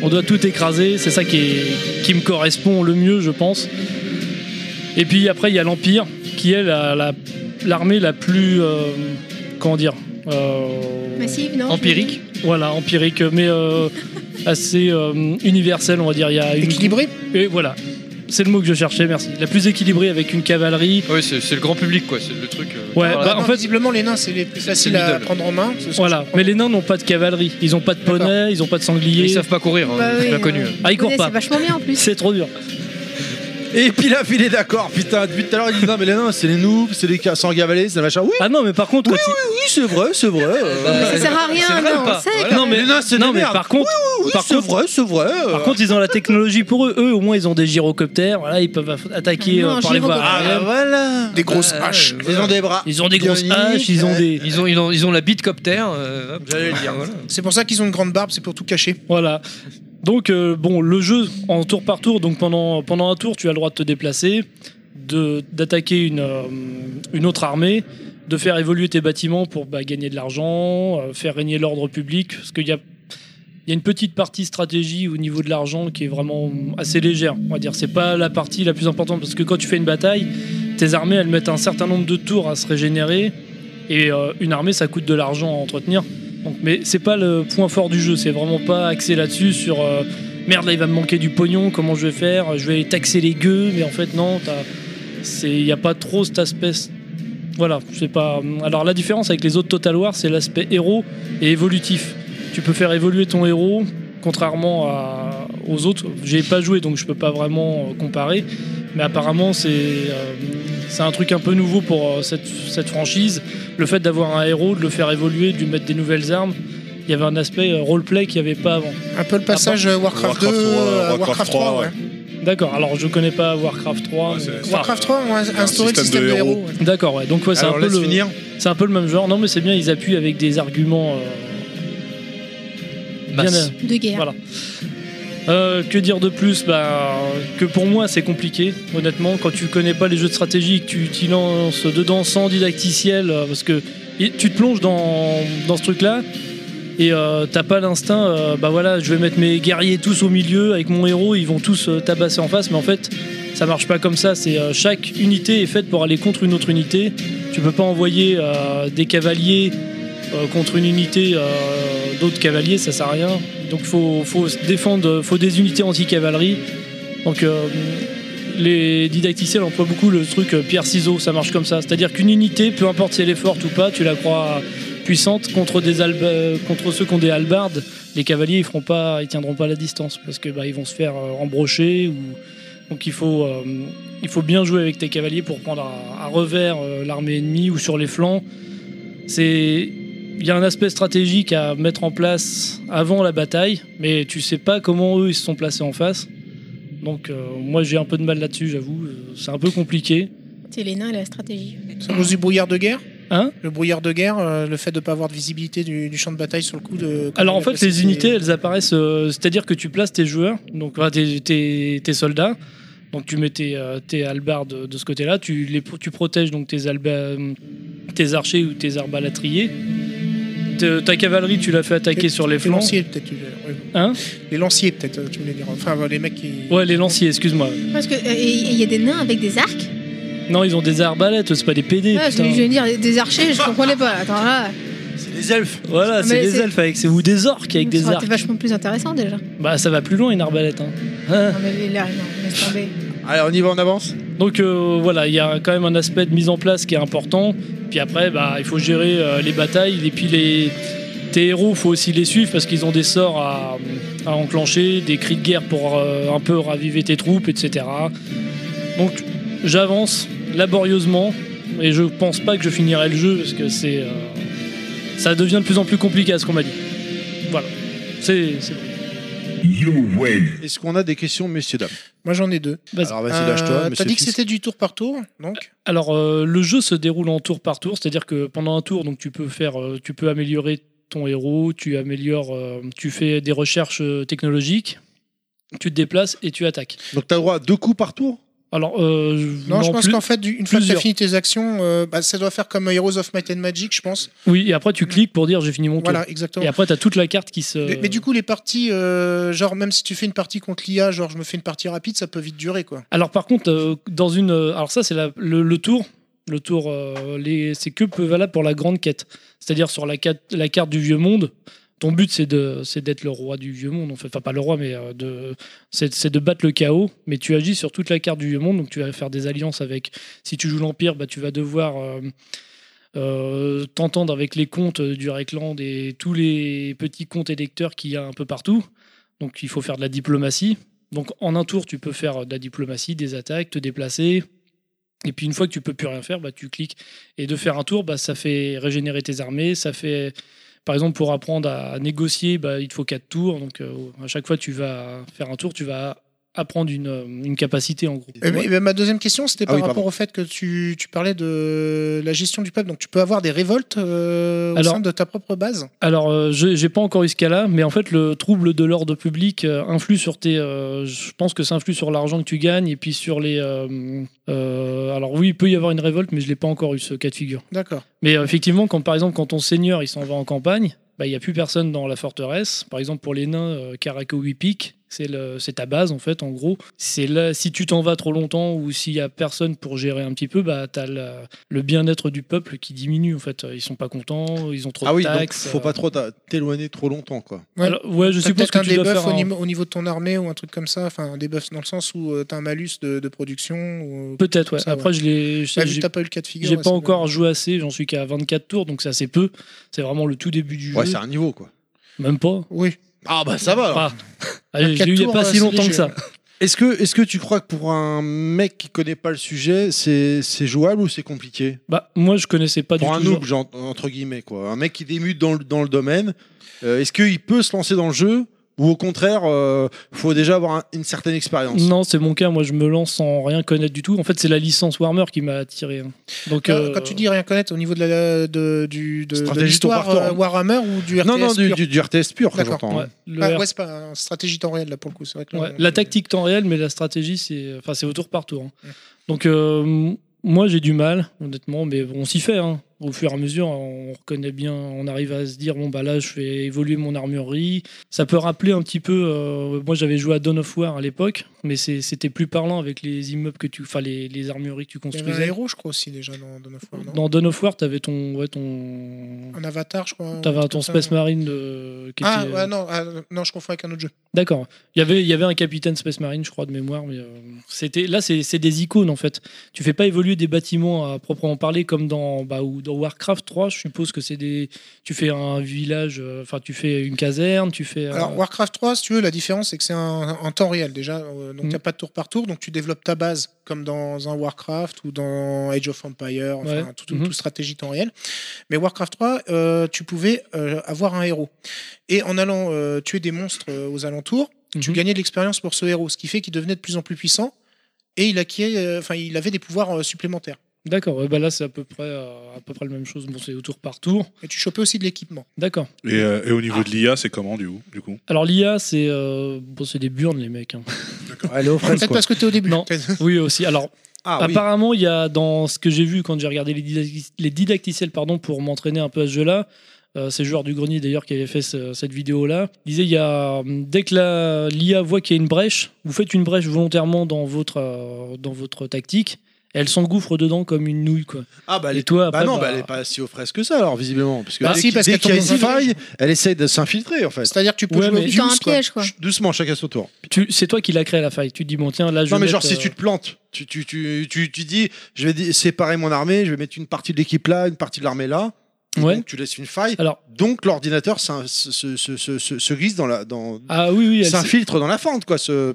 on doit tout écraser. C'est ça qui, est- qui me correspond le mieux, je pense. Et puis après, il y a l'Empire, qui est la- la- l'armée la, plus. euh, comment dire euh, Massive, non Empirique. voilà, empirique, mais euh, assez euh, universel, on va dire. Il y a une... Équilibré Et voilà, c'est le mot que je cherchais, merci. La plus équilibrée avec une cavalerie. Oui, c'est c'est le grand public quoi, c'est le truc. euh, Ouais, voilà. bah, Non, en fait- visiblement les nains c'est les plus C'est- faciles c'est à middle. prendre en main. ce sont- Voilà, mais les nains n'ont pas de cavalerie, ils n'ont pas de D'accord. poney, ils n'ont pas de Ils sanglier. savent pas courir, hein, Bah c'est oui, bien connu. euh, Ah, ils courent Connais, pas. C'est vachement bien en plus. C'est trop dur. Et Pilaf, il est d'accord, putain Depuis tout à l'heure, il dit non, mais les nains, c'est les noobs, c'est les ca- sans gavalés, c'est le machin Oui, Ah non, mais par contre, quand ils- oui, c'est vrai, c'est vrai euh, Bah, Ça sert à rien, c'est vrai non, ou pas on sait, Voilà. quand non mais Les nains, c'est non, des mais merdes. par contre, Oui, par c'est contre, vrai, c'est vrai euh. par contre, ils ont la technologie pour eux. Eux, au moins, ils ont des gyrocoptères. Voilà, ils peuvent aff- attaquer Ah non, euh, un par les Ah, voies bah, aériennes. voilà Des grosses Ouais, haches. ouais, Ils ont des bras Ils ont des grosses bioniques, haches, ils ont euh, des Ils ont, ils ont, ils ont la bite copter. euh, hop, J'allais le dire. voilà. C'est pour ça qu'ils ont une grande barbe, c'est pour tout cacher. Voilà. Donc, euh, bon, le jeu en tour par tour, donc pendant, pendant un tour, tu as le droit de te déplacer, de- d'attaquer une, euh, une autre armée, de faire évoluer tes bâtiments pour bah, gagner de l'argent, euh, faire régner l'ordre public, parce qu'il y a, il y a une petite partie stratégie au niveau de l'argent qui est vraiment assez légère, on va dire. C'est pas la partie la plus importante, parce que quand tu fais une bataille, tes armées, elles mettent un certain nombre de tours à se régénérer, et euh, une armée, ça coûte de l'argent à entretenir. Donc, mais c'est pas le point fort du jeu, c'est vraiment pas axé là-dessus sur euh, merde là il va me manquer du pognon, comment je vais faire, je vais taxer les gueux, mais en fait non, il n'y a pas trop cet aspect. Voilà, c'est pas. Alors la différence avec les autres Total War, c'est l'aspect héros et évolutif. Tu peux faire évoluer ton héros, contrairement à- aux autres. J'ai pas joué donc je peux pas vraiment euh, comparer, mais apparemment c'est euh, c'est un truc un peu nouveau pour euh, cette, cette franchise le fait d'avoir un héros, de le faire évoluer, de lui mettre des nouvelles armes, il y avait un aspect euh, roleplay qu'il n'y avait pas avant. Un peu le Ah, passage bah, euh, Warcraft, Warcraft 2 trois, à Warcraft Warcraft trois, 3. ouais. D'accord, alors je connais pas Warcraft 3. Ouais, mais- c'est- c'est- Enfin, Warcraft 3 ont un instauré le système système de de héros. héros. ouais. D'accord, ouais, donc ouais, c'est un, Alors, peu laisse le... finir c'est un peu le même genre. Non, mais c'est bien, ils appuient avec des arguments. euh, bien, Masse. De guerre. Voilà. Euh, que dire de plus bah, Que pour moi, c'est compliqué, honnêtement. Quand tu connais pas les jeux de stratégie, que tu t'y lances dedans sans didacticiel, euh, parce que et tu te plonges dans, dans ce truc-là, et euh, t'as pas l'instinct, euh, bah voilà, je vais mettre mes guerriers tous au milieu, avec mon héros, ils vont tous euh, tabasser en face, mais en fait, ça marche pas comme ça. C'est euh, Chaque unité est faite pour aller contre une autre unité. Tu peux pas envoyer euh, des cavaliers euh, contre une unité euh, d'autres cavaliers, ça sert à rien. Donc faut, faut se défendre, faut des unités anti-cavalerie. Donc euh, les didacticiels emploient beaucoup le truc euh, pierre-ciseau, ça marche comme ça. C'est-à-dire qu'une unité, peu importe si elle est forte ou pas, tu la crois puissante contre des alb- euh, contre ceux qui ont des halbardes, les cavaliers ils feront pas, ils tiendront pas la distance parce que bah, ils vont se faire euh, embrocher ou donc il faut euh, il faut bien jouer avec tes cavaliers pour prendre à, à revers euh, l'armée ennemie ou sur les flancs. C'est il y a un aspect stratégique à mettre en place avant la bataille, mais tu sais pas comment eux ils se sont placés en face. Donc euh, moi j'ai un peu de mal là-dessus, j'avoue, Euh, c'est un peu compliqué. C'est les nains et la stratégie. Ça cause du brouillard de guerre Hein Le brouillard de guerre, euh, le fait de ne pas avoir de visibilité du, du champ de bataille sur le coup de. Alors en fait, les unités, elles elles apparaissent, euh, c'est-à-dire que tu places tes joueurs, donc enfin, tes, tes- tes soldats, donc tu mets tes, euh, tes halbards de, de ce côté-là, tu, les, tu protèges donc tes, alba- euh, tes archers ou tes arbalatriers. Te- ta cavalerie, tu l'as fait attaquer sur les Les flancs. lanciers, peut-être. tu veux- oui. Hein Les lanciers, peut-être, euh, tu voulais dire. Enfin, euh, les mecs qui. Ouais, les lanciers, excuse-moi. Parce que euh, et- et il y a des nains avec des arcs. Non, ils ont des arbalètes, c'est pas des PD. Ouais, je putain. voulais dire des archers, je comprenais pas. Attends là, C'est des elfes. Voilà, c'est Mais des c'est- elfes avec c'est- ou des orques avec des ça aurait été arcs. vachement plus intéressant déjà. Bah ça va plus loin une arbalète. Hein. Hein Non mais là, non, laisse tomber. Allez, on y va, on avance. Donc euh, voilà, il y a quand même un aspect de mise en place qui est important. Puis après, bah, il faut gérer euh, les batailles. Et puis les... tes héros, faut aussi les suivre parce qu'ils ont des sorts à, à enclencher, des cris de guerre pour euh, un peu raviver tes troupes, etc. Donc j'avance laborieusement et je pense pas que je finirai le jeu parce que c'est euh, ça devient de plus en plus compliqué à ce qu'on m'a dit. Voilà, c'est c'est- Est-ce qu'on a des questions, messieurs, dames Moi, j'en ai deux. Vas-y. Alors, vas-y, lâche-toi. Euh, T'as monsieur dit que Fils. c'était du tour par tour, donc Alors euh, le jeu se déroule en tour par tour, c'est-à-dire que pendant un tour, donc tu peux faire, euh, tu peux améliorer ton héros, tu améliores, euh, tu fais des recherches euh, technologiques, tu te déplaces et tu attaques. Donc, t'as le droit à deux coups par tour Alors euh, Non, je pense plus. qu'en fait, du- une fois que tu plusieurs. fini tes actions, euh, bah, ça doit faire comme Heroes of Might and Magic, je pense. oui, et après tu cliques pour dire j'ai fini mon tour. Voilà, exactement. Et après t'as toute la carte qui se. Mais, mais du coup, les parties, euh, genre, même si tu fais une partie contre l'IA, genre, je me fais une partie rapide, ça peut vite durer, quoi. Alors par contre, euh, dans une, euh, alors ça c'est la- le, le tour, le tour, euh, les- c'est que peu valable pour la grande quête. C'est-à-dire sur la, quête- la carte du vieux monde, ton but c'est de, c'est d'être le roi du vieux monde. En fait, enfin pas le roi, mais euh, de, c'est, c'est de battre le chaos. Mais tu agis sur toute la carte du vieux monde, donc tu vas faire des alliances avec. Si tu joues l'empire, bah tu vas devoir euh, euh, t'entendre avec les comtes du Reckland et tous les petits comtes électeurs qu'il y a un peu partout. Donc il faut faire de la diplomatie. Donc en un tour, tu peux faire de la diplomatie, des attaques, te déplacer. Et puis une fois que tu peux plus rien faire, bah, tu cliques. Et de faire un tour, bah, ça fait régénérer tes armées, ça fait... Par exemple, pour apprendre à négocier, bah, il te faut quatre tours. Donc euh, à chaque fois, tu vas faire un tour, tu vas apprendre une, euh, une capacité en gros. Eh ben, eh ben, ma deuxième question, c'était Ah par oui, rapport pardon. au fait que tu, tu parlais de la gestion du peuple. Donc, tu peux avoir des révoltes euh, au Alors- sein de ta propre base. Alors, euh, j'ai j'ai pas encore eu ce cas-là, mais en fait, le trouble de l'ordre public euh, influe sur tes. euh, je pense que ça influe sur l'argent que tu gagnes et puis sur les. euh, euh, alors, oui, il peut y avoir une révolte, mais je l'ai pas encore eu ce cas de figure. D'accord. Mais euh, effectivement, quand par exemple, quand ton seigneur il s'en va en campagne, bah, il n'y a plus personne dans la forteresse. Par exemple, pour les nains, euh, Caraco Whippic, c'est le- c'est ta base en fait, en gros. C'est là, si tu t'en vas trop longtemps ou s'il y a personne pour gérer un petit peu, bah, t'as le, le bien-être du peuple qui diminue en fait. Ils sont pas contents, ils ont trop Ah de oui, donc taxes. faut euh. pas trop t'a- t'éloigner trop longtemps, quoi. Ouais. Alors, ouais, je T'as suppose peut-être que un tu dois debuff faire au, un- niveau, au niveau de ton armée ou un truc comme ça. Enfin, un debuff dans le sens où euh, t'as un malus de, de production. Ou... Peut-être, ouais. Ça, Après, je l'ai. je sais- Bah, vu que j'ai- t'as pas eu le cas de figure. J'ai ouais, pas c'est encore joué assez, j'en suis qu'à 24 tours, donc c'est assez peu. C'est vraiment le tout début du Ouais, jeu. c'est un niveau, quoi. Même pas. Oui. Ah bah ça va alors. Ah. Ah, je l'ai eu 24 il y a tours, pas euh, si c'est longtemps léger. que ça. Est-ce que, est-ce que tu crois que pour un mec qui connaît pas le sujet, c'est, c'est jouable ou c'est compliqué Bah, moi, je connaissais pas Pour du un tout. noob, genre, entre guillemets, quoi. Un mec qui débute dans le, dans le domaine, euh, est-ce qu'il peut se lancer dans le jeu ou au contraire, euh, faut déjà avoir un- une certaine expérience Non, c'est mon cas. Moi, je me lance sans rien connaître du tout. En fait, c'est la licence Warhammer qui m'a attiré. hein. Donc, Euh, euh, Quand tu dis rien connaître au niveau de la de, du de, de Stratégie l'histoire tour par tour, euh, hein. Warhammer ou du RTS non, non, du, pur. du- du RTS pur, quoi, D'accord, j'entends. ouais, hein. le Ah, R- ouais, c'est pas une stratégie temps réel là pour le coup. C'est vrai que là, ouais, on- la tactique temps réel, mais la stratégie, c'est, enfin, c'est au tour par tour. hein. Donc, euh, moi, j'ai du mal, honnêtement, mais on s'y fait. hein. Au fur et à mesure, on reconnaît bien, on arrive à se dire bon bah là, je fais évoluer mon armurerie. Ça peut rappeler un petit peu. euh, moi, j'avais joué à Dawn of War à l'époque, mais c'est- c'était plus parlant avec les immeubles que tu, enfin les, les armureries que tu Il y avait un construisais. héros, je crois, aussi, déjà, dans Dawn of War, non Dans Dawn of War, t'avais ton, ouais, ton, Un avatar, je crois. t'avais un ton truc comme Space ça. Marine de. qui Ah, était- euh, ouais, non, ah, non, je confonds avec un autre jeu. D'accord. Il y avait, il y avait un capitaine Space Marine, je crois, de mémoire, mais euh, c'était là, c'est c'est des icônes en fait. Tu fais pas évoluer des bâtiments à proprement parler comme dans, bah, ou dans Warcraft 3. Je suppose que c'est des, tu fais un village, euh, enfin tu fais une caserne, tu fais. euh, Alors, Warcraft 3, si tu veux, la différence, c'est que c'est un, un temps réel déjà. euh, Donc, il Mm. n'y a pas de tour par tour. Donc, tu développes ta base comme dans un Warcraft ou dans Age of Empire, enfin, Ouais. tout, tout- Mhm. tout stratégie temps réel. Mais Warcraft 3, euh, tu pouvais euh, avoir un héros. Et en allant euh, tuer des monstres euh, aux alentours, tu Mhm. gagnais de l'expérience pour ce héros, ce qui fait qu'il devenait de plus en plus puissant et il, acquiert, euh, enfin, il avait des pouvoirs euh, supplémentaires. D'accord. ouais, bah là, c'est à peu près, euh, à peu près la même chose. Bon, c'est au tour par tour. Et tu chopais aussi de l'équipement. D'accord. Et, euh, et au niveau de l'IA, c'est comment du coup, du coup Alors l'IA, c'est, euh, bon, c'est des burnes les mecs. hein. Allez, aux fraises, Peut-être quoi. parce que tu es au début. Non. Oui aussi. Alors Ah oui. Apparemment, il y a dans ce que j'ai vu quand j'ai regardé les, didacti- les didacticiels pardon, pour m'entraîner un peu à ce jeu-là, euh, c'est le joueur du grenier d'ailleurs qui avait fait ce- cette vidéo-là, il disait il y a, hum, dès que la- l'IA voit qu'il y a une brèche, vous faites une brèche volontairement dans votre, euh, dans votre tactique, et elle s'engouffre dedans comme une nouille. Quoi. Ah bah, elle et est... toi, bah après, non, bah, bah, elle est pas si aux fraises que ça alors visiblement, parce que Bah dès si, qu'il- parce dès qu'elle qu'il y a une tombe dans un faille, elle essaye de s'infiltrer en fait. C'est-à-dire que tu peux Ouais, jouer mais- au Tu tends un Zeus, quoi. piège, quoi. Doucement, chacun son tour. tu- c'est toi qui l'as créé la faille, tu te dis bon tiens, là je Non vais mais genre mettre, si euh, tu te plantes, tu, tu, tu, tu, tu dis je vais dé- séparer mon armée, je vais mettre une partie de l'équipe là, une partie de l'armée là, et Ouais. donc tu laisses une faille, Alors, donc l'ordinateur s'in- se, se, se, se- se- se glisse dans la dans ah oui, oui, elle s'est- s'infiltre dans la fente quoi. Ce...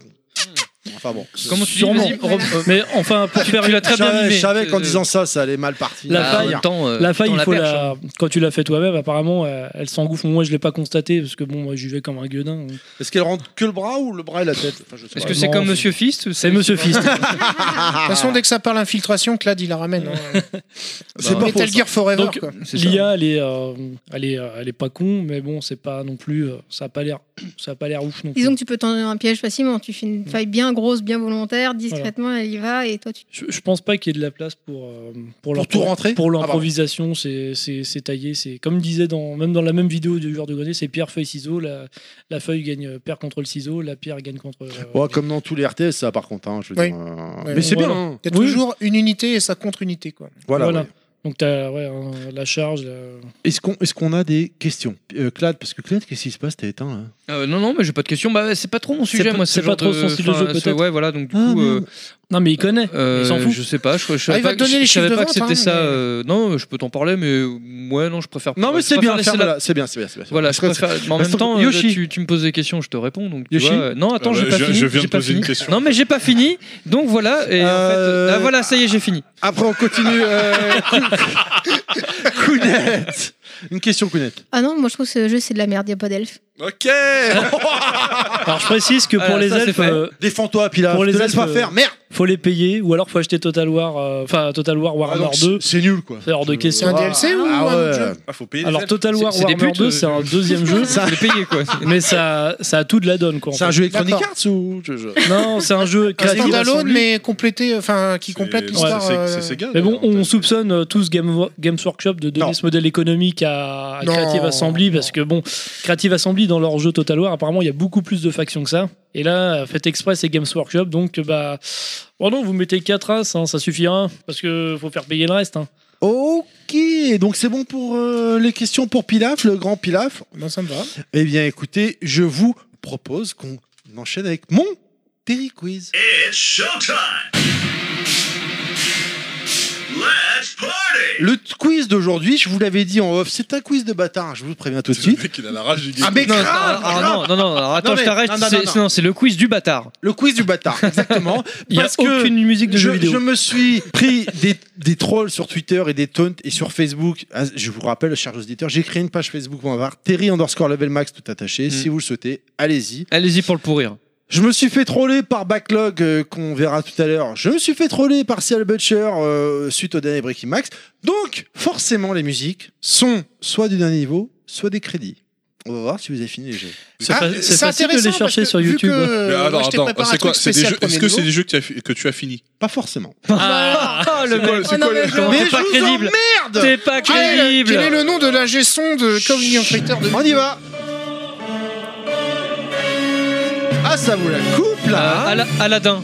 Enfin bon. Comment tu dis sûrement. Vas-y, Rob- euh, Mais enfin, pour faire tu une l'as très Je bien savais- mimé. je savais qu'en Euh, disant ça, ça allait mal partir. Ah, La bah, faille, en même temps, euh, La faille, dans il faut perche, la... quand tu l'as fait toi-même, apparemment, euh, elle s'engouffre. Moi, je l'ai pas constaté parce que bon, moi, j'y vais comme un gueudin. Est-ce qu'elle rentre que le bras ou le bras et la tête Enfin, je sais Est-ce pas. que c'est non, comme c'est- Monsieur Fist ou C'est Monsieur Fist. De toute façon, dès que ça parle infiltration, Clad, il la ramène. hein. C'est pas Bah, faux, Metal ça. Gear Forever, Donc, quoi. C'est ça. L'IA, elle est, euh, elle est, euh, elle est pas con, mais bon, c'est pas non plus, euh, ça a pas l'air, ça a pas l'air ouf non plus. Disons que tu peux tendre un piège facilement. Tu fais une faille bien grosse, bien volontaire, discrètement, elle y va, et toi, tu. Je, je pense pas qu'il y ait de la place pour euh, pour, leur- tout rentrer pour Ah, l'improvisation. c'est- c'est c'est taillé, c'est comme disait dans même dans la même vidéo du joueur de grenier, c'est pierre feuille ciseau. La, la feuille gagne euh, pierre contre le ciseau, la pierre gagne contre. euh, Ouais, comme dans tous les RTS, ça par contre. hein, je veux Oui. dire, euh, Ouais, Mais c'est voilà. bien. hein. Il y a Oui. Ah, toujours une unité et sa contre-unité, quoi. Voilà. Voilà. ouais. Donc t'as ouais, un- la charge. la- Est-ce qu'on est-ce qu'on a des questions Euh, Clad, parce que Clad, qu'est-ce qui se passe T'es éteint hein. là. Euh, non, non, mais j'ai pas de question. Bah, c'est pas trop mon sujet, pas- moi. c'est ce pas genre trop de- son style de enfin, jeu, c'est- peut-être. Ouais, voilà. Donc du Ah, coup, euh, Non, mais il connaît. euh, il s'en fout. je sais pas. Je, je savais Ah, il va pas, te donner je- les je chiffres savais de pas que vente, c'était ça. hein, mais- euh, non, je peux t'en parler, mais euh, ouais, non, je préfère. Non, mais je c'est préfère bien, laisser la- ferme-la, c'est bien, c'est bien, c'est bien. Voilà, je Parce que préfère. mais en même Restons- temps, euh, Yoshi. tu, tu me poses des questions, je te réponds. Donc, tu Yoshi. vois, euh, non, attends, Ah j'ai bah, pas je- fini. je viens j'ai de pas poser fini. une question. Non, mais j'ai pas fini. Donc voilà. Et en fait, Euh, ah voilà, ça y est, j'ai fini. Après, on continue. euh, Kounette. Une question, Kounette. Ah non, moi, je trouve que ce jeu, c'est de la merde, y a pas d'elfe. Ok Alors je précise que pour Voilà, les Ah, ça, c'est elfes, fait. euh, Défends-toi, Pilaf. Pour les Te laisse elfes, pas euh, faire. Merde faut les payer ou alors faut acheter Total War, euh, enfin Total War Ah, Warhammer donc, 2. c'est- C'est nul, quoi. C'est hors de C'est question. un DLC ou Ah un autre ouais. jeu Ah, faut payer les Alors ailes. Total War C'est- c'est des Warhammer putes, 2, euh, c'est un deuxième jeu, Faut les payer, quoi. C'est- mais ça, ça a tout de la donne quoi. en C'est un fait. jeu Electronic D'accord. Arts ou je- je- Non, c'est un jeu Un créatif. standalone, mais complété, enfin, qui complète C'est- l'histoire. c'est- euh, c'est- C'est Sega. Mais bon, d'ailleurs, on t'as- soupçonne euh, tous Game- Games Workshop de donner Non. ce modèle économique à, à Non. Creative Assembly parce que bon, Creative Assembly dans leur jeu Total War, apparemment il y a beaucoup plus de factions que ça. Et là, Fête Express et Games Workshop, donc bah, bon non, vous mettez 4 as, hein, ça suffira parce que faut faire payer le reste. hein. Ok, donc c'est bon pour euh, les questions pour Pilaf, le grand Pilaf. Non, ben, ça me va. Eh bien, écoutez, je vous propose qu'on enchaîne avec mon Terry Quiz. Le t- quiz d'aujourd'hui, je vous l'avais dit en off, c'est un quiz de bâtard, je vous préviens tout de Le suite. mec, il a la rage du Ah, game. mais Non, grave, ah, ah, grave. non, non, non, alors attends, Non, mais- je non, t'arrête. non, c'est- non, Non, c'est le quiz du bâtard. Le quiz du bâtard, exactement. Il y a Parce que aucune musique de je, jeu vidéo. je me suis pris des, des trolls sur Twitter et des taunts et sur Facebook. Ah, Je vous rappelle, chers auditeurs, j'ai créé une page Facebook pour avoir Terry underscore level max tout attaché. Mm. Si vous le souhaitez, allez-y. Allez-y pour le pourrir. Je me suis fait troller par Backlog, euh, qu'on verra tout à l'heure. Je me suis fait troller par Seal Butcher euh, suite au dernier Breaking Max. Donc, forcément, les musiques sont soit du dernier niveau, soit des crédits. On va voir si vous avez fini les jeux. C'est Ah, fa- c'est facile de les intéressant, chercher parce que sur vu YouTube. hein. que, ouais. euh, Mais moi, alors, je t'ai attends, préparé un c'est quoi truc C'est des spécial jeux. Est-ce premier que c'est niveau. des jeux que tu as fi- que tu as fini Pas forcément. Ah, le quoi- mec. Oh, c'est non, quoi mais les- je- Comment Mais c'est je pas vous crédible merde T'es pas Ah, Quel, crédible quel est le nom de euh, l'ingé son de Communion Fighter de On y va Ah, ça vous la coupe là hein Euh, Ala- Aladdin.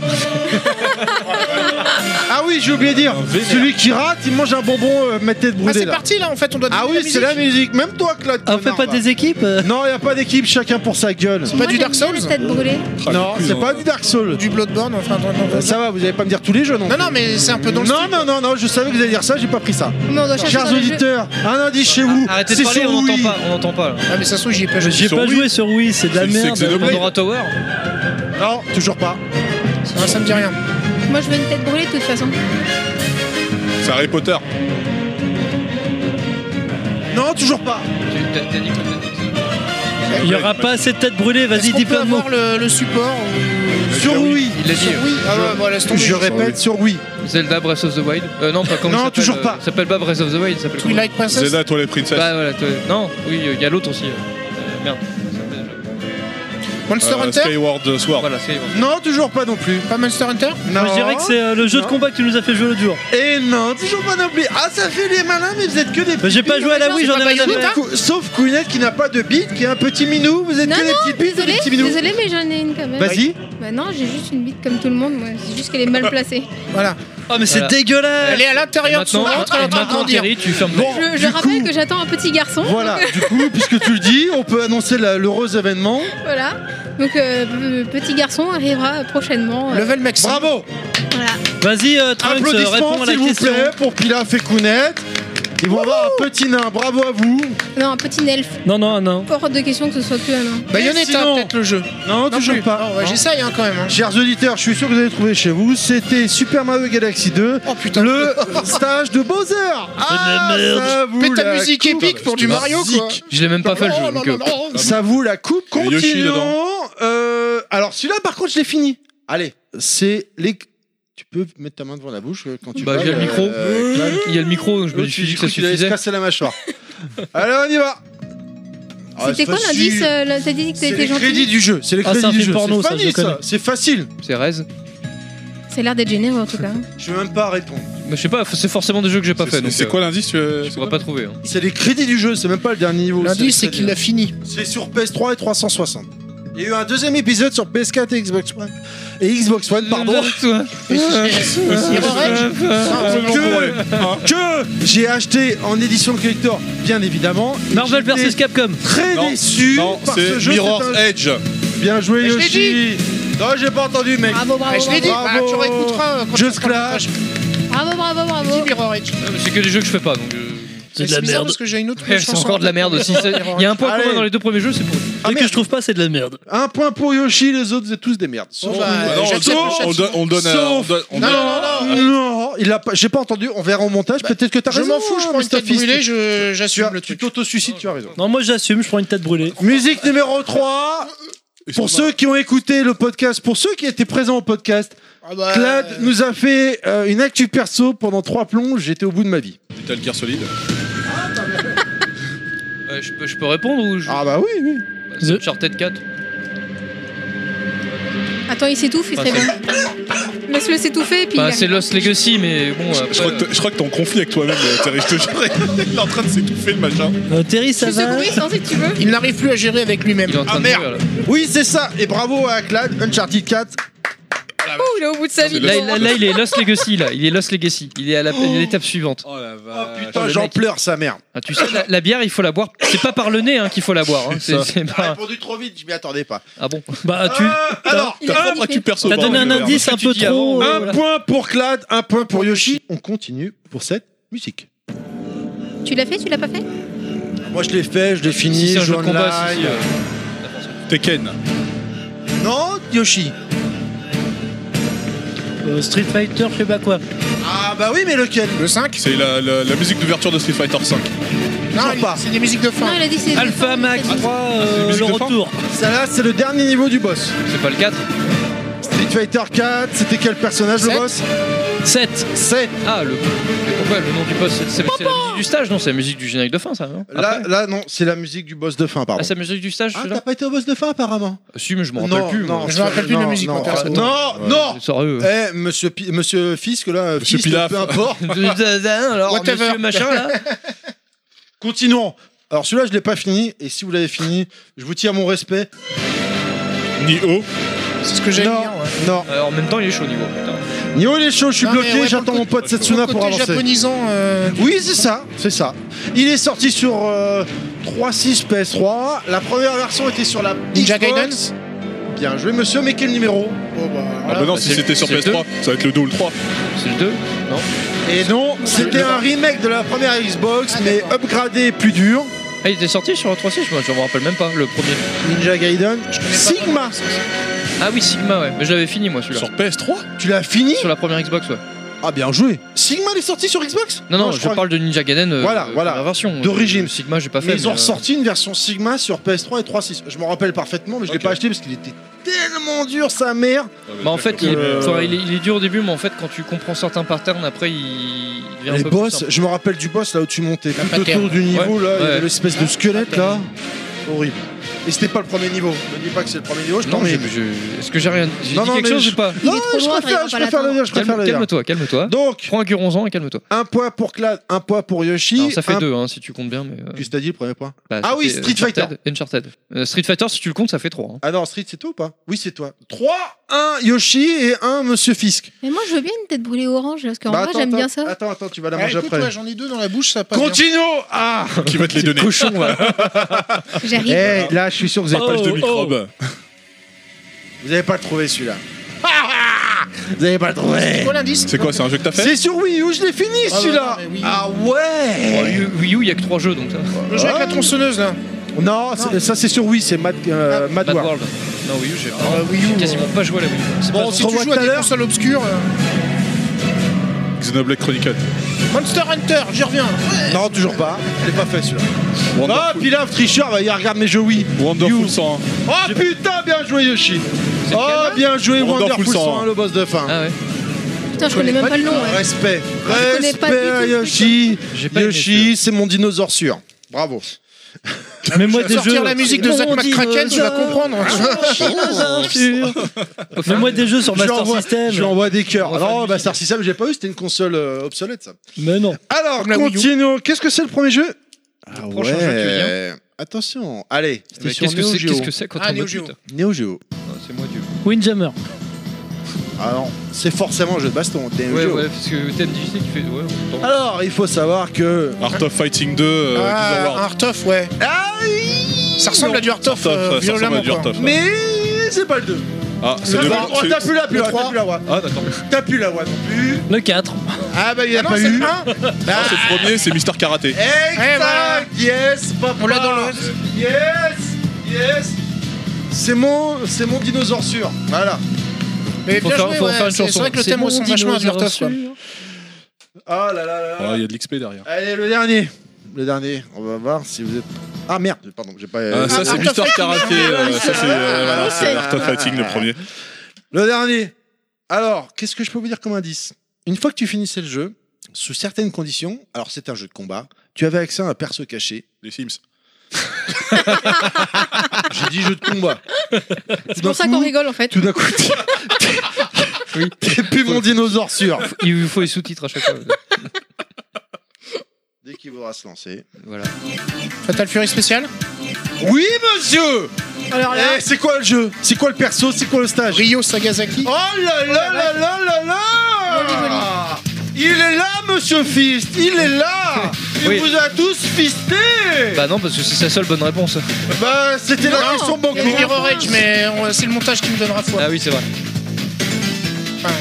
Ah oui, j'ai oublié de dire Celui qui rate, il mange un bonbon euh, ma tête Ah, brûlée c'est là. parti là en fait, on doit Ah deviner oui, c'est musique. la musique Même toi, Claude On fait connard, pas là. des équipes euh Non, y a pas d'équipe, chacun pour sa gueule. Pas du Dark Souls Tête brûlée. Non, plus, c'est hein. pas du Dark Souls. Du Bloodborne, enfin. Non, non, Euh, Ça va, vous allez pas me dire tous les jeux non non, non, mais c'est un peu dans le Non, style. non, non, non, je savais que vous alliez dire ça, j'ai pas pris ça. Mais on doit chercher Chers dans les jeux. auditeurs, un indice chez vous. Arrêtez de c'est parler, sur on n'entend Wii. pas. On n'entend pas. là. Ah, mais ça se trouve, j'y ai pas joué. J'ai Sur pas Wii. joué sur Wii, c'est de la C'est- c'est merde. Xenoblade. Pandora Tower. Non, toujours pas. Ah, ça me dit rien. Moi, je veux une tête brûlée de toute façon. C'est Harry Potter. Non, toujours pas. Il y aura pas assez de têtes brûlées, Est-ce vas-y, qu'on dis peut plein de mots. avoir le, le support ou- Sur Wii. Il l'a dit. Sur Wii Ah ouais, bon, laisse tomber. Je répète, sur Wii. Zelda Breath of the Wild. Euh, non, pas comme Non, toujours pas. Ça s'appelle pas Breath of the Wild. Ça s'appelle comment Twilight Princess. Zelda, toi les princesses. Bah voilà. toi- Non, oui, il y a l'autre aussi. euh, euh, Merde. Monster Euh, Hunter Skyward Oh. Sword. Voilà, c'est bon. Non, toujours pas non plus. Pas Monster Hunter Non. Moi, je dirais que c'est euh, le jeu de combat que tu nous as fait jouer l'autre jour. Et non, toujours pas non plus. Ah, ça fait les malins, mais vous êtes que des. Mais Bah, J'ai pas petits joué à la Wii, j'en ai rien à Sauf, faire. Cou- sauf Kounet qui n'a pas de bite, qui est un petit minou. Vous êtes Non, que des non, petites bites, des Désolée, petits minous. désolée, mais j'en ai une quand même. Vas-y. Bah non, j'ai juste une bite comme tout le monde, moi. C'est juste qu'elle est mal placée. Voilà. Ah, Oh, mais c'est Voilà. dégueulasse Elle est à l'intérieur de son Maintenant, ventre, elle est en train de maintenant, grandir. Thierry, tu fermes. Bon, Je, je du rappelle coup, que j'attends un petit garçon. Voilà, du coup, puisque tu le dis, on peut annoncer la- l'heureux événement. Voilà. Donc, euh, le petit garçon arrivera prochainement. euh, Level max. Bravo Voilà. Vas-y, euh, Trunks, euh, réponds Applaudissements, à la s'il vous question. plaît, pour Pilaf et Kounet. Ils vont avoir un petit nain, bravo à vous. Non, un petit elfe. Non, non, non. Hors de question que ce soit que un. hein. Et Bayonetta, sinon- peut-être le jeu. Non, Euh, toujours plus. pas. Oh, ouais, J'essaye hein, quand même. hein. Chers auditeurs, je suis sûr que vous avez trouvé chez vous, c'était Super Mario Galaxy 2, Oh putain. Oh, le stage de Bowser. Ah, merde. ça vous Mais ta la musique coupe. épique pour du Mario quoi. Je l'ai même pas fait le Oh, jeu. non, donc, non, euh, non. Ça vous la coupe. Il y a Yoshi Continuons. dedans. Euh, alors celui-là, par contre, je l'ai fini. Allez, c'est les. Tu peux mettre ta main devant la bouche euh, quand tu Bah, parles, j'ai le micro. euh, Claude. Il y a le micro, donc je me L'autre, suis dit j'ai que ça cru qu'il allait se suffisait. casser la mâchoire. Allez, on y va. Ah, c'est C'était quoi facile. l'indice euh, là, T'as dit que t'as C'est été les gentil. crédits du jeu. C'est les Ah, c'est crédits un du film jeu. porno, C'est ça, je funny, connais. ça. C'est facile. C'est Rez. C'est l'air d'être généreux en tout cas. Je vais même pas répondre. Mais je sais pas, c'est forcément des jeux que j'ai pas C'est- fait. c'est- donc, C'est euh, quoi l'indice tu, euh, c'est On va quoi pas trouver. hein. C'est les crédits du jeu. C'est même pas le dernier niveau. L'indice, c'est les qu'il l'a fini. C'est sur PS3 et 360. Il y a eu un deuxième épisode sur PS4 et Xbox One. Et Xbox One, pardon. Ah, Que j'ai acheté en édition collector, bien évidemment. Et Marvel j'étais vs Capcom. Très Non, déçu Non, par ce c'est jeu. Mirror's C'est un- Edge. Bien joué, Mais je l'ai Yoshi. Non, j'ai pas entendu, mec. Bravo, bravo, Ah, je l'ai dit, bravo. bah, tu réécouteras euh, quand Just tu feras le Clash. Bravo, bravo, montage. bravo. Dis Mirror Edge. Ah, mais C'est que des jeux que je fais pas. donc, euh, C'est de C'est la bizarre merde. parce que j'ai une autre C'est chanson. encore de la merde aussi. C'est- Il y a un point Allez. commun dans les deux premiers jeux, c'est pour. Ah, Dès que merde. je trouve pas, c'est de la merde. Un point pour Yoshi, les autres, vous êtes tous des merdes. Bon, bah, Ah non, on j'accepte, donne- on j'accepte. donne- on donne à- on donne- on Non, donne- non, non, non. Non, il a pas, j'ai pas entendu. On verra au montage. Peut-être que t'as Bah, Je raison. hein, m'en fous, je prends une Mr. tête Fist. brûlée, je- Tu j'assume as- le Tu truc. t'auto-suicides, tu as raison. Non, moi j'assume, je prends une tête brûlée. Musique numéro 3. Ils sont Pour ceux qui ont écouté le podcast, pour ceux qui étaient présents au podcast, Ah bah, Clad nous a fait euh, une actu perso pendant trois plombs. J'étais au bout de ma vie. dans Metal Gear Solid. Euh, je, peux, je peux répondre ou je. Ah bah oui, oui. Bah, c'est Uncharted 4. Attends, il s'étouffe, il serait bien. Laisse-le s'étouffer et puis. Bah, il- c'est Lost Legacy, mais bon. après, Je crois que euh, t'es- je crois que t'es en conflit avec toi-même, euh, Thierry, je te jure. Il est en train de s'étouffer le machin. Euh, Terry, ça Tu va secoues, sans que hein, tu veux. il n'arrive plus à gérer avec lui-même. il est en train de merde. mourir, là. Oui, c'est ça. Et bravo à Clad, Uncharted 4. Ah Ouh, Oh, il est au bout de sa vie. Là, il- là, il est Lost Legacy, là. Il est Lost Legacy. Il est à la- à l'étape suivante. Oh la Oh vache. putain, j'en pleure, sa mère. Ah, tu sais, la, la bière, il faut la boire. C'est pas par le nez hein, qu'il faut la boire. hein. C'est c'est J'ai pas. répondu trop vite, je m'y attendais pas. Ah bon Bah, tu. Ah, alors, Il est Ta propre magnifique. actu perso. T'as donné bordel un de merde. indice un tu peu dis avant, trop. hein. euh, un voilà. point pour Clad, un point pour Yoshi. On continue pour cette musique. Tu l'as fait, tu l'as pas fait Moi, je l'ai fait, je l'ai euh, fini. Si c'est un je jeu de joue en combat, si, live. si, euh, Tekken. Non, Yoshi. Euh, Street Fighter, je sais pas quoi. Ah bah oui, mais lequel Le 5 C'est la, la- la musique d'ouverture de Street Fighter 5. Non, toujours pas. il- c'est des musiques de Non, fin. il a dit c'est. Alpha Max 3, c'est une euh, musique le de fin retour. Ça là, c'est le dernier niveau du boss. C'est pas le 4. Street Fighter 4, c'était quel personnage le Sept. boss 7 7. Ah, le. Pourquoi le nom du poste C'est c'est- c'est la musique du stage, non C'est la musique du générique de fin, ça, non Là, là, non, c'est la musique du boss de fin, Ah, pardon. c'est la musique du stage, Ah, celui-là t'as pas été au boss de fin, apparemment Si, mais je me rappelle plus. moi. Je me rappelle plus de la musique, Non, moi, perso. Oh, non, non C'est Sérieux. hein. Eh, monsieur, Pi- monsieur Fisk, là, Monsieur Fisk, Pilaf. peu importe. Euh, Alors, Whatever. monsieur machin, là Continuons. Alors celui-là, je l'ai pas fini, et si vous l'avez fini, je vous tire mon respect. Nioh. C'est ce que j'allais non, dire. ouais. non. Alors, Euh, en même temps, il est chaud, niveau. Putain. Nio, il est chaud, je suis Non, mais bloqué, ouais, j'attends pour le mon pote Setsuna Le pour côté avancer. japonisant. euh, du- Oui, c'est ça, c'est ça. Il est sorti sur euh, 3.6 PS3. La première version était sur la Ninja Xbox. Gaidens Bien joué, monsieur, mais quel numéro Oh, bah, Ah bah non, bah si c'est- c'était sur c'est PS3, ça va être le 2 ou le 3. C'est le 2 Non Et non, c'était un remake de la première Xbox, Ah, mais d'accord. upgradé et plus dur. Ah, il était sorti sur le 3.6, moi, je me rappelle même pas, le premier. Ninja Gaiden. Sigma Ah oui, Sigma, ouais. Mais je l'avais fini, moi, celui-là. Sur PS3 Tu l'as fini Sur la première Xbox, ouais. Ah, bien joué. Sigma, il est sorti sur Xbox Non, non, je, crois parle de Ninja Gaiden. euh, Voilà, euh, voilà. première version. D'origine. Le Sigma, j'ai pas fait. Mais ils ont euh, ressorti une version Sigma sur PS3 et 3.6. Je m'en rappelle parfaitement, mais je l'ai Ok. pas acheté parce qu'il était tellement dur, sa mère. Bah en fait, Euh, il, enfin, il est, il est dur au début, mais en fait, quand tu comprends certains patterns, après, il, il devient un Les peu plus boss, simple. je me rappelle du boss là où tu montais tout pattern. autour du niveau là, il y ouais. avait l'espèce de squelette là. Horrible. Et c'était pas le premier niveau. Ne dis pas que c'est le premier niveau, je t'en Non, mets. j'ai- j'ai- Est-ce que j'ai rien J'ai dit Non, non, quelque mais chose je- ou pas Non, Il est trop je loin, préfère, je il va pas préfère le dire, je Calme- préfère le dire. Calme-toi, calme-toi. Donc, Prends un guronzan et calme-toi. un point pour Clad, un point pour Yoshi. Alors, ça fait un- deux, hein, si tu comptes bien. Mais, euh, Qu'est-ce que t'as dit le premier point bah, Ah oui, c'était Street Fighter. Uncharted, Uncharted. Euh, Street Fighter, si tu le comptes, ça fait trois. hein. Ah non, Street, c'est toi ou pas Oui, c'est toi. 3, 1 Yoshi et 1 Monsieur Fisk. Mais moi, je veux bien une tête brûlée orange, parce qu'en Bah, vrai, attends, j'aime bien attends, ça. Attends, attends, tu vas la Ah, manger écoute, après. ouais, j'en ai deux dans la bouche, ça passe. bien. Continuons Ah Qui va te les donner Cochon, voilà. Eh, J'arrive. là, je suis sûr que vous avez Page Oh, pas de le microbes. Vous avez pas le trouvé celui-là. vous avez pas le C'est trouvé. quoi l'indice C'est quoi, c'est un jeu que t'as fait C'est sur Wii U, je l'ai fini Ah ouais, celui-là. non, mais oui. Ah ouais. Wii U- Wii U, il y a que trois jeux, donc ça. Le jeu avec la tronçonneuse là. Non, c'est- ça c'est sur Wii, c'est Mad, euh, Mad Mad World. World. Non, Wii U, j'ai Euh, Ah, Wii U, j'ai quasiment pas joué à la Wii U. C'est Bon, pas- si on tu voit joues tout à à des l'heure. consoles obscures. euh, Xenoblade Chronicles. Monster Hunter, j'y reviens. Non, toujours pas. Je l'ai pas fait celui-là. Ah, Wonderful, Pilaf, tricheur, bah, il regarde mes jeux Wii. You. Wonderful 101. Oh putain, bien joué Yoshi. C'est Oh, lequel, là bien joué Wonderful Wonderful 101, 101, hein, le boss de fin. Ah ouais. Putain, je connais même pas le nom. ouais. Respect. Je connais pas Respect du tout à ce Yoshi. J'ai pas aimé Yoshi, c'est mon dinosaure sûr. Bravo. Mais moi, des jeux. Sortir la musique de Zack McCracken, tu vas euh, comprendre. Mais moi, des jeux sur Je lui Master envoie- System. Je lui envoie des cœurs. Enfin, Non, musique. Master System, j'ai pas eu, c'était une console euh, obsolète ça. Mais non. Alors, Comme la Wii U. continuons. Qu'est-ce que c'est le premier jeu Ah prochain jeu que Attention. Allez, Mais c'était sur Qu'est-ce que Neo c'est Geo. qu'est-ce que c'est quand Ah, on me Neo Geo. pute Neo Geo. Non, C'est moi, Dieu. Windjammer. Alors, c'est forcément un jeu de baston. Neo Ouais, Geo. ouais, parce que TMDJC qui fait. Ouais, autant. Alors, il faut savoir que. Art of Fighting 2, euh, Gears of Ah, War. un Art of, ouais. Ça ressemble à du Art of, Art of, euh, ça ressemble violemment. à du Art quoi. of, ouais. Mais c'est pas le 2. Ah, c'est le Oh, c'est- t'as plus la plus, le la- trois. t'as plus la voix. Ah, d'accord. T'as plus la voix non plus. Le 4. Ah bah, il y a Ah non, pas c'est eu. Eh, le un. Ah, c'est le premier, c'est Mister Karaté. Exact. voilà. Yes, papa. On l'a dans le. Yes, yes. C'est mon, c'est mon dinosaure sûr. Voilà. Mais Faut bien faire- joué, faut ouais, faire une c'est chanson. c'est vrai que le C'est thème mon ressemble vachement à du Art of. quoi. Ah là là là. là. Ah, il y a de l'XP derrière. Allez, le dernier. Le dernier. On va voir si vous êtes. Ah merde, pardon, j'ai pas. Ah, ça, c'est Mister Karaté. euh, Ça, c'est euh, voilà, Ah, c'est c'est- Art of Fighting, le premier. Le dernier. Alors, qu'est-ce que je peux vous dire comme indice Une fois que tu finissais le jeu, sous certaines conditions, alors c'est un jeu de combat, tu avais accès à un perso caché. Les Sims. J'ai dit jeu de combat. C'est pour ça qu'on rigole en fait. Tout d'un coup, t'es- Oui. t'es plus mon dinosaure sûr. Il vous faut les sous-titres à chaque fois. Dès qu'il voudra se lancer. Voilà. Fatal Fury spécial Oui, monsieur Alors là, Eh, C'est quoi le jeu C'est quoi le perso C'est quoi le stage Ryo Sagasaki Oh là là là là là là Il est là, monsieur Fist Il est là Il Oui. vous a tous fisté Bah non, parce que c'est sa seule bonne réponse. Bah, c'était la Non, question il y a banco des Mirror Rage, mais on- c'est le montage qui me donnera foi. Ah oui, c'est vrai. Enfin,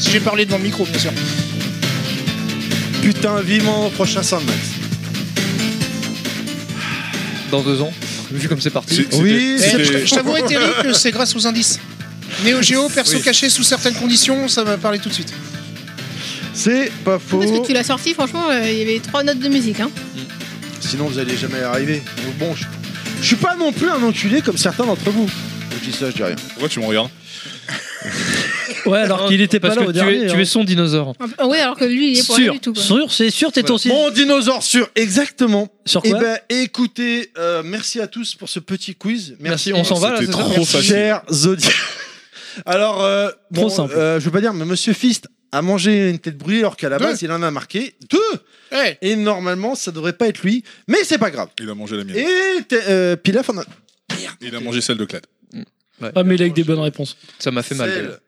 si j'ai parlé devant le micro, bien sûr. Putain, vivement au prochain Sandmax. Dans deux ans, vu comme c'est parti. C'est- c'était- Oui, Eh, c'était- je je t'avouerai, Terry, que c'est grâce aux indices. Neo Geo, perso Oui. caché sous certaines conditions, ça m'a parlé tout de suite. C'est pas faux. parce que tu l'as sorti, franchement, euh, il y avait trois notes de musique. Hein. Sinon, vous allez jamais y arriver. Donc Bon, je... je suis pas non plus un enculé comme certains d'entre vous. Je dis ça, je dis rien. Pourquoi tu me regardes Ouais, alors qu'il était Parce pas là que au tu dernier. es, tu hein. es son dinosaure. Ah ouais, alors que lui, il est pour rien Sûr, du tout. quoi. sûr, c'est sûr, t'es ton Mon dinosaure sûr, exactement. Sur Eh quoi ben, écoutez, euh, merci à tous pour ce petit quiz. Merci, on s'en va là, C'était c'est ça trop Merci, facile. Chers audi- Alors, euh, Trop bon, simple. euh, je veux pas dire, mais Monsieur Fist a mangé une tête brûlée alors qu'à la Deux. base, il en a marqué deux. Et normalement, ça devrait pas être lui, mais c'est pas grave. Il a mangé la mienne. Et t'es- euh, Pilaf en a. Il a mangé celle de Clad. Ah, mais il a avec des bonnes réponses. Ça m'a fait mal. Celle- d'ailleurs.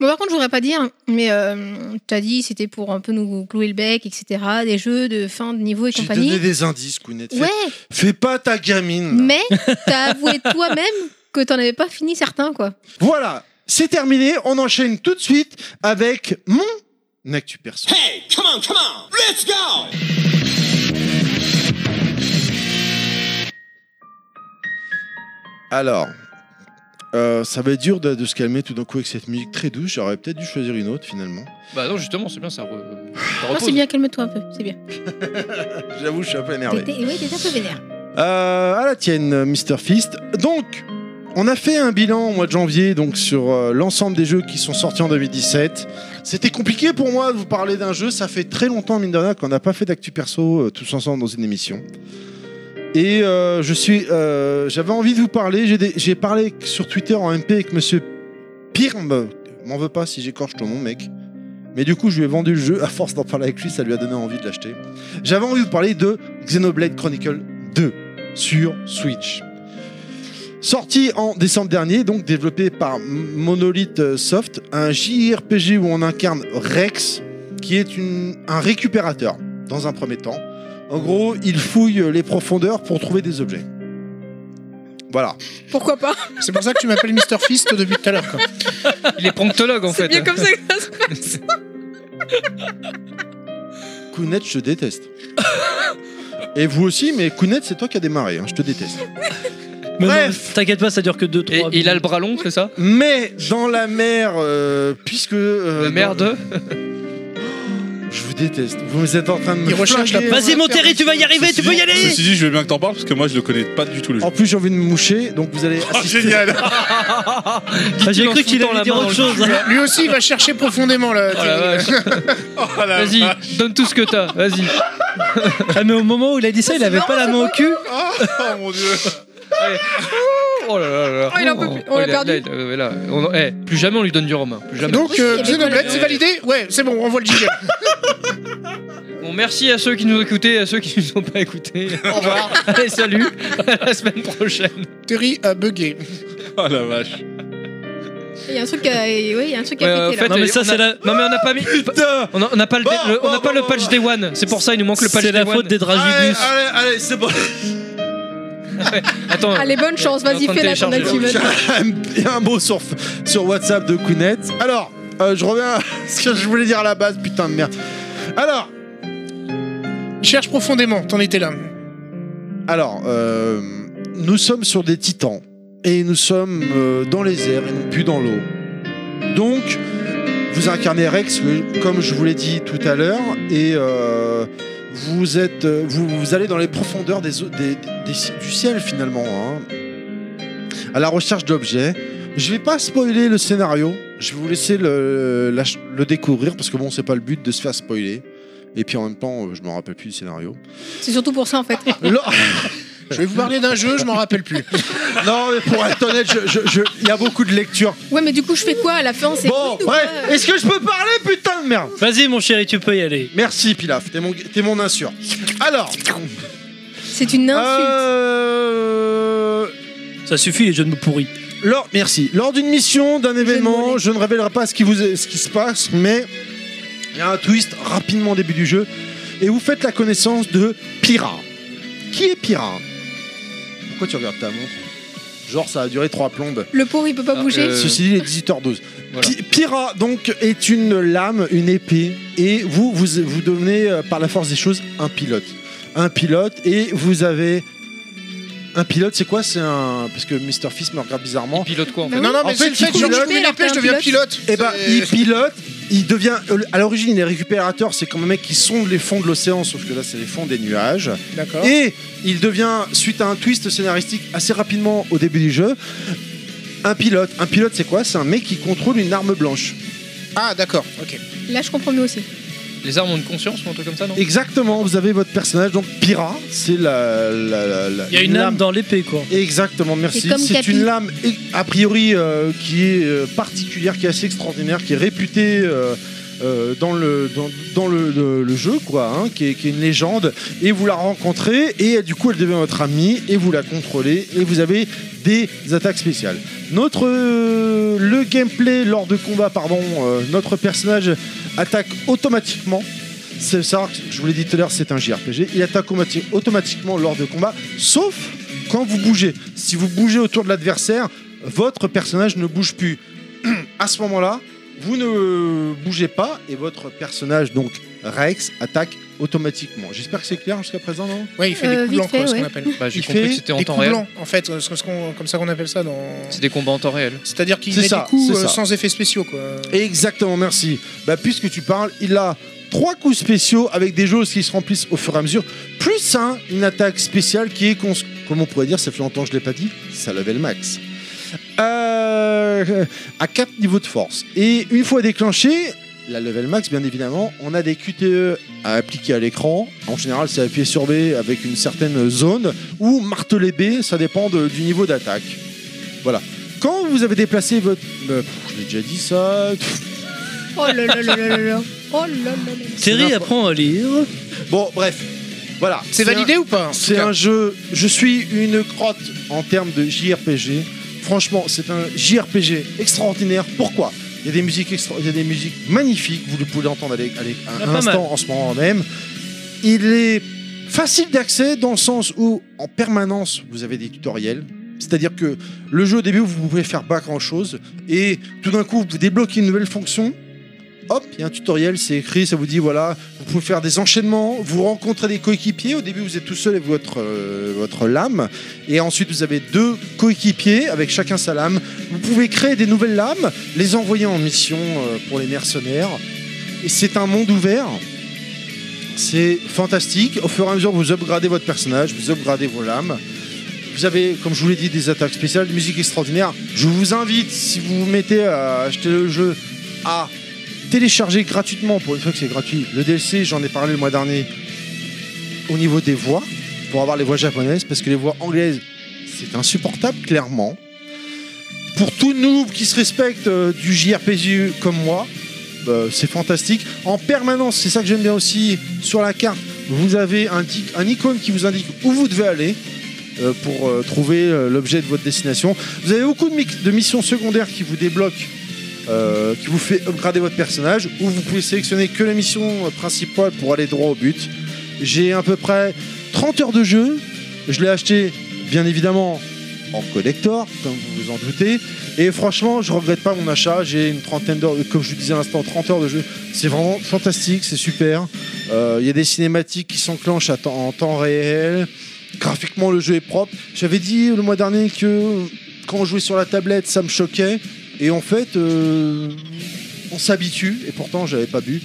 Bon, par contre, je voudrais pas dire, mais euh, t'as dit c'était pour un peu nous clouer le bec, etc. Des jeux de fin de niveau et J'ai donné compagnie. des indices, Kounet. Fais, Ouais, fais pas ta gamine. là. mais t'as avoué toi-même que t'en avais pas fini certains, quoi. Voilà, c'est terminé. On enchaîne tout de suite avec mon actu perso. Alors, euh, ça va être dur de, de se calmer tout d'un coup avec cette musique très douce. J'aurais peut-être dû choisir une autre finalement. Bah non, justement, c'est bien, ça, re- ça Non, repose. c'est bien, calme-toi un peu, c'est bien. J'avoue, je suis un peu énervé. T'étais- Oui, t'étais un peu vénère. Euh, à la tienne, euh, Mr. Fist. Donc, on a fait un bilan au mois de janvier donc sur euh, l'ensemble des jeux qui sont sortis en 2017. C'était compliqué pour moi de vous parler d'un jeu. Ça fait très longtemps, mine de rien, qu'on n'a pas fait d'actu perso euh, tous ensemble dans une émission. Et euh, je suis, euh, j'avais envie de vous parler. J'ai des- J'ai parlé sur Twitter en MP avec Monsieur Pirm. M'en veux pas si j'écorche ton nom, mec. Mais du coup, je lui ai vendu le jeu. À force d'en parler avec lui, ça lui a donné envie de l'acheter. J'avais envie de vous parler de Xenoblade Chronicle 2 sur Switch. Sorti en décembre dernier, donc développé par M- Monolith euh, Soft, un JRPG où on incarne Rex, qui est une- un récupérateur dans un premier temps. En gros, il fouille euh, les profondeurs pour trouver des objets. Voilà. Pourquoi pas C'est pour ça que tu m'appelles Mister Fist depuis tout à l'heure. quoi. Il est promptologue en fait. comme ça que ça se passe. Kounet, je te déteste. Et vous aussi, mais Kounet, c'est toi qui as démarré, hein, je te déteste. Mais non, Bref. mais t'inquiète pas, ça dure que 2-3 Et il a le bras long, c'est ça Mais dans la mer, euh, puisque... euh, La mère dans- de Je vous déteste. Vous êtes en train de me Il recherche la flinguer. Vas-y, Monterrey, tu vas y arriver, Ceci dit- Ceci dit, je veux bien que t'en parles parce que moi je le connais pas du tout le jeu. En plus, j'ai envie de me moucher, donc vous allez. Oh, assister- génial Bah, J'ai Dit-il en cru qu'il foutant allait la dire main autre dans le chose. Lui aussi, il va chercher profondément là. Oh la vache. Oh la vache. Vas-y, donne tout ce que t'as, vas-y. Ah, mais au moment où il a dit ça, il avait pas la main au cul. Oh mon dieu Oh là là là. Oh, il en peut plus. On Oh, l'a il a- perdu. là, il a- ouais, là, on- eh, plus jamais on lui donne du romain. Plus jamais. Donc, euh, Oui, Xenoblade, mais- c'est validé Ouais, c'est bon, on renvoie le jingle. Bon, merci à ceux qui nous ont écoutés et à ceux qui nous ont pas écoutés. Au revoir. Allez, salut. À la semaine prochaine. Terry a bugué. Oh la vache Il y a un truc qui a, ouais, il y a un truc qui Ouais, a en pété fait, là. Non, mais euh, ça, on a- c'est la- Non, mais on n'a pas mis. Putain On n'a- on n'a pas le, dé- Bon, le- on bon, n'a pas bon, le patch bon. Day One. C'est pour ça, il nous manque le patch C'est Day la One. faute des Allez, Dragigus. allez, allez, c'est bon. Attends. Allez, bonne chance, On est en vas-y, train de fais la ton télécharger. action. Il y a un mot sur, sur WhatsApp de Kounet. Alors, euh, je reviens à ce que je voulais dire à la base, putain de merde. Alors, Cherche profondément, t'en étais là. alors, euh, nous sommes sur des titans et nous sommes euh, dans les airs et non plus dans l'eau. Donc, vous incarnez Rex, le- comme je vous l'ai dit tout à l'heure, et euh, vous êtes, euh, vous, vous allez dans les profondeurs des, eaux- des- des- du ciel finalement, hein, à la recherche d'objets. Je vais pas spoiler le scénario, je vais vous laisser le, la ch- le découvrir parce que bon, c'est pas le but de se faire spoiler. Et puis en même temps, euh, je me rappelle plus du scénario. C'est surtout pour ça en fait. Lors- Je vais vous parler d'un jeu, je m'en rappelle plus. Non, mais pour être honnête, je- je- je- il y a beaucoup de lectures. Ouais, mais du coup, je fais quoi à la fin C'est Bon, good ou bref, pas est-ce que je peux parler, putain de merde Vas-y, mon chéri, tu peux y aller. Merci, Pilaf, t'es mon, t'es mon insure. Alors, C'est une insulte. euh, Ça suffit, les jeunes me pourris. lors, merci. Lors d'une mission, d'un événement, mollets. je ne révélerai pas ce qui, vous est- ce qui se passe, mais il y a un twist rapidement au début du jeu. Et vous faites la connaissance de Pyrrha. Qui est Pyrrha Pourquoi tu regardes ta montre Genre, ça a duré trois plombes. Le pauvre, il peut pas Ah, bouger. euh, Ceci dit, il est 18h12. Voilà. Pi- Pyrrha, donc, est une lame, une épée, et vous, vous, vous devenez, euh, par la force des choses, un pilote. Un pilote, et vous avez... Un pilote, c'est quoi C'est un... Parce que Mr. Fist me regarde bizarrement. Pilote Bah quoi en fait non, non, mais en c'est fait, le il fait que pilote, genre, je mets alors l'épée, t'es je un deviens pilote. Et ben, C'est- il pilote, il devient... euh, À l'origine, il est récupérateur, c'est comme un mec qui sonde les fonds de l'océan, sauf que là, c'est les fonds des nuages. D'accord. Et il devient, suite à un twist scénaristique assez rapidement au début du jeu, un pilote. Un pilote, c'est quoi C'est un mec qui contrôle une arme blanche. Ah, d'accord, ok. Là, je comprends mieux aussi. Les armes ont une conscience ou un truc comme ça, non Exactement, vous avez votre personnage, donc Pira, c'est la, la- la- la- Il y a une lame. âme dans l'épée, quoi. Exactement, merci. C'est comme C'est Capi. une lame et- a priori euh, qui est euh, particulière, qui est assez extraordinaire, qui est réputée euh, euh, dans, le, dans, dans le, le- le jeu, quoi, hein, qui, est, qui est une légende. Et vous la rencontrez et euh, du coup elle devient votre amie et vous la contrôlez et vous avez des attaques spéciales. Notre euh, le gameplay lors de combat, pardon, euh, notre personnage attaque automatiquement. C'est ça, je vous l'ai dit tout à l'heure, c'est un JRPG. Il attaque automati- automatiquement lors de combat, sauf quand vous bougez. Si vous bougez autour de l'adversaire, votre personnage ne bouge plus. À ce moment-là, vous ne bougez pas et votre personnage, donc Rex, attaque automatiquement. J'espère que c'est clair jusqu'à présent, non Ouais, il fait Euh, des vite coups blancs, quoi, fait, ce qu'on ouais. appelle. Bah, j'ai Il compris fait que c'était en Des temps coups réel. blancs, en fait, euh, ce qu'on- comme ça qu'on appelle ça dans. C'est des combats en temps réel. C'est-à-dire qu'il C'est met ça, des coups c'est ça. euh, sans effets spéciaux, quoi. Exactement, merci. Bah, puisque tu parles, il a trois coups spéciaux avec des jauges qui se remplissent au fur et à mesure, plus un, une attaque spéciale qui est, cons- comme on pourrait dire, ça fait longtemps que je l'ai pas dit, ça level max. Euh, à quatre niveaux de force. Et une fois déclenché, la level max, bien évidemment, on a des QTE à appliquer à l'écran. En général, c'est appuyer sur B avec une certaine zone, ou marteler B, ça dépend de- du niveau d'attaque. Voilà. Quand vous avez déplacé votre... euh, pff, je l'ai déjà dit ça, Oh là là là là là là. Oh là là là là. Terry apprend à lire. Bon, bref. Voilà. C'est validé ou pas en un- tout C'est cas un jeu. Je suis une crotte en termes de JRPG. Franchement, c'est un JRPG extraordinaire. Pourquoi il y, a des musiques extra- il y a des musiques magnifiques, vous pouvez l'entendre à l'é- à l'é- Il y en a à pas l'instant mal. en ce moment même. Il est facile d'accès dans le sens où en permanence vous avez des tutoriels. C'est-à-dire que le jeu au début vous pouvez faire pas grand chose et tout d'un coup vous débloquez une nouvelle fonction. Hop, il y a un tutoriel, c'est écrit, ça vous dit voilà, vous pouvez faire des enchaînements, vous rencontrez des coéquipiers. Au début vous êtes tout seul avec votre, euh, votre lame et ensuite vous avez deux coéquipiers avec chacun sa lame. Vous pouvez créer des nouvelles lames, les envoyer en mission euh, pour les mercenaires. Et c'est un monde ouvert. C'est fantastique. Au fur et à mesure, vous upgradez votre personnage, vous upgradez vos lames. Vous avez, comme je vous l'ai dit, des attaques spéciales, des musiques extraordinaires. Je vous invite, si vous vous mettez à acheter le jeu, à télécharger gratuitement, pour une fois que c'est gratuit, le DLC, j'en ai parlé le mois dernier, au niveau des voix, pour avoir les voix japonaises, parce que les voix anglaises, c'est insupportable, clairement. Pour tout noob qui se respecte euh, du JRPG comme moi, euh, c'est fantastique. En permanence, c'est ça que j'aime bien aussi, sur la carte, vous avez un, tic- un icône qui vous indique où vous devez aller euh, pour euh, trouver euh, l'objet de votre destination. Vous avez beaucoup de, mic- de missions secondaires qui vous débloquent, euh, qui vous fait upgrader votre personnage, ou vous pouvez sélectionner que la mission euh, principale pour aller droit au but. J'ai à peu près 30 heures de jeu. Je l'ai acheté, bien évidemment, en collector, comme vous vous en doutez. Et franchement, je regrette pas mon achat. J'ai une trentaine d'heures, comme je vous disais à l'instant, 30 heures de jeu. C'est vraiment fantastique, c'est super. Euh, Il y a des cinématiques qui s'enclenchent à temps- en temps réel. Graphiquement, le jeu est propre. J'avais dit le mois dernier que quand on jouait sur la tablette, ça me choquait. Et en fait, euh, on s'habitue. Et pourtant, j'avais pas bu.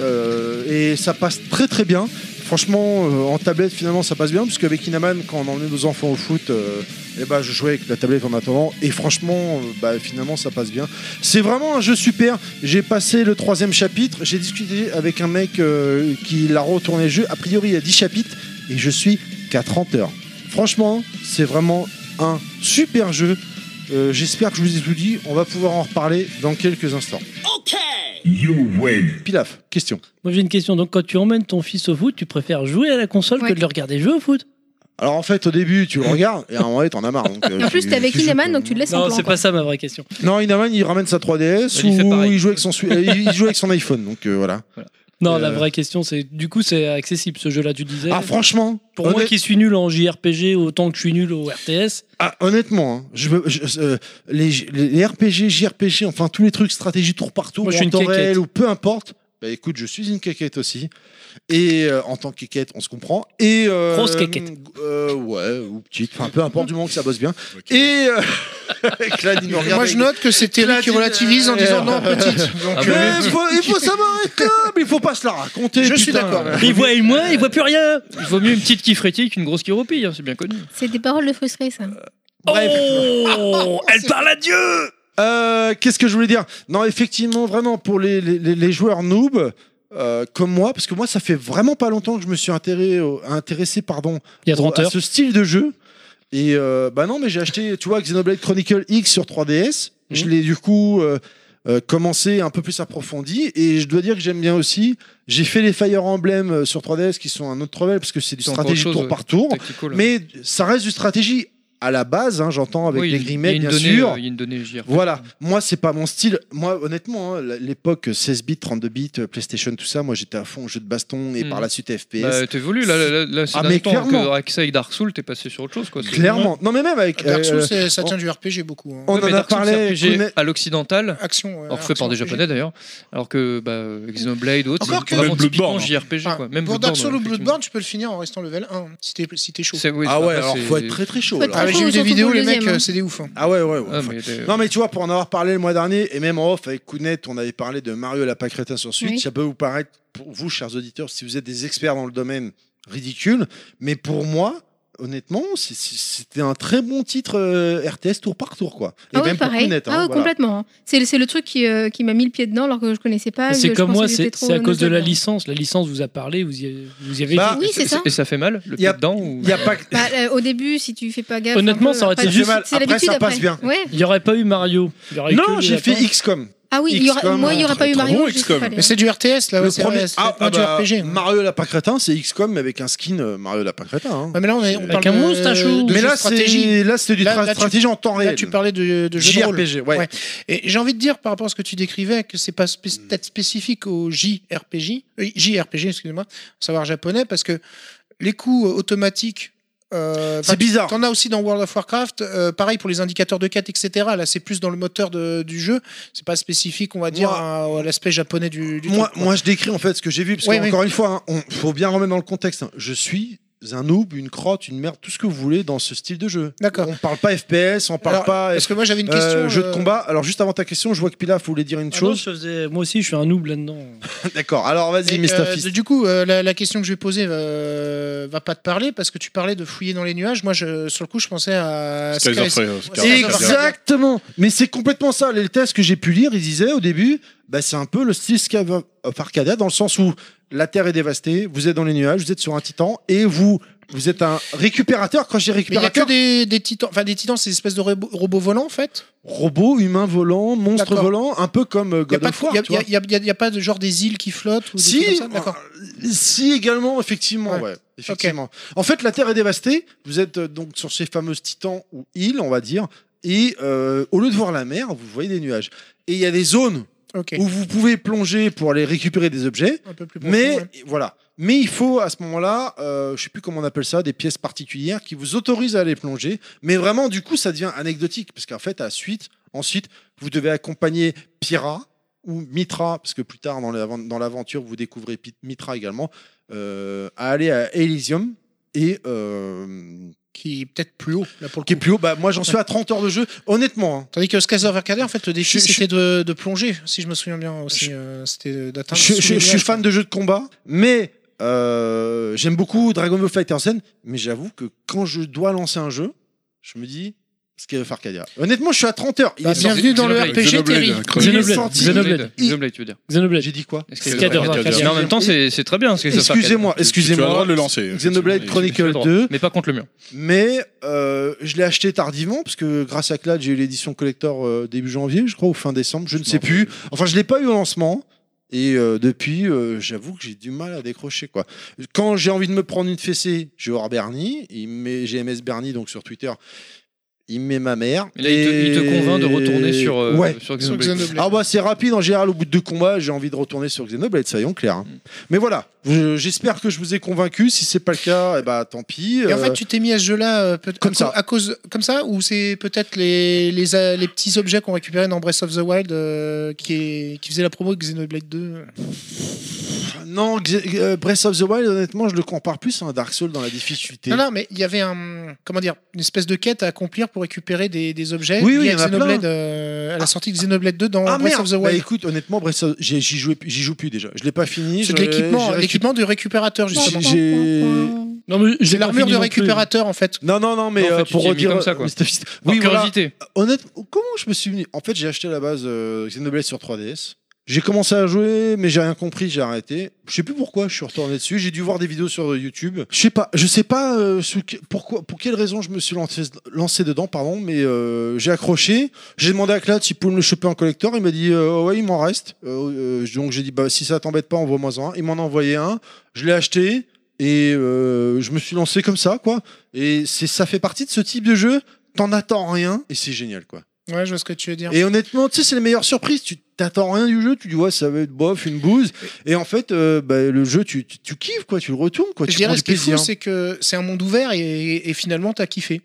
Euh, et ça passe très très bien. Franchement, euh, en tablette, finalement, ça passe bien, parce qu'avec Inaman, quand on emmenait nos enfants au foot, euh, eh ben, je jouais avec la tablette en attendant, et franchement, euh, bah, finalement, ça passe bien. C'est vraiment un jeu super. J'ai passé le troisième chapitre, j'ai discuté avec un mec euh, qui l'a retourné le jeu. A priori, il y a 10 chapitres, et je suis qu'à 30 heures. Franchement, c'est vraiment un super jeu. Euh, J'espère que je vous ai tout dit. On va pouvoir en reparler dans quelques instants. Pilaf, question. Moi, j'ai une question. Donc, quand tu emmènes ton fils au foot, tu préfères jouer à la console Ouais. que de le regarder jouer au foot Alors en fait, au début, tu le regardes et à un moment donné, t'en as marre. donc, euh, En plus, tu- t'es avec tu joues, Inaman, quoi. donc tu le laisses en Non, plan. c'est quoi. pas ça ma vraie question. Non, Inaman, il ramène sa 3DS Il fait ou pareil. il joue avec son, sui- euh, il joue avec son iPhone. Donc euh, voilà. Non, Euh, la vraie question, c'est du coup, c'est accessible ce jeu-là, tu disais. Ah franchement, Euh, Pour moi honnête- qui suis nul en JRPG autant que je suis nul au RTS, ah, honnêtement, hein, je, veux- je- euh, les, les RPG, JRPG, enfin tous les trucs stratégie tour par tour, Moi, je en suis une temps quéquette. réel ou peu importe. Bah écoute, je suis une caquette aussi. Et euh, en tant que caquette, on se comprend. Et euh, Grosse caquette. euh, ouais, ou petite. Enfin, peu importe du moment que ça bosse bien. Et euh, Clad, il nous regarde Moi, je avec- note que c'est Terry qui Platine, relativise en euh, disant non, petite. Donc, Ah Mais euh, bon faut- il faut savoir être club, il faut pas se la raconter. Je suis putain. d'accord. il voit et moi, il voit plus rien. Il vaut mieux une petite qui frétille qu'une grosse qui roupille, hein, c'est bien connu. C'est des paroles de frustré, ça. Bref. Oh, elle parle à Dieu. Euh, Qu'est-ce que je voulais dire Non, effectivement, vraiment, pour les, les- les- les joueurs noobs, euh, comme moi, parce que moi, ça fait vraiment pas longtemps que je me suis intéressé, au- intéressé pardon, Il y a 30 à heures. ce style de jeu. Et euh, bah non, mais j'ai acheté, tu vois, Xenoblade Chronicle X sur 3DS. Mhm. Je l'ai du coup euh, euh, commencé un peu plus approfondi. Et je dois dire que j'aime bien aussi. J'ai fait les Fire Emblem euh, sur 3DS qui sont un autre level parce que c'est du C'est encore autre stratégie chose, tour ouais. par tour. Tactical, ouais. Mais ça reste du stratégie à la base, hein, j'entends, avec Oui, les il y a remakes, une bien donnée, sûr. euh, Il y a une donnée JRPG. Voilà, moi c'est pas mon style. Moi honnêtement, hein, l'époque 16 bits, 32 bits, euh, PlayStation, tout ça, moi j'étais à fond jeu de baston et Mm. par la suite FPS. Bah, t'évolues là, là, là, là c'est Ah, dans mais le temps clairement. que Accès avec Dark Souls, t'es passé sur autre chose quoi. C'est- Clairement. Non mais même avec Dark Souls, euh, c'est- ça on- tient du RPG beaucoup. hein. on Ouais, en mais a Dark Souls, parlé. c'est RPG Kune- à l'occidental, Action. euh, alors fait par action des RPG. japonais d'ailleurs, alors que bah, euh, Xenoblade ou autre, Encore c'est que- vraiment Même typiquement Bloodborne, hein. JRPG Enfin, quoi. Même Ah, pour Dark Souls ou Bloodborne, Bloodborne, tu peux le finir en restant level 1 si t'es si t'es chaud. effectivement. C'est- oui, Ah ça, ouais, là, alors c'est- faut être très très chaud. Faut être là. Ah, mais j'ai Surtout vu des pour vidéos, le les mecs, deuxième, hein. euh, c'est des ouf. hein. Ah ouais, ouais, ouais. Ah, Enfin, mais, euh, Non mais tu vois, pour en avoir parlé le mois dernier, et même en off avec Kounet, on avait parlé de Mario la Pâqueretin sur Switch, Oui. ça peut vous paraître, pour vous chers auditeurs, si vous êtes des experts dans le domaine, ridicule, mais pour moi, honnêtement, c'est- c'est- c'était un très bon titre euh, RTS tour par tour, quoi. Et Ah ouais, même pour pareil. Kounet, hein, ah ouais, voilà. complètement. C'est le- c'est le truc qui, euh, qui m'a mis le pied dedans alors que je connaissais pas. Ah, C'est Ah, je comme pensais moi, que j'étais c'est trop c'est à cause de la nosogame. licence. La licence vous a parlé, vous y avez, vous y avez Bah, été. Oui, c'est ça. Et ça fait mal, le Y a- pied dedans ou... Il y a pas que- Bah, euh, au début, si tu fais pas gaffe. Honnêtement, un peu, ça aurait été après, juste- c'est- c'est Après, l'habitude ça passe bien. Ouais. Il n'y aurait pas eu Mario. Il Ah, y aurait que Non, le j'ai fait lapin. XCOM. Ah oui, il y aura- XCOM, moi, il n'y aurait très, pas eu très Mario. bon juste XCOM. fallait- Mais c'est du RTS là, ouais, le c'est premier vrai, c'est ah, pas du bah, RPG. hein. Mario la Pâqueretin, c'est XCOM avec un skin euh, Mario la Pâqueretin. hein. Ouais, mais là, on, est, on Avec parle un de- moustache ou- de Mais jeu là, de stratégie. c'est là, c'était du Là- tra- là, tu- stratégie en temps réel. Là, tu parlais de, de jeu de rôle. JRPG, ouais. Ouais. Et j'ai envie de dire par rapport à ce que tu décrivais que c'est pas spé- Mm. peut-être spécifique au JRPG, euh, JRPG, excusez-moi, à savoir japonais, parce que les coups euh, automatiques. euh, C'est enfin, bizarre. T'en as aussi dans World of Warcraft, euh, pareil pour les indicateurs de quête, etc. Là, c'est plus dans le moteur de- du jeu. C'est pas spécifique, on va dire, à, à l'aspect japonais du, du moi, truc, quoi. moi, je décris en fait ce que j'ai vu, parce Ouais, que, ouais. encore une fois, il faut bien remettre dans le contexte. hein. Je suis un noob, une crotte, une merde, tout ce que vous voulez dans ce style de jeu. D'accord. On parle pas FPS, on parle Alors, pas Parce que moi, j'avais une euh, question. jeu de euh, combat. Alors, juste avant ta question, je vois que Pilaf voulait dire une Ah non, chose. je faisais- Moi aussi, je suis un noob là-dedans. D'accord, alors vas-y, Et, Mr. euh, Fist. Du coup, euh, la, la question que je vais poser euh, va pas te parler parce que tu parlais de fouiller dans les nuages. Moi, je, sur le coup, je pensais à Skies Sky- of Fire, Sky of Fire. Exactement Mais c'est complètement ça. Les tests que j'ai pu lire, ils disaient au début, bah, c'est un peu le style Scav of Arcadia, dans le sens où la Terre est dévastée, vous êtes dans les nuages, vous êtes sur un titan, et vous, vous êtes un récupérateur. Quand j'ai Mais il n'y a récupérateur, que des, des titans, enfin des titans, c'est des espèces de robo- robots volants en fait. robot, humain volant, monstre D'accord. volant, un peu comme euh, Il n'y a, God pas of War. de- tu y a- vois. y a- y a- y a pas de genre des îles qui flottent ou des trucs Si, comme ça D'accord. euh, si également, effectivement. Ouais. ouais, effectivement. En fait, la Terre est dévastée. Vous êtes euh, donc sur ces fameuses titans ou îles, on va dire. Et euh, au lieu de voir la mer, vous voyez des nuages. Et il y a des zones Ok. où vous pouvez plonger pour aller récupérer des objets. Un peu plus profond, Mais ouais. voilà. Mais il faut à ce moment-là, euh, je sais plus comment on appelle ça, des pièces particulières qui vous autorisent à aller plonger. Mais vraiment, du coup, ça devient anecdotique parce qu'en fait, à la suite, ensuite, vous devez accompagner Pyrrha ou Mitra, parce que plus tard dans l'avent- dans l'aventure, vous découvrez Pi- Mitra également, euh, à aller à Elysium et euh, qui est peut-être plus haut là pour le qui est coup. plus haut. Bah, moi, j'en suis à 30 heures de jeu, honnêtement. hein. Tandis que Skies of Arcadia, en fait, le défi Je- je- c'était de, de plonger, si je me souviens bien aussi. euh, c'était d'atteindre. Je, sous je- les je suis nuages, fan de jeux de combat, mais euh, j'aime beaucoup Dragon Ball Fighter mais j'avoue que quand je dois lancer un jeu, je me dis ce qu'est Farcadia. Honnêtement, je suis à 30 heures. Il Bah, est sorti- bienvenue dans le Xenoblade, RPG, Terry. il est Xenoblade, sorti- Xenoblade. il- Xenoblade, tu veux dire. Xenoblade. J'ai dit quoi Escadre Arcadia. Mais en même temps, c'est c'est très bien. parce que ça fait Excusez-moi, arcade. Tu as le droit excusez-moi. de le lancer. Xenoblade effectivement. Tu as le Chronicle droit. 2, Mais pas contre le mur. mais euh, je l'ai acheté tardivement parce que grâce à Clad, j'ai eu l'édition collector euh, début janvier, je crois, ou fin décembre, je ne sais plus. Enfin, je l'ai pas eu au lancement. Et euh, depuis, euh, j'avoue que j'ai du mal à décrocher. quoi. Quand j'ai envie de me prendre une fessée, je vais voir Bernie. Il met GMS Bernie, donc sur Twitter, il met ma mère. Et là, il te- il te convainc de retourner sur euh, Ouais. sur Sous Xenoblade. Xenoblade. Ah bah c'est rapide en général au bout de deux combats j'ai envie de retourner sur Xenoblade soyons clairs hein. Mm. mais voilà je- j'espère que je vous ai convaincu si c'est pas le cas eh bah tant pis Et en euh, fait, tu t'es mis à ce jeu-là euh, peut- Comme à, ça. cause- à cause comme ça ou c'est peut-être les, les, euh, les petits objets qu'on récupérait dans Breath of the Wild euh, qui, est, qui faisait la promo de Xenoblade euh, 2 Non, Xe- euh, Breath of the Wild, honnêtement, je le compare plus à un Dark Souls dans la difficulté. Non, non, mais il y avait un comment dire une espèce de quête à accomplir pour récupérer des, des objets Oui, oui, liés il à y en a Xenoblade plein. euh, à la sortie de Xenoblade 2 dans Ah Breath merde of the Bah Wild. écoute, honnêtement, Breath of... j'ai- j'y jouais- j'y joue plus déjà. Je l'ai pas fini. c'est je- de l'équipement, j'ai récup- l'équipement du récupérateur justement. J'ai- Non, mais j'ai C'est pas l'armure fini de non plus. récupérateur en fait. Non, non, non, mais Non, en fait, euh, tu pour t'y es mis redire. comme ça, quoi. Mr. Fist- Par Oui, voilà. curiosité. Honnêtement, comment je me suis venu En fait, j'ai acheté à la base euh, Xenoblade sur 3DS. J'ai commencé à jouer, mais j'ai rien compris, j'ai arrêté. Je sais plus pourquoi, je suis retourné dessus. J'ai dû voir des vidéos sur euh, YouTube. Je sais pas, je sais pas euh, sous que- pourquoi, pour quelle raison je me suis lancé, lancé dedans, pardon, mais euh, j'ai accroché. J'ai demandé à Claude s'il pouvait me le choper en collector. Il m'a dit euh, Oh ouais, il m'en reste. Euh, euh, donc j'ai dit bah si ça t'embête pas, envoie-moi un. Il m'en a envoyé un. Je l'ai acheté et euh, je me suis lancé comme ça, quoi. Et c'est ça fait partie de ce type de jeu. T'en attends rien et c'est génial, quoi. Ouais, je vois ce que tu veux dire. Et honnêtement, tu sais, c'est les meilleures surprises. Tu t'attends rien du jeu, tu dis ouais, ça va être bof, une bouse. Et en fait, euh, bah, le jeu, tu, tu, tu kiffes, quoi, tu le retournes, quoi. je tu prends dirais du ce qui est fou, plaisir. c'est que c'est un monde ouvert et, et finalement t'as kiffé.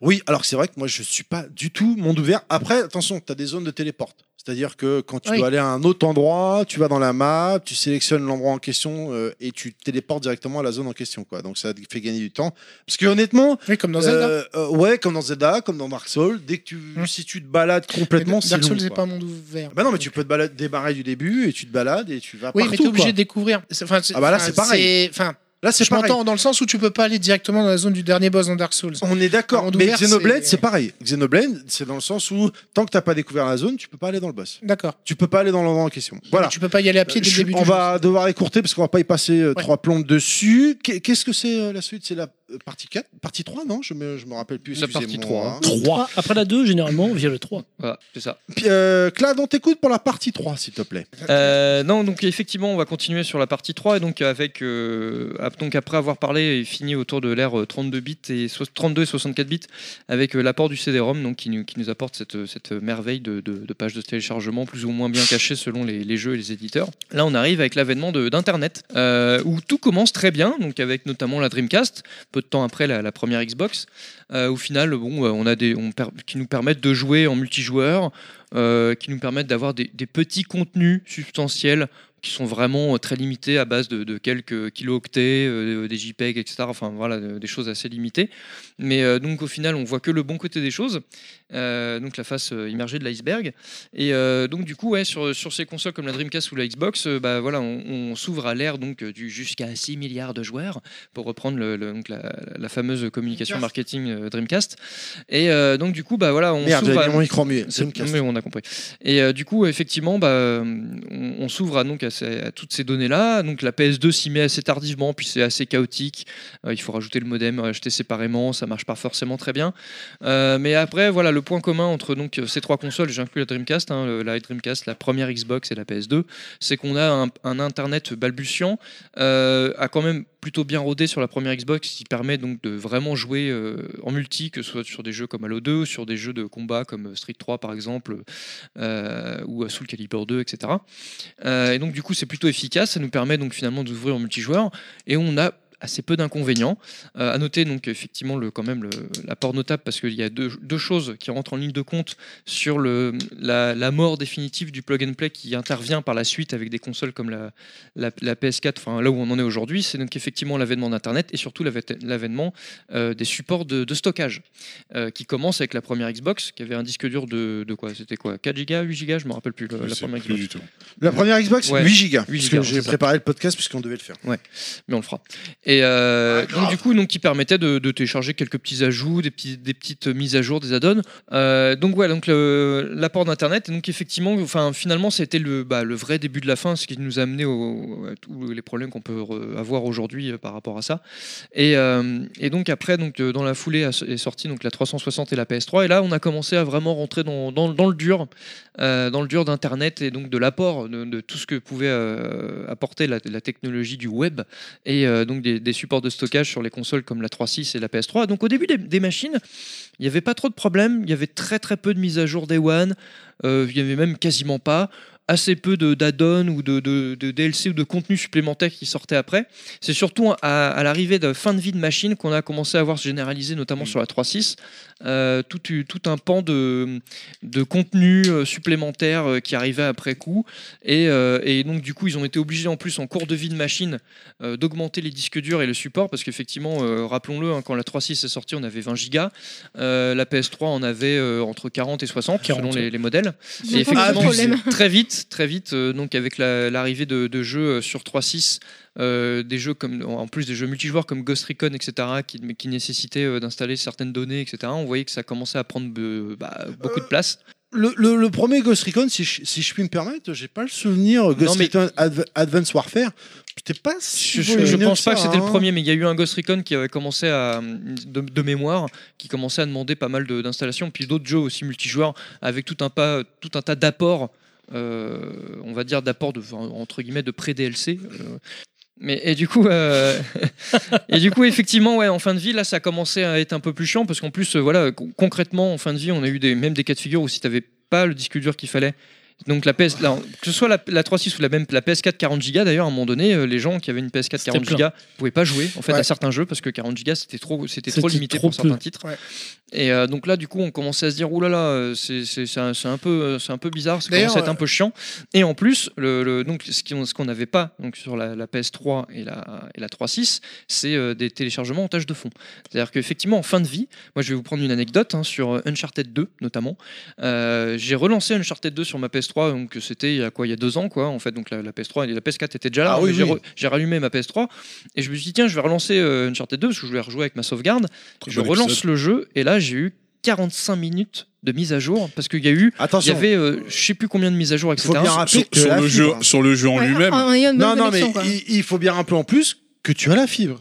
Oui, alors que c'est vrai que moi, je suis pas du tout monde ouvert. Après, attention, tu as des zones de téléporte. C'est-à-dire que quand tu Oui. dois aller à un autre endroit, tu vas dans la map, tu sélectionnes l'endroit en question euh, et tu te téléportes directement à la zone en question, quoi. Donc ça te fait gagner du temps. Parce que honnêtement, Oui, comme dans Zelda. Mmh. euh, euh, ouais, comme dans Zelda, comme dans Dark Souls, dès que tu, si tu te balades complètement, Mais c'est Dark Souls long, c'est quoi. pas un monde ouvert. Bah non, mais tu peux te balade- démarrer du début et tu te balades et tu vas Oui, mais partout. t'es obligé quoi. de découvrir. C'est- enfin, c'est- Ah bah là, enfin, c'est pareil. Enfin, Là, c'est je pareil. m'entends dans le sens où tu peux pas aller directement dans la zone du dernier boss dans Dark Souls. On est Un d'accord, monde mais ouvert, Xenoblade, c'est- c'est pareil. Xenoblade, c'est dans le sens où tant que t'as pas découvert la zone, tu peux pas aller dans le boss. D'accord. Tu peux pas aller dans l'endroit en question. Voilà. Tu peux pas y aller à pied dès Je- le début on du jeu. va devoir écourter parce qu'on va pas y passer euh, Ouais. trois plombes dessus. Qu'est- Qu'est-ce que c'est euh, la suite C'est la euh, partie 4 Partie 3, non Je me, je me rappelle plus. La partie hein. excusez-moi. 3. Après la 2, généralement, via le 3. Voilà, c'est ça. Puis, euh, Clad, on t'écoute pour la partie 3, s'il te plaît. Euh, non, donc effectivement, on va continuer sur la partie 3. Et donc, avec, euh, ap- donc après avoir parlé et fini autour de l'ère euh, 32, bits et so- 32 et 64 bits, avec euh, l'apport du CD-ROM donc, qui, nous, qui nous apporte cette, cette merveille de, de, de pages de téléchargement plus ou moins bien cachées selon les, les jeux et les éditeurs. Là, on arrive avec l'avènement de- d'Internet, euh, où tout commence très bien, donc avec notamment la Dreamcast, peu de temps après la, la première Xbox. Euh, au final, bon, euh, on a des on per- qui nous permettent de jouer en multijoueur, euh, qui nous permettent d'avoir des, des petits contenus substantiels qui sont vraiment euh, très limités à base de, de quelques kilo-octets, euh, des JPEG, etc. Enfin voilà, euh, des choses assez limitées. Mais euh, donc au final, on voit que le bon côté des choses, euh, donc la face euh, immergée de l'iceberg. Et euh, donc du coup, ouais, sur, sur ces consoles comme la Dreamcast ou la Xbox, euh, bah, voilà, on, on s'ouvre à l'ère donc euh, du jusqu'à 6 milliards de joueurs, pour reprendre le- le- donc, la, la fameuse communication marketing euh, Dreamcast. Et euh, donc du coup, bah voilà, on Merde, s'ouvre j'avais à- mis mon micro en muet. c'est- Dreamcast. mais on a compris. Et euh, du coup, effectivement, bah, euh, on, on s'ouvre à, donc à, ces- à toutes ces données-là. Donc la PS2 s'y met assez tardivement, puis c'est assez chaotique. Euh, il faut rajouter le modem, acheter séparément, ça marche pas forcément très bien. Euh, mais après, voilà, le point commun entre donc ces trois consoles, j'inclus la Dreamcast, hein, le- la Dreamcast, la première Xbox et la PS2, c'est qu'on a un, un internet balbutiant, euh, a quand même plutôt bien rodé sur la première Xbox, qui permet donc de vraiment jouer euh, en multi, que ce soit sur des jeux comme Halo 2, ou sur des jeux de combat comme Street 3 par exemple, euh, ou Soul Calibur 2, etc. Euh, et donc du coup, c'est plutôt efficace, ça nous permet donc finalement d'ouvrir en multijoueur, et on a assez peu d'inconvénients. Euh, à noter donc effectivement le, quand même le- l'apport notable parce qu'il y a deux, deux choses qui rentrent en ligne de compte sur le, la, la mort définitive du plug and play qui intervient par la suite avec des consoles comme la, la, la PS4, enfin là où on en est aujourd'hui, c'est donc effectivement l'avènement d'Internet et surtout l'avè- l'avènement euh, des supports de, de stockage euh, qui commence avec la première Xbox qui avait un disque dur de, de quoi C'était quoi 4 Go, 8 Go, je me rappelle plus le- la C'est première plus Xbox. du tout. La première Xbox, Ouais. 8 gigas. 8 Parce gigas, que c'est j'ai ça. préparé le podcast puisqu'on devait le faire. mais on le fera. Et euh, donc, du coup, donc, qui permettait de, de télécharger quelques petits ajouts, des, petits- des petites mises à jour, des add-ons. Euh, donc, ouais, donc le- l'apport d'Internet. Et donc, effectivement, enfin, finalement, c'était le, bah, le vrai début de la fin, ce qui nous a amené au- à tous les problèmes qu'on peut re- avoir aujourd'hui euh, par rapport à ça. Et, euh, et donc, après, donc, euh, dans la foulée a- est sortie donc, la 360 et la PS3. Et là, on a commencé à vraiment rentrer dans, dans- dans le dur, euh, dans le dur d'Internet et donc de l'apport de, de tout ce que pouvait euh, apporter la- la technologie du web et euh, donc des, des supports de stockage sur les consoles comme la 3.6 et la PS3. Donc au début des, des machines, il n'y avait pas trop de problèmes, il y avait très très peu de mises à jour Day One, euh, il y avait même quasiment pas, assez peu de- d'add-ons ou de, de- de DLC ou de contenu supplémentaire qui sortait après. C'est surtout à, à l'arrivée de fin de vie de machine qu'on a commencé à voir se généraliser, notamment sur la 3.6, euh, tout, u- tout un pan de, de contenu euh, supplémentaire euh, qui arrivait après coup. Et, euh, et donc du coup, ils ont été obligés en plus en cours de vie de machine euh, d'augmenter les disques durs et le support parce qu'effectivement, euh, rappelons-le, hein, quand la 3.6 est sortie, on avait 20 gigas, Euh, la PS3 en avait euh, entre 40 et 60 40, selon les, les modèles. Ils Et ont pas le effectivement, problème. très vite, vite, très vite, euh, donc avec la- l'arrivée de, de jeux euh, sur 3.6, euh, des jeux comme, en plus des jeux multijoueurs comme Ghost Recon, etc., qui, qui nécessitaient euh, d'installer certaines données, etc., on voyait que ça commençait à prendre euh, bah, beaucoup de place. Le, le- le premier Ghost Recon, si je, si je puis me permettre, j'ai pas le souvenir Ghost mais- Recon Adv- Advanced Warfare. C'était pas si Je, je- je volumineux pense ça, pas que c'était le hein. premier, mais il y a eu un Ghost Recon qui avait commencé à, de, de mémoire, qui commençait à demander pas mal de- d'installations, puis d'autres jeux aussi multijoueurs avec tout un, pas, tout un tas d'apports, euh, on va dire d'apports de, enfin, entre guillemets de pré-DLC. euh. mais et du coup, euh, et du coup effectivement, ouais, en fin de vie, là, ça a commencé à être un peu plus chiant parce qu'en plus, euh, voilà, con- concrètement, en fin de vie, on a eu des, même des cas de figure où si t'avais pas le disque dur qu'il fallait donc la PS, la- que ce soit la, la 3.6 ou la même la PS4 40 Go d'ailleurs à un moment donné euh, les gens qui avaient une PS4 40 Go plein. pouvaient pas jouer en fait Ouais. à certains jeux parce que 40 Go c'était trop c'était C'était trop limité trop pour certains peu. titres. Ouais. Et euh, donc là du coup on commençait à se dire oulala euh, c'est c'est c'est un, c'est un peu euh, c'est un peu bizarre ça D'ailleurs, commence à être euh, un peu chiant et en plus le, le- donc ce qu'on ce qu'on n'avait pas donc sur la, la PS3 et la et la 3.6 c'est euh, des téléchargements en tâche de fond. C'est-à-dire qu'effectivement en fin de vie moi je vais vous prendre une anecdote hein, sur euh, Uncharted 2 notamment euh, j'ai relancé Uncharted 2 sur ma PS3, donc euh, c'était il y a quoi, il y a deux ans quoi. En fait, donc la, la PS3 et la PS4 étaient déjà là. Ah oui, mais j'ai oui. re- j'ai rallumé ma PS3 et je me suis dit tiens, je vais relancer euh, Uncharted 2 parce que je voulais rejouer avec ma sauvegarde. Très je bon relance épisode. le jeu et là j'ai eu 45 minutes de mise à jour parce qu'il y a eu, il y Attention, avait, euh, je sais plus combien de mises à jour, etc. faut bien Sur, rappeler que sur la le jeu, fibre- hein. sur le jeu en Ouais, lui-même. en- en ayant une bonne Non, non, mais connexion, quoi. il, il faut bien rappeler en plus que tu as la fibre.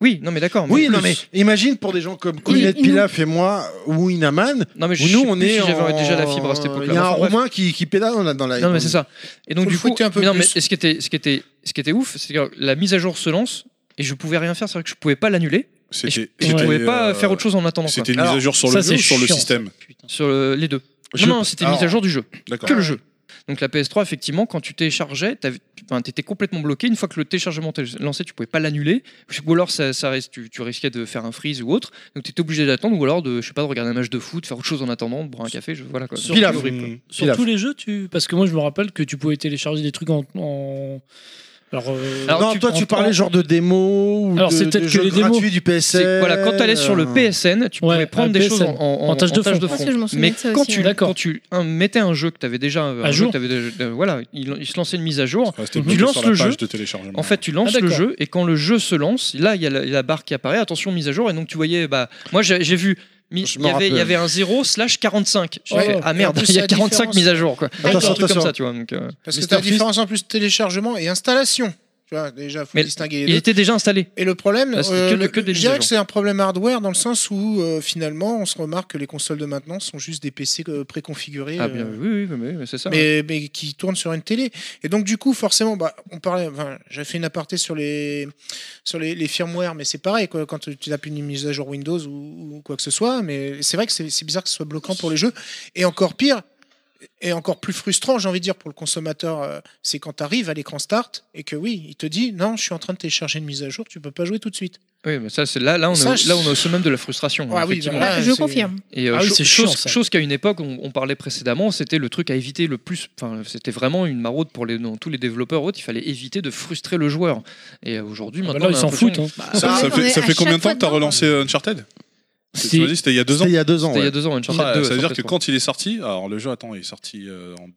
Oui, non mais d'accord. Oui, plus- non, mais imagine pour des gens comme Il- Colette il nous- Pilaf et moi, ou Inaman, non où mais je nous sais on plus est. si j'avais en- déjà la fibre à cette époque-là. Il y a un Enfin, bref. Romain qui, qui pédale dans la. Dans la Non mais c'est ça. Et donc Faut du le coup, fouetter un peu mais non, mais plus. ce qui était, ce qui était, ce qui était ouf, c'est que la mise à jour se lance et je pouvais rien faire, c'est-à-dire que je pouvais pas l'annuler. Et je, C'était. et je c'était, pouvais pas euh, faire autre chose en attendant. quoi. C'était une Alors, mise à jour sur ça, le jeu c'est ou sur le chiant. système Sur le- les deux. Je- Non, non, c'était une alors- mise à jour du jeu. D'accord. Que le jeu. Donc la PS3, effectivement, quand tu téléchargeais, t'avais- enfin, t'étais complètement bloqué. Une fois que le téléchargement était lancé, tu pouvais pas l'annuler. Ou alors ça, ça ris- tu, tu risquais de faire un freeze ou autre. Donc t'étais obligé d'attendre. Ou alors de, je sais pas, de regarder un match de foot, faire autre chose en attendant, de boire un café. Je, voilà quoi. Sur- Pilaf. Pilaf. Mmh. Sur Pilaf. tous les jeux, tu... parce que moi je me rappelle que tu pouvais télécharger des trucs en. en- Alors, euh, Alors, non, tu- toi tu en- parlais genre de démo ou Alors, de, c'est de peut-être que jeux les démos. gratuits du PSN. C'est- Voilà, quand t'allais sur le euh, PSN, tu Ouais, pouvais prendre un des choses en, PSN, en, en tâche de fond. Parce que je m'en souviens Mais de ça quand, aussi, tu, ouais. D'accord. quand tu hein, mettais un jeu que t'avais déjà. un jeu jour. que t'avais déjà- euh, Voilà, il, il se lançait une mise à jour. Ouais, c'était Tu bloqué lances sur la le page jeu. de téléchargement. En fait, tu lances Ah, le d'accord. jeu et quand le jeu se lance, là, il y a la, la barre qui apparaît. Attention, mise à jour. Et donc, tu voyais, bah, moi, j'ai j'ai vu. mi- Je Il m'en y, avait, il y rappelle. avait un 0 slash 45. J'ai Ouais. Oh. fait, ah Et en merde, plus, il y a la 45 différence- mises à jour. Quoi. Attention, Un truc comme attention. ça, tu vois. donc, euh, Parce que Mr. t'as la Fist. différence en plus téléchargement et installation. Tu vois, déjà, faut Mais distinguer les il deux. était déjà installé. Et le problème, Là, c'était euh, que de- le- que des mises je à dirais que jour. c'est un problème hardware dans le sens où euh, finalement, on se remarque que les consoles de maintenant sont juste des PC euh, préconfigurés. Ah, euh, bien, oui, oui, oui, oui, c'est ça. ouais. mais, mais qui tournent sur une télé. Et donc, du coup, forcément, bah, on parlait, enfin, j'ai fait une aparté sur les, sur les, les firmware, mais c'est pareil, quoi, quand tu tapes une mise à jour Windows ou, ou quoi que ce soit. Mais c'est vrai que c'est c'est bizarre que ce soit bloquant pour les jeux. Et encore pire, et encore plus frustrant, j'ai envie de dire, pour le consommateur, euh, c'est quand tu arrives à l'écran start et que oui, il te dit non, je suis en train de télécharger une mise à jour, tu peux pas jouer tout de suite. Oui, mais ça, c'est là, là, on Ça, est, je- là, on est au summum de la frustration. Ah hein, oui, effectivement. voilà. Ah, je c'est- confirme. Et euh, bah Ah oui, cho- c'est chiant, chose, ça. chose qu'à une époque, on, on parlait précédemment, c'était le truc à éviter le plus. Enfin, c'était vraiment une maraude pour les, dans tous les développeurs. Autres, il fallait éviter de frustrer le joueur. Et aujourd'hui, bah maintenant, là, on a ils s'en l'impression- foutent, hein. Bah, Ça, Ouais, ça on fait, est ça à fait combien de temps chaque fois que t'as dedans. relancé euh, Uncharted C'est- Tu m'as dit, c'était il y a deux C'était ans. il y a deux ans. C'était il y a ouais. deux ans, Uncharted Ah, 2. ça veut sur dire que PS3. quand il est sorti, alors le jeu, attends, il est sorti euh, en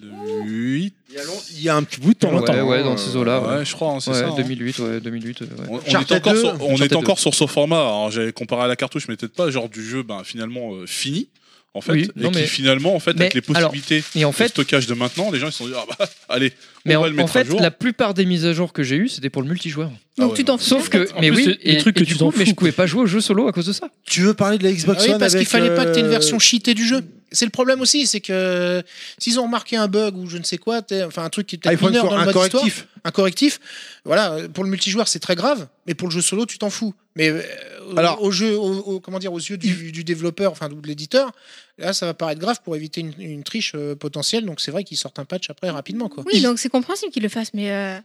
2008. Il y a long- Il y a un petit bout de temps. Ouais, maintenant, ouais, hein. dans ces eaux-là. ouais. Ouais, je crois, hein, c'est Ouais, ça. hein. 2008, ouais, 2008. euh, ouais. On, on est Uncharted encore, 2. sur, on est Uncharted encore sur ce format. Alors, j'avais comparé à la cartouche, mais peut-être pas genre du jeu ben, finalement euh, fini, en fait, Oui, et non, qui mais- finalement, en fait, mais avec les alors, possibilités Et en de fait, stockage de maintenant, les gens ils se sont dit ah bah allez, on mais en, va le en mettre à fait, jour. la plupart des mises à jour que j'ai eues, c'était pour le multijoueur. Donc ouais, tu t'en non. fous. Sauf que, mais plus, oui, c'est des et, trucs que et du tu t'en coup, mais je fous. pouvais pas jouer au jeu solo à cause de ça. Tu veux parler de la Xbox Ah oui, One parce qu'il avec, fallait pas que tu aies une euh, version cheatée du jeu. C'est le problème aussi, c'est que euh, s'ils ont remarqué un bug ou je ne sais quoi, t'es- enfin un truc qui est peut-être iPhone mineur cor- dans le un mode histoire, correctif. un correctif, voilà, euh, pour le multijoueur c'est très grave, mais pour le jeu solo tu t'en fous. Mais euh, au- Alors- au jeu, au- au- comment dire, aux yeux du, du développeur, enfin ou de l'éditeur, là ça va paraître grave pour éviter une, une triche euh, potentielle. Donc c'est vrai qu'ils sortent un patch après rapidement quoi. Oui, donc c'est compréhensible qu'ils le fassent, mais. euh,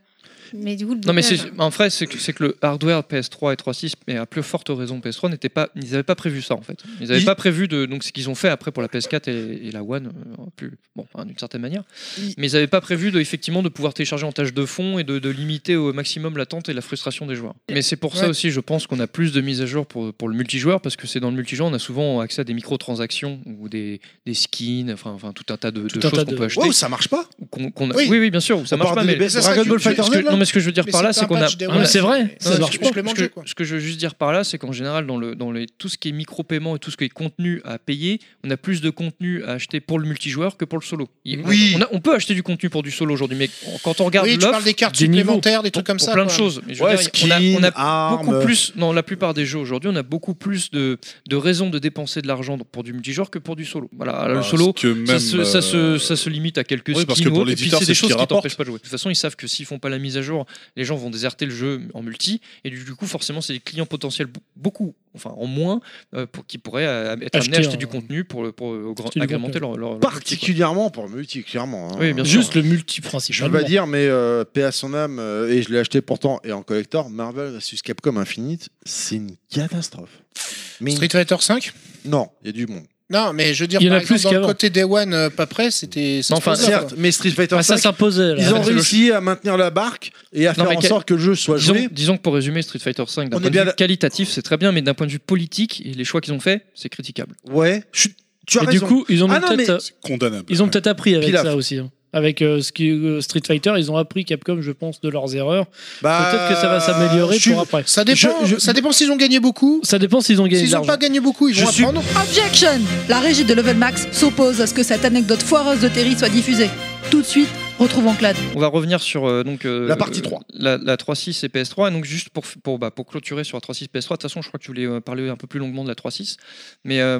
Mais du coup, le Non, mais blocage, c'est, en vrai, c'est que, c'est que le hardware PS3 et 3.6, mais à plus forte raison PS3, n'était pas, ils n'avaient pas prévu ça en fait. Ils n'avaient Il- pas prévu de. Donc, ce qu'ils ont fait après pour la PS4 et, et la One, euh, plus, bon, hein, d'une certaine manière. Il- Mais ils n'avaient pas prévu de, effectivement de pouvoir télécharger en tâche de fond et de, de limiter au maximum l'attente et la frustration des joueurs. Mais c'est pour ça Ouais. aussi, je pense qu'on a a plus de mises à jour pour, pour le multijoueur parce que c'est dans le multijoueur, on a souvent accès à des microtransactions ou des, des skins, enfin, enfin tout un tas de, de un choses tas qu'on de- peut acheter. Wow, ça marche pas qu'on- qu'on a- Oui. oui. oui, bien sûr, ça On marche parle pas. de Mais best- C'est ça Dragon que Ball tu- Fighter ce que- Z, là non, mais ce que je veux dire Mais par c'est là, pas c'est un qu'on a. patch day on a- one. c'est vrai. C'est ça un marche pas. supplément ce de que, jeu, quoi. ce que je veux juste dire par là, c'est qu'en général, dans, le, dans les, tout ce qui est micro-paiement et tout ce qui est contenu à payer, on a plus de contenu à acheter pour le multijoueur que pour le solo. Il- Oui. On, a- on peut acheter du contenu pour du solo aujourd'hui, mais quand on regarde Oui, tu l'offre, parles des cartes des niveaux, supplémentaires, des pour, trucs comme pour ça. plein de quoi. choses. Mais je veux Ouais, dire, on a- on a skin, arme. beaucoup plus dans la plupart des jeux aujourd'hui on a beaucoup plus de, de raisons de dépenser de l'argent pour du multijoueur que pour du solo voilà Bah, le Parce solo que même, ça se, ça, euh, se, ça se limite à quelques oui, skins parce que ou pour autre, et puis l'éditeur, c'est c'est des ce choses qui qui t'empêchent rapporte. pas de jouer de toute façon ils savent que s'ils font pas la mise à jour les gens vont déserter le jeu en multi et du du coup forcément c'est des clients potentiels be- beaucoup enfin en moins euh, pour, qui pourraient euh, être Acheter amenés à acheter un- du contenu pour, le- pour, euh, Acheter du agrémenter leur, leur- leur multi, quoi. Particulièrement pour le multi, clairement. hein. Oui, bien sûr. Juste le multi Je veux principal. pas dire, mais euh, paix à son âme, euh, et je l'ai acheté pourtant, et en collector, Marvel vs Capcom Infinite, c'est une catastrophe. Mais une- Street Fighter 5 non, il y a du monde. Non, mais je veux dire, Il y en par a plus exemple, dans le qu'avant. côté Day One, euh, pas près, c'était. ça se Enfin, faisait, Certes, quoi. mais Street Fighter Ah, ça 5, s'imposait. là. ils ont Avec le- réussi à maintenir la barque et à Non, mais faire en quel- sorte que le jeu soit Disons, joué. disons que pour résumer Street Fighter 5 d'un On est point de bien vue d'a- qualitatif c'est très bien mais d'un point de vue politique et les choix qu'ils ont fait c'est critiquable Ouais, je suis- tu as Et du raison. coup, ils en ont Ah non, mais- peut-être. euh, C'est condamnable. Ils ont peut-être appris avec Pilaf. ça aussi. hein. Avec euh, ce qui, euh, Street Fighter, ils ont appris Capcom, je pense, de leurs erreurs. Bah, Peut-être que ça va s'améliorer je suis- pour après. Ça dépend, Je- je- ça dépend s'ils ont gagné beaucoup. Ça dépend s'ils ont gagné de S'ils n'ont l'argent. pas gagné beaucoup, ils Je vont suis- apprendre. Objection La régie de Level Max s'oppose à ce que cette anecdote foireuse de Terry soit diffusée. Tout de suite, retrouvons Clad. On va revenir sur euh, donc, euh, La partie 3. La, la 3.6 et PS3. Et donc, juste pour, pour, bah, pour clôturer sur la 3.6 PS3, de toute façon, je crois que tu voulais euh, parler un peu plus longuement de la 3.6. Mais euh,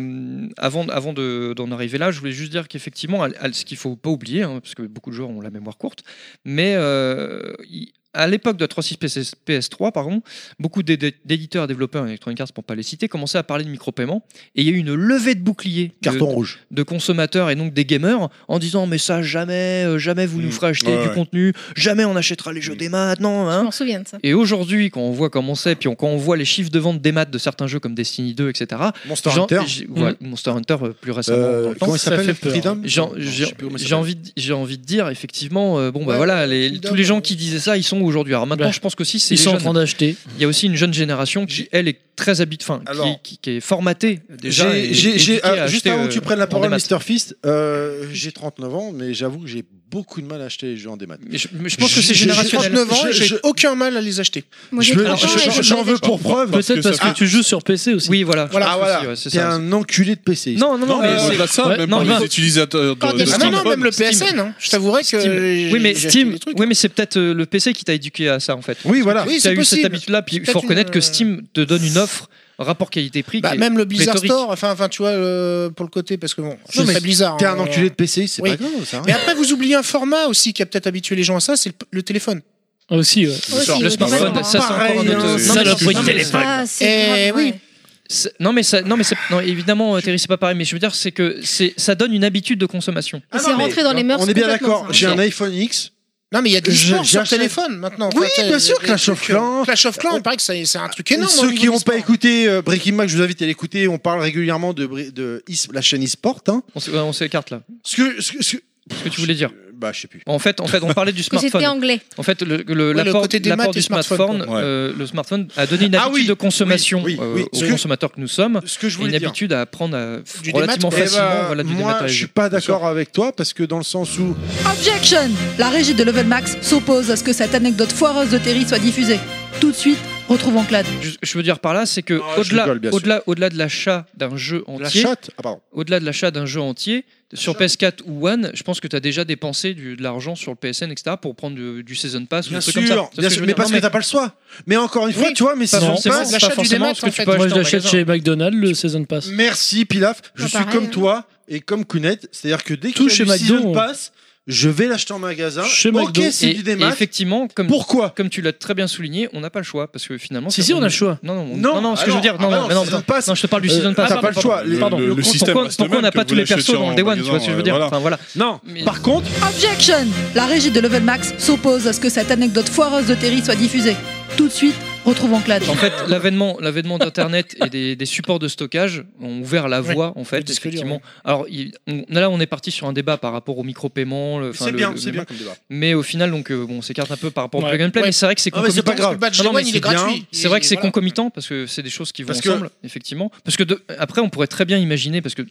avant, avant de- d'en arriver là, je voulais juste dire qu'effectivement, elle- elle- ce qu'il faut pas oublier, hein, parce que beaucoup de joueurs ont la mémoire courte, mais euh, il- à l'époque de la 3.6 PS- PS3, pardon, beaucoup d'éd- d'éditeurs et développeurs Electronic Arts, pour pas les citer, commençaient à parler de micro-paiement. Et il y a eu une levée de boucliers de- Carton rouge. de consommateurs et donc des gamers en disant mais ça jamais euh, jamais vous nous Mm. ferez acheter Ouais, du ouais. contenu jamais on achètera les Mm. jeux des maths non Je hein m'en souviens de ça. et aujourd'hui quand on voit comment c'est puis on- quand on voit les chiffres de vente des maths de certains jeux comme Destiny 2 etc Monster j'en- Hunter. j'ai- ouais, Mm. Monster Hunter euh, plus récemment dans Euh, le temps. comment il ça s'appelle fait peur. Freedom J'ai- Non, je j'ai sais plus comment il j'ai s'appelle. envie, de- j'ai envie de dire effectivement, euh, bon bah Ouais, voilà, les- Freedom, tous les gens ouais. qui disaient ça, ils sont aujourd'hui. Alors maintenant, Bah, je pense qu'aussi, c'est Ils les sont en jeunes. train d'acheter. Il y a aussi une jeune génération qui, elle, est très habite, enfin, qui- Alors- qui, qui est formatée déjà. J'ai- et- j'ai- et j'ai- éduquée à ah, juste acheter, avant que euh, tu prennes la en parole, démat. Mr. Fist, euh, j'ai 39 ans, mais j'avoue que j'ai beaucoup de mal à acheter les jeux en démat. Mais je, mais je pense que J'ai- c'est j'ai- J'ai générationnel. 39 ans et Je- je- j'ai aucun mal à les acheter. Moi, Je j'ai veux- 30 ans je- et je- je J'en veux pour preuve. Peut-être parce que tu joues sur PC aussi. Oui, voilà. Voilà, ah, voilà. Bah, c'est T'es ça. un enculé de PC. Non, non, non, Non, mais mais c'est- au-delà de ça, ouais, même non, pour mais- les utilisateurs Ah, de, de non, non, smartphones, même le Steam. PSN, hein. je t'avouerais que. Steam. j'ai- Oui, mais j'ai acheté Steam, des trucs. oui, mais c'est peut-être euh, le PC qui t'a éduqué à ça en fait. Oui, voilà. Oui, T'as c'est eu cette possible. habitude-là, puis il C'est faut peut-être reconnaître une- euh, que Steam te donne une offre, rapport qualité-prix. Bah, qui est- même le Blizzard pléthorique. Store, enfin, enfin, tu vois, euh, pour le côté, parce que bon, Non, c'est mais très Blizzard. T'es hein, un mais- enculé de PC, c'est Oui. pas grave, ça. Mais après, vous oubliez un format aussi qui a peut-être habitué les gens à ça, c'est le, le téléphone. Ah, Aussi, ouais. Aussi, Le oui, smartphone, ça vraiment. c'est encore un Pareil, autre. hein, Non, mais- saloperie. non, mais- Ah, Eh c'est grave, oui. ouais. c'est- Non, mais ça, non, mais c'est- non, évidemment, euh, Terry, c'est pas pareil, mais je veux dire, c'est que c'est- ça donne une habitude de consommation. Ah, c'est non, mais rentré dans les mœurs. On est bien complètement, hein. d'accord. ça. J'ai un iPhone X. Non, mais il y a des Je- sports sur j'achète- téléphone maintenant. Oui, t'as- bien sûr, les Clash of trucs, euh, Clans. Clash of Clans, il paraît que c'est c'est un truc énorme. hein, au Ceux niveau qui n'ont des pas sports. écouté euh, Breaking Mac, je vous invite à l'écouter. On parle régulièrement de, Bri- de e- la chaîne e-sport. hein. On s- ouais, on s'écarte là. Ce que, ce que- ce que- Ce que tu voulais dire. Bah, je sais plus. En fait, en fait, on parlait du Que c'était smartphone. anglais. En fait, le, le- le l'apport, côté des l'apport maths du et smartphone, smartphone, quoi. Ouais. euh, le smartphone a donné une Ah habitude oui, de consommation oui, oui, euh, oui. aux Ce que- consommateurs que nous sommes. Ce que je Et une voulais dire. habitude à apprendre à- Du relativement démat, Eh facilement ben, voilà, du moi, je dématérialisé. suis pas d'accord avec toi parce que dans le sens où Objection La régie de Level Max s'oppose à ce que cette anecdote foireuse de Terry soit diffusée. Tout de suite, retrouvons Clad. Je, je veux dire par là, c'est que Ah, je au-delà, rigole, bien sûr. au-delà, au-delà de l'achat d'un jeu la entier, chatte. Ah, pardon. au-delà de l'achat d'un jeu entier, sur PS4 ou One, je pense que tu as déjà dépensé du- de l'argent sur le PSN, etc., pour prendre du, du season pass ou Bien des trucs comme ça. sûr, C'est ce bien je sûr, veux mais dire. parce Non, que t'as pas le choix. Mais encore une fois, Oui. tu vois, mais si pas on forcément, passe, c'est l'achat pas du forcément démat, ce que en tu fait. peux Moi, acheter je en l'achète magasin. chez McDonald's, le Season Pass. Merci Pilaf, je Pas suis pareil, comme hein. toi et comme Kounet, c'est-à-dire que dès que Tout j'ai chez le McDo, season on- pass, je vais l'acheter en magasin. Chez ok, McDo. c'est Et- du et démat. effectivement, comme, Pourquoi comme tu l'as très bien souligné, on n'a pas le choix. Parce que finalement. Si, c'est- si, on a le choix. Non, non, on- Non, non, non, ce que ah je veux dire, non, ah non, bah mais non, season non, pass. non, je te parle du season Euh, pass. ah, t'as pas le choix. Le, Pardon. le- le système Pourquoi, reste pourquoi on même, n'a que pas vous tous les l'achetiez persos dans en le Day One, tu vois ce que je veux dire magasin, Enfin, voilà. Non. Mais- Par contre, Objection La régie de Level Max s'oppose à ce que cette anecdote foireuse de Terry soit diffusée. Tout de suite, Retrouvons Clad. En fait, l'avènement, l'avènement d'Internet et des, des supports de stockage ont ouvert la voie, en fait, disque dur, effectivement. Alors il- on- là, on est parti sur un débat par rapport au micro-paiement. le- enfin, C'est le- bien, le- c'est bien comme débat. Mais au final, donc, euh, bon, on s'écarte un peu par rapport au Ouais. plug and play, Ouais. mais c'est vrai que c'est Ah, mais c'est concomitant. pas grave. Le badge Non, non, mais G1, il c'est est gratuit. C'est vrai que c'est Voilà. concomitant parce que c'est des choses qui vont Parce que- ensemble, effectivement. Parce que de- après, on pourrait très bien imaginer parce que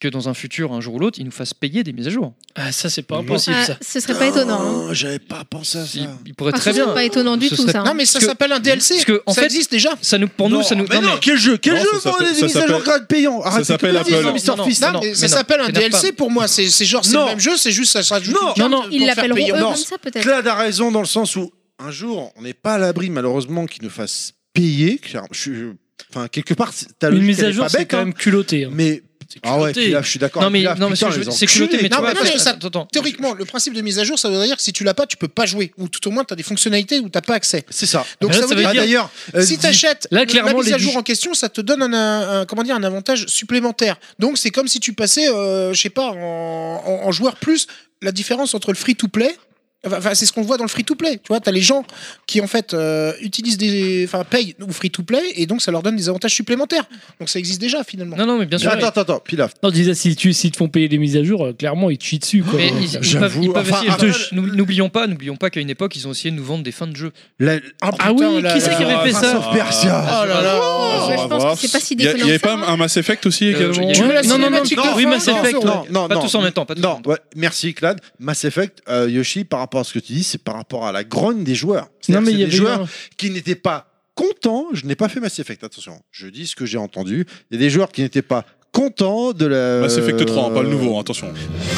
que dans un futur, un jour ou l'autre, ils nous fassent payer des mises à jour. Ah, ça, c'est pas impossible, Ah, ça. ce serait pas étonnant. hein. Oh, J'avais pas pensé à ça. Ils, ils pourraient Ah, très ce serait bien. pas étonnant du Ce tout serait- ça. hein. Non, mais ça Parce que- s'appelle un DLC. parce que, en ça fait- existe déjà. Ça nous, pour nous, ça nous. Mais non, quel jeu Quel Non, jeu ça pour s'appelle- des ça mises à jour s'appelle- gratuites payantes Arrêtez s'appelle de dire Apple. ça, Mr. Non, Fist. non, Non, mais ça mais non, s'appelle un t'énerve DLC pour moi. C'est c'est genre, c'est Non. le même jeu, c'est juste ça se rajoute. Non. une Non, carte non, pour Ils faire l'appelleront payer. eux Non. comme ça peut-être. Claude a raison dans le sens où un jour, on n'est pas à l'abri malheureusement qu'ils nous fassent payer. car je suis- Enfin, quelque part, c'est- ta Une logique, mise elle à est jour, pas c'est bête, quand hein. même culotté. hein. Mais ah ouais, culotté. Pilaf, je suis d'accord. Non mais, Pilaf, non, mais putain, c'est- les c'est enculés. culotté, mais tu Non, vois, mais non, mais ça- attends, attends. Théoriquement, le principe de mise à jour, ça voudrait dire que si tu l'as pas, tu peux pas jouer. Ou tout au moins, tu as des fonctionnalités où t'as pas accès. C'est ça. Donc Ah, ça, ça veut veut dire, Ah, D'ailleurs, euh, si dis- tu achètes Là, la clairement, mise les à jour bijoux- en question, ça te donne un, un- comment dire, un avantage supplémentaire. Donc c'est comme si tu passais, euh, je sais pas, en, en- en joueur plus. La différence entre le free-to-play, enfin, enfin, c'est ce qu'on voit dans le free-to-play. Tu vois, tu as les gens qui en fait euh, utilisent des, enfin payent ou free-to-play et donc ça leur donne des avantages supplémentaires. Donc ça existe déjà finalement. Non non mais bien sûr. Attends, attends, attends, Pilaf. Non, je disais, si tu si ils te font payer des mises à jour, euh, clairement, ils te chient dessus. Quoi. Mais ils, ils peuvent, j'avoue, ils peuvent enfin, essayer. après, Je- nous- N'oublions pas, n'oublions pas qu'à une époque, ils ont essayé de nous vendre des fins de jeu. La... Ah oui, là, qui là, c'est qui là. avait fait Prince ça of Ah, Persia. Oh là là. Oh, On je va pense voir. que c'est pas si Il y a- il y déconnant. avait que ça, pas un Mass Effect aussi également il y a- Tu veux la Non, non, non, cinématique de oui, fin, Mass bien Effect. sûr. ouais. Non, non, Pas non. tous en même temps. Pas tous en Non, même temps. ouais, merci Clad. Mass Effect, euh, Yoshi, par rapport à ce que tu dis, c'est par rapport à la grogne des joueurs. Non, C'est-à-dire mais que il y c'est avait des eu joueurs un- qui n'étaient pas contents. Je n'ai pas fait Mass Effect, attention. Je dis ce que j'ai entendu. Il y a des joueurs qui n'étaient pas contents de la. Mass Effect 3, hein, pas le nouveau, hein, attention.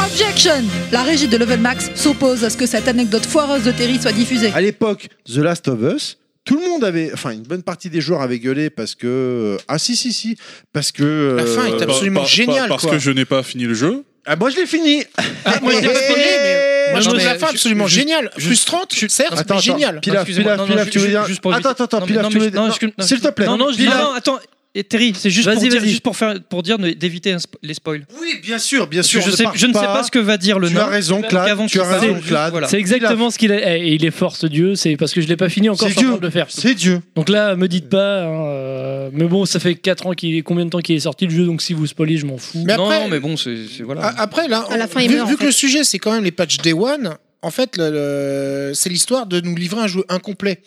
Objection La régie de Level Max s'oppose à ce que cette anecdote foireuse de Terry soit diffusée. À l'époque, The Last of Us. Tout le monde avait, enfin une bonne partie des joueurs avaient gueulé parce que ah si si si parce que La fin est euh, abs- absolument génial, Parce quoi. que je n'ai pas fini le jeu. ah moi je l'ai fini. Ah, moi, je l'ai pas spoilé, mais- Moi, Non, je trouve mais la fin je- absolument je- géniale, frustrante, certes, Attends, mais attends. géniale. Pilaf, excusez-moi, Pilaf, non, non, Pilaf, ju- tu veux ju- dire juste pour éviter- Attends, attends, attends, Non, mais- Pilaf, non, tu mais- veux dire non, excuse- non, S'il te plaît. Non, non, je- Pilaf. non, non, attends. Et Terry, c'est juste, Vas-y, pour dire- vas-y. juste pour faire, pour dire de- d'éviter un spo- les spoils. Oui, bien sûr, bien Parce sûr. que je, on sais, part je ne sais pas ce que va dire le Tu nain. as raison, Donc, Clad. avant Tu qu'il as raison, parle, Clad. voilà. C'est exactement ce qu'il a. Et il est fort, ce dieu. C'est parce que je l'ai pas fini encore, C'est je suis en train Dieu. de le faire. C'est Dieu. Donc là, me dites pas. hein, euh, Mais bon, ça fait 4 ans qu'il est. Combien de temps qu'il est sorti le jeu Donc si vous spoilez, je m'en fous. Mais Non, après- non, mais bon, c'est c'est- voilà. A- Ah, Après, là, À la on- fin, vu, il meurt, en vu que fait. le sujet, c'est quand même les patchs Day One, en fait, le- le- c'est l'histoire de nous livrer un jeu incomplet.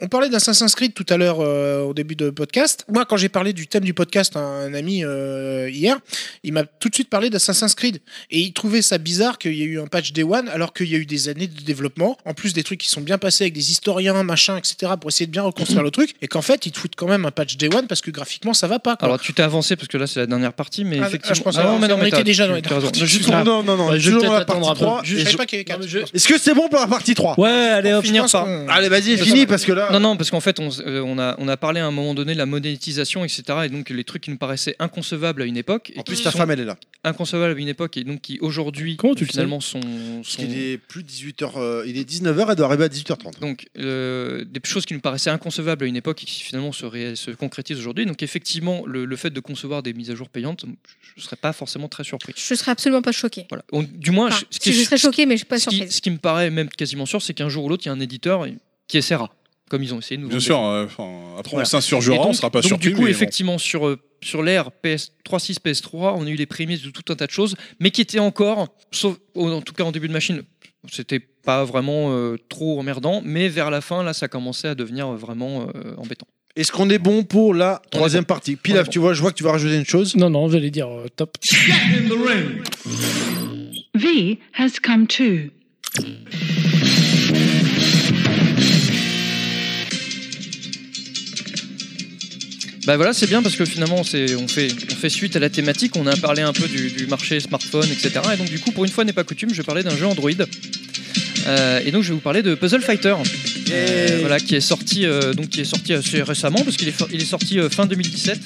On parlait d'Assassin's Creed tout à l'heure euh, au début de podcast. Moi, quand j'ai parlé du thème du podcast à un ami euh, hier, il m'a tout de suite parlé d'Assassin's Creed. Et il trouvait ça bizarre qu'il y ait eu un patch Day One alors qu'il y a eu des années de développement, en plus des trucs qui sont bien passés avec des historiens, machin, etc., pour essayer de bien reconstruire le truc. Et qu'en fait, ils te foutent quand même un patch Day One parce que graphiquement, ça va pas. quoi. Alors tu t'es avancé parce que là c'est la dernière partie, mais Ah, effectivement. ah, je pensais non, avoir- mais non, on mais était t'as- déjà dans tu- les t'as raison. dernières Juste pour parties. Ah. Non, non, non. Ouais, je vais toujours peut-être dans la attendre partie un peu. 3. je Juste- savais pas qu'il y avait Non, quatre. mais je- Est-ce que c'est bon pour la partie 3 Ouais, allez, Je hop. pense finir par- qu'on- Allez, vas-y, Je finis sais parce que là. Non, non, parce qu'en fait, on, s- euh, on a, on a parlé à un moment donné de la monétisation, etc. Et donc, les trucs qui nous paraissaient inconcevables à une époque. Et En qui plus, ta sont femme, elle est là. Inconcevables à une époque, et donc qui aujourd'hui, Comment tu le finalement, sont. Parce sont- qu'il est plus 18h. euh, il est 19h, elle doit arriver à 18h30. Donc, euh, des choses qui nous paraissaient inconcevables à une époque et qui finalement se, ré- se concrétisent aujourd'hui. Donc, effectivement, le, le fait de concevoir des mises à jour payantes, je ne serais pas forcément très surpris. Je serais absolument pas choquée. Voilà. On- du moins, Enfin, je- ce, qui, si je serais choquée, mais je suis pas ce qui- surprise. ce qui me paraît même quasiment sûr, c'est qu'un jour ou l'autre, il y a un éditeur et- qui essaiera, comme ils ont essayé de nous Bien vendre sûr, euh, enfin, après Voilà. on s'insurgera, Et on donc- sera pas donc, surpris. Du coup, mais bon. effectivement, sur, euh, sur l'ère PS3.6, PS3, on a eu les prémices de tout un tas de choses, mais qui étaient encore, sauf, au- en tout cas en début de machine, c'était pas vraiment euh, trop emmerdant, mais vers la fin, là, ça commençait à devenir euh, vraiment euh, embêtant. Est-ce qu'on est bon pour la troisième partie On est Pilaf, bon. tu vois, je vois que tu vas rajouter une chose. Non, non, j'allais dire euh, top. V has come to. Bah voilà, c'est bien parce que finalement, c'est- on fait, on fait suite à la thématique, on a parlé un peu du, du marché smartphone, etc. Et donc, du coup, pour une fois n'est pas coutume, je vais parler d'un jeu Android. Euh, et donc, je vais vous parler de Puzzle Fighter. Euh, voilà, qui est sorti euh, donc qui est sorti assez récemment parce qu'il est, fa- il est sorti euh, fin 2017,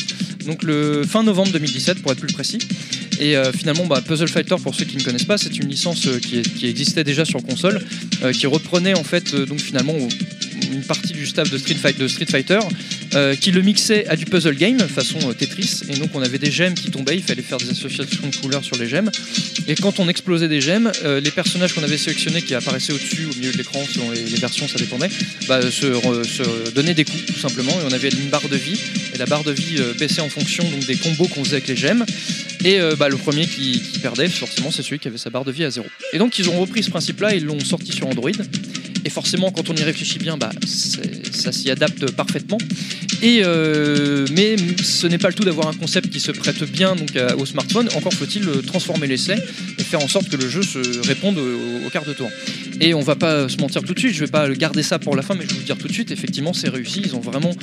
donc le fin novembre 2017 pour être plus précis. Et euh, finalement, bah, Puzzle Fighter, pour ceux qui ne connaissent pas, c'est une licence euh, qui, est- qui existait déjà sur console, euh, qui reprenait en fait euh, donc finalement une partie du staff de Street, Fight- de Street Fighter, euh, qui le mixait à du puzzle game façon euh, Tetris. Et donc on avait des gemmes qui tombaient, il fallait faire des associations de couleurs sur les gemmes. Et quand on explosait des gemmes, euh, les personnages qu'on avait sélectionnés qui apparaissaient au-dessus, au milieu de l'écran, selon les, les versions, ça dépendait, bah, euh, se, re- se donnaient des coups tout simplement. Et on avait une barre de vie. Et la barre de vie euh, baissait en fonction donc, des combos qu'on faisait avec les gemmes. Et euh, bah, le premier qui, qui perdait, forcément, c'est celui qui avait sa barre de vie à zéro. Et donc ils ont repris ce principe-là, ils l'ont sorti sur Android. Et forcément, quand on y réfléchit bien, bah, c'est- ça s'y adapte parfaitement. Et euh, mais ce n'est pas le tout d'avoir un concept qui se prête bien donc à- au smartphone. Encore faut-il euh, transformer l'essai et faire en sorte que le jeu se réponde au, au quart de tour. Et on va pas se mentir tout de suite. Je vais pas garder ça pour la fin, mais je vais vous le dire tout de suite. Effectivement, c'est réussi. Ils ont vraiment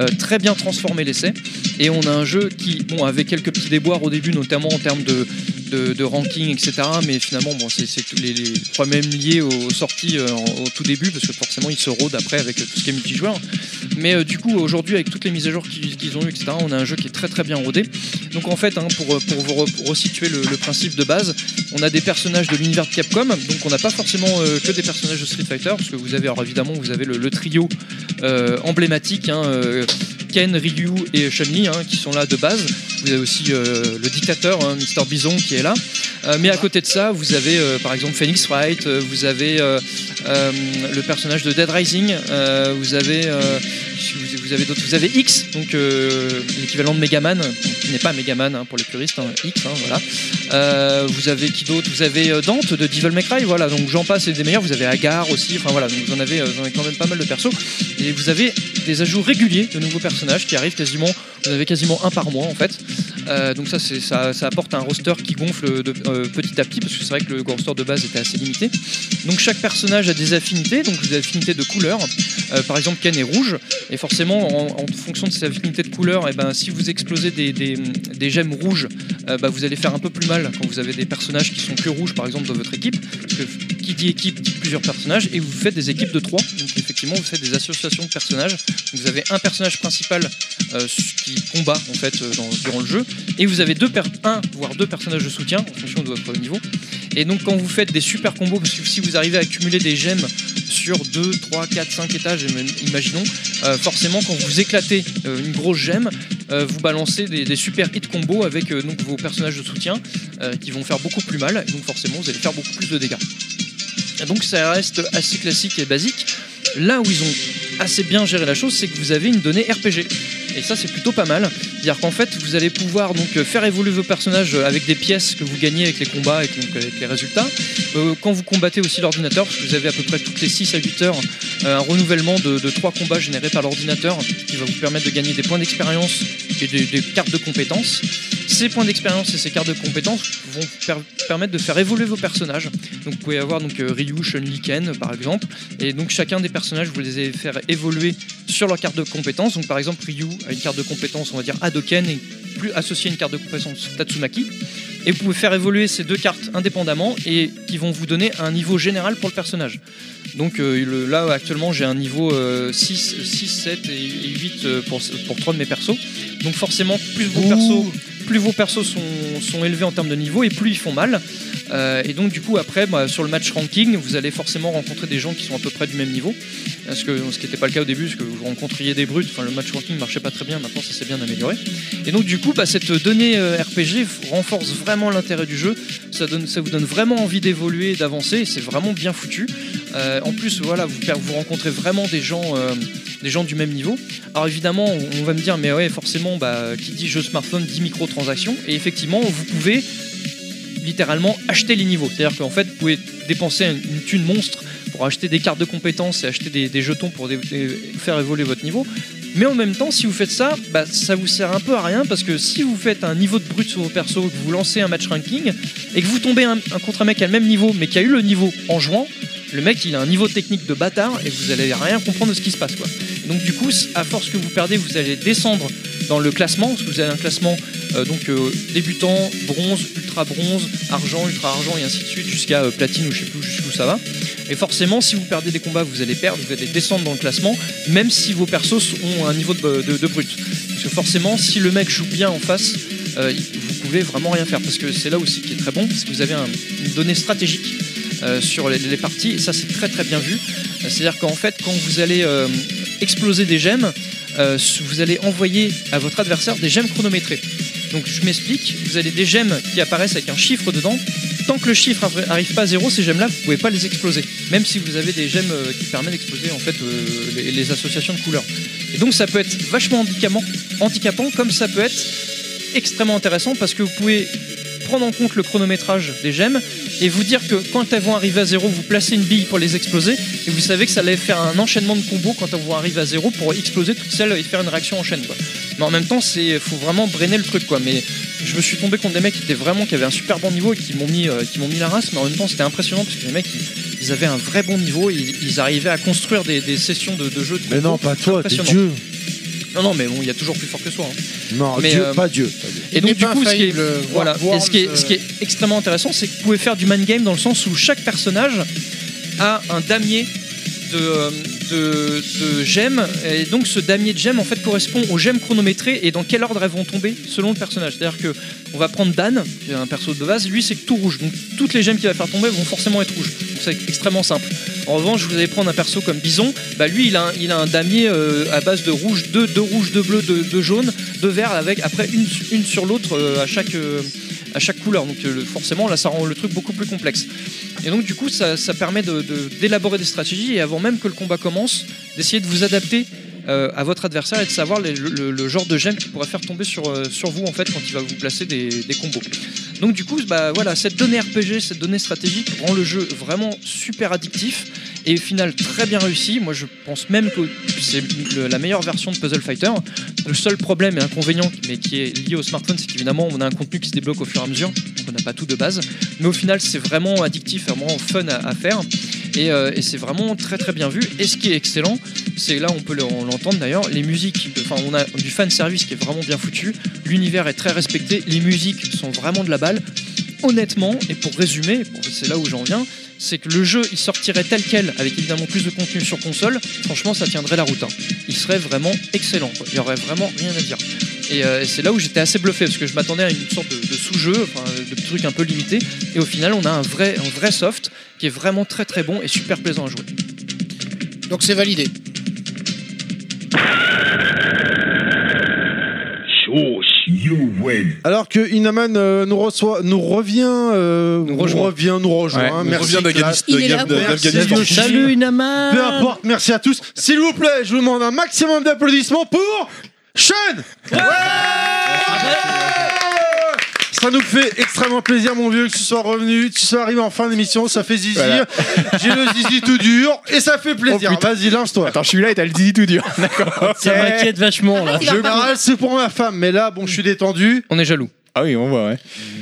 euh, très bien transformé l'essai. Et on a un jeu qui, bon, avait quelques petits déboires au début, notamment en termes de de, de ranking, etc. Mais finalement, bon, c'est c'est tous les, les problèmes liés aux sorties euh, en- au tout début, parce que forcément, ils se rôdent après avec euh, tout ce qui est multijoueur. Mais euh, du coup, aujourd'hui, avec toutes les mises à jour qu'ils qu'ils ont eues, etc., on a un jeu qui est très très bien rodé. Donc en fait, hein, pour, euh, pour vous re- pour resituer le, le principe de base, on a des personnages de l'univers de Capcom, donc on n'a pas forcément euh, que des personnages de Street Fighter, parce que vous avez, alors évidemment, vous avez le, le trio euh, emblématique. hein, euh, Ken, Ryu et Chun-Li hein, qui sont là de base. Vous avez aussi euh, le dictateur, hein, Mr. Bison, qui est là. Euh, mais à côté de ça, vous avez euh, par exemple Phoenix Wright, euh, vous avez euh, euh, le personnage de Dead Rising, euh, vous avez, euh, vous, vous avez d'autres, vous avez X, donc euh, l'équivalent de Megaman, qui n'est pas Megaman hein, pour les puristes, hein, X, hein, voilà. Euh, vous avez qui d'autre Vous avez euh, Dante de Devil May Cry, voilà. Donc j'en passe, c'est des meilleurs. Vous avez Agar aussi, enfin voilà. Donc vous en avez, euh, vous en avez quand même pas mal de persos. Et vous avez des ajouts réguliers de nouveaux personnages qui arrivent quasiment. Vous en avez quasiment un par mois en fait. Euh, donc ça, c'est- ça, ça apporte un roster qui gonfle de- euh, petit à petit parce que c'est vrai que le roster de base était assez limité. Donc chaque personnage a des affinités, donc des affinités de couleurs. Euh, par exemple, Ken est rouge et forcément en, en fonction de ses affinités de couleurs, et ben si vous explosez des, des- des gemmes rouges, euh, bah, vous allez faire un peu plus mal quand vous avez des personnages qui sont que rouges par exemple dans votre équipe. Parce que qui dit équipe dit plusieurs personnages et vous faites des équipes de trois. Donc effectivement, vous faites des associations de personnages. Donc, vous avez un personnage principal euh, qui combat en fait euh, dans- durant le jeu et vous avez deux per- un voire deux personnages de soutien en fonction de votre niveau. Et donc quand vous faites des super combos, parce que si vous arrivez à accumuler des gemmes sur 2, 3, 4, 5 étages, im- imaginons, euh, forcément quand vous éclatez euh, une grosse gemme, euh, vous balancez des, des super hit combos avec euh, donc, vos personnages de soutien euh, qui vont faire beaucoup plus mal, et donc forcément vous allez faire beaucoup plus de dégâts. Et Donc ça reste assez classique et basique. Là où ils ont assez bien géré la chose, c'est que vous avez une donnée RPG. Et ça c'est plutôt pas mal. C'est-à-dire qu'en fait vous allez pouvoir donc euh, faire évoluer vos personnages euh, avec des pièces que vous gagnez avec les combats et donc avec les résultats. Euh, quand vous combattez aussi l'ordinateur, parce que vous avez à peu près toutes les 6 à 8 heures euh, un renouvellement de, de trois combats générés par l'ordinateur qui va vous permettre de gagner des points d'expérience et des, des cartes de compétences. Ces points d'expérience et ces cartes de compétences vont per- permettre de faire évoluer vos personnages. Donc vous pouvez avoir donc euh, Ryu, Chun-Li, Ken par exemple, et donc chacun des personnages vous les allez faire évoluer sur leur carte de compétence. Donc par exemple Ryu a une carte de compétence on va dire Hadoken et plus associé à une carte de compétence Tatsumaki. Et vous pouvez faire évoluer ces deux cartes indépendamment et qui vont vous donner un niveau général pour le personnage. Donc euh, le- là actuellement j'ai un niveau euh, 6, 6, 7 et, et 8 euh, pour, pour 3 de mes persos. Donc forcément plus vos persos, plus vos persos sont, sont élevés en termes de niveau et plus ils font mal. Euh, et donc du coup après bah, sur le match ranking vous allez forcément rencontrer des gens qui sont à peu près du même niveau. Parce que, ce qui n'était pas le cas au début, parce que vous rencontriez des brutes, enfin le match ranking marchait pas très bien, maintenant ça s'est bien amélioré. Et donc du coup bah, cette donnée euh, RPG f- renforce vraiment l'intérêt du jeu, ça, donne, ça vous donne vraiment envie d'évoluer et d'avancer, et c'est vraiment bien foutu. Euh, en plus voilà vous, per- vous rencontrez vraiment des gens euh, des gens du même niveau. Alors évidemment on, on va me dire mais ouais forcément bah, qui dit jeu smartphone dit microtransactions et effectivement vous pouvez littéralement acheter les niveaux. C'est-à-dire qu'en fait, vous pouvez dépenser une une thune monstre pour acheter des cartes de compétences et acheter des, des jetons pour dé- dé- faire évoluer votre niveau. Mais en même temps, si vous faites ça, bah, ça vous sert un peu à rien parce que si vous faites un niveau de brut sur vos persos, que vous lancez un match ranking et que vous tombez un, un contre un mec à le même niveau mais qui a eu le niveau en jouant, le mec il a un niveau technique de bâtard et vous allez rien comprendre de ce qui se passe quoi. Donc du coup, à force que vous perdez, vous allez descendre dans le classement parce que vous avez un classement euh, donc euh, débutant, bronze, ultra bronze, argent, ultra argent et ainsi de suite jusqu'à euh, platine ou je sais plus jusqu'où ça va. Et forcément, si vous perdez des combats, vous allez perdre, vous allez descendre dans le classement, même si vos persos ont un niveau de, de- de brut. Parce que forcément, si le mec joue bien en face, euh, il- vous pouvez vraiment rien faire. Parce que c'est là aussi qui est très bon, parce que vous avez un- une donnée stratégique euh, sur les, les parties. Et ça, c'est très très bien vu. Euh, C'est-à-dire qu'en fait, quand vous allez euh, exploser des gemmes, euh, vous allez envoyer à votre adversaire des gemmes chronométrées. Donc je m'explique, vous avez des gemmes qui apparaissent avec un chiffre dedans. Tant que le chiffre arri- arrive pas à zéro, ces gemmes-là, vous pouvez pas les exploser. Même si vous avez des gemmes euh, qui permettent d'exploser en fait euh, les, les associations de couleurs. Et donc ça peut être vachement handicapant, handicapant, comme ça peut être extrêmement intéressant parce que vous pouvez prendre en compte le chronométrage des gemmes et vous dire que quand elles vont arriver à zéro, vous placez une bille pour les exploser et vous savez que ça allait faire un enchaînement de combos quand elles vont arriver à zéro pour exploser toutes celles et faire une réaction en chaîne. Quoi. Mais en même temps, c'est faut vraiment brainer le truc quoi. Mais je me suis tombé contre des mecs qui étaient vraiment qui avaient un super bon niveau et qui m'ont mis euh, qui m'ont mis la race. Mais en même temps, c'était impressionnant parce que les mecs ils, ils avaient un vrai bon niveau, et ils, ils arrivaient à construire des, des sessions de, de jeu. De Mais combos non, pas toi, t'es impressionnantes. Dieu. Non, non, mais bon, il y a toujours plus fort que soi. hein. Non, Mais, Dieu, euh, pas Dieu. Et donc, du coup, ce qui, est, infaillible, euh, voilà, War- et ce, qui est, Worms, ce qui est extrêmement intéressant, c'est que vous pouvez faire du man game dans le sens où chaque personnage a un damier de, euh, de, de gemmes. Et donc, ce damier de gemmes, en fait, correspond aux gemmes chronométrées et dans quel ordre elles vont tomber selon le personnage. C'est-à-dire que on va prendre Dan, qui est un perso de base, lui, c'est tout rouge. Donc, toutes les gemmes qu'il va faire tomber vont forcément être rouges. Donc, c'est extrêmement simple. En revanche, vous allez prendre un perso comme Bison, bah lui, il a un, il a un damier euh, à base de rouge, deux, deux rouges, deux bleus, deux, deux jaunes, deux verts, avec après une, une sur l'autre euh, à chaque. euh, à chaque couleur. Donc euh, le- forcément, là, ça rend le truc beaucoup plus complexe. Et donc du coup, ça, ça permet de- de- d'élaborer des stratégies et avant même que le combat commence, d'essayer de vous adapter. euh, à votre adversaire et de savoir les- le, le- le genre de gemme qu'il pourrait faire tomber sur, euh, sur vous en fait quand il va vous placer des, des combos. Donc du coup bah voilà cette donnée RPG, cette donnée stratégique rend le jeu vraiment super addictif et au final très bien réussi. Moi je pense même que c'est le- la meilleure version de Puzzle Fighter. Le seul problème et inconvénient, mais qui est lié au smartphone, c'est qu'évidemment, on a un contenu qui se débloque au fur et à mesure, donc on n'a pas tout de base. Mais au final, c'est vraiment addictif, vraiment fun à, à faire. Et, euh, et c'est vraiment très très bien vu. Et ce qui est excellent, c'est là, on peut le- on l'entendre d'ailleurs, les musiques, enfin, on a du fan service qui est vraiment bien foutu. L'univers est très respecté, les musiques sont vraiment de la balle. Honnêtement, et pour résumer, pour- c'est là où j'en viens, c'est que le jeu il sortirait tel quel, avec évidemment plus de contenu sur console, franchement ça tiendrait la route. hein. Il serait vraiment excellent, quoi. il y aurait vraiment rien à dire. Et euh, c'est là où j'étais assez bluffé, parce que je m'attendais à une sorte de, de sous-jeu, enfin, de truc un peu limité, et au final on a un vrai, un vrai soft qui est vraiment très très bon et super plaisant à jouer. Donc c'est validé. Euh, You win. Alors que Inaman euh, nous reçoit, nous revient, euh, nous rejoint. revient, nous rejoint. hein, Ouais. Nous merci revient d'Afghanistan- Clad. Il est là, d'Af- quoi. Merci, d'Afghanistan. Yoshi. Salut, Inaman. Peu importe, merci à tous. S'il vous plaît, je vous demande un maximum d'applaudissements pour Sean. Ouais ça nous fait extrêmement plaisir, mon vieux, que tu sois revenu, que tu sois arrivé en fin d'émission, ça fait zizi. Voilà. J'ai le zizi tout dur et ça fait plaisir. Vas-y, Oh, lance-toi. Attends, je suis là et t'as le dit tout dur. D'accord. Ça m'inquiète vachement là. Je c'est pour ma femme, mais là, bon, je suis détendu. On est jaloux. Ah oui, on voit, ouais.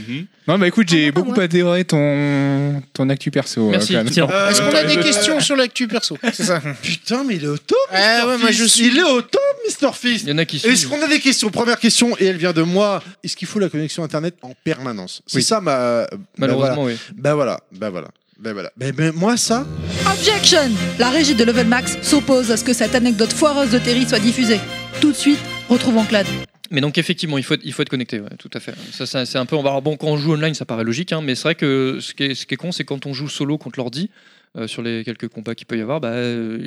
Mm-hmm. Non, bah écoute, Ah, j'ai beaucoup adoré ton, ton actu perso. Merci. euh, quand même. Tiens. Euh, Est-ce qu'on a des je- questions sur l'actu perso C'est ça. Putain, mais il est au top. Ah ouais, moi je suis. Il est au top, Mr. Fist. Il y en a qui Est-ce qu'on a des questions Première question, et elle vient de moi. Est-ce qu'il faut la connexion Internet en permanence C'est Oui. ça ma. Malheureusement, bah voilà. oui. Bah voilà, bah voilà. Bah voilà. Mais, mais moi, ça. Objection La régie de Level Max s'oppose à ce que cette anecdote foireuse de Terry soit diffusée. Tout de suite, retrouvons Clad. Mais donc effectivement, il faut être, il faut être connecté, ouais, tout à fait. Ça, ça, c'est un peu, on va, bon, quand on joue online, ça paraît logique, hein, mais c'est vrai que ce qui est, ce qui est con, c'est quand on joue solo contre l'ordi, euh, sur les quelques combats qu'il peut y avoir, bah, euh,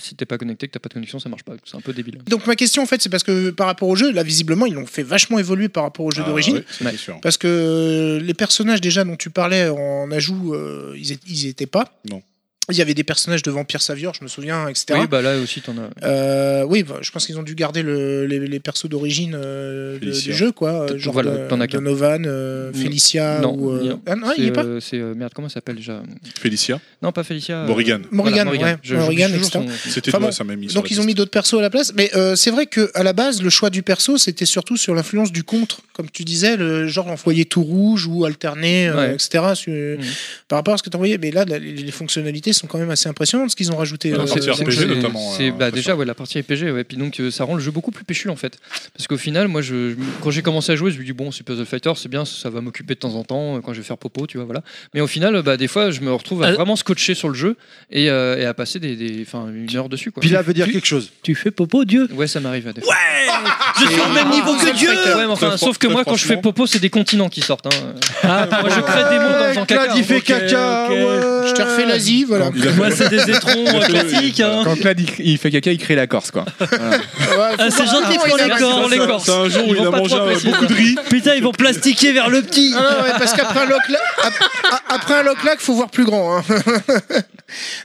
si t'es pas connecté, que t'as pas de connexion, ça marche pas. C'est un peu débile. Donc ma question en fait c'est parce que par rapport au jeu, là visiblement ils l'ont fait vachement évoluer par rapport au jeu d'origine. Ah, Ouais. Parce que euh, les personnages déjà dont tu parlais en ajout, euh, ils, étaient, ils étaient pas. Non. Il y avait des personnages de vampires savieurs, je me souviens, etc. Oui, bah là aussi, t'en as. Euh, oui, bah, je pense qu'ils ont dû garder le- les, les persos d'origine euh, de- Félicia. du jeu, quoi. euh, T'en- Genre voilà, de- t'en as qu'un. Donovan, euh, Félicia Non, ou. euh, il y a- Ah non, il y c'est, est pas. euh, C'est euh, merde, comment ça s'appelle déjà Félicia. Non, pas Félicia. euh, Morrigan. Morrigan, voilà, Morrigan. ouais, Je- Morrigan, j'oublie etc. toujours son- C'était Enfin toi, bon, ça m'a mis. sur Donc la ils ont mis d'autres persos à la place, mais euh, c'est vrai que à la base le choix du perso c'était surtout sur l'influence du contre, comme tu disais, le genre l'envoyer tout rouge ou alterner, euh, Ouais. Mhm. etc. sur- Par rapport à ce que tu envoyais, mais là la- les, les fonctionnalités sont quand même assez impressionnantes ce qu'ils ont rajouté. Ouais, euh, c'est- dans c'est- le jeu. c'est- bah, déjà, ouais, la partie RPG, ouais. Puis donc, euh, ça rend le jeu beaucoup plus péchu en fait. Parce qu'au final, moi, je, je- quand j'ai commencé à jouer, je me dis, bon, c'est Puzzle Fighter, c'est bien, ça va m'occuper de temps en temps, euh, quand je vais faire popo, tu vois, voilà. Mais au final, euh, bah, des fois, je me retrouve à vraiment scotcher sur le jeu et, euh, et à passer des, des- enfin, une heure dessus, quoi. Puis là, veut dire quelque chose. Tu fais popo, Dieu Ouais, ça m'arrive à des Je suis au même niveau que Dieu Ouais, mais enfin, Très sauf que fran- moi, très quand je fais franchement. popo, c'est des continents qui sortent. hein. Ah, moi, je crée des mots dans Clad, un caca. il fait caca, ouais. Je te refais l'Asie, voilà. Quand- Il a fait- Moi, c'est des étrons euh, classiques. hein. Quand Clad il, il fait caca, il crée la Corse quoi. Voilà. Ah, c'est gentil Ah, pour il a- les Corses. C'est un- c'est un jour où Ils il vont a pas mangé trop un- apprécier beaucoup ça. de riz. Putain, ils vont plastiquer vers le petit. Ah non, ouais, parce qu'après un lock-lac, après un lock-lac, faut voir plus grand. hein.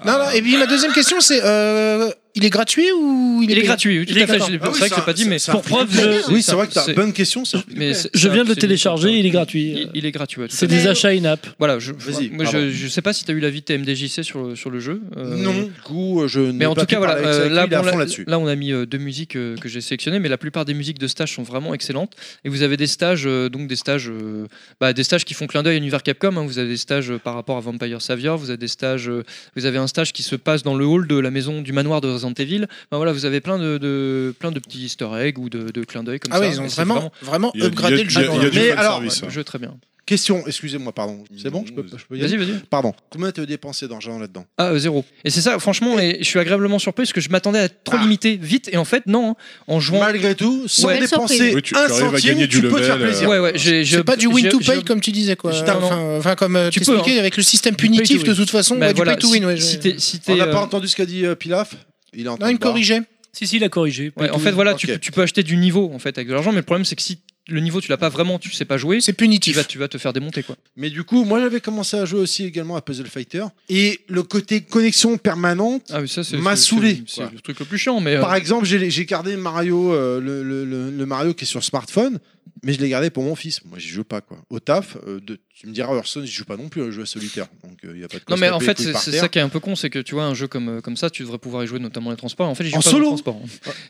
non, non, et puis ma deuxième question, c'est euh, il est gratuit ou il est Il est payant gratuit, tout à fait. C'est vrai que c'est pas dit, mais pour preuve, je- Oui, c'est vrai que t'as c'est- bonne question. ça. Mais c'est- Je viens de le c'est- télécharger, il est gratuit. Il, il est gratuit. ouais, tout C'est à fait. des achats in-app. Voilà, je, Vas-y, moi, pardon. je, je sais pas si tu as eu l'avis de TMDJC sur le, sur le jeu. euh, Non, du coup, je n'ai Mais en pas tout pu cas, voilà, parler avec euh, Zach, là, il est à bon, fond là, là-dessus. là, on a mis euh, deux musiques euh, que j'ai sélectionnées, mais la plupart des musiques de stage sont vraiment excellentes. Et vous avez des stages, euh, donc des stages, euh, bah, des stages qui font clin d'œil à l'univers Capcom. hein. Vous avez des stages euh, par rapport à Vampire Savior. Vous avez des stages, euh, vous avez un stage qui se passe dans le hall de la maison du manoir de Resident Evil. Enfin, voilà, vous avez plein de, de- plein de petits Easter eggs ou de, de clins d'œil comme Ah ça. oui, ils ont Et c'est vraiment, vraiment Il y a- il y upgradé a- le il y a- jeu. il y a du Mais fan alors, service, un jeu très bien. Question, excusez-moi, pardon. C'est bon, je peux, je peux y Vas-y, aller vas-y. Pardon. Combien t'as dépensé d'argent là-dedans Ah, euh, zéro. Et c'est ça, franchement, et je suis agréablement surpris parce que je m'attendais à être trop limité vite, et en fait, non. hein. En jouant. Malgré tout, sans Ouais. dépenser Oui, tu, un centime, tu peux te faire plaisir. Ouais, ouais, j'ai- j'ai- C'est pas du win j'ai- to j'ai- pay comme tu disais quoi. Je t'en- Enfin, enfin, comme euh, Tu peux, t'expliquais hein. avec le système pay punitif to de win. toute façon, Bah ouais, voilà, du pay to si- win. ouais, si je- t'es- si t'es, On n'a pas euh, entendu ce qu'a dit euh, Pilaf Il a Non, Bah. il me corrigeait. Si, si, il a corrigé. Ouais, en fait, voilà, tu, tu peux acheter du niveau en fait avec de l'argent, mais le problème c'est que si le niveau tu l'as pas vraiment, tu sais pas jouer, c'est punitif. Tu vas, tu vas te faire démonter quoi. Mais du coup, moi j'avais commencé à jouer aussi également à Puzzle Fighter. Et le côté connexion permanente Ah, mais ça, c'est- m'a c'est- saoulé. c'est- quoi. C'est le truc le plus chiant, mais. euh, Par exemple, j'ai j'ai gardé Mario, euh, le, le- le- le Mario qui est sur smartphone, mais je l'ai gardé pour mon fils. Moi, j'y joue pas quoi. Au taf, euh, de- tu me diras, Hearthstone, j'y joue pas non plus, hein, je joue à solitaire. Donc il y a pas de quoi Non se mais en taper fait les couilles c'est par c'est terre. ça qui est un peu con c'est que tu vois un jeu comme, euh, comme ça tu devrais pouvoir y jouer notamment les transports en fait j'y joue En pas solo dans les transports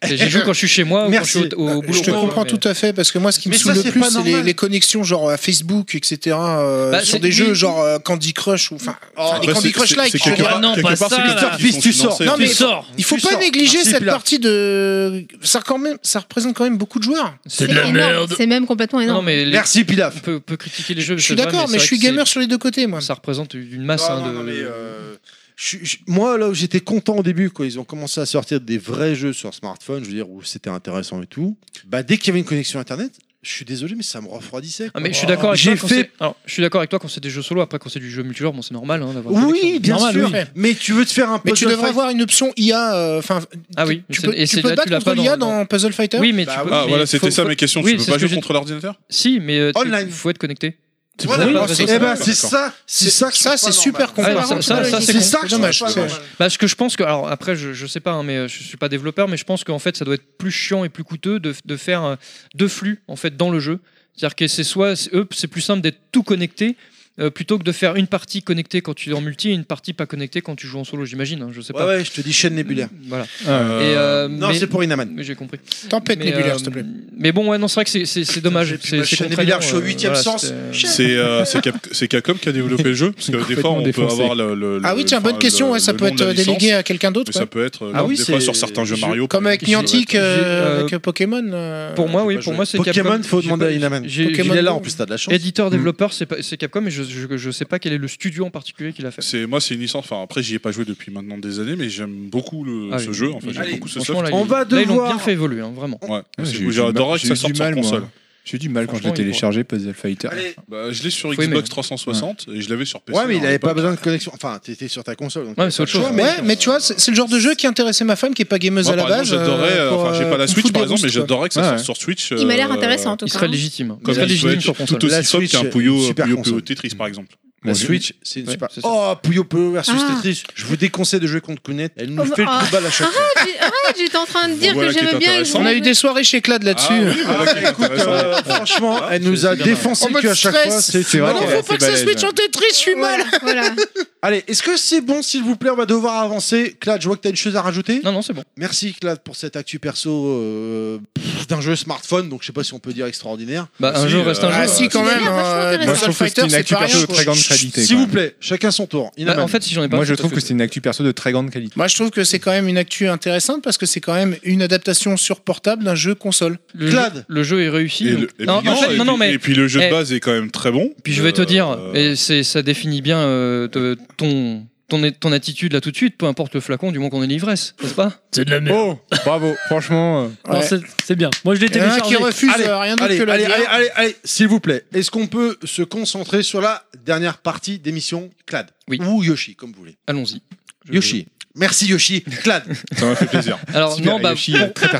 Et j'y joue quand je suis chez moi ou quand je Merci. suis au, au boulot Je te quoi, comprends mais- tout à fait parce que moi, ce qui me Mais saoule ça, le c'est plus, pas c'est les, normal. les connexions genre à Facebook, etc. euh, Bah, sur c'est- des mais- jeux genre euh, Candy Crush ou Oh, enfin enfin, les Après, Candy c'est- Crush c'est- like. c'est je veux quelque dire. part- non, quelque pas part, ça, c'est là. Victor Fils, Fils, tu tu sors. sors. Non, mais Tu sors. il faut Tu pas sors. négliger Merci, cette Pilar. partie de ça quand même ça représente quand même beaucoup de joueurs. C'est énorme, C'est même complètement Non énorme. mais les- Merci Pilaf. on peut, peut critiquer les jeux Je suis c'est vrai, d'accord, c'est mais je vrai suis que c'est- gamer sur les deux côtés moi. ça représente une masse Non, hein, non, de non, mais, euh, je suis- je- moi, là où j'étais content au début, quand ils ont commencé à sortir des vrais jeux sur smartphone, je veux dire, où c'était intéressant et tout, bah, dès qu'il y avait une connexion internet, je suis désolé, mais ça me refroidissait. Ah, quoi. mais je suis d'accord avec J'ai toi. quand fait. c'est- Alors, je suis d'accord avec toi quand c'est des jeux solo. Après, quand c'est du jeu multijoueur, bon, c'est normal hein, d'avoir. une connexion. Oui, bien Normal, sûr. oui. Mais tu veux te faire un peu Mais tu devrais avoir une option IA. euh, Enfin, Ah oui, tu c'est- peux, et tu c'est peux là, battre tu l'as contre pas dans- l'IA dans- dans Puzzle Fighter. Oui, mais Bah tu peux. Ah mais voilà, c'était faut- ça faut- ma question. oui, tu peux c'est pas ce que jouer j'ai contre l'ordinateur dit. Si, mais euh, tu- Online. faut être connecté. Voilà. Oui, bah, Eh c'est ben, normal, c'est ça, c'est ça, que je ça, trouve c'est pas super normal. Ouais, complexe. ça- ça- ça, C'est ça que c'est je trouve dommage. pas c'est- normal. Parce que je pense que, alors après, je, je sais pas, hein, mais euh, je suis pas développeur, mais je pense qu'en fait, ça doit être plus chiant et plus coûteux de, de faire euh, deux flux en fait dans le jeu. C'est-à-dire que c'est soit c'est- eux, c'est plus simple d'être tout connecté. euh, plutôt que de faire une partie connectée quand tu es en multi et une partie pas connectée quand tu joues en solo, j'imagine. hein, je sais Ouais, pas. ouais, je te dis chaîne nébulaire. Voilà. Euh, Et, euh, Non, mais- c'est pour Inaman. mais j'ai compris. Tempête Mais, nébulaire, euh, s'il te plaît. Mais bon, ouais, non, c'est vrai que c'est- c'est c'est dommage. J'ai plus C'est ma c'est chaîne contraignant, Ébillard, je suis au euh, huitième voilà, sens. c'était- C'est euh, c'est Cap- c'est Capcom qui a développé le jeu parce que des fois on peut Complètement avoir le, le- Ah oui, le- tiens, bonne enfin, question. le- ouais, ça le peut nom de être la euh, délégué licence, à quelqu'un d'autre. mais quoi. ça peut être euh, Ah oui, des fois c'est- sur certains jeux je- Mario Comme par avec exemple, ça Niantic, doit être- euh, J'ai, euh, avec euh, Pokémon. euh, Pour moi, Ah oui, pas pour joué. moi, c'est Capcom. Pokémon, faut J'ai demander pas- à Inaman. j'ai- Il Pokémon est là Go. en plus, t'as de la chance. Éditeur, développeur, c'est pas- c'est Capcom, mais je, je, je sais pas quel est le studio en particulier qui l'a fait. C'est moi, c'est une licence. Enfin, après, j'y ai pas joué depuis maintenant des années, mais j'aime beaucoup le, Ah oui. ce jeu. Enfin, Il- j'aime beaucoup ce franchement, stuff. là, On ils- va Là, ils l'ont bien devoir- fait évoluer, hein, vraiment. Ouais. ouais, C'est- j'ai eu du mal, J'adorerais j'ai que ça eu du sorte sur mal, moi. console. J'ai eu du mal quand je l'ai Franchement, il faut- téléchargé, Puzzle Fighter. Allez. Bah, je l'ai sur Faut aimer. Xbox 360 et je l'avais sur PC. Ouais, mais il à avait pas l'époque. besoin euh, de connexion. Enfin, t'étais sur ta console. donc Ouais, t'avais c'est pas autre le chose. choix, mais, Ouais, mais tu vois, c'est c'est le genre de jeu qui intéresse ma femme qui est pas gameuse Moi, à la par base. exemple, j'adorerais. euh, euh, pour, Enfin, j'ai euh, pas la pour Switch, foutre par des exemple, mais roustes, quoi. j'adorerais que ça Ouais, sorte ouais. sur Switch. Il m'a l'air euh, intéressant en tout Il cas. serait hein. légitime. Il Comme serait la légitime Switch, sur console. tout La aussi top Switch, qu'un Puyo super Puyo console. Puyo Tetris, par exemple. La Bon, j'ai- Switch, c'est une Ouais, super. c'est ça. Oh, Puyo Puyo versus Ah. Tetris. Je vous déconseille de jouer contre Kounet. Elle nous Oh, fait le ah. coup de balle à chaque fois. Arrête, j'ai- arrête, j'étais en train de dire Voilà que qui est j'aimais bien. et que je intéressant. On a voulais eu jouer. des soirées chez Clad là-dessus. Ah oui, voilà qui est Écoute, intéressant. euh, franchement, elle nous a Ah, c'est bien défoncé En mode que à chaque stress. fois. C'est C'est une vrai Ah non, horreur. Ouais, faut pas c'est que ça se balèze. mette sur Tetris, je suis mal. Voilà, voilà. Allez, est-ce que c'est bon, s'il vous plaît On va devoir avancer. Clad, je vois que t'as une chose à rajouter. Non, non, c'est bon. Merci, Clad, pour cette actu perso euh, pff, d'un jeu smartphone. Donc, je sais pas si on peut dire extraordinaire. Bah, un Si, jeu euh, reste un jeu. Ah si, quand Il a même. l'air vachement euh, intéressant. Moi, je Puzzle trouve que Fighter, c'est une c'est actu pas rien, perso de quoi. très grande qualité. S'il quand vous même. plaît, chacun son tour. Bah, Inaman. en fait, si j'en ai pas Moi, fait, je ça trouve te que fait- c'est une actu perso de très grande qualité. Moi, je trouve que c'est quand même une actu intéressante parce que c'est quand même une adaptation sur portable d'un jeu console. le Clad. jeu- Le jeu est réussi. Et donc- le- et Non, puis- en fait, et non, non, puis- mais. Et puis le jeu Eh. de base est quand même très bon. Puis je vais te Euh, dire, euh, et c'est ça définit bien euh, te- ton ton ton attitude là tout de suite, peu importe le flacon, du moment qu'on est l'ivresse, n'est-ce pas C'est de la merde. Oh, bravo, franchement. euh, Non, Ouais. c'est- C'est bien. Moi, je l'ai Il y en a un qui téléchargé. refuse euh, rien d'autre allez, que la allez, bière. allez, allez, allez, s'il vous plaît. Est-ce qu'on peut se concentrer sur la dernière partie d'émission Clad Oui. ou Yoshi, comme vous voulez Allons-y. Yoshi. Merci Yoshi. Clad. Euh, Ça m'a fait plaisir. Alors non, bah,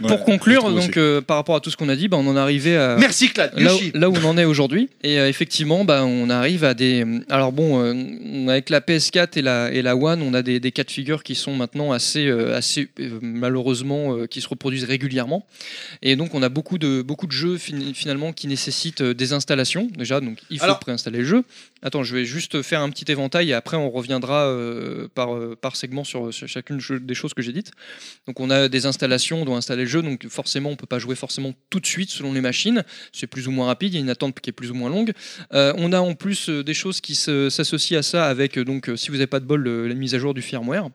pour, pour conclure, donc euh, par rapport à tout ce qu'on a dit, bah, on en arrivait à Merci, Clad, là, où- Yoshi. là où on en est aujourd'hui. Et euh, effectivement, bah, on arrive à des. Alors bon, euh, on- avec la PS4 et la et la One, on a des, des cas de figure qui sont maintenant assez euh, assez euh, malheureusement euh, qui se reproduisent régulièrement. Et donc on a beaucoup de beaucoup de jeux fin- finalement qui nécessitent euh, des installations déjà. Donc il faut Alors- préinstaller le jeu. Attends, je vais juste faire un petit éventail et après on reviendra euh, par, euh, par segment sur, sur chacune cho- des choses que j'ai dites. Donc on a des installations, on doit installer le jeu, donc forcément on peut pas jouer forcément tout de suite selon les machines, c'est plus ou moins rapide, il y a une attente qui est plus ou moins longue. Euh, on a en plus euh, des choses qui se- s'associent à ça avec, euh, donc euh, si vous n'avez pas de bol, le- la mise à jour du firmware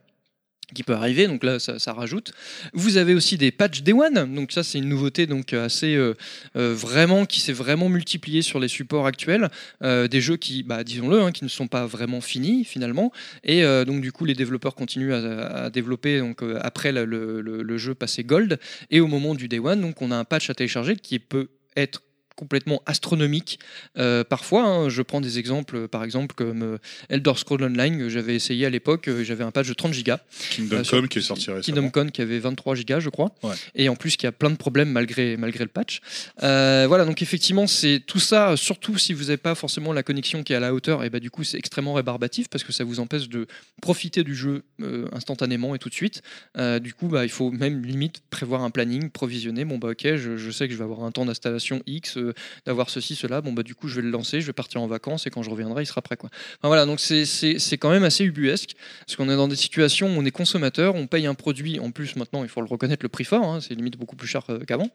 qui peut arriver, donc là ça, ça rajoute. Vous avez aussi des patchs Day One, donc ça c'est une nouveauté donc euh, assez euh, euh, vraiment qui s'est vraiment multipliée sur les supports actuels, Euh, des jeux qui, bah, disons-le, hein, qui ne sont pas vraiment finis finalement, et euh, donc du coup les développeurs continuent à, à développer donc euh, après la- le, le- le jeu passé Gold et au moment du Day One donc on a un patch à télécharger qui peut être complètement astronomique euh, parfois hein, je prends des exemples euh, par exemple comme euh, Elder Scrolls Online que j'avais essayé à l'époque euh, j'avais un patch de 30 gigas Kingdom euh, sur- Come qui est sorti récemment. Kingdom Come qui avait 23 gigas je crois Ouais. et en plus qui a plein de problèmes malgré, malgré le patch Euh, voilà donc effectivement c'est tout ça euh, surtout si vous n'avez pas forcément la connexion qui est à la hauteur et bah du coup c'est extrêmement rébarbatif parce que ça vous empêche de profiter du jeu euh, instantanément et tout de suite Euh, du coup bah, il faut même limite prévoir un planning provisionner bon bah ok je, je sais que je vais avoir un temps d'installation X euh, d'avoir ceci cela bon bah du coup je vais le lancer je vais partir en vacances et quand je reviendrai il sera prêt quoi Enfin, voilà donc c'est- c'est c'est quand même assez ubuesque parce qu'on est dans des situations où on est consommateur, on paye un produit, en plus maintenant il faut le reconnaître, le prix fort, hein, c'est limite beaucoup plus cher euh, qu'avant,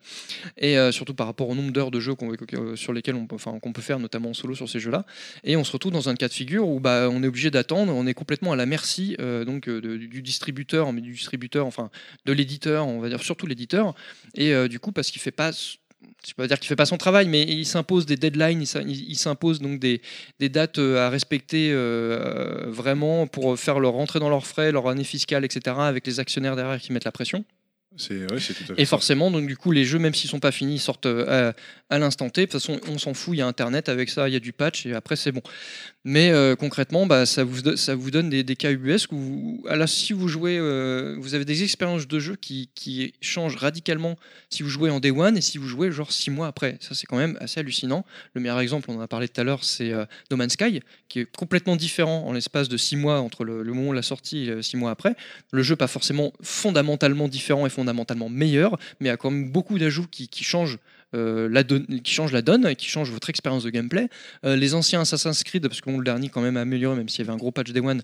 et euh, surtout par rapport au nombre d'heures de jeu qu'on- euh, sur lesquelles on, peut- enfin, qu'on peut faire, notamment en solo sur ces jeux-là, et on se retrouve dans un cas de figure où bah, on est obligé d'attendre, on est complètement à la merci euh, donc, euh, de- du distributeur, mais du distributeur, enfin de l'éditeur, on va dire surtout l'éditeur, et euh, du coup parce qu'il fait pas je peux pas dire qu'il fait pas son travail, mais il s'impose des deadlines, il s'in- il il s'impose donc des, des dates euh, à respecter euh, vraiment pour faire leur rentrée dans leurs frais, leur année fiscale, etc. Avec les actionnaires derrière qui mettent la pression. C'est ouais, c'est tout à fait. Et forcément, donc du coup, les jeux, même s'ils sont pas finis, ils sortent euh, à, à l'instant T. De toute façon, on s'en fout. Il y a Internet avec ça, il y a du patch et après c'est bon. Mais euh, concrètement, bah, ça vous do- ça vous donne des, des cas UBS où, vous- à la- si vous jouez, euh, vous avez des expériences de jeu qui, qui changent radicalement si vous jouez en day one et si vous jouez genre six mois après. Ça c'est quand même assez hallucinant. Le meilleur exemple, on en a parlé tout à l'heure, c'est euh, No Man's Sky, qui est complètement différent en l'espace de six mois entre le, le moment de la sortie et euh, six mois après. Le jeu pas forcément fondamentalement différent et fondamentalement meilleur, mais a quand même beaucoup d'ajouts qui, qui changent. euh, la don- qui changent la donne, et qui changent votre expérience de gameplay. Euh, les anciens Assassin's Creed, parce que bon, le dernier quand même a amélioré, même s'il y avait un gros patch Day One,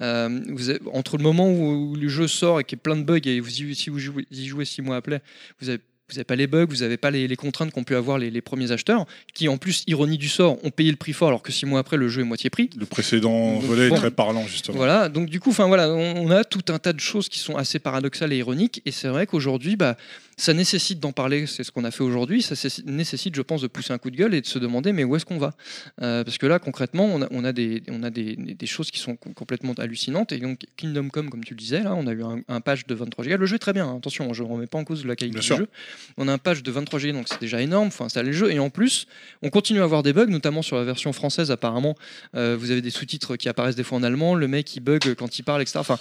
euh, vous avez- entre le moment où, où le jeu sort et qu'il y a plein de bugs, et vous y- si vous jouez, y jouez six mois après, vous avez vous n'avez pas les bugs, vous n'avez pas les, les contraintes qu'ont pu avoir les, les premiers acheteurs, qui en plus, ironie du sort, ont payé le prix fort alors que six mois après, le jeu est moitié prix. Le précédent Donc, volet bon. est très parlant, justement. Voilà, donc du coup, enfin voilà, on, on a tout un tas de choses qui sont assez paradoxales et ironiques, et c'est vrai qu'aujourd'hui, bah, ça nécessite d'en parler, c'est ce qu'on a fait aujourd'hui, ça sé- nécessite, je pense, de pousser un coup de gueule et de se demander, mais où est-ce qu'on va Euh, Parce que là, concrètement, on a, on a des, on a des, des choses qui sont com- complètement hallucinantes, et donc Kingdom Come, comme tu le disais, là, on a eu un, un patch de 23 Go, le jeu est très bien, hein, attention, je ne remets pas en cause la qualité Bien du sûr. jeu, on a un patch de 23 Go, donc c'est déjà énorme, faut installer le jeu, et en plus, on continue à avoir des bugs, notamment sur la version française, apparemment, euh, vous avez des sous-titres qui apparaissent des fois en allemand, le mec il bug quand il parle, etc. Enfin,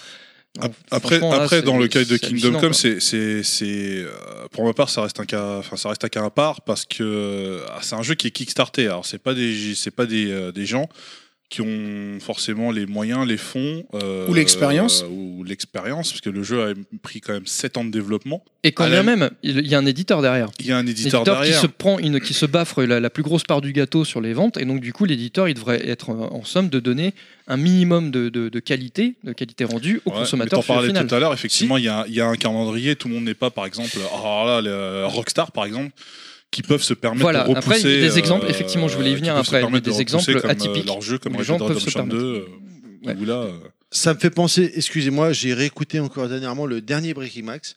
Après, franchement, là, après c'est- dans le cas de c'est Kingdom hallucinant, Come, quoi. c'est, c'est, c'est, euh, pour ma part, ça reste un cas, enfin, ça reste un cas à part parce que ah, c'est un jeu qui est kickstarté. Alors, c'est pas des, c'est pas des, euh, des gens qui ont forcément les moyens, les fonds euh, Ou l'expérience. euh, ou l'expérience, parce que le jeu a pris quand même 7 ans de développement. Et quand À la- bien même, il il y a un éditeur derrière. Il y a un éditeur, L'éditeur qui derrière. se prend une, qui se baffre la, la plus grosse part du gâteau sur les ventes et donc du coup l'éditeur il devrait être euh, en somme de donner un minimum de, de- de qualité, de qualité rendue au Ouais, consommateur mais t'en parlais final. tout à l'heure, effectivement, il y, a, il y a un calendrier, tout le monde n'est pas, par exemple, oh, alors là, le Rockstar, par exemple, qui peuvent se permettre Voilà, de repousser. après il y a des euh, exemples, effectivement je voulais y qui venir peuvent se après, il y a permettre de des repousser exemples comme, euh, atypiques Leur jeu, comme où les Red gens Dead peuvent se Redemption permettre. 2, euh, où là, euh, Ça me fait penser, excusez-moi, j'ai réécouté encore dernièrement le dernier Breaking Max.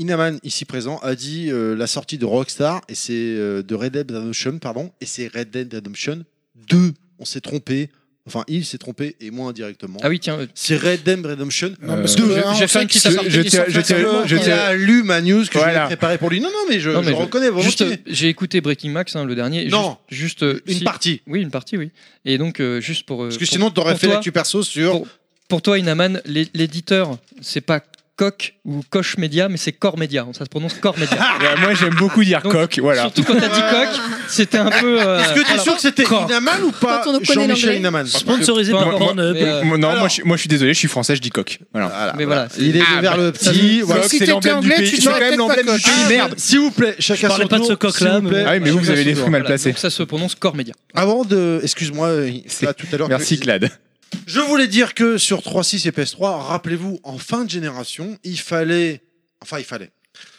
Inaman, ici présent, a dit euh, la sortie de Rockstar, et c'est euh, de Red Dead Redemption, pardon, et c'est Red Dead Redemption 2. On s'est trompé. Enfin, il s'est trompé, et moi indirectement. Ah oui tiens, euh, C'est Red Dead Redemption euh, Non, parce 2. que, hein, J'ai on fait sait un petit que- aparté, je ils tiens- sont je tiens- facilement- je Il tiens- a lu ma news que Voilà. j'avais préparée pour lui. Non, non, mais je, non, mais je je- reconnais volontiers. juste, euh, J'ai écouté Breaking Max, hein, le dernier. Non, juste, juste, euh, une si- partie. Oui, une partie, oui. Et donc euh, juste pour. Parce que sinon, t'aurais fait la l'actu perso sur pour toi, Inaman, l'é- l'éditeur, c'est pas Coq ou Coche Média, mais c'est Core Média. Ça se prononce Core Média. moi, j'aime beaucoup dire coq, Ah, voilà. Surtout quand t'as dit Coq, c'était un peu. euh, Est-ce que t'es voilà. sûr que c'était Coq. Inaman ou pas Quand on connaît Jean-Michel l'anglais. Inaman Sponsorisé Peu par importe. Pornhub. Mais, euh, Moi, non, alors- moi, je, suis- moi, je suis désolé, je suis français, je dis coq. Voilà. Ah, Mais voilà. Il est vers le petit. voilà. Coq, c'est l'emblème du pays. C'est quand même l'emblème du Ah, pays, merde. S'il vous plaît, chacun son tour, s'il vous plaît. Ah oui, mais vous, vous avez des fruits mal placés. Ça se prononce Core Média. Avant de. Excuse-moi, euh, là, tout à l'heure. Merci, euh, je- Clad. Je voulais dire que sur 3.6 et PS3, rappelez-vous, en fin de génération, il fallait. Enfin, il fallait.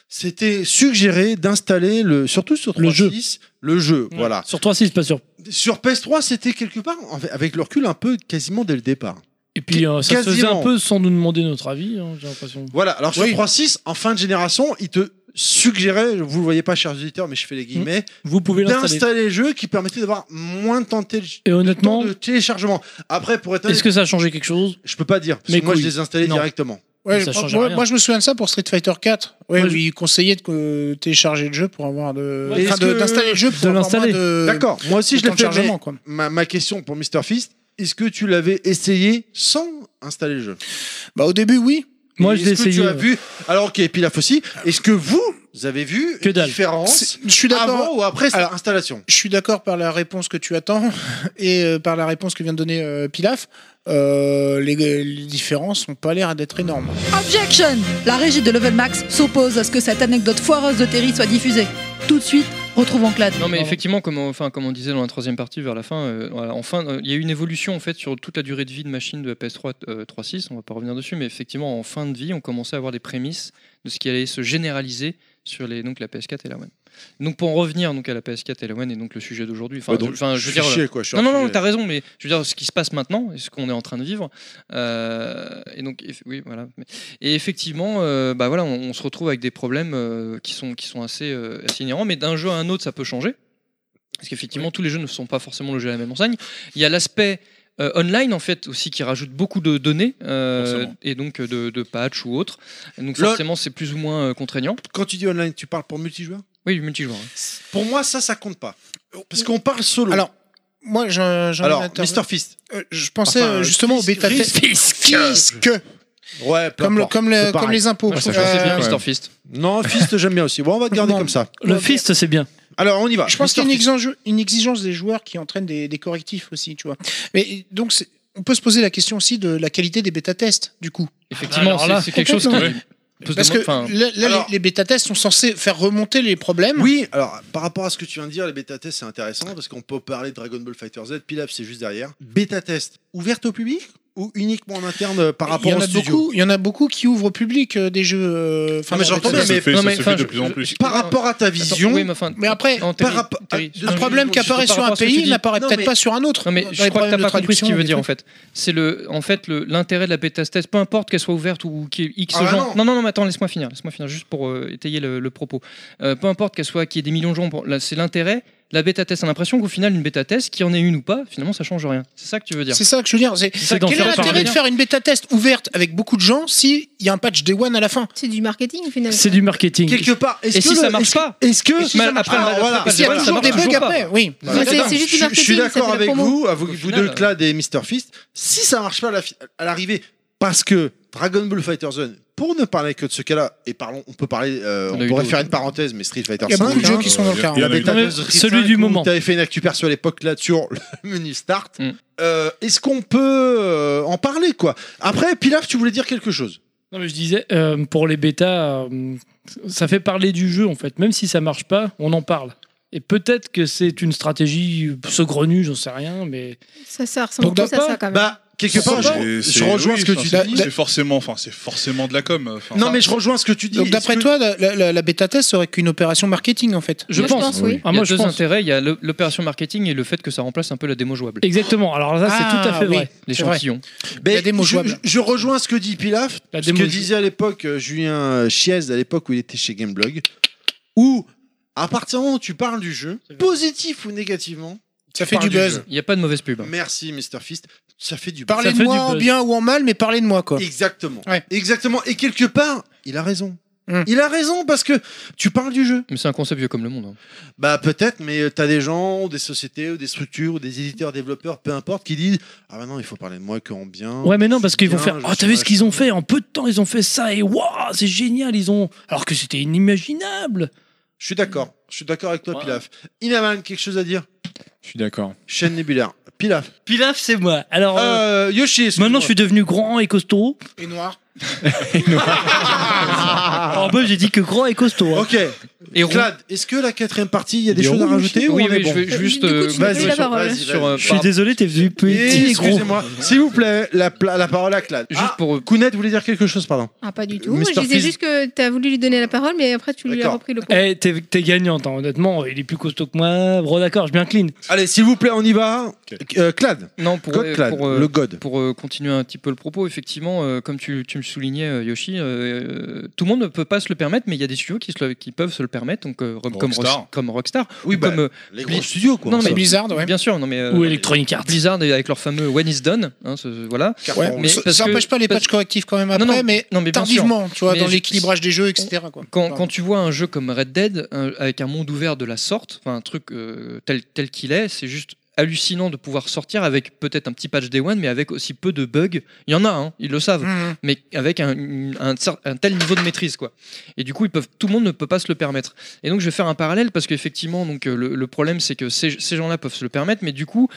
C'était suggéré d'installer, le, surtout sur 3.6, le jeu. voilà. Sur 3.6, pas sûr. Sur PS3, c'était quelque part, en fait, avec le recul, un peu quasiment dès le départ. Et puis euh, ça se faisait Quasiment. un peu sans nous demander notre avis, hein, j'ai l'impression. Voilà, alors sur Oui. 3.6, en fin de génération, il te suggérait, vous le voyez pas, chers auditeurs, mais je fais les guillemets, vous pouvez l'installer. d'installer le jeu qui permettait d'avoir moins de temps de, télé- Et honnêtement, de téléchargement. Après, pour être honnête, est-ce que ça a changé quelque chose Je peux pas dire, parce Mais que moi, je couilles. les installais Non. directement. Ouais, Ça moi- change moi, rien. moi, je me souviens de ça pour Street Fighter 4. Ouais, Moi, où je- ils conseillaient de euh, télécharger le jeu pour avoir de. Et enfin, est-ce de- que- d'installer le jeu pour de avoir moins l'installer. de. D'accord, moi aussi de je l'ai Euh, temps de fait. chargement, mais quoi. Ma, ma question pour Mr. Fist, est-ce que tu l'avais essayé sans installer le jeu Bah, au début, oui. Moi, Et je l'ai est-ce que essayé, Tu euh, as ouais. vu Alors, ok, puis la aussi. Est-ce que vous, vous avez vu Que une dalle. différence Je suis d'accord. avant ou après cette Alors, installation Je suis d'accord par la réponse que tu attends et euh, par la réponse que vient de donner euh, Pilaf. Euh, les, les différences n'ont pas l'air d'être énormes. Objection La régie de Level Max s'oppose à ce que cette anecdote foireuse de Terry soit diffusée. Tout de suite, retrouvons Clad. Non mais effectivement, comme on, enfin, comme on disait dans la troisième partie vers la fin, euh, voilà, enfin, euh, il y a eu une évolution en fait sur toute la durée de vie de machine de la PS3 euh, 3.6. On va pas revenir dessus, mais effectivement, en fin de vie, on commençait à avoir des prémices de ce qui allait se généraliser sur les donc la PS4 et la One. Donc pour en revenir donc à la PS4 et la One et donc le sujet d'aujourd'hui. Enfin, Bah, Ouais, Bah, donc, je- enfin, je veux suis dire. chier, quoi, je suis non, non, non, enculé. t'as raison, mais je veux dire ce qui se passe maintenant et ce qu'on est en train de vivre. Euh, et donc, eff- oui, voilà. Et effectivement, euh, bah voilà, on, on se retrouve avec des problèmes euh, qui sont qui sont assez, euh, assez inhérents. Mais d'un jeu à un autre, ça peut changer. Parce qu'effectivement, tous les jeux ne sont pas forcément logés à la même enseigne. Il y a l'aspect euh, online, en fait, aussi, qui rajoute beaucoup de données, euh, Forcément. et donc euh, de, de patchs ou autres. Donc Lol. forcément, c'est plus ou moins euh, contraignant. Quand tu dis online, tu parles pour multijoueur Oui, du multijoueur. hein. Pour moi, ça, ça compte pas. Parce qu'on parle solo. Alors, moi, j'en j'en ai Alors, un inter- Mr. Fist. Euh, je pensais Enfin, euh, justement au Fist- bêta Fist- Fisque. Ouais, peu Comme, le, importe, comme, c'est le, pareil. comme les impôts. Moi, je trouve Euh, que c'est bien, Mr. Fist. Non, Fist, j'aime bien aussi. Bon, on va te garder Non. comme ça. Le fist, c'est bien. Alors, on y va. Je pense Mr. qu'il y a une Fist. exige- une exigence des joueurs qui entraîne des, des correctifs aussi, tu vois. Mais donc, c'est- on peut se poser la question aussi de la qualité des bêta-tests, du coup. Effectivement, Alors c'est- là, c'est quelque chose qui. complètement. peut se Parce que demander- enfin, là, là, alors- les, les bêta-tests sont censés faire remonter les problèmes. Oui, alors par rapport à ce que tu viens de dire, les bêta tests c'est intéressant parce qu'on peut parler de Dragon Ball Fighter Z, Pilaf c'est juste derrière. Bêta test ouverte au public ou uniquement en interne euh, par il y rapport en au a studio beaucoup. Il y en a beaucoup qui ouvrent au public euh, des jeux. euh, enfin, mais leurs j'entends bêta-tests. bien, Ça se mais- fait, non, ça mais, se enfin, fait de je- plus en plus. Par rapport à ta Attends, vision, oui, mais enfin, Mais après, en théorie- par rapport- théorie- un un ah, je- problème je- qui je- apparaît par sur rapport un à ce que tu pays dis. n'apparaît Non, peut-être mais- pas sur un autre. Non mais Dans je les crois que problèmes t'as de pas compris ce traduction, qu'il veut des dire en trucs. fait. C'est le, en fait, le- l'intérêt de la bêta test, peu importe qu'elle soit ouverte ou qu'il y ait X Ah bah gens. non. Non. non, non, mais attends, laisse-moi finir, laisse-moi finir juste pour euh, étayer le, le propos. Euh, peu importe qu'elle soit, qu'il y ait des millions de gens, pour- là, c'est l'intérêt. La bêta test, on a l'impression qu'au final, une bêta test, qu'il y en ait une ou pas, finalement, ça change rien. C'est ça que tu veux dire. C'est ça que je veux dire. c'est- C'est d'en Quel est faire l'intérêt parler. de faire une bêta-test ouverte avec beaucoup de gens si il y a un patch Day One à la Ah, fin C'est du marketing finalement. C'est du marketing. quelque part, est-ce Et que si le- ça marche est-ce que- pas Est-ce que Et si ça Alors, marche pas, voilà. après, S'il y a voilà, ça toujours des marche bugs toujours pas. après, oui. Bah, Mais c'est- c'est juste du Je- Je suis marketing, ça d'accord fait la avec promo. vous, à vous, Au vous final, deux euh, Clad et Mr Fist. Si ça marche pas à la fi- à l'arrivée, parce que Dragon Ball Fighter Zone, pour ne parler que de ce cas-là, et parlons, on peut parler, euh, On on, a eu pourrait d'autres. faire une parenthèse, mais Street Fighter Il y a 5, beaucoup de hein, jeux qui sont dans le euh, cas. il y en La a eu bêta d'autres. test Mais Street celui 5, du où moment. T'avais fait une actu perso à l'époque là sur le menu start. Mm. Euh, Est-ce qu'on peut euh, en parler quoi Après, Pilaf, tu voulais dire quelque chose Non, mais je disais, euh, pour les bêtas, euh, ça fait parler du jeu en fait. Même si ça marche pas, on en parle. Et peut-être que c'est une stratégie saugrenue, j'en sais rien, mais. Ça, ça ressemble Pourquoi tous à pas ça Ah, quand même. Bah, quelque part, C'est- je, je c'est- rejoins oui, ce que enfin, tu c'est- dis. C'est forcément, enfin, c'est forcément de la com. enfin. Non, mais je rejoins ce que tu dis. Donc d'après Est-ce que- toi, la, la- la bêta-test serait qu'une opération marketing en fait. Je Moi, pense. oui. il y Ah, a moi, je deux pense. intérêts, il y a le- l'opération marketing et le fait que ça remplace un peu la démo jouable. Exactement. Alors là, c'est Ah, tout à fait oui. vrai. L'échantillon. Ben, Il y a des mots je, jouables. je rejoins ce que dit Pilaf, La ce démo que jou- disait à l'époque euh, Julien Chiez, à l'époque où il était chez Gameblog, où à partir du moment où tu parles du jeu, positif ou négativement, Ça fait parles du du buzz. jeu. Il n'y a pas de mauvaise pub. merci Mr Fist, ça fait du Parlez Ça de fait moi du en buzz. bien ou en mal, mais parlez de moi quoi. Exactement. Ouais. Exactement. Et quelque part, il a raison. Il a raison parce que tu parles du jeu. Mais c'est un concept vieux comme le monde. hein. Bah peut-être, mais euh, t'as des gens, ou des sociétés, ou des structures, ou des éditeurs, développeurs, peu importe, qui disent ah bah non, il faut parler de moi qu'en bien. Ouais, mais non, parce qu'ils vont Bien, faire. je Oh, t'as suis vu ce qu'ils ont fait En peu de temps, ils ont fait ça et waouh, c'est génial. Ils ont. Alors que c'était inimaginable. Je suis d'accord. Je suis d'accord avec toi, Pilaf. Il a même quelque chose à dire. Je suis d'accord. Chaîne nébulaire. Pilaf. Pilaf, c'est moi. Oh. Alors. Euh, Yoshi, Maintenant, je suis devenu grand et costaud. Et noir. Ah, En bah, bas, j'ai dit que grand et costaud. hein. Ah. Ok. Et roux. Clad, est-ce que la quatrième partie, il y a des Il est choses à rouge. rajouter Oui, ou on oui, est bon je vais juste, Du coup, euh, tu vas-y, donner la sur- parole. vas-y, sur, euh, Je suis désolé, t'es venu petit bah. Et et gros. Excusez-moi, s'il vous plaît, la, pla- la parole à Clad. Juste pour euh, Kounet voulait dire quelque chose, pardon. Ah, pas du tout. Mr. Je disais Fizz. juste que t'as voulu lui donner la parole, mais après, tu lui as D'accord. repris le coup. Eh, t'es t'es gagnante, hein, honnêtement. Il est plus costaud que moi. Bon, d'accord, je bien clean. Allez, s'il vous plaît, on y va. Euh, Clad. Non, pour, Code euh, Clad, pour, euh, le god. pour euh, continuer un petit peu le propos, effectivement, euh, comme tu, tu me soulignais, euh, Yoshi, euh, tout le monde ne peut pas se le permettre, mais il y a des studios qui, se le- qui peuvent se le permettre, donc, euh, re- comme, Rockstar. Ros- comme Rockstar. Oui, ou bah, comme, euh, les Bli- gros studios, quoi, Non, ça. mais Blizzard, ouais. Bien sûr, non, mais, euh, Ou Electronic Arts. Blizzard et avec leur fameux When is Done. hein, ce- voilà. Ouais, Mais ça parce ça que- empêche pas les parce- patchs correctifs quand même après, non, mais, non, mais bien sûr. tardivement, tu vois, Mais dans je- l'équilibrage des jeux, etc. Quoi. Quand, Enfin, quand tu vois un jeu comme Red Dead, un- avec un monde ouvert de la sorte, enfin, un truc euh, tel, tel qu'il est, c'est juste hallucinant de pouvoir sortir avec peut-être un petit patch Day One, mais avec aussi peu de bugs. Il y en a, hein, ils le savent, Mhm. mais avec un, une- un cer- un tel niveau de maîtrise. quoi. Et du coup, ils peuvent, tout le monde ne peut pas se le permettre. Et donc, je vais faire un parallèle, parce qu'effectivement, donc, euh, le, le problème, c'est que ces, ces gens-là peuvent se le permettre, mais du coup,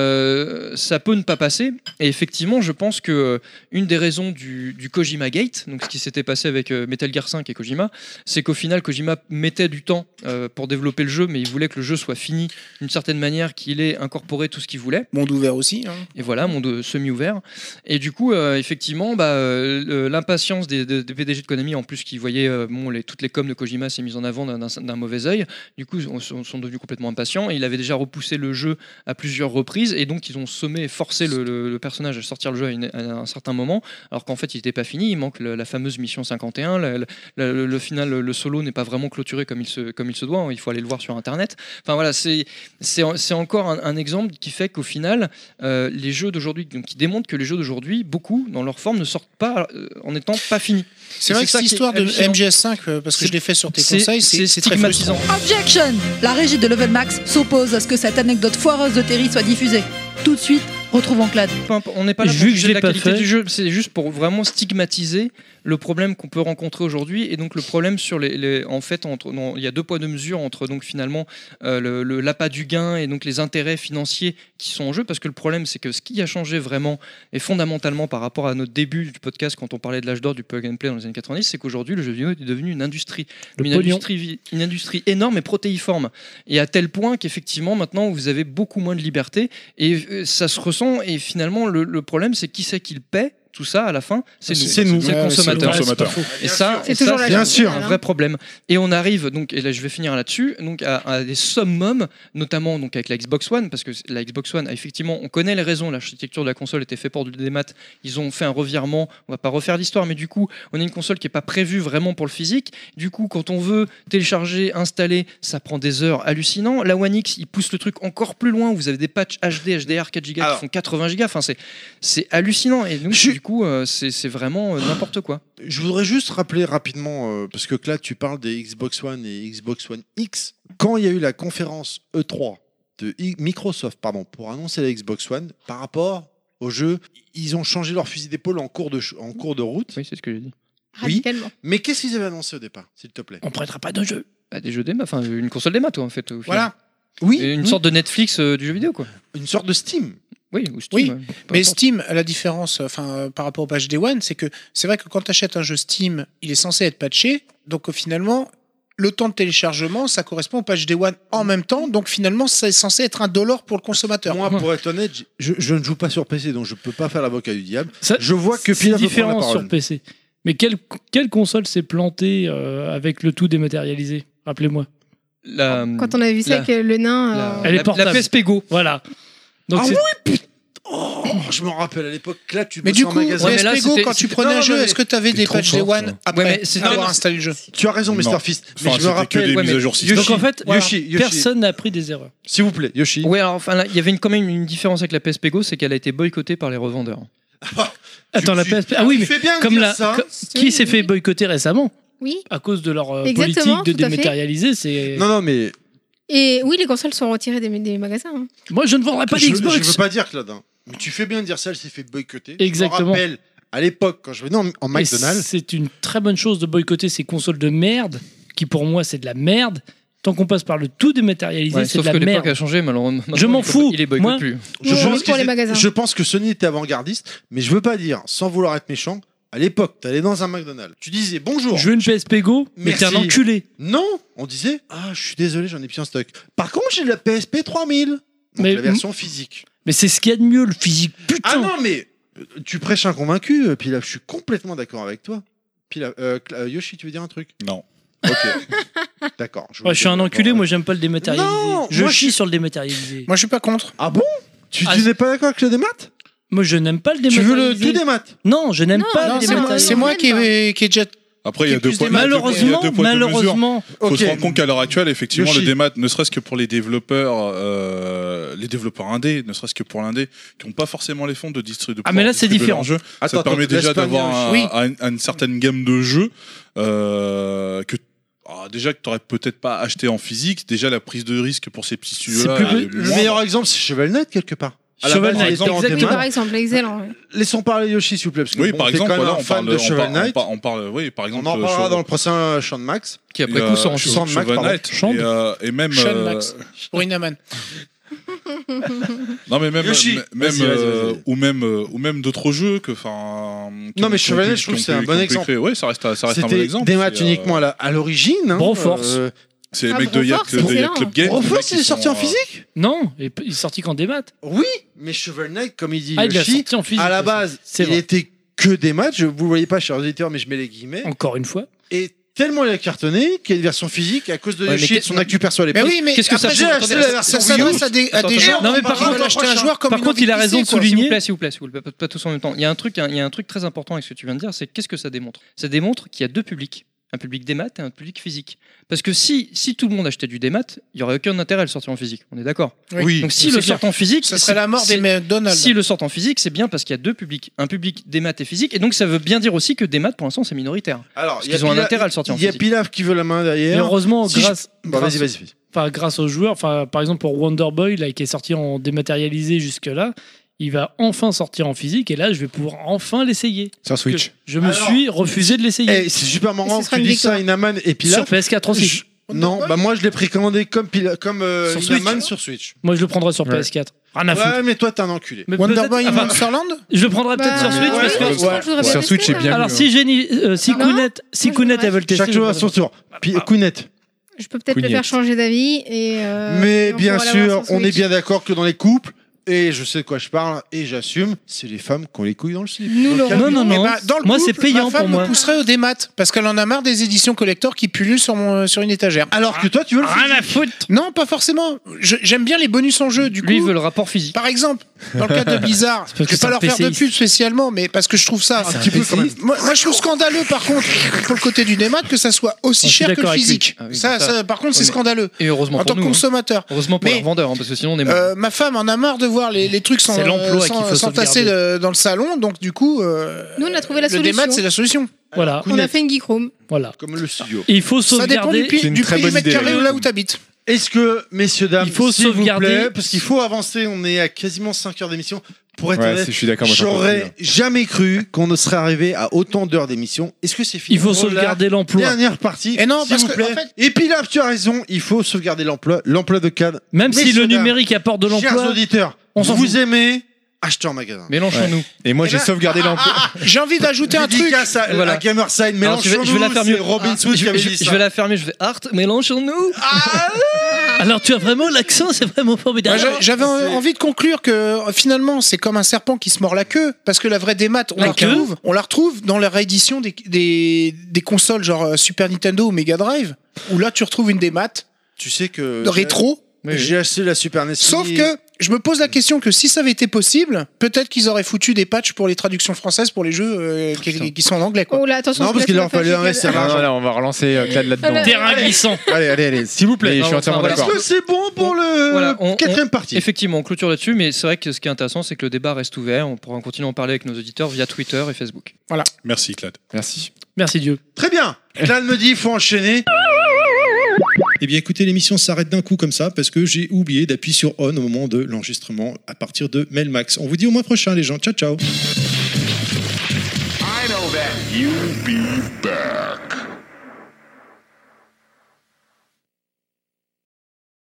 euh, ça peut ne pas passer. Et effectivement, je pense que euh, une des raisons du, du Kojima Gate, donc ce qui s'était passé avec euh, Metal Gear 5 et Kojima, c'est qu'au final, Kojima mettait du temps euh, pour développer le jeu, mais il voulait que le jeu soit fini d'une certaine manière, qu'il ait incorporé tout ce qu'il voulait. Monde ouvert aussi. hein. Et voilà, monde euh, semi-ouvert. Et du coup, euh, effectivement, bah, euh, le- l'impatience des, des- des PDG de Konami, en plus qui voyaient euh, bon, les- toutes les coms de Kojima s'est mise en avant d'un- d'un d'un mauvais œil, du coup, ils sont, sont devenus complètement impatients. Et il avait déjà repoussé le jeu à plusieurs reprises, et donc ils ont sommé et forcé le, le- le personnage à sortir le jeu à, une- à un certain moment, alors qu'en fait, il n'était pas fini. Il manque le- la fameuse mission 51. la- la- la- le, le final, le solo n'est pas vraiment clôturé comme il se, comme il se doit. hein, Il faut aller le voir sur Internet. Enfin voilà, c'est c'est en- c'est encore un, un exemple qui fait qu'au final, euh, les jeux d'aujourd'hui, donc, qui démontrent que les jeux d'aujourd'hui, beaucoup dans leur forme, ne sortent pas euh, en étant pas finis. C'est vrai que cette histoire de MGS5, euh, parce que je l'ai fait sur tes c'est- conseils, c'est c'est c'est très stigmatisant. frustrant. Objection La régie de Level Max s'oppose à ce que cette anecdote foireuse de Terry soit diffusée. Tout de suite, retrouvons Clad. On n'est pas là Vu pour que je juger l'ai la pas qualité fait. du jeu, c'est juste pour vraiment stigmatiser le problème qu'on peut rencontrer aujourd'hui et donc le problème sur les, les- en fait entre non, il y a deux poids deux mesures entre donc finalement euh, le- le- l'appât du gain et donc les intérêts financiers qui sont en jeu parce que le problème c'est que ce qui a changé vraiment et fondamentalement par rapport à notre début du podcast quand on parlait de l'âge d'or du plug and play dans les années 90 c'est qu'aujourd'hui le jeu vidéo est devenu une industrie Le une pognon. industrie, vi- une industrie énorme et protéiforme et à tel point qu'effectivement maintenant vous avez beaucoup moins de liberté et euh, ça se ressent et finalement le, le problème c'est qui c'est qui le paie tout ça à la fin c'est nous Ah, C'est nous. c'est le Ouais, consommateur c'est le consommateur. et ça C'est et ça, toujours la c'est Bien un- sûr. un vrai problème et on arrive donc et là je vais finir là-dessus donc à, à des summums notamment donc avec la Xbox One parce que la Xbox One a effectivement on connaît les raisons l'architecture de la console était faite pour du démat ils ont fait un revirement on va pas refaire l'histoire mais du coup on a une console qui est pas prévue vraiment pour le physique du coup quand on veut télécharger installer ça prend des heures hallucinantes la One X ils poussent le truc encore plus loin vous avez des patchs HD HDR 4 Go qui font 80 Go enfin c'est c'est hallucinant et donc du coup euh, c'est c'est vraiment euh, n'importe quoi Je voudrais juste rappeler rapidement, euh, parce que là tu parles des Xbox One et Xbox One X, quand il y a eu la conférence E3 de I- Microsoft pardon, pour annoncer la Xbox One, par rapport au jeu, ils ont changé leur fusil d'épaule en, cours de ch- en cours de route. Oui, c'est ce que j'ai dit. Radicalement. Mais qu'est-ce qu'ils avaient annoncé au départ, s'il te plaît On prêtera pas de jeu. Bah, des jeux démat, enfin une console démat, toi, en fait. Au final. Voilà. Oui. Et Une oui. sorte de Netflix euh, du jeu vidéo, quoi. Une sorte de Steam. Oui, ou Steam. Oui, ouais. Peu mais importe. Steam, la différence enfin, euh, par rapport au patch Day One, c'est que c'est vrai que quand tu achètes un jeu Steam, il est censé être patché, donc euh, finalement, le temps de téléchargement, ça correspond au patch Day One en même temps, donc finalement, c'est censé être un dollar pour le consommateur. Moi, pour être honnête, j- je, je ne joue pas sur PC, donc je peux pas faire l'avocat du diable. Ça- je vois que C'est Pilaf veut prendre la différent sur parole. PC. Mais quelle, quelle console s'est plantée euh, avec le tout dématérialisé Rappelez-moi. La- Quand on avait vu ça Mm. la- avec euh, le nain. euh, Elle est la- portable. La PSP Go. Voilà. Donc Ah c'est- Oh, je m'en rappelle à l'époque, là tu Mais bosses du en coup, magasin. Ouais, mais là, PSP Go, c'était- quand tu c'était- prenais non, un jeu, mais- est-ce que tu avais T'es des trop patchs Day fort, toi. One après mais c'est- non, avoir mais- installé le jeu Tu as raison, Non. Mr. Fist. Mais Enfin, je me c'était que rappelle. des ouais, mises mais à jour système. Donc en fait, voilà, Yoshi, Yoshi. personne n'a pris des erreurs. S'il vous plaît, Yoshi. Ouais, alors enfin, là, il y avait une, quand même une différence avec la PSP Go, c'est qu'elle a été boycottée par les revendeurs. Attends, la tu- PSP. Ah oui, tu mais fais bien de comme dire la, ça. co- qui s'est fait boycotter récemment Oui. à cause de leur euh, Exactement, politique de tout à fait. dématérialiser. C'est Non, non, mais. Et oui, les consoles sont retirées des, des magasins. hein. Moi, je ne vendrai pas je, d'Xbox. Je veux pas dire, Claude, hein, mais tu fais bien de dire ça, elle s'est fait boycotter. Je me Exactement. rappelle, à l'époque, quand je venais en, en Et McDonald's. C'est une très bonne chose de boycotter ces consoles de merde, qui pour moi c'est de la merde. Tant qu'on passe par le tout dématérialisé, Ouais, c'est de sauf la que l'époque merde. a changé, malheureusement. Je Il m'en est- fous, Il est moi. boycott plus. Je Ouais, pense, pour qu'ils les étaient- magasins. je pense que Sony était avant-gardiste, mais je veux pas dire, sans vouloir être méchant, à l'époque, t'allais dans un McDonald's, tu disais bonjour. Je veux une PSP Go, mais t'es un Merci. enculé. Non, on disait ah je suis désolé, j'en ai plus en stock. Par contre, j'ai de la PSP 3000, donc Mais- la version physique. Mais c'est ce qu'il y a de mieux, le physique. Putain. Ah non mais euh, tu prêches un convaincu, euh, Pilaf, je suis complètement d'accord avec toi. Pilaf, euh, Cla- euh, Yoshi, tu veux dire un truc Non. Ok. d'accord. Ouais, je suis un enculé, moi j'aime pas le dématérialisé. Non, je moi, chie je- sur le dématérialisé. Moi, je suis pas contre. Ah bon Tu, tu n'es pas d'accord avec le démat Moi je n'aime pas le Tu veux le dématérialisé. tout démat Non, je n'aime Non, pas non, le C'est moi, dématérialisé. c'est moi qui ai qui ai déjà. Après, il y a Qui est deux plus points. démat- il y a deux points- il y a Malheureusement, deux points de mesure. malheureusement, Faut Ok. se rendre compte qu'à l'heure actuelle, effectivement, Le le, chiffre. démat, ne serait-ce que pour les développeurs, euh, les développeurs indés, ne serait-ce que pour l'indé, qui n'ont pas forcément les fonds de distribuer. Ah, mais là, c'est différent. Jeu, Attends, ça te permet attends, déjà laisse pas d'avoir un- venir. un- une, certaine gamme de jeux euh, que ah, déjà que tu n'aurais peut-être pas acheté en physique. Déjà la prise de risque pour ces petits studios. plus là peu- Le meilleur exemple, c'est Chevelnet quelque part. À la Shovel base, il Knight, était en Oui, exactement. démat. par exemple, hein. excellent. ouais. Laissons parler Yoshi, s'il vous plaît, parce que Oui, bon, par t'es exemple, quand même voilà, un on fan parle de on Shovel parle- Knight. on parle- on parle- oui, par On exemple. en parlera Shovel- dans le prochain euh, Champ de Max. Qui après et, coup euh, s'en rend Shovel- compte. Sandmax, Shovel pardon. Knight, Shand. et, euh, et même Sean euh, Max. Pour une amène. Non mais même, Yoshi. m- même Vas-y, vas-y, vas-y. euh, ou même euh, ou même d'autres jeux que enfin. qui Non, ont- mais qui ont Chevalet, pu- je trouve que qui ont c'est un pu- bon qui ont pu exemple. créer. Ouais, ça reste un- ça reste un bon C'était exemple. des matchs C'est, euh, uniquement à la- à l'origine. hein, Broforce. euh, C'est les Ah, mecs de Yacht Broforce, c'est de Yacht excellent. Club Game. Broforce, les mecs qui il est sorti sont, en euh, physique Non, il est sorti qu'en démat. Oui, mais Shovel Knight, comme il dit Ah, il l'a Yoshi, sorti en physique. à la base, C'est il vrai. était que des matchs. Vous le voyez pas, chers auditeurs, mais je mets les guillemets. Encore une fois. Et tellement il a cartonné qu'il y a une version physique à cause de Ouais, mais Yoshi et de qu'est- son actu perso à Mais l'époque. oui, mais Qu'est-ce que ça après, fait attendez, acheter la version ça s'adresse Wii U à des, à Attends, des attends, gens non, mais qui par veulent contre, acheter un joueur comme par une contre, il a envie de raison de pisser, quoi. S'il vous souligner. plaît, s'il vous plaît, s'il vous plaît, pas, pas tous en même temps. Il y a un truc, il y a un truc très important avec ce que tu viens de dire, c'est qu'est-ce que ça démontre Ça démontre qu'il y a deux publics, un public des maths et un public physique. Parce que si, si tout le monde achetait du démat, il y aurait aucun intérêt à le sortir en physique. On est d'accord. Oui. Donc si le clair. sort en physique, Ce serait la mort c'est- des McDonald's. S'ils le sortent en physique, c'est bien parce qu'il y a deux publics, un public des maths et physique, et donc ça veut bien dire aussi que des maths pour l'instant c'est minoritaire. Alors, Parce il y a qu'ils ont un Pilaf- intérêt à le sortir en Il y a physique. Pilaf qui veut la main Et derrière. heureusement, si je- grâce, Bon, grâce- vas-y, vas-y. vas-y. enfin, grâce aux joueurs, enfin, par exemple pour Wonder Boy, là, qui est sorti en dématérialisé jusque-là, il va enfin sortir en physique et là, je vais pouvoir enfin l'essayer. Sur Switch. Je me Alors- suis refusé de l'essayer. Eh, c'est super marrant Et que ce sera tu une dis ça à victoire. Inaman et Sur Pilaf. PS4 aussi. Je- Non, bah moi je l'ai précommandé comme, Pila- comme euh, Sur Switch, Inaman hein. sur Switch. Moi, je le prendrai sur Ouais. PS4. Rien à foutre. Ouais, mais toi t'es un enculé. Mais Wonder peut-être- Boy in enfin, Monsterland je le prendrai Ah, peut-être sur Bah, Switch ouais, parce que. oui, je crois que je voudrais bien Sur Switch, tester, c'est bien là. Alors, mieux, si Jenny, euh, si Non, Kounette, si moi, je Kounette, voudrais. elle veut le tester. Chaque je joueur à voudrais. son tour. Puis Kounet. Je peux peut-être le Cognette. faire changer d'avis. et, euh, et Mais on bien pourra l'avoir sûr, sur on est Switch. bien d'accord que dans les couples, et je sais de quoi je parle, et j'assume, c'est les femmes qui ont les couilles dans le slip. Nous, Donc, non. calme- Non, non, Eh non. ben, dans le Moi, couple, c'est payant ma femme pour me moi. pousserait au démat parce qu'elle en a marre des éditions collector qui pullulent sur, mon, sur une étagère. Alors que toi, tu veux le Rien à foutre. Non, pas forcément. Je- J'aime bien les bonus en jeu. Du coup, Lui il veut le rapport physique. par exemple, dans le cas de Blizzard, parce je que vais c'est pas un leur faire de PCiste. pub spécialement, mais parce que je trouve ça. petit peu quand même. Moi, moi, je trouve scandaleux, par contre, pour le côté du démat, que ça soit aussi Ah, je suis cher que le d'accord avec lui. physique. Ah oui, ça, ça- ça, par contre, c'est Oui, mais- scandaleux. Et heureusement En pour tant que nous. hein. consommateur. Heureusement pour Mais- les vendeurs, parce que sinon on est mort. Euh, ma femme en a marre de voir les, les trucs sans, C'est l'emploi sans- qu'il faut sans tasser sauvegarder. de- dans le salon, donc du coup, euh, Nous, on a trouvé la le démat solution. c'est la solution. Voilà, On a fait une geek room. voilà. Comme le studio. Et il faut Ça dépend du, sauvegarder. pi- C'est une du très prix du bonne mètre idée, carré oui. là où t'habites. Est-ce que, messieurs, dames, Il faut s'il vous sauvegarder- plaît, parce qu'il faut avancer, on est à quasiment 5 heures d'émission. Pour être Ouais, honnête, si, je suis d'accord. moi, j'en peux plus, j'aurais là. jamais cru qu'on ne serait arrivé à autant d'heures d'émission. Est-ce que c'est fini Il faut pour la sauvegarder l'emploi. Dernière partie. Et non, s'il parce vous que, plaît. en fait- Et puis là, tu as raison, il faut sauvegarder l'emploi, l'emploi de cadre. Même si Messieurs, le dames, numérique apporte de Chers l'emploi. auditeurs, on s'en vous aimez, achetez en magasin. Mélanchons-nous. Et moi, Eh j'ai ben- sauvegardé l'emploi. J'ai envie d'ajouter un truc. Dédicace à, Voilà. à Gamerside, Alors, je, mélanchons vais, je vais la faire mieux. Robin Ah, Swift je, qui avait je- dit je ça. vais la fermer, je vais Art, mélangeons-nous. Alors, tu as vraiment l'accent, c'est vraiment Moi, formidable. Ah, j'a- J'avais c'est- envie de conclure que euh, finalement c'est comme un serpent qui se mord la queue parce que la vraie démat on La la, queue retrouve on la retrouve dans la réédition des, des, des consoles genre euh, Super Nintendo ou Mega Drive où là tu retrouves une démat Euh, Tu sais que de rétro j'ai- j'ai acheté la Super E NES. sauf que je me pose la question que si ça avait été possible peut-être qu'ils auraient foutu des patchs pour les traductions françaises pour les jeux euh, qui, qui sont en anglais quoi. Oh là, attention. Non, parce je qu'il laisse en fallait ma un fille- reste à Non, non, l'argent. là, on va relancer euh, Clad là-dedans. Voilà. Terrain glissant. Allez, allez, allez, s'il vous plaît. Mais je suis entièrement Voilà. Est-ce d'accord. que c'est bon pour le Voilà, on- quatrième partie Effectivement, on clôture là-dessus, mais c'est vrai que ce qui est intéressant, c'est que ah. le débat reste ouvert. On pourra continuer à en parler avec nos auditeurs via Twitter et Facebook. Merci, Clad. Merci. Merci Dieu. Très bien. Clan me dit, faut enchaîner. Eh bien, écoutez, l'émission s'arrête d'un coup comme ça parce que j'ai oublié d'appuyer sur on au moment de l'enregistrement à partir de Mailmax. On vous dit au mois prochain, les gens. Ciao, ciao. I know that you'll be back.